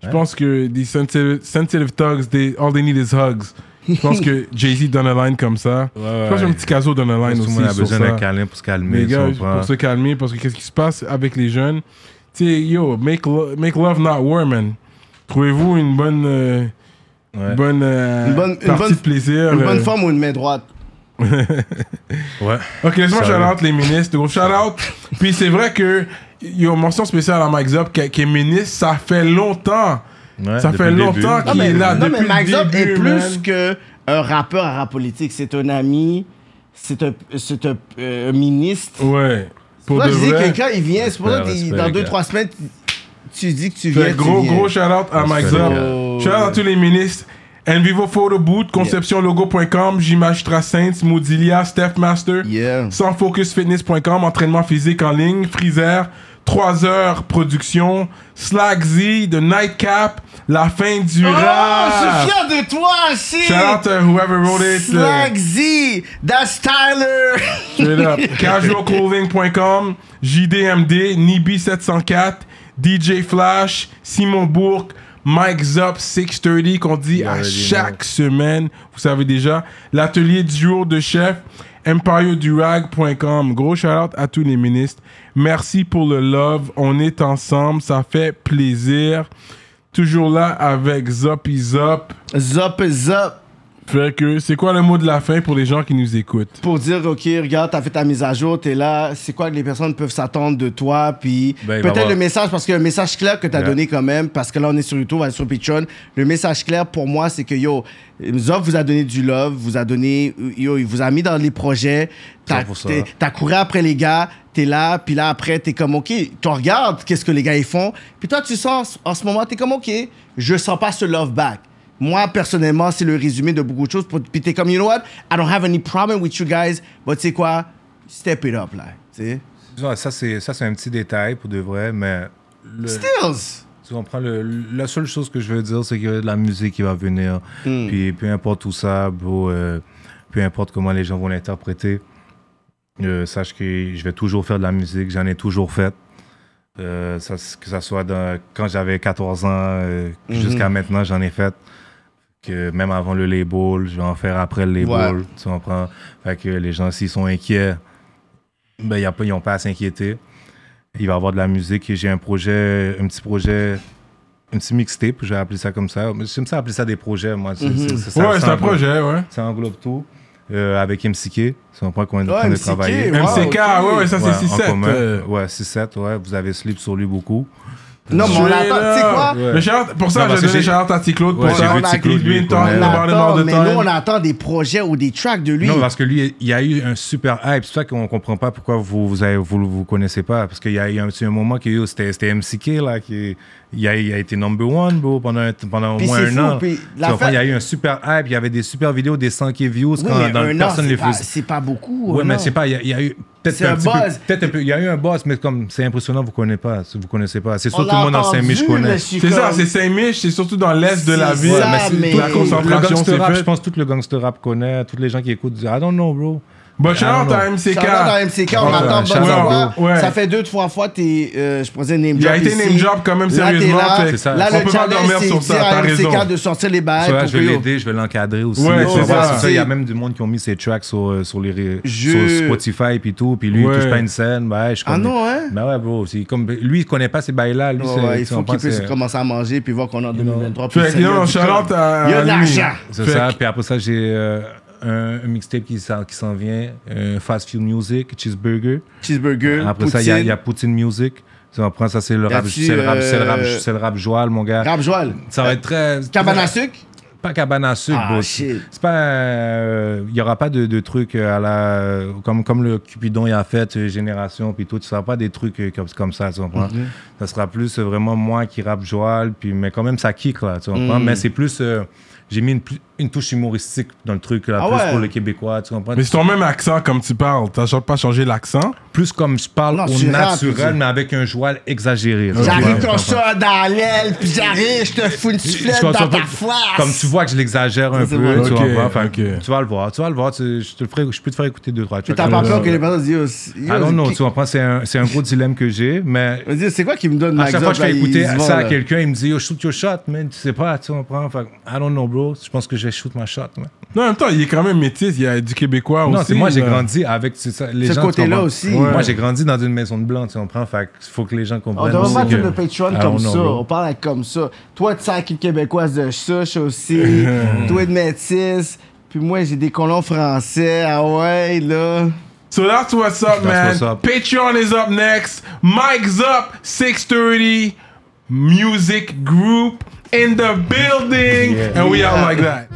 [SPEAKER 1] Je pense que des sensitive, sensitive thugs, they, all they need is hugs. Je pense que Jay-Z donne un line comme ça. Je pense
[SPEAKER 3] ouais.
[SPEAKER 1] qu'un petit caso donne un line
[SPEAKER 3] Tout le
[SPEAKER 1] aussi.
[SPEAKER 3] monde a
[SPEAKER 1] sur
[SPEAKER 3] besoin d'un
[SPEAKER 1] ça.
[SPEAKER 3] câlin pour se calmer.
[SPEAKER 1] Les
[SPEAKER 3] tu
[SPEAKER 1] gars,
[SPEAKER 3] comprends?
[SPEAKER 1] pour se calmer, parce que qu'est-ce qui se passe avec les jeunes Tu sais, yo, make, lo- make love not war, man. Trouvez-vous une bonne, euh,
[SPEAKER 3] Ouais.
[SPEAKER 1] bonne, euh,
[SPEAKER 2] Une bonne- une
[SPEAKER 1] partie
[SPEAKER 2] bonne-
[SPEAKER 1] de plaisir.
[SPEAKER 2] Une bonne
[SPEAKER 1] euh.
[SPEAKER 2] femme ou une main droite.
[SPEAKER 3] Ouais.
[SPEAKER 1] Ok, laisse-moi
[SPEAKER 3] Sérieux.
[SPEAKER 1] shout-out les ministres. Gros shout-out. Puis c'est vrai que, yo, mention spéciale à Mike Zop, qui, qui est ministre, ça fait longtemps.
[SPEAKER 3] Ouais,
[SPEAKER 1] Ça
[SPEAKER 3] depuis
[SPEAKER 1] fait
[SPEAKER 3] le
[SPEAKER 1] longtemps
[SPEAKER 3] début.
[SPEAKER 1] qu'il est Ah, ben, là.
[SPEAKER 2] non, mais
[SPEAKER 1] depuis
[SPEAKER 2] Max
[SPEAKER 1] le
[SPEAKER 2] Up est
[SPEAKER 1] début,
[SPEAKER 2] plus
[SPEAKER 1] man.
[SPEAKER 2] que un rappeur à rap politique. C'est un ami, c'est un, c'est un, euh, un ministre.
[SPEAKER 1] Ouais. Oh, Pour
[SPEAKER 2] Moi,
[SPEAKER 1] de
[SPEAKER 2] je dis
[SPEAKER 1] vrai.
[SPEAKER 2] que quand il vient, c'est pour ça que
[SPEAKER 3] Respect,
[SPEAKER 2] t'es-
[SPEAKER 3] respect,
[SPEAKER 2] dans
[SPEAKER 3] les
[SPEAKER 2] 2
[SPEAKER 3] gars.
[SPEAKER 2] trois semaines, tu- tu dis que tu
[SPEAKER 1] Fait
[SPEAKER 2] viens. tu
[SPEAKER 1] gros,
[SPEAKER 2] viens. Oh,
[SPEAKER 1] gros shout-out à Mike
[SPEAKER 3] salut,
[SPEAKER 1] Zop.
[SPEAKER 3] gars.
[SPEAKER 1] Shout-out à tous les ministres. Envivo Photo Boot, conceptionlogo.com, Jimagistra Saints, Modilia, Steph Master.
[SPEAKER 2] Yeah.
[SPEAKER 1] sansfocusfitness.com, entraînement physique en ligne, Freezer, 3 heures production, Slack Z, The Nightcap, La fin du
[SPEAKER 2] Oh, je
[SPEAKER 1] rap.
[SPEAKER 2] suis fier de toi, shit!
[SPEAKER 1] Shout out to whoever wrote it. euh,
[SPEAKER 2] Slack Z, that's Tyler!
[SPEAKER 1] Straight up. Casualclothing.com, JDMD, Nibi704, DJ Flash, Simon Bourque, Mike Zop 630 qu'on dit à
[SPEAKER 3] already
[SPEAKER 1] chaque semaine. Vous savez déjà. L'atelier du jour de chef, EmpireDurag.com. Gros shout out à tous les ministres. Merci pour le love. On est ensemble. Ça fait plaisir. Toujours là avec Zop et Zop.
[SPEAKER 2] Zop is up!
[SPEAKER 1] Fait que c'est quoi le mot de la fin pour les gens qui nous écoutent?
[SPEAKER 2] Pour dire, OK, regarde, t'as fait ta mise à jour, t'es là, c'est quoi que les personnes peuvent s'attendre de toi, puis
[SPEAKER 3] Ben, il va
[SPEAKER 2] peut-être
[SPEAKER 3] avoir-
[SPEAKER 2] le message, parce qu'il y a un message clair que t'as
[SPEAKER 3] Yeah.
[SPEAKER 2] donné quand même, parce que là, on est sur YouTube, on est sur Patreon. Le message clair pour moi, c'est que, yo, Zop vous a donné du love, vous a donné, yo, il vous a mis dans les projets, t'as
[SPEAKER 3] 100%.
[SPEAKER 2] t'es- t'as couru après les gars, t'es là, puis là, après, t'es comme, OK, tu regardes qu'est-ce que les gars ils font, puis toi, tu sens, en ce moment, t'es comme, OK, je sens pas ce love back. Moi, personnellement, c'est le résumé de beaucoup de choses. pour- Puis t'es comme, you know what? I don't have any problem with you guys, but tu sais quoi? Step it up, là. Tu sais?
[SPEAKER 3] Ouais, Ça, c'est ça, c'est un petit détail pour de vrai, mais. le-
[SPEAKER 2] Stills!
[SPEAKER 3] Tu comprends? le- la seule chose que je veux dire, c'est qu'il y a de la musique qui va venir. Puis peu importe tout ça, bro, euh, peu importe comment les gens vont l'interpréter, Euh, sache que je vais toujours faire de la musique, j'en ai toujours fait. Euh, ça- que ça soit dans- quand j'avais 14 ans euh, jusqu'à maintenant, j'en ai fait. Que même avant le label, je vais en faire après le label.
[SPEAKER 2] Ouais.
[SPEAKER 3] Tu comprends? Fait que les gens, s'ils sont inquiets, ben, y a pas, ils n'ont pas à s'inquiéter. Il va y avoir de la musique. et J'ai un projet, un petit projet, un petit mixtape, je vais appeler ça comme ça. Mais J'aime ça appeler ça des projets, moi. C'est-
[SPEAKER 2] Mhm.
[SPEAKER 3] c'est- c'est- ça-
[SPEAKER 1] ouais, c'est
[SPEAKER 3] ça
[SPEAKER 1] un
[SPEAKER 3] englobe-
[SPEAKER 1] projet, ouais.
[SPEAKER 3] Ça englobe tout. Euh, avec MCK, c'est un point qu'on est en
[SPEAKER 2] Ouais,
[SPEAKER 3] train de
[SPEAKER 2] MCK,
[SPEAKER 3] travailler.
[SPEAKER 2] ouais. Wow,
[SPEAKER 1] MCK,
[SPEAKER 2] ok.
[SPEAKER 1] ouais, ouais, ça
[SPEAKER 3] Ouais,
[SPEAKER 1] c'est
[SPEAKER 3] en
[SPEAKER 1] 6-7.
[SPEAKER 3] commun.
[SPEAKER 1] euh,
[SPEAKER 3] Ouais, 6-7, ouais. Vous avez sleep sur lui beaucoup.
[SPEAKER 2] Non, mais on l'attend. Tu sais quoi?
[SPEAKER 3] Ouais.
[SPEAKER 1] Le shout- pour ça,
[SPEAKER 3] Non, parce
[SPEAKER 1] j'ai
[SPEAKER 3] que
[SPEAKER 1] donné
[SPEAKER 3] j'ai-
[SPEAKER 1] shout à T-Claude pour
[SPEAKER 3] Ouais,
[SPEAKER 1] ça.
[SPEAKER 3] j'ai vu
[SPEAKER 1] On a
[SPEAKER 3] T-Claude,
[SPEAKER 1] He's been
[SPEAKER 3] lui,
[SPEAKER 1] talking
[SPEAKER 3] qu'on
[SPEAKER 2] On
[SPEAKER 1] about it all
[SPEAKER 2] attend,
[SPEAKER 1] the
[SPEAKER 2] mais nous, on
[SPEAKER 1] time.
[SPEAKER 2] attend des projets ou des tracks de lui.
[SPEAKER 3] Non, parce que lui, il y a eu un super hype. C'est ça qu'on comprend pas pourquoi vous vous, avez- vous, vous connaissez pas. Parce qu'il y a eu un, c'est un moment qui yo, c'était c'était MCK, là, qui il a, il a été number one, bro, pendant, un- pendant au
[SPEAKER 2] Puis
[SPEAKER 3] moins
[SPEAKER 2] c'est
[SPEAKER 3] un
[SPEAKER 2] fou,
[SPEAKER 3] an.
[SPEAKER 2] puis
[SPEAKER 3] Tu
[SPEAKER 2] la
[SPEAKER 3] comprends?
[SPEAKER 2] fa-
[SPEAKER 3] Il y a eu un super hype. Il y avait des super vidéos, des 100K views
[SPEAKER 2] oui,
[SPEAKER 3] quand
[SPEAKER 2] mais
[SPEAKER 3] dans-
[SPEAKER 2] un an,
[SPEAKER 3] personne
[SPEAKER 2] c'est
[SPEAKER 3] les
[SPEAKER 2] pas-
[SPEAKER 3] faisait.
[SPEAKER 2] c'est pas beaucoup. hein,
[SPEAKER 3] Ouais,
[SPEAKER 2] un
[SPEAKER 3] mais
[SPEAKER 2] an.
[SPEAKER 3] c'est pas, il y a- il y, a eu peut-être
[SPEAKER 2] C'est un
[SPEAKER 3] petit
[SPEAKER 2] buzz.
[SPEAKER 3] peu- peut-être un peu- il y a eu un buzz, mais comme c'est impressionnant, vous connaissez pas, vous connaissez pas. C'est
[SPEAKER 2] On
[SPEAKER 3] sûr tout le monde en
[SPEAKER 2] l'a
[SPEAKER 3] Saint-Mich
[SPEAKER 2] entendu,
[SPEAKER 3] connaît.
[SPEAKER 2] mais je suis
[SPEAKER 1] C'est ça,
[SPEAKER 2] comme-
[SPEAKER 1] c'est Saint-Mich, c'est surtout dans l'est de la
[SPEAKER 2] C'est
[SPEAKER 1] ville.
[SPEAKER 2] ça,
[SPEAKER 1] mais c'est-
[SPEAKER 2] mais-
[SPEAKER 1] La
[SPEAKER 3] le
[SPEAKER 1] concentration,
[SPEAKER 3] gangster
[SPEAKER 1] c'est
[SPEAKER 3] rap,
[SPEAKER 1] fait.
[SPEAKER 3] je pense tout le gangster rap connaît, tous les gens qui écoutent disent I don't know bro.
[SPEAKER 1] Bon,
[SPEAKER 3] I
[SPEAKER 1] shout
[SPEAKER 3] don't know.
[SPEAKER 1] à MCK.
[SPEAKER 2] Shout-out à MCK, on
[SPEAKER 3] Ouais,
[SPEAKER 2] attend
[SPEAKER 3] shout-out
[SPEAKER 2] bonne fois.
[SPEAKER 1] au- ouais.
[SPEAKER 2] Ça fait deux, trois fois, t'es, euh, je posais name
[SPEAKER 1] Il
[SPEAKER 2] drop
[SPEAKER 1] a été
[SPEAKER 2] ici.
[SPEAKER 1] name drop quand même
[SPEAKER 2] Là,
[SPEAKER 1] sérieusement,
[SPEAKER 2] t'es là.
[SPEAKER 1] fait-
[SPEAKER 3] C'est ça.
[SPEAKER 2] Là,
[SPEAKER 3] On
[SPEAKER 2] le
[SPEAKER 1] peut pas
[SPEAKER 2] challenge,
[SPEAKER 1] dormir
[SPEAKER 2] c'est
[SPEAKER 1] sur ça,
[SPEAKER 2] dire à
[SPEAKER 1] t'as
[SPEAKER 2] MCK
[SPEAKER 1] raison.
[SPEAKER 2] de sortir les bails
[SPEAKER 3] So, là,
[SPEAKER 2] pour
[SPEAKER 3] je vais
[SPEAKER 2] que-
[SPEAKER 3] l'aider, je vais l'encadrer aussi.
[SPEAKER 1] Ouais,
[SPEAKER 3] Tu
[SPEAKER 1] c'est
[SPEAKER 3] vas voir,
[SPEAKER 1] ça.
[SPEAKER 3] c'est ça, Il y a même du monde qui ont mis ses tracks sur, euh, sur les ré-
[SPEAKER 2] Je-
[SPEAKER 3] sur Spotify puis tout, puis lui
[SPEAKER 1] Ouais.
[SPEAKER 3] il touche pas une scène, bah ouais, je
[SPEAKER 2] Ah
[SPEAKER 3] connais-
[SPEAKER 2] non, hein?
[SPEAKER 3] Bah ouais bro, c'est comme lui il connaît pas ces bails là, lui
[SPEAKER 2] Ouais,
[SPEAKER 3] c'est-
[SPEAKER 2] ouais, il
[SPEAKER 3] tu
[SPEAKER 2] faut
[SPEAKER 3] comprends,
[SPEAKER 2] qu'il puisse
[SPEAKER 3] c'est-
[SPEAKER 2] commencer à manger puis voir qu'on est en 2023. puis
[SPEAKER 1] Fait
[SPEAKER 2] ça,
[SPEAKER 1] que
[SPEAKER 2] il y a
[SPEAKER 1] non,
[SPEAKER 2] du
[SPEAKER 1] shout-out
[SPEAKER 2] com.
[SPEAKER 1] à.
[SPEAKER 2] Il y a
[SPEAKER 1] à
[SPEAKER 2] de
[SPEAKER 1] lui.
[SPEAKER 2] l'argent.
[SPEAKER 3] C'est
[SPEAKER 1] Fait
[SPEAKER 3] ça.
[SPEAKER 1] que-
[SPEAKER 3] Puis après ça, j'ai euh, un, un mixtape qui s'en, qui s'en vient, euh, Fast Food Music, Cheeseburger.
[SPEAKER 2] Cheeseburger,
[SPEAKER 3] Après ça, il y a- il y, a
[SPEAKER 2] Hein? poutine, Rap
[SPEAKER 3] Poutine Music. Tu comprends, ça, c'est le
[SPEAKER 2] Y
[SPEAKER 3] rap,
[SPEAKER 2] a-tu,
[SPEAKER 3] c'est le rap,
[SPEAKER 2] euh,
[SPEAKER 3] c'est le rap, c'est le rap joual, mon gars.
[SPEAKER 2] Joël.
[SPEAKER 3] Ça va être très.
[SPEAKER 2] Cabane à
[SPEAKER 3] très-
[SPEAKER 2] sucre?
[SPEAKER 3] Pas cabane à sucre,
[SPEAKER 2] Ah,
[SPEAKER 3] bro.
[SPEAKER 2] shit.
[SPEAKER 3] C'est pas. euh, Il y aura pas de, de trucs euh, à la. Comme, comme le Cupidon il a fait, euh, Génération, puis tout. Ce sera pas des trucs euh, comme, comme ça, tu comprends.
[SPEAKER 2] Mhm.
[SPEAKER 3] Ça sera plus euh, vraiment moi qui rappe Joal, puis, mais quand même, ça kick, là, tu comprends.
[SPEAKER 2] Mhm.
[SPEAKER 3] Mais c'est plus. euh, j'ai mis une, plus- une touche humoristique dans le truc, là,
[SPEAKER 2] Ah
[SPEAKER 3] plus
[SPEAKER 2] ouais.
[SPEAKER 3] pour le Québécois, tu comprends.
[SPEAKER 1] Mais c'est ton même accent comme tu parles. T'as genre pas changé l'accent.
[SPEAKER 3] Plus comme je parle
[SPEAKER 2] Non,
[SPEAKER 3] au
[SPEAKER 2] tu rappes, tu
[SPEAKER 3] naturel,
[SPEAKER 2] dis.
[SPEAKER 3] mais avec un Joal exagéré. là, tu vois,
[SPEAKER 2] J'arrive
[SPEAKER 3] tu
[SPEAKER 2] comme
[SPEAKER 3] comprends.
[SPEAKER 2] ça dans l'aile, puis j'arrive, je te fous une
[SPEAKER 3] Je
[SPEAKER 2] soufflette
[SPEAKER 3] pense
[SPEAKER 2] dans
[SPEAKER 3] un peu-
[SPEAKER 2] ta face.
[SPEAKER 3] Comme tu vois que je l'exagère un
[SPEAKER 2] C'est
[SPEAKER 3] peu,
[SPEAKER 2] bon.
[SPEAKER 3] tu,
[SPEAKER 1] Ok,
[SPEAKER 3] vois, enfin,
[SPEAKER 1] ok.
[SPEAKER 3] tu vas le voir, tu vas le voir, tu- je, te le ferai- je peux te faire écouter deux, trois
[SPEAKER 2] Puis
[SPEAKER 3] tracks.
[SPEAKER 2] t'as pas
[SPEAKER 3] Euh,
[SPEAKER 2] peur que les personnes disent, yo,
[SPEAKER 3] I don't know,
[SPEAKER 2] qui-
[SPEAKER 3] tu comprends, c'est un, c'est un gros dilemme que j'ai, mais
[SPEAKER 2] Vas-y, C'est quoi qui me donne
[SPEAKER 3] à
[SPEAKER 2] ma
[SPEAKER 3] chaque fois que je fais écouter ça à
[SPEAKER 2] quelqu'un.
[SPEAKER 3] quelqu'un, il me dit, yo, shoot your shot, man, tu sais pas, tu comprends, Fait que, I don't know, bro, je pense que je vais shoot ma shot, man.
[SPEAKER 1] Non, en même temps, il est quand même métis. Il y a du québécois aussi. euh,
[SPEAKER 3] Non, c'est moi, j'ai
[SPEAKER 1] là.
[SPEAKER 3] grandi avec c'est ça, les
[SPEAKER 2] Ce
[SPEAKER 3] gens. tu
[SPEAKER 2] côté-là
[SPEAKER 3] comprends?
[SPEAKER 2] aussi.
[SPEAKER 3] Moi,
[SPEAKER 2] Ouais.
[SPEAKER 3] j'ai grandi dans une maison de blanc, tu comprends, fait que faut que les gens
[SPEAKER 2] On
[SPEAKER 3] comprennent.
[SPEAKER 2] devrait
[SPEAKER 3] aussi
[SPEAKER 2] pas
[SPEAKER 3] que-
[SPEAKER 2] faire le Patreon
[SPEAKER 3] I
[SPEAKER 2] comme
[SPEAKER 3] don't know,
[SPEAKER 2] ça.
[SPEAKER 3] bro.
[SPEAKER 2] On parle comme ça. Toi, tu sais qui québécoise de souche aussi. toi, de métis. Puis moi, j'ai des colons français. Ah ouais, là.
[SPEAKER 1] So that's what's up,
[SPEAKER 3] That's
[SPEAKER 1] man.
[SPEAKER 3] what's up.
[SPEAKER 1] Patreon is up next. Mike's up. 6:30. Music group in the building, and we out like that.